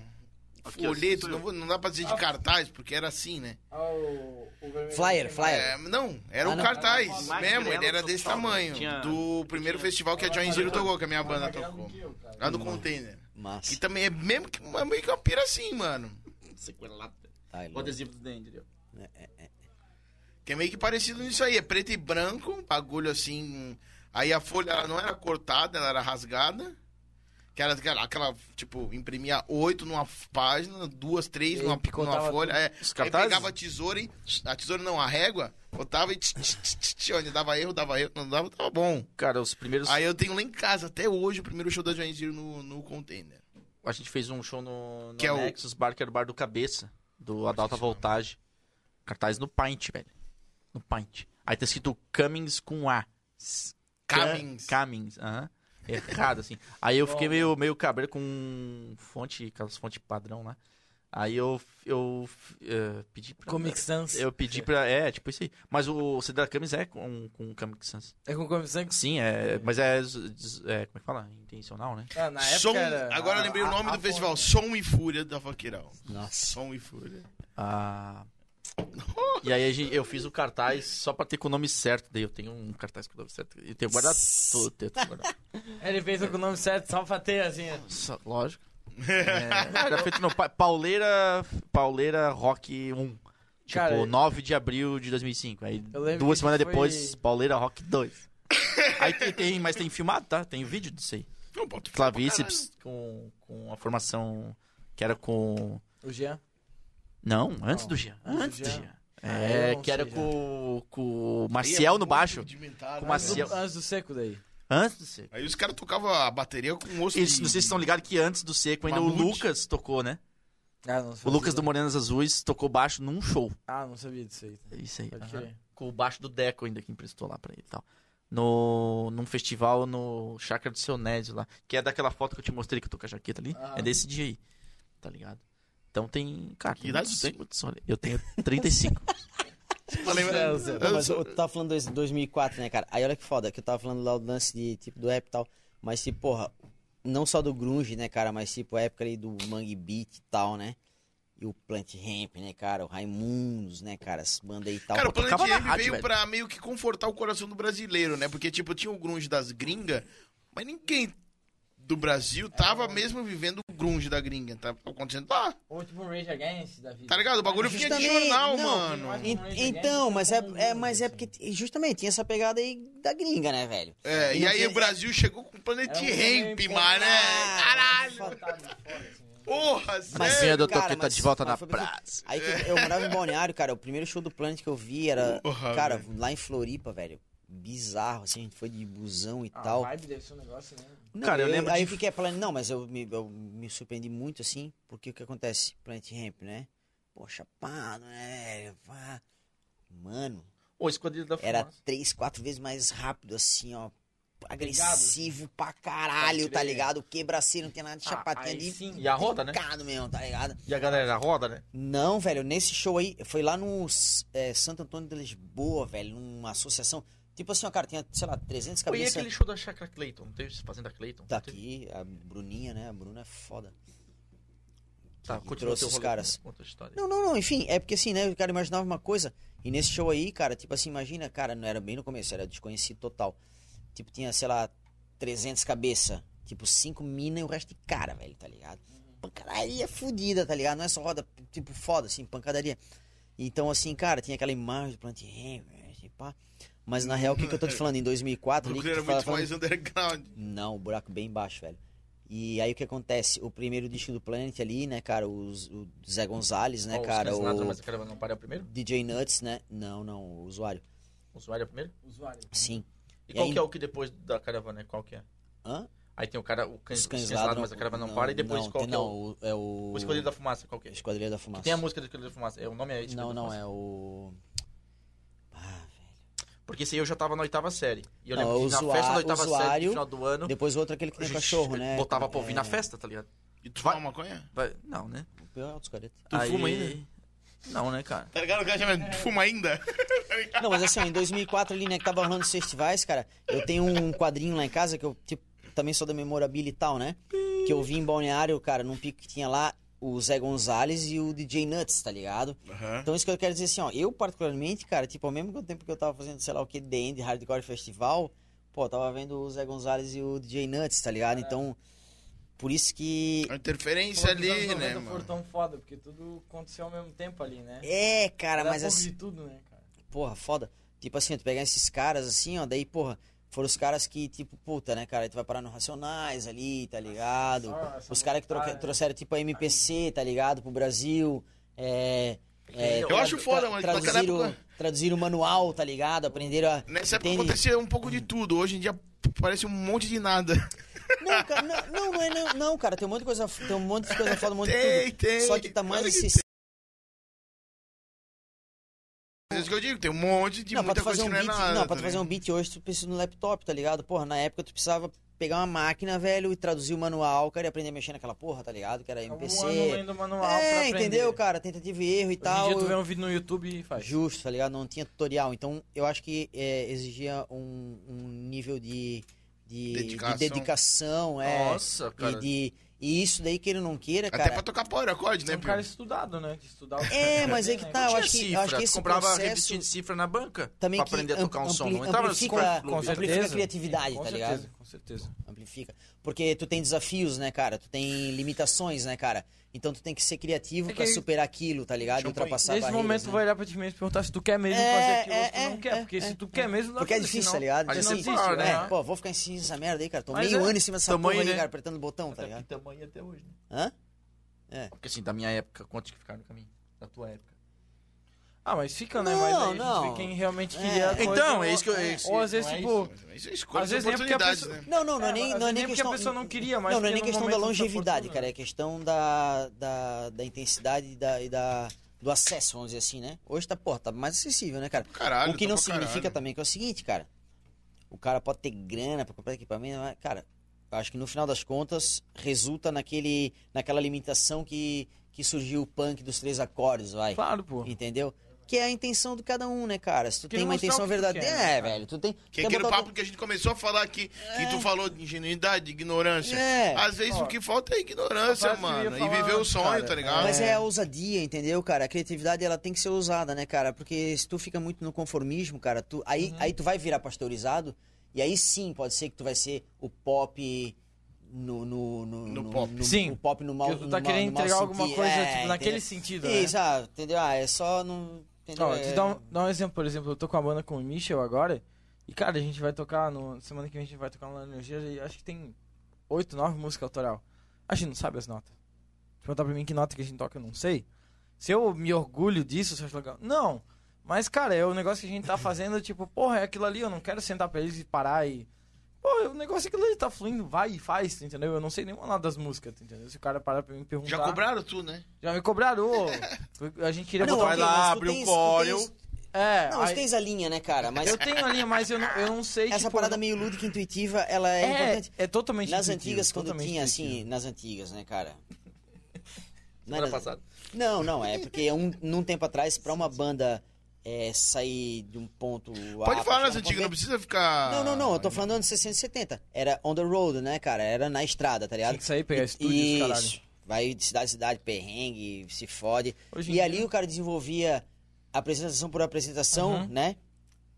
Speaker 4: Aqui, ó,
Speaker 1: Folheto,
Speaker 4: sou
Speaker 1: não,
Speaker 4: eu. Ah.
Speaker 1: vou- não dá pra dizer de cartaz, porque era assim, né?
Speaker 2: Ah,
Speaker 3: Flyer,
Speaker 1: É,
Speaker 3: flyer.
Speaker 1: não, era
Speaker 3: Ah,
Speaker 1: um
Speaker 3: não.
Speaker 1: cartaz
Speaker 4: Magno
Speaker 1: mesmo, ele
Speaker 4: era
Speaker 1: era
Speaker 4: total,
Speaker 1: desse
Speaker 4: né?
Speaker 1: tamanho.
Speaker 4: Tinha-
Speaker 1: Do primeiro festival que a John Zero tocou, que a minha banda tocou. Lá
Speaker 4: Hum.
Speaker 1: no container. Que
Speaker 3: Massa.
Speaker 1: também é mesmo que, é meio que uma pira assim, mano.
Speaker 4: Sequelado.
Speaker 3: Tá, ele-
Speaker 4: O adesivo do Dandy, viu?
Speaker 1: Que é meio que parecido nisso aí. É preto e branco, um bagulho assim. Aí a folha ela não era cortada, ela era rasgada. Que era aquela, aquela, tipo, imprimia oito numa f- página, duas, três
Speaker 2: E
Speaker 1: numa,
Speaker 2: picotava
Speaker 1: numa folha. É,
Speaker 4: Os
Speaker 1: aí
Speaker 4: cartazes?
Speaker 1: pegava a tesoura e. A tesoura não, a régua, botava e. tch, tch, tch, tch, tch, onde dava erro, dava erro, não dava, tava bom.
Speaker 4: Cara, os primeiros.
Speaker 1: Aí eu tenho lá em casa, até hoje, o primeiro show da Joan Zero no, no container.
Speaker 4: A gente fez um show no, no
Speaker 1: Que é o-
Speaker 4: Nexus Bar, que era o bar do Cabeça, do Adalta Voltagem. Cartaz no Paint, velho. No Paint. Aí tá escrito Cummings com A. S-
Speaker 1: Cummings.
Speaker 4: Ca- Cummings, aham. Errado, assim. Aí eu fiquei meio, meio cabreiro com fonte, aquelas fontes padrão lá. Aí eu, eu eh, pedi pra.
Speaker 2: Comic Sans.
Speaker 4: Eu pedi pra. É, tipo isso aí. Mas o CD da Camis é com, com Comic Sans.
Speaker 2: É com Comic Sans?
Speaker 4: Sim, é. Mas é, é. Como é que fala? Intencional, né?
Speaker 2: Ah, na
Speaker 1: Som,
Speaker 2: era- Ah,
Speaker 1: agora
Speaker 2: a-
Speaker 1: eu lembrei o
Speaker 2: a-
Speaker 1: nome
Speaker 2: a
Speaker 1: do
Speaker 2: fonte.
Speaker 1: festival, Som e Fúria da Faqueiral.
Speaker 3: Nossa.
Speaker 1: Som e Fúria.
Speaker 4: Ah. E aí a gente- eu fiz o cartaz só pra ter com o nome certo. Daí eu tenho um cartaz com o nome certo. Eu tenho guardado tudo. Eu tenho guardado.
Speaker 2: Ele fez com o nome certo, só pra ter, assim. ó.
Speaker 4: Só- lógico. É, era feito no pa- Pauleira, Pauleira Rock 1. Tipo,
Speaker 2: Cara,
Speaker 4: 9 de abril de 2005. Aí
Speaker 2: eu lembro
Speaker 4: duas
Speaker 2: que
Speaker 4: semanas
Speaker 2: foi-
Speaker 4: depois, Pauleira Rock 2. Aí tem, tem- mas tem filmado, tá? Tem vídeo disso aí.
Speaker 1: Não, bota o
Speaker 4: Clavíceps com, com a formação que era com.
Speaker 2: O Jean.
Speaker 4: Não, antes
Speaker 2: Não,
Speaker 4: do Jean.
Speaker 2: antes do
Speaker 4: Antes do
Speaker 2: Jean.
Speaker 4: Jean.
Speaker 2: Ah,
Speaker 4: É,
Speaker 2: eu não
Speaker 4: que era
Speaker 2: sei,
Speaker 4: com, com o Maciel
Speaker 1: um
Speaker 4: no baixo. Com
Speaker 1: uma
Speaker 2: Antes
Speaker 4: Maciel.
Speaker 2: do, antes do seco daí.
Speaker 4: Antes do Seco.
Speaker 1: né, Aí os caras tocavam a bateria com osso
Speaker 4: Eles,
Speaker 1: de-
Speaker 4: não sei se estão ligados que antes do Seco ainda o
Speaker 1: Mamute.
Speaker 4: Lucas tocou, né?
Speaker 2: Ah, não
Speaker 4: O
Speaker 2: sabia
Speaker 4: Lucas do
Speaker 2: disso.
Speaker 4: Morenas Azuis tocou baixo num show.
Speaker 2: Ah, não sabia disso aí.
Speaker 4: É Isso aí.
Speaker 2: Pode
Speaker 4: Aham.
Speaker 2: crer.
Speaker 4: Com o baixo do Deco ainda que emprestou lá pra ele e tal. No, num festival no Chácara do Seu Nédio lá. Que é daquela foto que eu te mostrei que eu tô com a jaqueta ali.
Speaker 2: Ah.
Speaker 4: É desse dia aí. Tá ligado? Então tem. Cara,
Speaker 1: Que idade tu
Speaker 4: muitos-
Speaker 1: tem?
Speaker 4: muitos olhos. Eu tenho 35.
Speaker 1: Eu falei,
Speaker 2: Zero,
Speaker 1: mas-
Speaker 2: zero.
Speaker 3: Não, mas eu tava falando dois- 2004, né, cara? Aí olha que foda, que eu tava falando lá do lance de, tipo, do rap e tal. Mas, tipo, porra, não só do grunge, né, cara? Mas, tipo, a época ali do Mangue Beat e tal, né? E o Plant Ramp, né, cara? O Raimundos, né, cara? As bandas aí e tal.
Speaker 1: Cara, o
Speaker 4: Pô,
Speaker 1: Planet
Speaker 4: tocava na
Speaker 1: Ramp
Speaker 4: rádio,
Speaker 1: veio
Speaker 4: velho.
Speaker 1: pra meio que confortar o coração do brasileiro, né? Porque, tipo, tinha o grunge das gringas, mas ninguém do Brasil tava mesmo vivendo o grunge da gringa. Tá acontecendo lá,
Speaker 2: Ou tipo um Rage Against da vida.
Speaker 1: tá ligado? O bagulho fica de
Speaker 3: É, Justamente,
Speaker 1: jornal,
Speaker 3: não,
Speaker 1: mano.
Speaker 3: En- então, mas é, é- mas é porque t- justamente tinha essa pegada aí da gringa, né, velho?
Speaker 1: É, e
Speaker 3: Não
Speaker 1: aí
Speaker 3: tem-
Speaker 1: o Brasil chegou com o Planet Ramp, mano. é. Caralho!
Speaker 2: assim, né?
Speaker 1: Porra,
Speaker 4: Mas
Speaker 1: sério.
Speaker 4: vinha do
Speaker 3: cara,
Speaker 4: Toqueta
Speaker 3: mas-
Speaker 4: de volta
Speaker 3: mas
Speaker 4: na
Speaker 3: foi porque-
Speaker 4: praça.
Speaker 3: Aí que eu morava em Balneário, cara. O primeiro show do Planet que eu vi era,
Speaker 1: Porra,
Speaker 3: cara,
Speaker 1: velho.
Speaker 3: lá em Floripa, velho. Bizarro, assim, a gente foi de busão e
Speaker 2: A
Speaker 3: tal.
Speaker 2: vibe deve ser um negócio, né?
Speaker 3: Não,
Speaker 4: Cara, eu lembro
Speaker 3: Aí
Speaker 4: de-
Speaker 3: o que que é Planet? Não, mas eu me, eu me surpreendi muito, assim, porque o que acontece? Planet Ramp, né? Poxa, pá, não é? Pá. Mano,
Speaker 4: Ô, Esquadrilha da
Speaker 3: era
Speaker 4: Fumaça.
Speaker 3: três, quatro vezes mais rápido, assim, ó. Agressivo pra caralho,
Speaker 2: assim. Pode
Speaker 3: tá
Speaker 2: crer.
Speaker 3: ligado? Quebraceiro, não tem nada de
Speaker 2: Ah,
Speaker 3: chapatinha
Speaker 2: aí
Speaker 3: ali.
Speaker 2: sim.
Speaker 4: E a roda, né?
Speaker 3: Picado mesmo, tá ligado?
Speaker 4: E a galera roda, né?
Speaker 3: Não, velho, nesse show aí, foi lá no eh, Santo Antônio de Lisboa, velho, numa associação. Tipo assim, ó, cara, tinha, sei lá, 300
Speaker 4: Pô, E
Speaker 3: cabeças.
Speaker 4: aquele show da Chakra Clayton? Não teve Fazenda Clayton?
Speaker 3: Tá
Speaker 4: Não teve?
Speaker 3: aqui, a Bruninha, né? A Bruna é foda.
Speaker 4: Tá,
Speaker 3: que
Speaker 4: continua
Speaker 3: trouxe
Speaker 4: teu
Speaker 3: os
Speaker 4: rolê,
Speaker 3: caras.
Speaker 4: Conta a história.
Speaker 3: Não, não, não, enfim, é porque assim, né? O cara imaginava uma coisa. E nesse show aí, cara, tipo assim, imagina, cara, não era bem no começo, era desconhecido total. Tipo, tinha, sei lá, 300 cabeça. Tipo, cinco mina e o resto de cara, velho, tá ligado?
Speaker 1: Uhum.
Speaker 3: Pancadaria fodida, tá ligado? Não é só roda, tipo, foda, assim, pancadaria. Então, assim, cara, tinha aquela imagem do Plant Ramp, assim, pá. Mas na real, o que, que eu tô te falando? Em
Speaker 1: O
Speaker 3: 2004, ali, que
Speaker 1: bagulho era
Speaker 3: tu fala-
Speaker 1: muito
Speaker 3: fala-
Speaker 1: mais underground.
Speaker 3: não, o buraco bem baixo, velho. E aí o que acontece? O primeiro disco do Planet ali, né, cara? os- o Zé Gonzalez, né,
Speaker 4: Ó, os
Speaker 3: cara?
Speaker 4: caras nada,
Speaker 3: O
Speaker 4: mas a caravana não para é o primeiro?
Speaker 3: DJ Nuts, né? Não, não, o usuário.
Speaker 4: O usuário é o primeiro?
Speaker 2: Usuário.
Speaker 3: Sim.
Speaker 4: E,
Speaker 3: E
Speaker 4: qual
Speaker 3: aí-
Speaker 4: que é o que depois da caravana? é? Qual que é?
Speaker 3: Hã?
Speaker 4: Aí tem o cara, o cães,
Speaker 3: Os
Speaker 4: os cães
Speaker 3: cães
Speaker 4: lados,
Speaker 3: ladram-
Speaker 4: mas a caravana não, para. E depois
Speaker 3: não,
Speaker 4: qual
Speaker 3: tem-
Speaker 4: que é o...
Speaker 3: Não, o- é o.
Speaker 4: O Esquadrilho da Fumaça, qual que é?
Speaker 3: Esquadrilha da Fumaça.
Speaker 4: Que tem a música do Esquadrilho da Fumaça. É, o nome é Esquadrilho
Speaker 3: Não,
Speaker 4: da
Speaker 3: não,
Speaker 4: Fumaça.
Speaker 3: é o. Ah, velho.
Speaker 4: Porque esse aí eu já tava na oitava série. E eu
Speaker 3: Não,
Speaker 4: lembro que
Speaker 3: é
Speaker 4: na
Speaker 3: usua-
Speaker 4: festa da oitava série,
Speaker 3: usuário,
Speaker 4: no final do ano,
Speaker 3: Depois o outro, aquele que tem
Speaker 4: gente
Speaker 3: cachorro, né?
Speaker 4: botava pra ouvir
Speaker 3: É,
Speaker 4: na festa, tá ligado?
Speaker 1: E tu
Speaker 4: Vai-
Speaker 1: fuma maconha?
Speaker 4: Vai- Não, né?
Speaker 3: O pior é o dos 40.
Speaker 1: Tu fuma ainda?
Speaker 4: Não, né, cara?
Speaker 1: Tá ligado? O cara chama, tu fuma ainda?
Speaker 3: Não, mas assim, ó, em 2004 ali, né, que tava rolando os festivais, cara, eu tenho um quadrinho lá em casa que eu, tipo, também sou da memorabilia e tal, né? Que eu vi em Balneário, cara, num pico que tinha lá o Zé Gonzalez e o DJ Nuts, tá ligado?
Speaker 1: Aham.
Speaker 3: Então isso que eu quero dizer assim, ó, eu particularmente, cara, tipo, ao mesmo tempo que eu tava fazendo, sei lá o que, The End Hardcore Festival, pô, eu tava vendo o Zé Gonzalez e o DJ Nuts, tá ligado? Então, por isso que...
Speaker 1: A interferência ali, né,
Speaker 2: foram
Speaker 1: mano?
Speaker 2: tão foda, porque tudo aconteceu ao mesmo tempo ali, né?
Speaker 3: É, cara,
Speaker 2: Era
Speaker 3: mas
Speaker 2: pouco
Speaker 3: assim...
Speaker 2: de tudo, né, cara?
Speaker 3: porra, foda. Tipo assim, tu pegar esses caras assim, ó, daí, porra, foram os caras que, tipo, puta, né, cara, tu vai parar no Racionais ali, tá ligado?
Speaker 2: Só essa
Speaker 3: Os caras que troca-
Speaker 2: molecada, né?
Speaker 3: trouxeram, tipo, a MPC, tá ligado, pro Brasil, é... é,
Speaker 4: Eu
Speaker 3: tra-
Speaker 1: acho foda,
Speaker 3: tra-
Speaker 1: mas naquela
Speaker 3: Traduziram,
Speaker 1: época-
Speaker 3: traduziram o manual, tá ligado? Aprenderam a...
Speaker 1: Nessa época
Speaker 3: entende?
Speaker 1: acontecia um pouco de tudo. Hoje em dia parece um monte de nada.
Speaker 3: Não, cara, não, não, não é não, não, cara, tem um monte de coisa, tem um monte de coisa foda, um monte de
Speaker 1: Tem,
Speaker 3: tudo.
Speaker 1: tem.
Speaker 3: Só que tá mais
Speaker 1: Claro que
Speaker 3: acessível.
Speaker 1: É isso que eu digo. Tem um monte de
Speaker 3: Não, pra
Speaker 1: muita
Speaker 3: tu
Speaker 1: coisa
Speaker 3: fazer um
Speaker 1: que não é
Speaker 3: beat,
Speaker 1: nada.
Speaker 3: não, pra
Speaker 1: tá
Speaker 3: tu fazer um
Speaker 1: ligado?
Speaker 3: beat hoje tu precisa no laptop, tá ligado? Porra, na época tu precisava pegar uma máquina, velho, e traduzir o manual, cara, e aprender a mexer naquela porra, tá ligado? Que era
Speaker 2: Um ano
Speaker 3: MPC.
Speaker 2: lendo o manual pra
Speaker 3: É,
Speaker 2: aprender.
Speaker 3: entendeu, cara? Tentativa e erro e
Speaker 2: Hoje em
Speaker 3: tal.
Speaker 2: dia tu vê um vídeo no YouTube e faz.
Speaker 3: Justo, tá ligado? Não tinha tutorial. Então, eu acho que é, exigia um, um nível de, de,
Speaker 1: Dedicação.
Speaker 3: de dedicação, é.
Speaker 4: Nossa,
Speaker 3: e,
Speaker 4: cara.
Speaker 3: de, e isso daí, que ele não queira,
Speaker 1: Até
Speaker 3: cara.
Speaker 1: pra tocar power acorde, né,
Speaker 2: É um cara
Speaker 1: Pio?
Speaker 2: estudado, né? De estudar o
Speaker 3: É, mas é que tá, eu
Speaker 4: Tinha
Speaker 3: acho que, eu acho
Speaker 4: cifra,
Speaker 3: que
Speaker 4: tu
Speaker 3: esse
Speaker 4: comprava
Speaker 3: processo
Speaker 4: revistinha de cifra na banca
Speaker 3: também
Speaker 4: pra
Speaker 3: que
Speaker 4: aprender a tocar um
Speaker 3: ampli-
Speaker 4: som. Não entrava no
Speaker 3: amplifica-
Speaker 4: cifra club.
Speaker 2: Com
Speaker 3: amplifica
Speaker 2: certeza.
Speaker 3: a criatividade,
Speaker 2: com
Speaker 3: tá
Speaker 2: certeza,
Speaker 3: ligado?
Speaker 2: Com certeza.
Speaker 3: Amplifica. Porque tu tem desafios, né, cara? Tu tem limitações, né, cara? Então tu tem que ser criativo
Speaker 2: É
Speaker 3: pra
Speaker 2: que-
Speaker 3: superar aquilo, tá ligado? E
Speaker 1: Champanhe.
Speaker 3: ultrapassar
Speaker 2: Nesse
Speaker 3: barreiras,
Speaker 2: momento
Speaker 3: né?
Speaker 2: tu vai olhar pra ti mesmo e perguntar se tu quer mesmo
Speaker 3: É,
Speaker 2: fazer aquilo ou
Speaker 3: é,
Speaker 2: se tu não
Speaker 3: é,
Speaker 2: quer.
Speaker 3: é,
Speaker 2: porque se
Speaker 3: é.
Speaker 2: tu quer mesmo, dá
Speaker 3: Porque é
Speaker 2: pra fazer,
Speaker 3: difícil,
Speaker 2: senão-
Speaker 3: tá ligado?
Speaker 4: a gente
Speaker 3: Então,
Speaker 4: não
Speaker 3: assim,
Speaker 4: desiste,
Speaker 2: para,
Speaker 4: né?
Speaker 3: é,
Speaker 2: né?
Speaker 3: pô, vou ficar em cima dessa merda aí, cara. Tô
Speaker 4: Mas
Speaker 3: meio
Speaker 4: é.
Speaker 3: ano em cima dessa
Speaker 4: Tamanho,
Speaker 3: porra aí,
Speaker 4: né?
Speaker 3: cara, apertando o botão, tá
Speaker 4: Até que
Speaker 3: ligado?
Speaker 4: tamanho até hoje, né?
Speaker 3: Hã?
Speaker 4: Porque assim, da minha época, quantos que ficaram no caminho? Da tua época.
Speaker 2: Ah, mas fica, né?
Speaker 3: Não,
Speaker 2: mas aí a gente
Speaker 3: não.
Speaker 2: vê quem realmente
Speaker 3: É.
Speaker 2: queria a coisa,
Speaker 4: Então, é isso que eu-
Speaker 2: ou-
Speaker 4: é isso-
Speaker 2: Ou às
Speaker 1: Não
Speaker 2: vezes,
Speaker 1: é
Speaker 2: tipo...
Speaker 1: isso, mas é escolha
Speaker 2: às
Speaker 1: de
Speaker 2: vezes nem porque a
Speaker 1: oportunidades,
Speaker 2: pessoa-
Speaker 1: né?
Speaker 3: Não, não, não é
Speaker 2: É,
Speaker 3: nem,
Speaker 2: mas
Speaker 3: não é
Speaker 2: nem
Speaker 3: nem
Speaker 2: porque a
Speaker 3: questão.
Speaker 2: pessoa não queria, mas
Speaker 3: Não, não é
Speaker 2: porque
Speaker 3: nem
Speaker 2: no
Speaker 3: questão da
Speaker 2: um momento não foi
Speaker 3: longevidade,
Speaker 2: oportuno,
Speaker 3: cara.
Speaker 2: né?
Speaker 3: É questão da, da, da intensidade e da, e da, do acesso, vamos dizer assim, né? Hoje tá, porra, tá mais acessível, né, cara?
Speaker 1: Caralho,
Speaker 3: o que
Speaker 1: tá
Speaker 3: não
Speaker 1: pra caralho.
Speaker 3: significa também que é o seguinte, cara. O cara pode ter grana pra comprar equipamento, mas, cara, eu acho que no final das contas resulta naquele, naquela limitação que, que surgiu o punk dos três acordes, vai.
Speaker 2: Claro, pô.
Speaker 3: Entendeu? Que é a intenção de cada um, né, cara? Se tu
Speaker 2: Que
Speaker 3: tem uma
Speaker 2: mostrar
Speaker 3: intenção
Speaker 2: o que tu
Speaker 3: verdadeira.
Speaker 2: quer, né,
Speaker 3: é,
Speaker 2: cara?
Speaker 3: velho, tu tem.
Speaker 1: Que
Speaker 3: quer
Speaker 1: é aquele
Speaker 3: botar-
Speaker 1: papo que a gente começou a falar aqui, que tu falou de ingenuidade, de ignorância.
Speaker 3: É.
Speaker 1: Às vezes
Speaker 2: Ó,
Speaker 1: o que falta é ignorância,
Speaker 2: a frase que eu ia
Speaker 1: mano. E
Speaker 2: falar
Speaker 1: viver o
Speaker 2: antes,
Speaker 1: sonho,
Speaker 2: cara.
Speaker 1: tá ligado?
Speaker 3: Mas é a ousadia, entendeu, cara? A criatividade, ela tem que ser ousada, né, cara? Porque se tu fica muito no conformismo, cara, tu, aí, aí tu vai virar pasteurizado e aí sim pode ser que tu vai ser o pop no... No, no,
Speaker 1: No pop.
Speaker 2: Sim.
Speaker 3: O pop no mal
Speaker 2: Porque tu tá
Speaker 3: no mal-
Speaker 2: querendo
Speaker 3: no mal
Speaker 2: entregar alguma
Speaker 3: sentido.
Speaker 2: coisa,
Speaker 3: É,
Speaker 2: tipo,
Speaker 3: entendeu?
Speaker 2: naquele sentido, né?
Speaker 3: Isso, ah, entendeu? Ah, é só no... Entendeu?
Speaker 2: Ó,
Speaker 3: É-
Speaker 2: te dá um, dá um exemplo, por exemplo, eu tô com a banda com o Michel agora, e cara, a gente vai tocar no. Semana que vem a gente vai tocar no Laranjeira e acho que tem 8, 9 músicas autoral. A gente não sabe as notas. Se perguntar pra mim que nota que a gente toca, eu não sei. Se eu me orgulho disso, se eu acho legal. Não! Mas, cara, é o negócio que a gente tá fazendo, tipo, porra, é aquilo ali, eu não quero sentar pra eles e parar e. Porra, o negócio é aquilo ali, tá fluindo, vai e faz, tu entendeu? Eu não sei nenhuma nota das músicas, tu entendeu? Se o cara parar pra mim e perguntar.
Speaker 3: tá?
Speaker 1: Já cobraram tu, né?
Speaker 2: Já me cobraram, ô. A gente queria
Speaker 3: Não,
Speaker 2: botar.
Speaker 4: vai
Speaker 3: ok,
Speaker 4: lá,
Speaker 3: mas tu
Speaker 4: abre o
Speaker 3: tens-
Speaker 4: core,
Speaker 3: tu tens-
Speaker 2: É,
Speaker 3: Não, tu
Speaker 2: aí-
Speaker 3: tens a linha, né, cara? Mas
Speaker 2: eu tenho ali, mas eu não, eu não sei.
Speaker 3: essa
Speaker 2: tipo,
Speaker 3: parada
Speaker 2: eu não-
Speaker 3: meio lúdica, intuitiva, ela é,
Speaker 2: é,
Speaker 3: importante.
Speaker 2: é totalmente
Speaker 3: Nas
Speaker 2: intuitivo,
Speaker 3: antigas, quando
Speaker 2: totalmente
Speaker 3: tinha,
Speaker 2: intuitivo.
Speaker 3: assim... Nas antigas, né, cara? Não
Speaker 4: Semana
Speaker 3: era-
Speaker 4: passada.
Speaker 3: Não, não, é porque um, num tempo atrás, pra uma banda é, sair de um ponto.
Speaker 1: Pode falar né, nas
Speaker 3: nas
Speaker 1: antigas, não precisa ficar.
Speaker 3: Não, não, não, eu tô
Speaker 2: Ah,
Speaker 3: falando dos anos 60 e 70. Era on the road, né, cara? Era na estrada, tá ligado?
Speaker 2: Tinha que sair, pegar estúdios,
Speaker 3: Isso.
Speaker 2: caralho.
Speaker 3: Vai de cidade em cidade, perrengue, se fode.
Speaker 2: Hoje em
Speaker 3: e ali
Speaker 2: dia-
Speaker 3: o cara desenvolvia apresentação por apresentação,
Speaker 2: Uhum.
Speaker 3: né?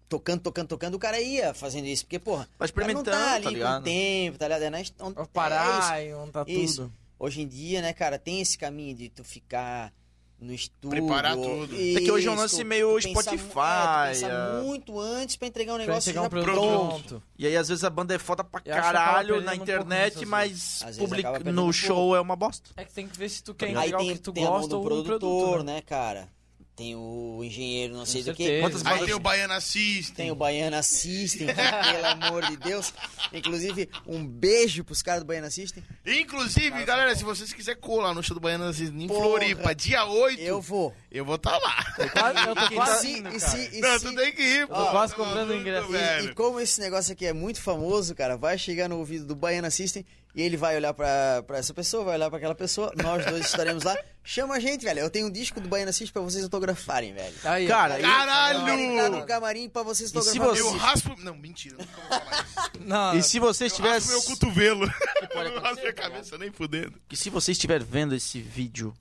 Speaker 3: Tocando, tocando, tocando, o cara ia fazendo isso, porque, porra,
Speaker 4: Vai
Speaker 3: o cara não
Speaker 4: experimentando,
Speaker 3: tá
Speaker 4: tá
Speaker 3: ali com
Speaker 4: ligado?
Speaker 3: o tempo, tá ligado? É na est-
Speaker 2: Pra
Speaker 3: é isso.
Speaker 2: parar e montar
Speaker 3: Isso. Um
Speaker 2: tudo.
Speaker 3: Hoje em dia, né, cara, tem esse caminho de tu ficar no estúdio.
Speaker 1: Preparar tudo.
Speaker 3: Isso,
Speaker 4: É que hoje é um lance
Speaker 3: tu
Speaker 4: meio
Speaker 3: pensar mu- é,
Speaker 4: Spotify,
Speaker 3: tu pensar
Speaker 4: é.
Speaker 3: muito antes pra entregar um
Speaker 2: Pra
Speaker 3: negócio
Speaker 2: chegar um
Speaker 3: já
Speaker 2: produto
Speaker 1: pronto.
Speaker 2: pronto.
Speaker 4: E aí, às vezes, a banda é foda pra
Speaker 2: E acho que acaba
Speaker 4: caralho
Speaker 2: perdendo
Speaker 4: na
Speaker 2: um pouco
Speaker 4: internet,
Speaker 2: disso, às
Speaker 4: mas
Speaker 3: Às vezes
Speaker 4: publica-
Speaker 3: acaba perdendo um
Speaker 4: no show é uma bosta.
Speaker 2: É que tem que ver se tu quer
Speaker 3: Aí
Speaker 2: entregar o
Speaker 3: tem,
Speaker 2: que tu
Speaker 3: tem a mão
Speaker 2: gosta
Speaker 3: do
Speaker 2: ou o
Speaker 3: produtor,
Speaker 2: produto. né?
Speaker 3: né, cara? Tem o engenheiro, não
Speaker 2: Com
Speaker 3: sei do que.
Speaker 2: certeza.
Speaker 4: Quantas
Speaker 1: Aí
Speaker 4: bandas-
Speaker 1: tem o Baiana System.
Speaker 3: Tem o Baiana System, que, pelo amor de Deus. Inclusive, um beijo pros caras do Baiana System.
Speaker 1: Inclusive, galera, se vocês quiserem colar no show do Baiana System em
Speaker 3: Porra.
Speaker 1: Floripa, dia 8,
Speaker 3: Eu vou.
Speaker 1: eu vou estar lá.
Speaker 2: Quase- Eu tô
Speaker 3: E
Speaker 2: quase
Speaker 3: se-
Speaker 2: indo,
Speaker 3: e
Speaker 2: cara.
Speaker 3: se- e
Speaker 1: Não,
Speaker 3: se-
Speaker 1: tu tem que ir, pô.
Speaker 2: quase
Speaker 1: Tá
Speaker 2: comprando
Speaker 1: maluco,
Speaker 2: ingresso.
Speaker 3: E- E,
Speaker 1: velho.
Speaker 3: como esse negócio aqui é muito famoso, cara, vai chegar no ouvido do Baiana System E ele vai olhar pra, pra essa pessoa, vai olhar pra aquela pessoa, nós dois estaremos lá. Chama a gente, velho. Eu tenho um disco do Baiana Cis pra vocês autografarem, velho.
Speaker 2: Tá Aí,
Speaker 4: Cara,
Speaker 3: Ele
Speaker 4: e-
Speaker 3: tá no
Speaker 1: Caralho!
Speaker 3: camarim pra vocês
Speaker 4: E se
Speaker 3: autografarem.
Speaker 1: Eu
Speaker 4: você-
Speaker 1: raspo. Não, mentira. Nunca vou falar isso.
Speaker 2: não,
Speaker 4: e se você
Speaker 1: Eu raspo
Speaker 4: estivesse.
Speaker 1: meu cotovelo.
Speaker 4: pode
Speaker 1: Eu
Speaker 2: tá né?
Speaker 1: raspo minha cabeça nem fudendo.
Speaker 4: E se você estiver vendo esse vídeo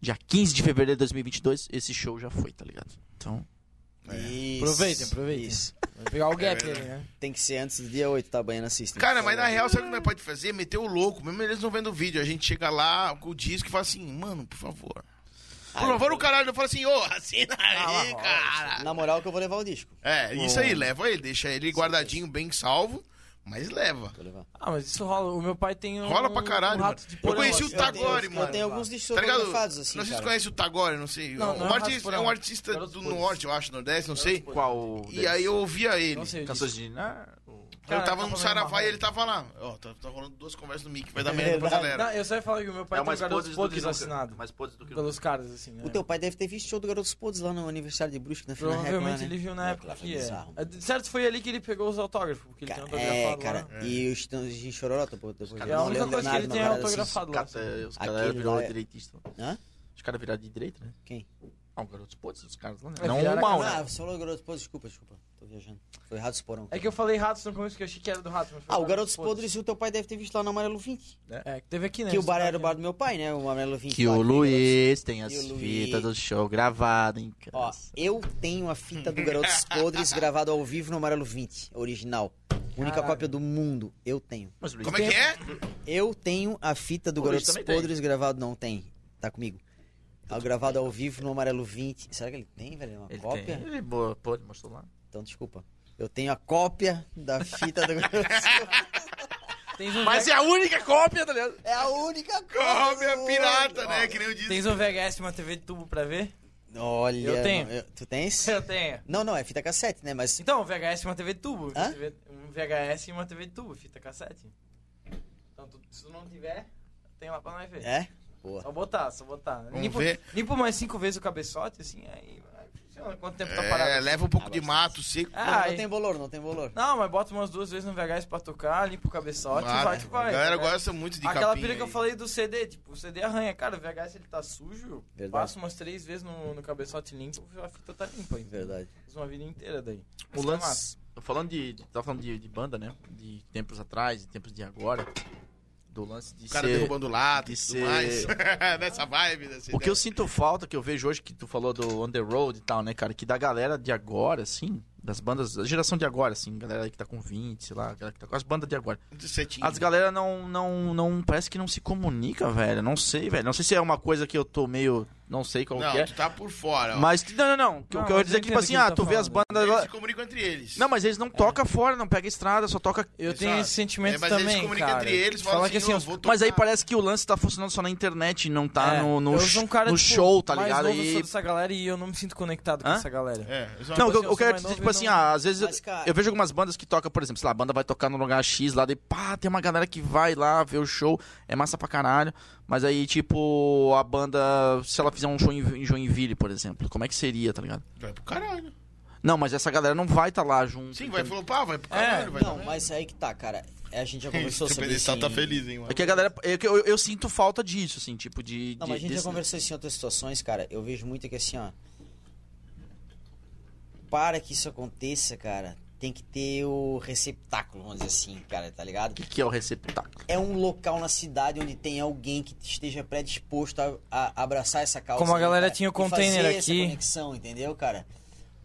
Speaker 4: dia 15 de fevereiro de 2022, esse show já foi, tá ligado? Então,
Speaker 3: Isso,
Speaker 2: Aproveitem, aproveitem.
Speaker 3: Isso.
Speaker 2: vai pegar o gap
Speaker 1: É,
Speaker 2: ali, né?
Speaker 3: Tem que ser antes do dia 8, tá? Baiana Cis. Tem
Speaker 1: Cara,
Speaker 3: que
Speaker 1: mas
Speaker 3: ser.
Speaker 1: na real, sabe o que nós pode fazer? Meter o louco. Mesmo eles não vendo o vídeo. A gente chega lá com o disco e fala assim, mano, por favor. Por favor, o caralho. Eu falo assim, ô, assina
Speaker 3: Ah,
Speaker 1: aí,
Speaker 3: lá,
Speaker 1: cara.
Speaker 3: Na moral que eu vou levar o disco.
Speaker 1: É, isso aí, leva ele. Deixa ele guardadinho, bem salvo. Mas leva.
Speaker 3: Vou levar.
Speaker 2: Ah, mas isso rola. O meu pai tem um.
Speaker 1: Rola pra caralho,
Speaker 2: um rato
Speaker 1: mano.
Speaker 2: de
Speaker 1: Eu
Speaker 2: porão,
Speaker 1: conheci o
Speaker 2: assim,
Speaker 1: Tagore,
Speaker 2: ó,
Speaker 1: mano.
Speaker 3: Eu tenho alguns discos
Speaker 1: Tá ligado?
Speaker 3: autografados, assim,
Speaker 1: não sei se
Speaker 3: cara.
Speaker 1: conhece o Tagore, não sei.
Speaker 2: Não, não é
Speaker 1: um,
Speaker 2: um
Speaker 1: artista,
Speaker 2: raspa,
Speaker 1: é um
Speaker 2: não.
Speaker 1: artista
Speaker 2: Garotos
Speaker 1: do
Speaker 2: Podres.
Speaker 1: norte, eu acho, nordeste, não sei.
Speaker 4: qual.
Speaker 1: E aí eu ouvia ele.
Speaker 2: Não sei.
Speaker 4: Canções de. Ah, o-
Speaker 1: Eu
Speaker 2: Cara, tá
Speaker 1: tava no
Speaker 2: tava
Speaker 1: Saravá
Speaker 2: amarrado.
Speaker 1: e ele tava lá. Ó, tá, tá rolando duas conversas no mic, vai dar
Speaker 3: É
Speaker 1: merda pra
Speaker 3: verdade.
Speaker 1: galera.
Speaker 2: Não, eu só ia falar que o meu pai
Speaker 4: É
Speaker 2: tem
Speaker 4: mais
Speaker 2: um garoto
Speaker 4: podres do que
Speaker 2: poucos
Speaker 4: nunca.
Speaker 2: assinado.
Speaker 4: Mais podres do que nunca.
Speaker 2: Pelos caras, assim, né?
Speaker 3: O teu pai deve ter visto o show do Garotos Podres lá no aniversário de né? Brusque, na final
Speaker 2: Provavelmente ele viu na época que
Speaker 3: que
Speaker 2: é. É, Certo, foi ali que ele pegou os autógrafos, porque ele tem um
Speaker 3: É,
Speaker 2: autografado
Speaker 3: cara.
Speaker 2: lá.
Speaker 3: E os tons de chororó, depois depois-
Speaker 2: É a
Speaker 3: não,
Speaker 2: única
Speaker 3: Leandro
Speaker 2: coisa que ele
Speaker 3: Leonardo,
Speaker 2: tem é
Speaker 3: uma parada assim.
Speaker 2: autografado lá.
Speaker 4: Cata- Os
Speaker 3: Aquele
Speaker 4: caras viraram
Speaker 3: lá é-
Speaker 4: direitista.
Speaker 3: Hã?
Speaker 4: Os caras viraram de direita, né?
Speaker 3: Quem?
Speaker 4: Ah, um garoto podres, os caras lá, né?
Speaker 2: É,
Speaker 4: Não
Speaker 2: viraram
Speaker 4: o mal,
Speaker 3: Ah,
Speaker 4: né?
Speaker 3: você falou Garotos Podres, desculpa, desculpa. Tô viajando. Foi Ratos Porão.
Speaker 2: É que eu falei ratos no começo, que eu achei que era do rato. mas foi
Speaker 3: Ah, o
Speaker 2: rato,
Speaker 3: Garotos
Speaker 2: foda-se.
Speaker 3: Podres o teu pai deve ter visto lá no Amarelo 20.
Speaker 2: É, que teve aqui, né?
Speaker 3: Que o
Speaker 2: Esse
Speaker 3: bar era o
Speaker 2: aqui,
Speaker 3: bar
Speaker 2: né?
Speaker 3: do meu pai, né? O Amarelo 20.
Speaker 4: Que
Speaker 3: lá,
Speaker 4: o
Speaker 3: aquele
Speaker 4: Luiz tem as
Speaker 3: E o Luiz-
Speaker 4: fitas do show gravado em
Speaker 3: Ó,
Speaker 4: casa.
Speaker 3: eu tenho a fita do Garotos Podres gravado ao vivo no Amarelo 20, original. Única
Speaker 2: Caralho.
Speaker 3: cópia do mundo. Eu tenho.
Speaker 4: Mas o Luiz
Speaker 1: Como é que é?
Speaker 3: Eu tenho a fita do
Speaker 4: O Luiz
Speaker 3: Garotos
Speaker 4: também tem.
Speaker 3: Podres gravado. Não tem. Tá comigo. Tá gravado ao vivo no Amarelo 20. Será que ele tem, velho? Uma
Speaker 4: Ele
Speaker 3: cópia?
Speaker 4: tem. Ele é boa, pô, ele mostrou lá.
Speaker 3: Então, desculpa. Eu tenho a cópia da fita do Garotos Podres.
Speaker 2: Tens um,
Speaker 4: Mas
Speaker 2: V-
Speaker 4: é a única cópia, tá ligado?
Speaker 3: É a única cópia. do
Speaker 1: Cópia
Speaker 3: mundo.
Speaker 1: pirata, né? Que nem eu disse.
Speaker 2: Tens um VHS, uma TV de tubo pra ver?
Speaker 3: Olha.
Speaker 2: Eu tenho.
Speaker 3: não, tu tens?
Speaker 2: Eu tenho.
Speaker 3: Não, não, é fita cassete, né? Mas.
Speaker 2: Então, um VHS e uma TV de tubo.
Speaker 3: Hã?
Speaker 2: TV Um VHS e uma TV de tubo, fita cassete. Então, tu- se tu não tiver, tem lá pra nós ver.
Speaker 3: É? Boa.
Speaker 2: Só botar, só botar.
Speaker 1: Vamos
Speaker 2: limpo,
Speaker 1: ver.
Speaker 2: limpo mais cinco vezes o cabeçote, assim, aí, aí funciona. Quanto tempo tá parado?
Speaker 1: É, leva um pouco de mato seco.
Speaker 3: Não,
Speaker 2: Ah,
Speaker 3: não
Speaker 2: e-
Speaker 3: tem bolor, não tem bolor.
Speaker 2: Não, mas bota umas duas vezes no VHS pra tocar, limpa o cabeçote e
Speaker 1: mato.
Speaker 2: vai que vai.
Speaker 1: a galera
Speaker 2: tá ligado?
Speaker 1: gosta muito de
Speaker 2: Aquela
Speaker 1: capinha
Speaker 2: pilha que eu
Speaker 1: aí.
Speaker 2: falei do CD, tipo, o CD arranha. Cara, o VHS ele tá sujo,
Speaker 3: Verdade.
Speaker 2: passa umas três vezes no, no cabeçote limpo, a fita tá limpa. ainda.
Speaker 3: Verdade.
Speaker 2: Faz uma vida inteira daí.
Speaker 4: O
Speaker 2: Isso é massa.
Speaker 4: lance. eu Falando de. Tava falando de, de banda, né? De tempos atrás, de tempos de agora. Do lance de
Speaker 1: O cara
Speaker 4: ser-
Speaker 1: derrubando lata e
Speaker 4: de
Speaker 1: tudo
Speaker 4: ser-
Speaker 1: mais. Nessa vibe, dessa
Speaker 4: O que eu
Speaker 1: ideia.
Speaker 4: sinto falta, que eu vejo hoje, que tu falou do On The Road e tal, né, cara? Que da galera de agora, assim, das bandas, da geração de agora, assim, galera que tá com 20, sei lá, galera que tá com as bandas de agora.
Speaker 1: De setinho.
Speaker 4: As galera não, não, não, parece que não se comunica, velho. Não sei, velho. Não sei se é uma coisa que eu tô meio, não sei qual que
Speaker 1: Não,
Speaker 4: é.
Speaker 1: tu tá por fora. ó.
Speaker 4: Mas, não, não, não. que- O
Speaker 2: Não,
Speaker 4: que
Speaker 2: mas
Speaker 4: eu ia
Speaker 2: eu
Speaker 4: dizer é
Speaker 2: entendo
Speaker 4: que, tipo
Speaker 2: o
Speaker 4: assim,
Speaker 2: que ele
Speaker 4: ah,
Speaker 2: tá
Speaker 4: tu vê as
Speaker 2: falando.
Speaker 4: bandas...
Speaker 1: Eles se
Speaker 4: lá-
Speaker 1: comunicam entre eles.
Speaker 4: Não, mas eles
Speaker 1: É.
Speaker 4: não tocam fora, não pega estrada, só toca
Speaker 2: Eu
Speaker 1: Exato.
Speaker 2: tenho esse sentimento
Speaker 1: É, mas
Speaker 2: também,
Speaker 1: eles se comunicam
Speaker 2: cara.
Speaker 1: entre eles, falam
Speaker 2: Fala
Speaker 1: assim,
Speaker 2: que
Speaker 1: "Ô,
Speaker 2: assim, os-
Speaker 1: vou
Speaker 4: Mas aí
Speaker 1: tocar".
Speaker 4: parece que o lance tá funcionando só na internet e não tá
Speaker 2: É,
Speaker 4: no, no,
Speaker 2: eu sou um cara,
Speaker 4: no
Speaker 2: tipo,
Speaker 4: show, tá
Speaker 2: mais
Speaker 4: ligado?
Speaker 2: novo, eu
Speaker 4: E-
Speaker 2: sou dessa galera e eu não me sinto conectado com
Speaker 4: Hã?
Speaker 2: essa galera.
Speaker 1: É, eu só-
Speaker 4: Não,
Speaker 2: Tipo
Speaker 4: eu,
Speaker 2: assim, eu
Speaker 4: eu
Speaker 2: sou
Speaker 4: quero
Speaker 2: mais
Speaker 4: dizer, tipo
Speaker 2: novo e
Speaker 4: assim,
Speaker 2: não-
Speaker 4: ah, às vezes
Speaker 3: Mas, cara-
Speaker 4: eu vejo algumas bandas que tocam, por exemplo, sei lá, a banda vai tocar no lugar X lá, daí pá, tem uma galera que vai lá ver o show, é massa pra caralho, mas aí, tipo, a banda, se ela fizer um show em, em Joinville, por exemplo, como é que seria, tá ligado?
Speaker 1: Vai pro caralho.
Speaker 4: Não, mas essa galera não vai estar tá lá junto.
Speaker 1: Sim, É, vai
Speaker 4: entendeu?
Speaker 1: flopar, vai pro caralho. vai
Speaker 3: Não, mas aí que tá, cara. É, A gente já conversou
Speaker 1: Se o
Speaker 3: sobre isso.
Speaker 1: pedestal tá
Speaker 3: em-
Speaker 1: feliz, hein, mano.
Speaker 4: É que a galera, é que eu, eu, sinto falta disso, assim, tipo, de...
Speaker 3: Não, mas a
Speaker 4: de-
Speaker 3: gente já
Speaker 1: né?
Speaker 4: desse-
Speaker 3: conversou isso em outras situações, cara. Eu vejo muito que assim, ó. Para que isso aconteça, cara, tem que ter o receptáculo, vamos dizer assim, cara, tá ligado?
Speaker 4: O que é o receptáculo?
Speaker 3: É um local na cidade onde tem alguém que esteja predisposto a, a abraçar essa causa.
Speaker 2: Como a
Speaker 3: né,
Speaker 2: galera
Speaker 3: cara?
Speaker 2: tinha o
Speaker 3: E fazer
Speaker 2: container
Speaker 3: essa
Speaker 2: aqui.
Speaker 3: conexão, entendeu, cara?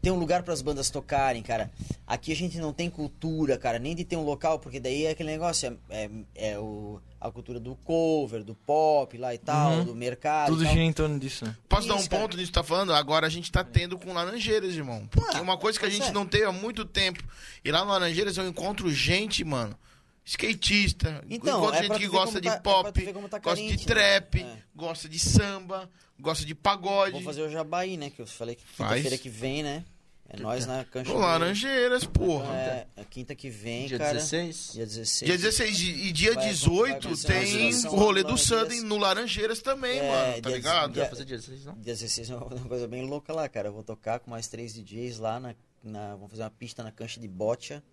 Speaker 3: Tem um lugar para as bandas tocarem, cara. Aqui a gente não tem cultura, cara, nem de ter um local, porque daí é aquele negócio, é, é- é o, a cultura do cover, do pop lá e tal,
Speaker 2: Uhum.
Speaker 3: do
Speaker 1: É,
Speaker 3: mercado.
Speaker 2: Tudo
Speaker 1: então
Speaker 3: e tal.
Speaker 2: gira em torno disso, né?
Speaker 1: Posso dar um
Speaker 3: Isso, cara.
Speaker 1: ponto nisso que tá falando? Agora a gente tá tendo com Laranjeiras, irmão. Porque
Speaker 3: Ah,
Speaker 1: uma coisa que a
Speaker 3: pois
Speaker 1: gente
Speaker 3: é.
Speaker 1: não teve há muito tempo. E lá no Laranjeiras eu encontro gente, mano. Skatista,
Speaker 3: Então,
Speaker 1: encontro
Speaker 3: é pra
Speaker 1: gente
Speaker 3: tu
Speaker 1: que
Speaker 3: ver
Speaker 1: gosta
Speaker 3: como
Speaker 1: de
Speaker 3: tá- é pra
Speaker 1: pop,
Speaker 3: tu ver como tá
Speaker 1: gosta de
Speaker 3: carente, né?
Speaker 1: trap,
Speaker 3: É.
Speaker 1: gosta de samba, gosta de pagode.
Speaker 3: Vou fazer o Jabaí, né? Que eu falei que
Speaker 1: Faz.
Speaker 3: quinta-feira que vem, né? É nós na cancha.
Speaker 1: Ô, Laranjeiras, porra.
Speaker 3: É, é quinta que vem,
Speaker 4: Dia
Speaker 3: cara.
Speaker 4: 16?
Speaker 3: Dia 16.
Speaker 1: Dia 16 e e dia
Speaker 3: Vai- vai
Speaker 1: 18
Speaker 3: acontecer uma
Speaker 1: tem
Speaker 3: situação
Speaker 1: o rolê do
Speaker 3: lá,
Speaker 1: Sunday
Speaker 3: dias-
Speaker 1: no Laranjeiras também,
Speaker 3: É,
Speaker 1: mano, tá
Speaker 3: dia-
Speaker 1: ligado?
Speaker 4: Não vai fazer dia 16, não?
Speaker 3: Dia 16 é uma coisa bem louca lá, cara. Eu vou tocar com mais três DJs lá na. na- vamos fazer uma pista na cancha de bocha.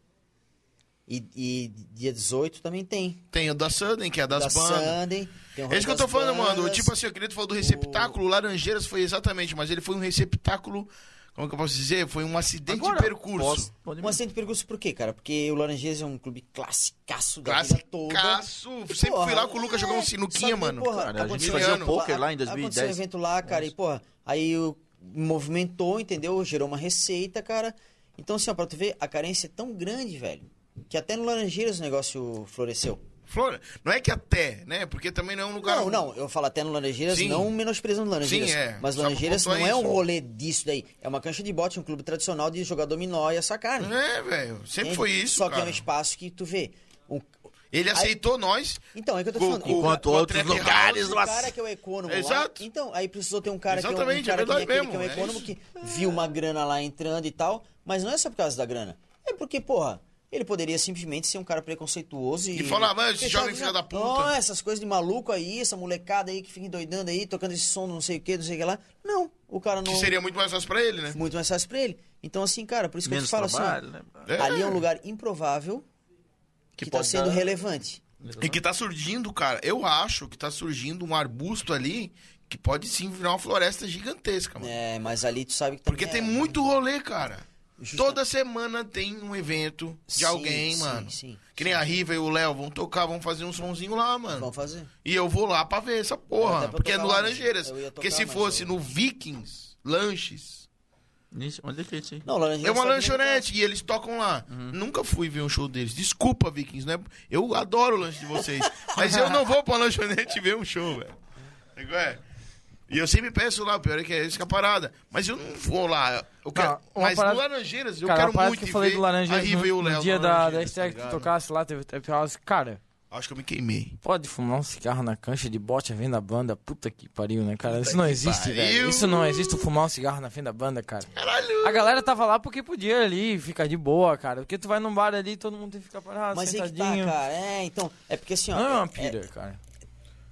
Speaker 3: E, e dia 18 também tem.
Speaker 1: Tem o da Sudden, que é a das
Speaker 3: da
Speaker 1: bandas.
Speaker 3: Sunday. Tem o
Speaker 1: É isso que eu
Speaker 3: das
Speaker 1: tô falando, mano.
Speaker 3: bandas.
Speaker 1: Tipo assim, o querido falou do receptáculo, Laranjeiras foi exatamente, mas ele foi um receptáculo. Como que eu posso dizer? Foi um acidente
Speaker 4: Agora,
Speaker 1: de percurso.
Speaker 4: Posso, pode
Speaker 3: Um acidente de percurso por quê, cara? Porque o Laranjeiras é um clube classicaço da vida toda.
Speaker 1: Classicaço. Sempre
Speaker 3: Porra,
Speaker 1: fui lá com o Lucas jogar um
Speaker 3: é,
Speaker 1: sinuquinha,
Speaker 3: sabe,
Speaker 1: mano.
Speaker 3: porra,
Speaker 4: Cara, a gente
Speaker 3: aconteceu
Speaker 1: fazia
Speaker 3: um evento
Speaker 4: poker lá em
Speaker 3: Aconteceu um
Speaker 4: 2010.
Speaker 3: evento lá, cara, e porra, aí o- movimentou, entendeu? Gerou uma receita, cara. Então, assim, ó, pra tu ver, a carência é tão grande, velho, que até no Laranjeiras o negócio floresceu.
Speaker 1: Flora, não é que até, né? Porque também não é um lugar.
Speaker 3: Não, não, eu falo até no Laranjeiras,
Speaker 1: Sim.
Speaker 3: não menosprezando o Laranjeiras.
Speaker 1: Sim, é.
Speaker 3: Mas
Speaker 1: Só
Speaker 3: Laranjeiras
Speaker 1: pra
Speaker 3: não
Speaker 1: pontuar
Speaker 3: é um
Speaker 1: isso.
Speaker 3: rolê disso daí. É uma cancha de bote, um clube tradicional de jogar dominó e essa carne.
Speaker 1: É, velho. Sempre
Speaker 3: entende?
Speaker 1: foi isso.
Speaker 3: Só que
Speaker 1: cara.
Speaker 3: é um espaço que tu vê. Um-
Speaker 1: Ele aceitou nós.
Speaker 3: Então, é que eu tô
Speaker 1: Com-
Speaker 3: falando.
Speaker 1: com- Enquanto
Speaker 3: o-
Speaker 1: outros
Speaker 3: o trap
Speaker 1: lugares,
Speaker 3: house, O
Speaker 1: nossa.
Speaker 3: cara que é o econômico.
Speaker 1: Exato.
Speaker 3: Lá, então, aí precisou ter um cara
Speaker 1: Exatamente,
Speaker 3: que é um, um
Speaker 1: é
Speaker 3: cara que, nem
Speaker 1: verdade
Speaker 3: aquele que é um
Speaker 1: mesmo, é
Speaker 3: econômico que viu uma grana lá entrando e tal. Mas não é só por causa da grana. É porque, porra, ele poderia simplesmente ser um cara preconceituoso e.
Speaker 1: E falar, "Mas esse
Speaker 3: fechar
Speaker 1: jovem
Speaker 3: a
Speaker 1: filho
Speaker 3: visão.
Speaker 1: da puta."
Speaker 3: Não, essas coisas de maluco aí, essa molecada aí que fica doidando aí, tocando esse som, não sei o que, não sei o que lá. Não, o cara não.
Speaker 1: Que seria muito mais fácil pra ele, né?
Speaker 3: Muito mais fácil pra ele. Então, assim, cara, por isso que
Speaker 4: Menos
Speaker 3: eu te falo
Speaker 4: trabalho,
Speaker 3: assim.
Speaker 4: né?
Speaker 1: É.
Speaker 3: ó, Ali é um lugar improvável que, tá
Speaker 4: pode
Speaker 3: sendo
Speaker 4: dar-
Speaker 3: relevante.
Speaker 1: E que tá surgindo, cara. Eu acho que tá surgindo um arbusto ali que pode sim virar uma floresta gigantesca, mano.
Speaker 3: É, mas ali tu sabe que
Speaker 1: Porque tem
Speaker 3: também é-
Speaker 1: muito rolê, cara.
Speaker 3: Justa-
Speaker 1: Toda semana tem um evento de
Speaker 3: Sim,
Speaker 1: alguém,
Speaker 3: sim,
Speaker 1: mano.
Speaker 3: sim.
Speaker 1: que nem a Riva e o Léo vão tocar, vão fazer um sonzinho lá, mano.
Speaker 3: Vamos fazer.
Speaker 1: E eu vou lá pra ver essa porra.
Speaker 3: Até pra
Speaker 1: Porque é
Speaker 3: tocar
Speaker 1: no
Speaker 3: lá,
Speaker 1: Laranjeiras.
Speaker 3: eu ia tocar,
Speaker 1: Porque se
Speaker 3: mas
Speaker 1: fosse
Speaker 3: eu-
Speaker 1: no Vikings, Lanches.
Speaker 4: Ixi, Olha que isso aí.
Speaker 3: Não, Laranjeiras
Speaker 1: É uma
Speaker 3: sabe que
Speaker 1: lanchonete e eles tocam lá.
Speaker 2: Uhum.
Speaker 1: Nunca fui ver um show deles. Desculpa, Vikings, né? Eu adoro o lanche de vocês. mas eu não vou pra lanchonete ver um show, velho. Sabe qual é? E eu sempre peço lá, o pior é que é isso que é a parada. Mas eu não vou lá. Eu quero-
Speaker 2: uma
Speaker 1: mas
Speaker 2: parada-
Speaker 1: no Laranjeiras eu
Speaker 2: cara, a
Speaker 1: quero
Speaker 2: parada
Speaker 1: muito
Speaker 2: que eu
Speaker 1: ir
Speaker 2: falei
Speaker 1: ver
Speaker 2: do Laranjeiras
Speaker 1: a Riva
Speaker 2: no,
Speaker 1: e o
Speaker 2: no
Speaker 1: Léo
Speaker 2: dia
Speaker 1: no
Speaker 2: da,
Speaker 1: Laranjeiras,
Speaker 2: da
Speaker 1: tá
Speaker 2: estreia que tu
Speaker 1: ligado?
Speaker 2: tocasse lá, teve Trap House. Cara,
Speaker 1: Acho que eu me queimei.
Speaker 2: pode fumar um cigarro na cancha de bote à venda da banda. Puta que pariu, né, cara? Isso não existe,
Speaker 1: pariu.
Speaker 2: velho. Isso não existe, fumar um cigarro na frente da banda, cara.
Speaker 1: Caralho!
Speaker 2: A galera tava lá porque podia ali ficar de boa, cara. Porque tu vai num bar ali todo mundo tem que ficar parado,
Speaker 3: Mas aí que tá,
Speaker 2: sentadinho.
Speaker 3: cara. É, então. É porque assim, ó.
Speaker 2: não é
Speaker 3: é-
Speaker 2: uma pira, cara.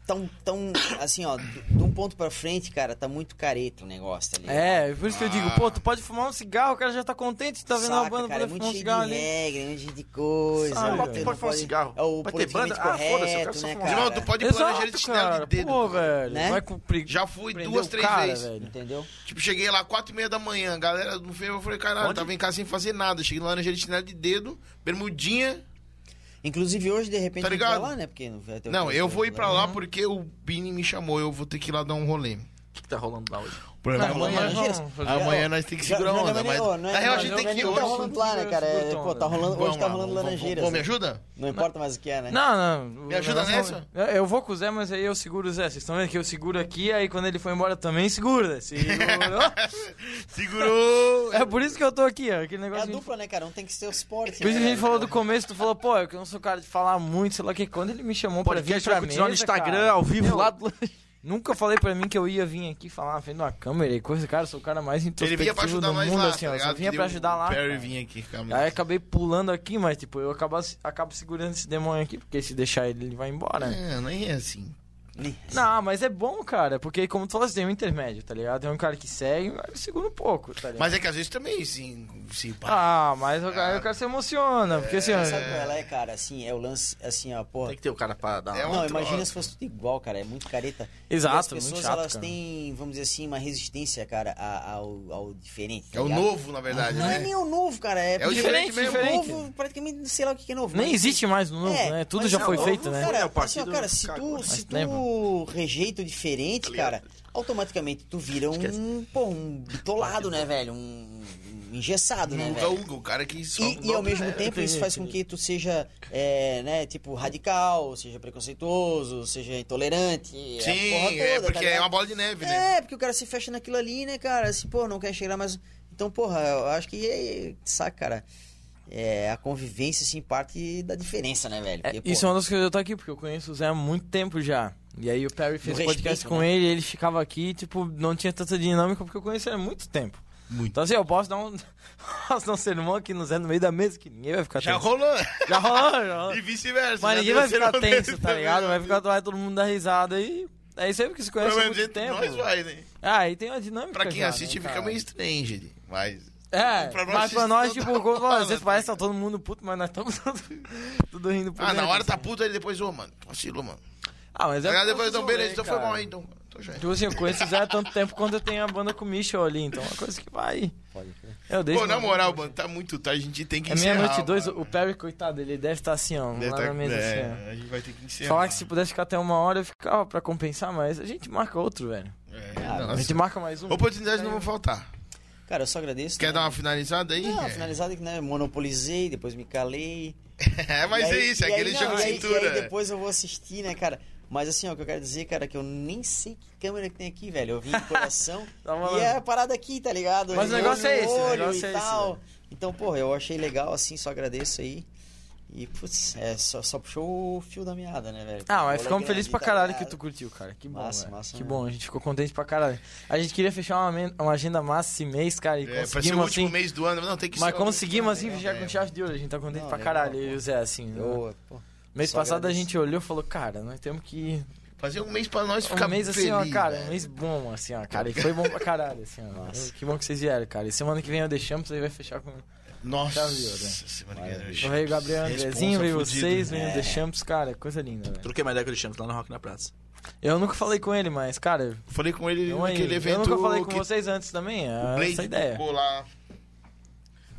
Speaker 3: tão, tão, assim, ó. do- De um ponto pra frente, cara, tá muito careta o negócio, tá ligado?
Speaker 2: É, por isso que eu digo, pô, tu pode fumar um cigarro, o cara já tá contente, tu tá vendo
Speaker 3: Saca,
Speaker 2: a banda
Speaker 3: cara, é
Speaker 2: poder
Speaker 3: muito
Speaker 2: fumar um
Speaker 3: cheio
Speaker 2: cigarro
Speaker 3: de
Speaker 2: ali.
Speaker 3: regra, é muito cheio de coisa.
Speaker 2: Sabe,
Speaker 3: né?
Speaker 2: pode
Speaker 3: Tu não
Speaker 4: fumar
Speaker 3: pode-
Speaker 4: cigarro.
Speaker 3: É o
Speaker 4: Vai ter
Speaker 3: politicamente
Speaker 4: banda? Ah, foda-se, eu quero
Speaker 3: correto,
Speaker 4: só
Speaker 3: né,
Speaker 4: fumar.
Speaker 1: Irmão,
Speaker 3: cara?
Speaker 1: tu pode ir pra Laranjeiras
Speaker 2: Exato,
Speaker 1: de chinelo
Speaker 2: cara.
Speaker 1: de dedo.
Speaker 2: Pô,
Speaker 1: cara.
Speaker 2: velho.
Speaker 3: Né?
Speaker 2: Vai cumprir.
Speaker 1: Já fui
Speaker 2: prender
Speaker 1: duas,
Speaker 2: o
Speaker 1: três
Speaker 2: cara,
Speaker 1: vezes.
Speaker 2: velho.
Speaker 3: Entendeu?
Speaker 1: Tipo, cheguei lá quatro e meia da manhã, a galera do feio, eu falei, caralho,
Speaker 4: Onde?
Speaker 1: tava em casa sem fazer nada. Cheguei no Laranjeiras de chinelo de dedo, bermudinha.
Speaker 3: Inclusive hoje, de repente,
Speaker 1: Tá
Speaker 3: a gente
Speaker 1: ligado?
Speaker 3: vai lá, né? Porque não vai ter né? o
Speaker 1: Não,
Speaker 3: que-
Speaker 1: eu vou ir pra lá
Speaker 2: Uhum.
Speaker 1: porque o Bini me chamou, eu vou ter que ir lá dar um rolê.
Speaker 4: O que que tá rolando lá hoje?
Speaker 2: Não, amanhã
Speaker 3: Laranjeiras.
Speaker 2: vamos fazer-
Speaker 1: Amanhã nós temos que
Speaker 3: Já-
Speaker 1: segurar
Speaker 3: já
Speaker 1: a onda,
Speaker 3: também
Speaker 1: né? mas.
Speaker 3: nem- ó, não é-
Speaker 1: Na real, a
Speaker 3: não,
Speaker 1: gente
Speaker 3: não
Speaker 1: tem
Speaker 3: é
Speaker 1: que ir
Speaker 3: nem
Speaker 1: hoje.
Speaker 3: Tá rolando lá, né, cara? É, Pô, tá rolando, hoje
Speaker 1: Vamos
Speaker 3: tá
Speaker 1: lá,
Speaker 3: rolando
Speaker 1: vamos-
Speaker 3: laranjeiras.
Speaker 1: Pô, me
Speaker 3: né?
Speaker 1: ajuda?
Speaker 3: Não importa mais o que é, né?
Speaker 2: Não, não.
Speaker 1: Me ajuda
Speaker 2: o negócio
Speaker 1: nessa?
Speaker 2: não- Eu- Eu vou com o Zé, mas aí eu seguro o Zé. Vocês estão vendo que eu seguro aqui, aí quando ele foi embora também segura. Segura.
Speaker 1: Segurou!
Speaker 2: é por isso que eu tô aqui, ó. Aquele
Speaker 3: É a
Speaker 2: negócio. de-
Speaker 3: dupla, né, cara? Um tem que ser o esporte.
Speaker 2: Por isso que
Speaker 3: né,
Speaker 2: a gente
Speaker 3: cara?
Speaker 2: falou do começo, tu falou, pô, é eu não sou cara de falar muito, sei lá o que. Quando ele me
Speaker 3: Um
Speaker 2: chamou pra vir
Speaker 4: Podcast
Speaker 2: pra
Speaker 4: vai
Speaker 2: mesa,
Speaker 4: continuar no Instagram,
Speaker 2: cara,
Speaker 4: ao vivo,
Speaker 2: meu,
Speaker 4: lá do...
Speaker 2: Nunca falei pra mim que eu ia vir aqui falar na frente de uma câmera e coisa, cara, eu sou o cara mais
Speaker 1: Ele
Speaker 2: introspectivo
Speaker 1: vinha pra ajudar
Speaker 2: do
Speaker 1: mais
Speaker 2: mundo,
Speaker 1: lá.
Speaker 2: assim,
Speaker 1: tá
Speaker 2: ó, eu só
Speaker 1: ligado?
Speaker 2: vinha
Speaker 1: Que
Speaker 2: pra
Speaker 1: deu
Speaker 2: ajudar lá,
Speaker 1: O Perry
Speaker 2: cara.
Speaker 1: vinha aqui,
Speaker 2: Aí é
Speaker 1: calma.
Speaker 2: acabei pulando aqui, mas tipo, eu acabo, acabo segurando esse demônio aqui, porque se deixar ele, ele vai embora, né?
Speaker 1: É, nem é assim.
Speaker 2: Não, mas é bom, cara, porque como tu falaste, tem um intermédio, tá ligado? Tem um cara que segue, mas ele segura um pouco, tá ligado?
Speaker 1: Mas é que às vezes também, sim. sim pá.
Speaker 2: Ah, mas o cara, o cara se emociona, porque assim, ó,
Speaker 3: Sabe qual ela é, cara? Assim, é o lance, assim, ó, porra.
Speaker 4: Tem que ter o cara pra dar.
Speaker 1: É um-
Speaker 4: uma-
Speaker 3: Não,
Speaker 1: outro-
Speaker 3: imagina se fosse tudo igual, cara. É muito careta.
Speaker 2: Exato,
Speaker 3: E
Speaker 2: muito
Speaker 3: as pessoas,
Speaker 2: chato,
Speaker 3: elas
Speaker 2: cara.
Speaker 3: têm, vamos dizer assim, uma resistência, cara, a- ao, ao diferente. tá
Speaker 1: É o
Speaker 3: ligado?
Speaker 1: novo, na verdade,
Speaker 3: Não é
Speaker 1: né?
Speaker 3: nem o novo, cara. É,
Speaker 1: É o
Speaker 3: porque-
Speaker 1: diferente
Speaker 3: o
Speaker 1: mesmo.
Speaker 3: novo, praticamente, sei lá o que que é novo.
Speaker 2: nem
Speaker 3: mas-
Speaker 2: existe mais no novo,
Speaker 3: É,
Speaker 2: né? Tudo
Speaker 3: mas
Speaker 2: já
Speaker 3: não,
Speaker 2: foi
Speaker 3: o-
Speaker 2: feito, né?
Speaker 3: Cara,
Speaker 4: É, o
Speaker 3: assim, ó,
Speaker 4: partido
Speaker 3: cara, se
Speaker 4: cagou,
Speaker 3: tu,
Speaker 4: né?
Speaker 3: se
Speaker 2: Mas
Speaker 3: tu rejeita o
Speaker 1: Tá
Speaker 3: diferente, cara, automaticamente tu vira um, pô, um bitolado, né, velho? Um um engessado, né,
Speaker 1: Nunca
Speaker 3: velho?
Speaker 1: o o cara que só. é.
Speaker 3: E, e ao mesmo tempo isso faz com que tu seja, é, né, tipo, radical, seja preconceituoso, seja intolerante. a porra
Speaker 1: Sim,
Speaker 3: toda,
Speaker 1: é
Speaker 3: tá
Speaker 1: porque é
Speaker 3: ligado?
Speaker 1: uma bola de neve, né?
Speaker 3: É, porque o cara se fecha naquilo ali, né, cara? Assim, pô, não quer chegar mais. Então, porra, eu acho que, é- saca, cara, é, a convivência, assim, parte da diferença, né, velho?
Speaker 2: É,
Speaker 3: Porque,
Speaker 2: isso é
Speaker 3: porra,
Speaker 2: uma das coisas que eu tô aqui, porque eu conheço o Zé há muito tempo já. E aí o Perry fez
Speaker 3: Do
Speaker 2: podcast
Speaker 3: respeito,
Speaker 2: com
Speaker 3: né?
Speaker 2: ele, ele ficava aqui, tipo, não tinha tanta dinâmica porque eu conheci ele há muito tempo.
Speaker 1: Muito.
Speaker 2: Então assim, eu posso dar um, posso dar um sermão aqui no Zé no meio da mesa, que ninguém vai ficar
Speaker 1: Já
Speaker 2: tenso.
Speaker 1: rolou.
Speaker 2: Já rolou, já rolou.
Speaker 1: E vice-versa.
Speaker 2: Mas
Speaker 1: né?
Speaker 2: ninguém vai
Speaker 1: Terceiro
Speaker 2: ficar
Speaker 1: momento
Speaker 2: tenso, tá
Speaker 1: também,
Speaker 2: ligado?
Speaker 1: né?
Speaker 2: Vai ficar vai todo mundo dar risada e. É isso aí porque se conhece há
Speaker 1: Pelo
Speaker 2: muito
Speaker 1: menos entre
Speaker 2: tempo.
Speaker 1: nós vai, né?
Speaker 2: Ah, e tem uma dinâmica.
Speaker 1: Pra quem
Speaker 2: já,
Speaker 1: assiste
Speaker 2: né,
Speaker 1: fica
Speaker 2: cara?
Speaker 1: meio estranho, gente. Mas
Speaker 2: É,
Speaker 1: Pra nós
Speaker 2: mas pra
Speaker 1: isso
Speaker 2: nós,
Speaker 1: não
Speaker 2: tipo,
Speaker 1: dá
Speaker 2: quando-
Speaker 1: bola,
Speaker 2: às vezes
Speaker 1: tá
Speaker 2: parece que tá todo mundo puto, mas nós estamos tudo, tudo rindo por
Speaker 1: Ah, na
Speaker 2: dentro,
Speaker 1: hora tá
Speaker 2: assim.
Speaker 1: puto, aí depois, ô, mano, vacilo, mano.
Speaker 2: Ah, mas é
Speaker 1: Aí
Speaker 2: porque
Speaker 1: depois,
Speaker 2: eu
Speaker 1: então,
Speaker 2: sou
Speaker 1: beleza,
Speaker 2: bem,
Speaker 1: então foi
Speaker 2: cara.
Speaker 1: mal, aí, então. Tô já.
Speaker 2: Tipo assim, eu conheço o Zé há tanto tempo quanto eu tenho a banda com o Michel ali, então é uma coisa que vai.
Speaker 3: Pode crer.
Speaker 2: Eu deixo.
Speaker 1: Pô, na
Speaker 2: uma-
Speaker 1: moral, mano, tá muito tá A gente tem que
Speaker 2: É
Speaker 1: encerrar.
Speaker 2: meia-noite e dois,
Speaker 1: mano.
Speaker 2: o Perry, coitado, ele deve estar assim, ó,
Speaker 1: Deve
Speaker 2: lá
Speaker 1: tá-
Speaker 2: na mesa
Speaker 1: é,
Speaker 2: assim,
Speaker 1: A gente vai ter que
Speaker 2: ó.
Speaker 1: encerrar.
Speaker 2: Falar que se pudesse ficar até uma hora, eu ficava pra compensar, mas a gente marca outro, velho.
Speaker 1: É,
Speaker 2: A gente
Speaker 1: nossa.
Speaker 2: marca mais um.
Speaker 1: Oportunidades não vão faltar.
Speaker 3: Cara, eu só agradeço.
Speaker 1: Quer
Speaker 3: né?
Speaker 1: dar uma finalizada aí?
Speaker 3: Não,
Speaker 1: É.
Speaker 3: finalizado que né, eu monopolizei, depois me calei.
Speaker 1: É, mas
Speaker 3: E aí-
Speaker 1: é isso, é
Speaker 3: e aí-
Speaker 1: aquele
Speaker 3: não,
Speaker 1: jogo de
Speaker 3: e aí-
Speaker 1: cintura.
Speaker 3: E aí depois eu vou assistir, né, cara? Mas assim, ó, o que eu quero dizer, cara, que eu nem sei que câmera que tem aqui, velho. Eu vim de coração
Speaker 2: Tá
Speaker 3: e
Speaker 2: falando.
Speaker 3: é a parada aqui, tá ligado?
Speaker 2: Mas o negócio é esse, o
Speaker 3: Olho
Speaker 2: negócio
Speaker 3: e
Speaker 2: é esse,
Speaker 3: tal.
Speaker 2: velho.
Speaker 3: Então, porra, eu achei legal, assim, só agradeço aí. E, putz, é, só, só puxou o fio da meada, né, velho?
Speaker 2: Ah,
Speaker 3: Bola
Speaker 2: mas ficamos
Speaker 3: grande,
Speaker 2: felizes pra
Speaker 3: tá
Speaker 2: caralho que
Speaker 3: ligado?
Speaker 2: tu curtiu, cara. Que bom,
Speaker 3: Massa,
Speaker 2: velho.
Speaker 3: massa né?
Speaker 2: Que
Speaker 3: mesmo.
Speaker 2: bom, a gente ficou contente pra caralho. A gente queria fechar uma, men- uma agenda massa esse mês, cara, e
Speaker 1: É, pra ser o
Speaker 2: conseguimos
Speaker 1: último
Speaker 2: assim.
Speaker 1: mês do ano. Não, tem que
Speaker 2: Mas
Speaker 1: ser-
Speaker 2: conseguimos assim,
Speaker 1: legal,
Speaker 2: fechar
Speaker 1: né?
Speaker 2: com chave de ouro, a gente tá contente
Speaker 3: Não, é
Speaker 2: pra
Speaker 3: legal,
Speaker 2: caralho,
Speaker 3: pô.
Speaker 2: eu e o Zé, assim. né?
Speaker 3: Eu, pô,
Speaker 2: Mês
Speaker 3: só
Speaker 2: passado a
Speaker 3: agradeço.
Speaker 2: gente olhou e falou, cara, nós temos que.
Speaker 1: Fazer um mês pra nós
Speaker 2: Um
Speaker 1: ficar
Speaker 2: mês assim,
Speaker 1: feliz, né?"
Speaker 2: ó, cara,
Speaker 1: velho.
Speaker 2: um mês bom, assim, ó, cara. E foi bom pra caralho, assim, ó.
Speaker 3: Nossa.
Speaker 2: Que bom que vocês vieram, cara. E semana que vem eu deixamos, aí vai fechar com.
Speaker 1: Nossa,
Speaker 2: Chave de ouro, né?
Speaker 1: semana que vem,
Speaker 3: Maravilha.
Speaker 1: gente.
Speaker 2: Veio o Gabriel
Speaker 1: Responsa
Speaker 2: Andrezinho, veio
Speaker 1: fudido.
Speaker 2: vocês, veio o
Speaker 3: É.
Speaker 2: The Champs, cara, coisa linda, velho.
Speaker 4: Troquei uma ideia que eu deixamos lá no Rock na Praça.
Speaker 2: Eu nunca falei com ele, mas, cara,
Speaker 1: Falei com
Speaker 3: É
Speaker 1: ele
Speaker 3: um
Speaker 2: Então aí,
Speaker 1: naquele evento.
Speaker 2: eu nunca falei com
Speaker 1: que
Speaker 2: vocês antes também,
Speaker 1: o
Speaker 3: Ah,
Speaker 2: é
Speaker 1: Blade
Speaker 2: essa ideia.
Speaker 1: tocou lá.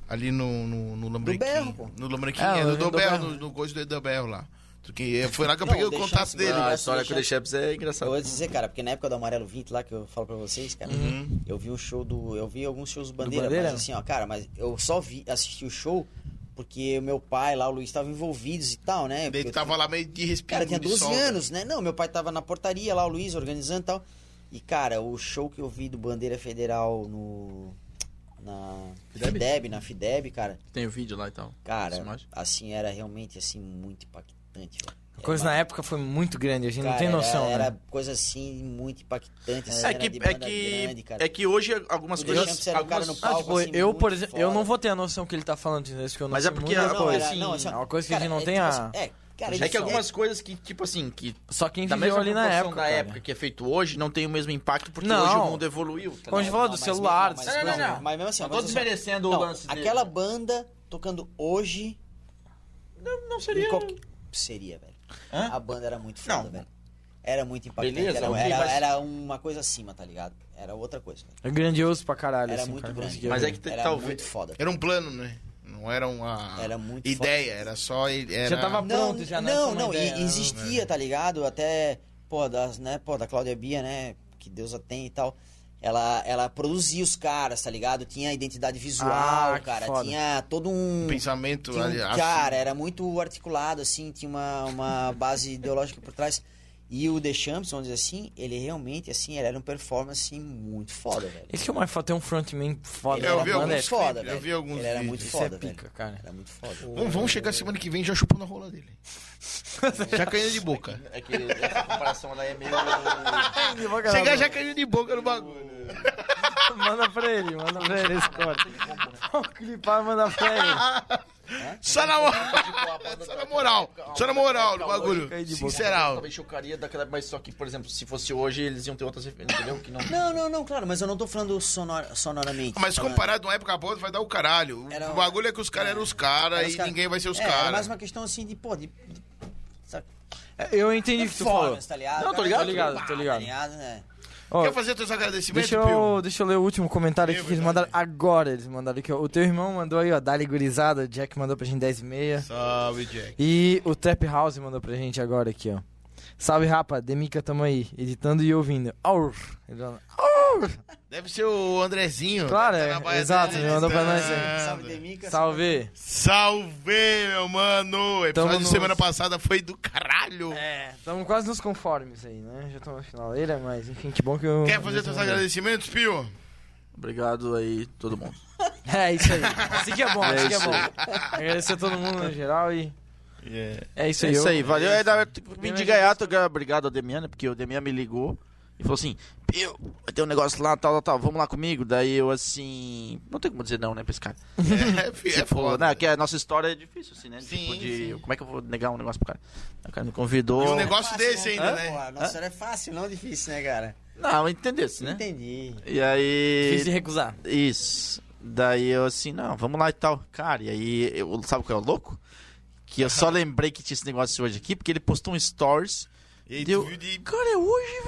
Speaker 1: Ali no, no, no
Speaker 3: Berro,
Speaker 1: Lambrequim.
Speaker 3: pô.
Speaker 1: No Lambrequim,
Speaker 2: É,
Speaker 1: é,
Speaker 2: no
Speaker 1: no
Speaker 2: do
Speaker 1: Dobel,
Speaker 2: Berro.
Speaker 1: no, no coisa do Dobel lá. Troquei- Foi lá que eu
Speaker 3: Não,
Speaker 1: peguei o
Speaker 3: deixa
Speaker 1: contato
Speaker 3: assim,
Speaker 1: dele.
Speaker 3: vai.
Speaker 4: a
Speaker 3: Ah,
Speaker 4: história que eu deixei pra você é
Speaker 3: Eu
Speaker 4: engraçada.
Speaker 3: vou dizer, cara, porque na época da Amarelo 20 lá que eu falo pra vocês, cara, eu vi um show do. Eu vi alguns shows do Bandeira,
Speaker 2: Bandeira?
Speaker 3: mas assim, ó, cara, mas eu só vi, assisti o show porque meu pai lá, o Luiz, estavam envolvidos e tal, né?
Speaker 1: Daí
Speaker 3: Porque
Speaker 1: tu
Speaker 3: eu-
Speaker 1: tava lá meio de respiro.
Speaker 3: Cara, tinha
Speaker 1: de
Speaker 3: 12
Speaker 1: sol, né?
Speaker 3: anos, né? Não, meu pai tava na portaria lá, o Luiz, organizando e tal. E, cara, o show que eu vi do Bandeira Federal no. Na
Speaker 4: Fideb?
Speaker 3: Fideb, na Fideb, cara.
Speaker 4: Tem o vídeo lá e tal. Essa
Speaker 3: Cara,
Speaker 4: imagem.
Speaker 3: assim, era realmente, assim, muito impactante, velho.
Speaker 2: A coisa na época foi muito grande, a gente não
Speaker 3: Cara,
Speaker 2: tem
Speaker 3: era-
Speaker 2: noção,
Speaker 3: Era,
Speaker 2: né?
Speaker 3: coisa assim, muito impactante. assim,
Speaker 4: É
Speaker 3: era de
Speaker 4: que, é,
Speaker 3: banda
Speaker 4: que,
Speaker 3: grande, cara.
Speaker 4: é que hoje algumas
Speaker 3: O
Speaker 4: coisas.
Speaker 3: Deschamps era um cara
Speaker 4: algumas-
Speaker 3: no
Speaker 2: Ah,
Speaker 3: palco,
Speaker 2: tipo,
Speaker 3: assim,
Speaker 2: eu, por
Speaker 3: muito
Speaker 2: exemplo, eu
Speaker 3: foda.
Speaker 2: não vou ter a noção que ele tá falando, entendeu? Isso que eu não
Speaker 4: Mas
Speaker 2: sei
Speaker 4: é porque
Speaker 2: muita
Speaker 4: a-
Speaker 3: Não,
Speaker 2: coisa.
Speaker 3: era-
Speaker 4: assim,
Speaker 3: não, assim, ó,
Speaker 2: é uma coisa que a
Speaker 3: cara,
Speaker 2: gente não
Speaker 3: é
Speaker 2: tem
Speaker 3: tipo
Speaker 2: a...
Speaker 3: assim, É, cara,
Speaker 4: É que
Speaker 3: isso
Speaker 4: algumas coisas que, tipo assim, que
Speaker 2: Só quem
Speaker 4: da
Speaker 2: viveu
Speaker 4: mesma
Speaker 2: ali na
Speaker 4: proporção
Speaker 2: época,
Speaker 4: da
Speaker 2: cara.
Speaker 4: época que é feito hoje, não tem o mesmo impacto porque
Speaker 2: Não.
Speaker 4: hoje o mundo evoluiu. tá
Speaker 2: Quando a
Speaker 4: ligado?
Speaker 2: gente fala do
Speaker 3: mas
Speaker 2: celular,
Speaker 3: mesmo-
Speaker 2: do
Speaker 3: mas
Speaker 4: celular.
Speaker 3: mesmo-
Speaker 4: Não, não, não.
Speaker 3: Mas mesmo assim,
Speaker 4: Não
Speaker 3: ó,
Speaker 4: tô
Speaker 3: mas assim, ó,
Speaker 4: desmerecendo o
Speaker 3: não,
Speaker 4: lance dele.
Speaker 3: Aquela banda tocando hoje.
Speaker 4: Não
Speaker 3: em
Speaker 4: seria. um
Speaker 3: qualquer- Seria, velho.
Speaker 4: Hã?
Speaker 3: A banda era muito foda,
Speaker 4: Não.
Speaker 3: velho. Era muito impactante.
Speaker 4: Beleza,
Speaker 3: era, um-
Speaker 4: ok,
Speaker 3: era,
Speaker 4: mas-
Speaker 3: era uma coisa acima, tá ligado? Era outra coisa. velho.
Speaker 2: É grandioso pra caralho,
Speaker 3: Era
Speaker 2: assim,
Speaker 3: muito
Speaker 2: cara,
Speaker 3: grande.
Speaker 2: conseguia
Speaker 4: Mas
Speaker 2: ver.
Speaker 4: é que tem-
Speaker 3: Era
Speaker 4: talvez-
Speaker 3: muito foda.
Speaker 1: Era um plano, né? Não era uma
Speaker 3: Era muito
Speaker 1: ideia, era só. ele- Era...
Speaker 2: Já tava
Speaker 3: Não,
Speaker 2: pronto, já não é só
Speaker 3: não,
Speaker 2: uma
Speaker 3: não, e-
Speaker 2: ideia, né?
Speaker 3: existia, tá ligado? Até, pô, das, né, pô, da Cláudia Bia, né, que Deus a tem e tal. Ela, ela produzia os caras, tá ligado? Tinha identidade visual,
Speaker 2: Ah, que
Speaker 3: cara,
Speaker 2: foda.
Speaker 3: tinha todo
Speaker 1: um
Speaker 3: um,
Speaker 1: pensamento.
Speaker 3: tinha um-
Speaker 1: ali, assim.
Speaker 3: cara, era muito articulado, assim, tinha uma, uma base ideológica por trás. E o The Champs, vamos dizer assim, ele realmente, assim, ele era um performance assim, muito foda, velho.
Speaker 2: Esse que é o mais foda, tem um frontman foda.
Speaker 3: Ele
Speaker 1: Eu
Speaker 2: da
Speaker 3: era
Speaker 1: vi
Speaker 2: banda,
Speaker 1: alguns
Speaker 3: muito
Speaker 1: clipes,
Speaker 2: é-
Speaker 3: foda,
Speaker 1: eu
Speaker 3: velho.
Speaker 1: vi alguns
Speaker 3: Ele era
Speaker 1: vídeos.
Speaker 3: muito
Speaker 2: Isso é
Speaker 3: foda, velho.
Speaker 2: pica, cara.
Speaker 3: Era muito foda.
Speaker 1: Vamos, vamos chegar semana que vem já chupando a rola dele. já caindo de boca.
Speaker 4: É que essa comparação lá é meio.
Speaker 1: Chegar já caindo de boca no bagulho.
Speaker 2: um Manda pra ele, manda pra ele esse corte. Vamos clipar, manda pra ele.
Speaker 1: Só é na
Speaker 3: é
Speaker 1: moral. Só na moral. Só na moral no bagulho.
Speaker 2: Cair de boca.
Speaker 1: Sincerão.
Speaker 4: Talvez chocaria daquela. Mas só que, por exemplo, se fosse hoje, eles iam ter outras referências, entendeu? Que não.
Speaker 3: Não, não, não, claro, mas eu não tô falando sonor, sonoramente.
Speaker 1: Mas
Speaker 3: Falando-
Speaker 1: comparado de uma época pra outra, vai dar o caralho. O
Speaker 3: é. Era uma-
Speaker 1: bagulho é que os caras eram os caras
Speaker 3: Era os
Speaker 1: e
Speaker 3: cara-
Speaker 1: ninguém vai ser os
Speaker 3: é, era mais
Speaker 1: caras.
Speaker 3: uma questão assim de, pô, de. de sabe?
Speaker 2: Eu entendi o que tu falou.
Speaker 3: Performance, tá ligado?
Speaker 4: Não, tô
Speaker 3: Cara,
Speaker 4: ligado,
Speaker 2: tô ligado, tô ligado.
Speaker 3: Tá ligado, né?
Speaker 2: Ó,
Speaker 1: Quer fazer teus agradecimentos,
Speaker 2: Deixa
Speaker 1: Pio?
Speaker 2: eu, deixa eu ler o último comentário aqui que eles mandaram agora. Eles mandaram aqui, ó. O teu irmão mandou aí, ó, Dali Gurizada. O Jack mandou pra gente 10 e meia.
Speaker 1: Salve, Jack.
Speaker 2: E o Trap House mandou pra gente agora aqui, ó. Salve, rapa. Demica, tamo aí. Editando e ouvindo. Aur. Ele manda-
Speaker 1: Deve ser o Andrezinho.
Speaker 2: Claro,
Speaker 1: Tá na
Speaker 2: é,
Speaker 1: baia
Speaker 2: exato,
Speaker 1: dele,
Speaker 2: ele mandou pra nós aí.
Speaker 1: tá.
Speaker 3: Salve, Demica.
Speaker 2: Salve.
Speaker 1: Salve, meu mano! O episódio
Speaker 2: Tamo
Speaker 1: de
Speaker 2: no-
Speaker 1: semana passada foi do caralho.
Speaker 2: É, tamo quase nos conformes aí, né? Já tô na finaleira, mas enfim, que bom que eu...
Speaker 1: Quer fazer seus agradecimentos, Pio?
Speaker 4: Obrigado aí, todo mundo.
Speaker 2: É, isso aí. Assim que é bom,
Speaker 4: É
Speaker 2: assim que é
Speaker 4: isso
Speaker 2: bom.
Speaker 4: aí.
Speaker 2: Agradecer a todo mundo no geral e... É isso
Speaker 4: É
Speaker 2: aí.
Speaker 4: isso
Speaker 2: eu-
Speaker 4: aí, valeu. É, da- vim de
Speaker 2: mais
Speaker 4: gaiato, gra- obrigado ao Demian, né, porque o Demian me ligou e falou assim: Pio, vai ter um negócio lá, tal, tal, tal, vamos lá comigo. Daí eu assim. Não tem como dizer não, né, pra esse cara.
Speaker 1: É, fi- é
Speaker 4: Tipo,
Speaker 1: foda.
Speaker 4: né, que a nossa história é difícil, assim, né?
Speaker 1: Sim,
Speaker 4: tipo, de.
Speaker 1: sim.
Speaker 4: Como é que eu vou negar um negócio pro cara? O cara me
Speaker 1: E
Speaker 4: convidou.
Speaker 1: um negócio desse
Speaker 3: não,
Speaker 1: ainda,
Speaker 3: pô,
Speaker 1: né?
Speaker 3: a Nossa história é fácil, não difícil, né, cara?
Speaker 4: Não, entendesse, né?
Speaker 3: Entendi.
Speaker 4: E
Speaker 2: Difícil de
Speaker 4: aí.
Speaker 2: recusar.
Speaker 4: Isso. Daí eu assim, não, vamos lá e tal. Cara, e aí, eu, sabe o que é o louco? Que eu só lembrei que tinha esse negócio hoje aqui, porque ele postou um stories.
Speaker 1: E
Speaker 4: Deu-
Speaker 1: tu viu de...
Speaker 4: Cara, é hoje,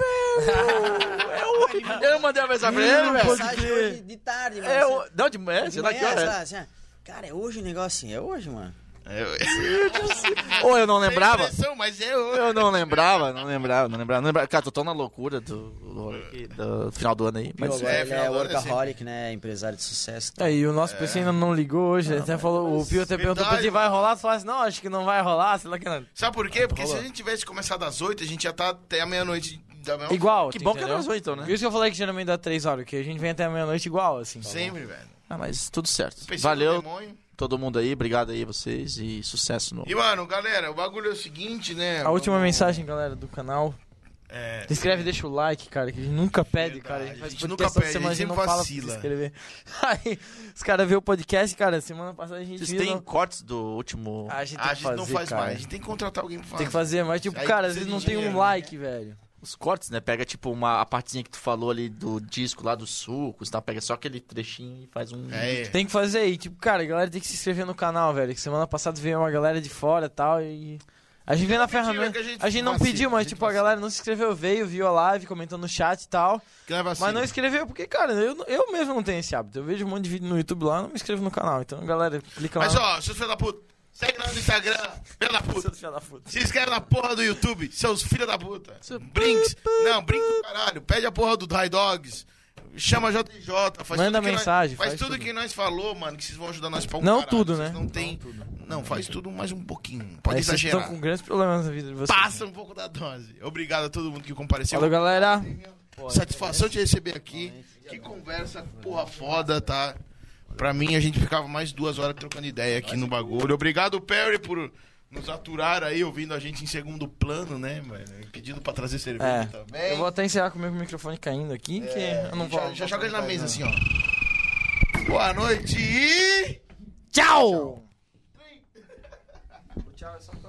Speaker 4: velho! é hoje! Eu mandei uma mensagem pra ele, velho.
Speaker 3: Mensagem hoje de tarde, mano.
Speaker 4: É, o- não, de manhã,
Speaker 3: de
Speaker 4: sei lá
Speaker 3: manhã,
Speaker 4: que hora.
Speaker 3: sei
Speaker 4: é.
Speaker 3: lá, assim, ah, Cara, é hoje o negócio, assim, é hoje, mano.
Speaker 1: Eu...
Speaker 4: é? Ou eu não lembrava.
Speaker 1: Impressão, mas é hoje.
Speaker 4: Eu não lembrava, não lembrava, não lembrava, não lembrava. Cara, tô tão na loucura do, do- do final do ano aí. Mas
Speaker 3: Pio agora
Speaker 1: é,
Speaker 3: ele
Speaker 1: final
Speaker 3: é
Speaker 1: do ano é
Speaker 3: workaholic, né? Empresário de sucesso.
Speaker 2: É, e o nosso PC ainda não ligou hoje, ele até falou, o Pio
Speaker 1: verdade,
Speaker 2: até perguntou pra ti, vai
Speaker 1: mano.
Speaker 2: rolar? Tu fala assim, não, acho que não vai rolar, sei lá que não.
Speaker 1: Sabe por quê? Porque se
Speaker 2: rolou.
Speaker 1: a gente tivesse começado às 8, a gente já tá até a meia-noite da mesma
Speaker 2: Igual,
Speaker 4: que
Speaker 2: tu
Speaker 1: é
Speaker 4: bom que
Speaker 2: entendeu?
Speaker 4: atrasou então, né?
Speaker 2: Por isso que eu falei que geralmente dá três horas, que a gente vem até a meia-noite igual, assim.
Speaker 1: Sempre, velho.
Speaker 4: Ah, mas tudo certo.
Speaker 1: Pensei no
Speaker 4: Valeu
Speaker 1: demônio.
Speaker 4: todo mundo aí, obrigado aí a vocês e sucesso no.
Speaker 1: E, mano, galera, o bagulho é o seguinte, né?
Speaker 2: A última
Speaker 1: Vamos-
Speaker 2: mensagem, galera, do canal.
Speaker 1: É.
Speaker 2: Se inscreve e deixa o like, cara, que a gente nunca pede,
Speaker 1: Verdade,
Speaker 2: cara.
Speaker 1: a
Speaker 2: faz
Speaker 1: gente
Speaker 2: podcast
Speaker 1: nunca
Speaker 2: toda
Speaker 1: pede, a
Speaker 2: semana,
Speaker 1: gente
Speaker 2: não
Speaker 1: sempre
Speaker 2: fala pra se
Speaker 1: vacila.
Speaker 2: inscrever. Aí, os caras vê o podcast, cara, semana passada a gente
Speaker 4: Vocês
Speaker 2: viu.
Speaker 4: têm
Speaker 2: não- Ah,
Speaker 4: cortes do último.
Speaker 2: A gente, tem
Speaker 1: Ah, A
Speaker 2: que
Speaker 1: gente
Speaker 2: fazer,
Speaker 1: não faz
Speaker 2: cara.
Speaker 1: mais. A gente tem que contratar alguém pra fazer.
Speaker 2: Tem que fazer, mas tipo,
Speaker 1: Aí
Speaker 2: cara, às
Speaker 1: precisa
Speaker 2: vezes
Speaker 1: de
Speaker 2: não tem um
Speaker 1: dinheiro, né?
Speaker 2: like, velho.
Speaker 4: Os cortes, né? Pega tipo uma, a partezinha que tu falou ali do disco lá do sucos, tá? Pega só aquele trechinho e faz um.
Speaker 1: É.
Speaker 2: Tem que fazer aí, tipo, cara, a galera tem que se inscrever no canal, velho. Que semana passada veio uma galera de fora e tal, e. A gente veio na
Speaker 1: Não pediu,
Speaker 2: ferramenta.
Speaker 1: é
Speaker 2: A
Speaker 1: que
Speaker 2: gente, não
Speaker 1: vacila,
Speaker 2: pediu, mas
Speaker 1: gente assim.
Speaker 2: tipo, a
Speaker 1: vacila.
Speaker 2: galera não se inscreveu, veio, viu a live, comentou no chat e tal.
Speaker 1: Que não é vacina.
Speaker 2: Mas não escreveu, porque, cara, eu, eu mesmo não tenho esse hábito. Eu vejo um monte de vídeo no YouTube lá, não me inscrevo no canal. Então, galera, clica
Speaker 1: Mas,
Speaker 2: lá.
Speaker 1: ó, seus filhos da puta, segue lá no Instagram, filha da puta.
Speaker 2: Seus filha da puta.
Speaker 1: Se inscreve na porra do YouTube, seus filhos da puta. Brinks. Não, brinks do caralho. Pede a porra do High Dogs. Chama JJ. Faz
Speaker 2: Manda
Speaker 1: tudo que nós-
Speaker 2: mensagem,
Speaker 1: faz,
Speaker 2: faz
Speaker 1: tudo,
Speaker 2: tudo.
Speaker 1: que nós falou, mano, que vocês vão ajudar nós pra um
Speaker 2: Não
Speaker 1: caralho.
Speaker 2: tudo,
Speaker 1: Vocês
Speaker 2: né?
Speaker 1: Não tem... Não, faz tudo mais um pouquinho. Pode
Speaker 2: Aí vocês
Speaker 1: exagerar.
Speaker 2: Estão com grandes problemas na vida de vocês.
Speaker 1: Passa um pouco da dose. Obrigado a todo mundo que compareceu.
Speaker 2: Falou, galera. né?
Speaker 1: Satisfação te receber aqui. Que conversa, porra foda, tá? Pra mim, a gente ficava mais duas horas trocando ideia aqui no bagulho. Obrigado, Perry, por nos aturar aí, ouvindo a gente em segundo plano, né, mano? Pedindo pra trazer cerveja
Speaker 2: É.
Speaker 1: também.
Speaker 2: Eu vou até encerrar com o meu microfone caindo aqui, que eu não vou.
Speaker 1: É, já, já joga ele na mesa assim, ó. Boa noite e...
Speaker 2: Tchau! Tchau, é só um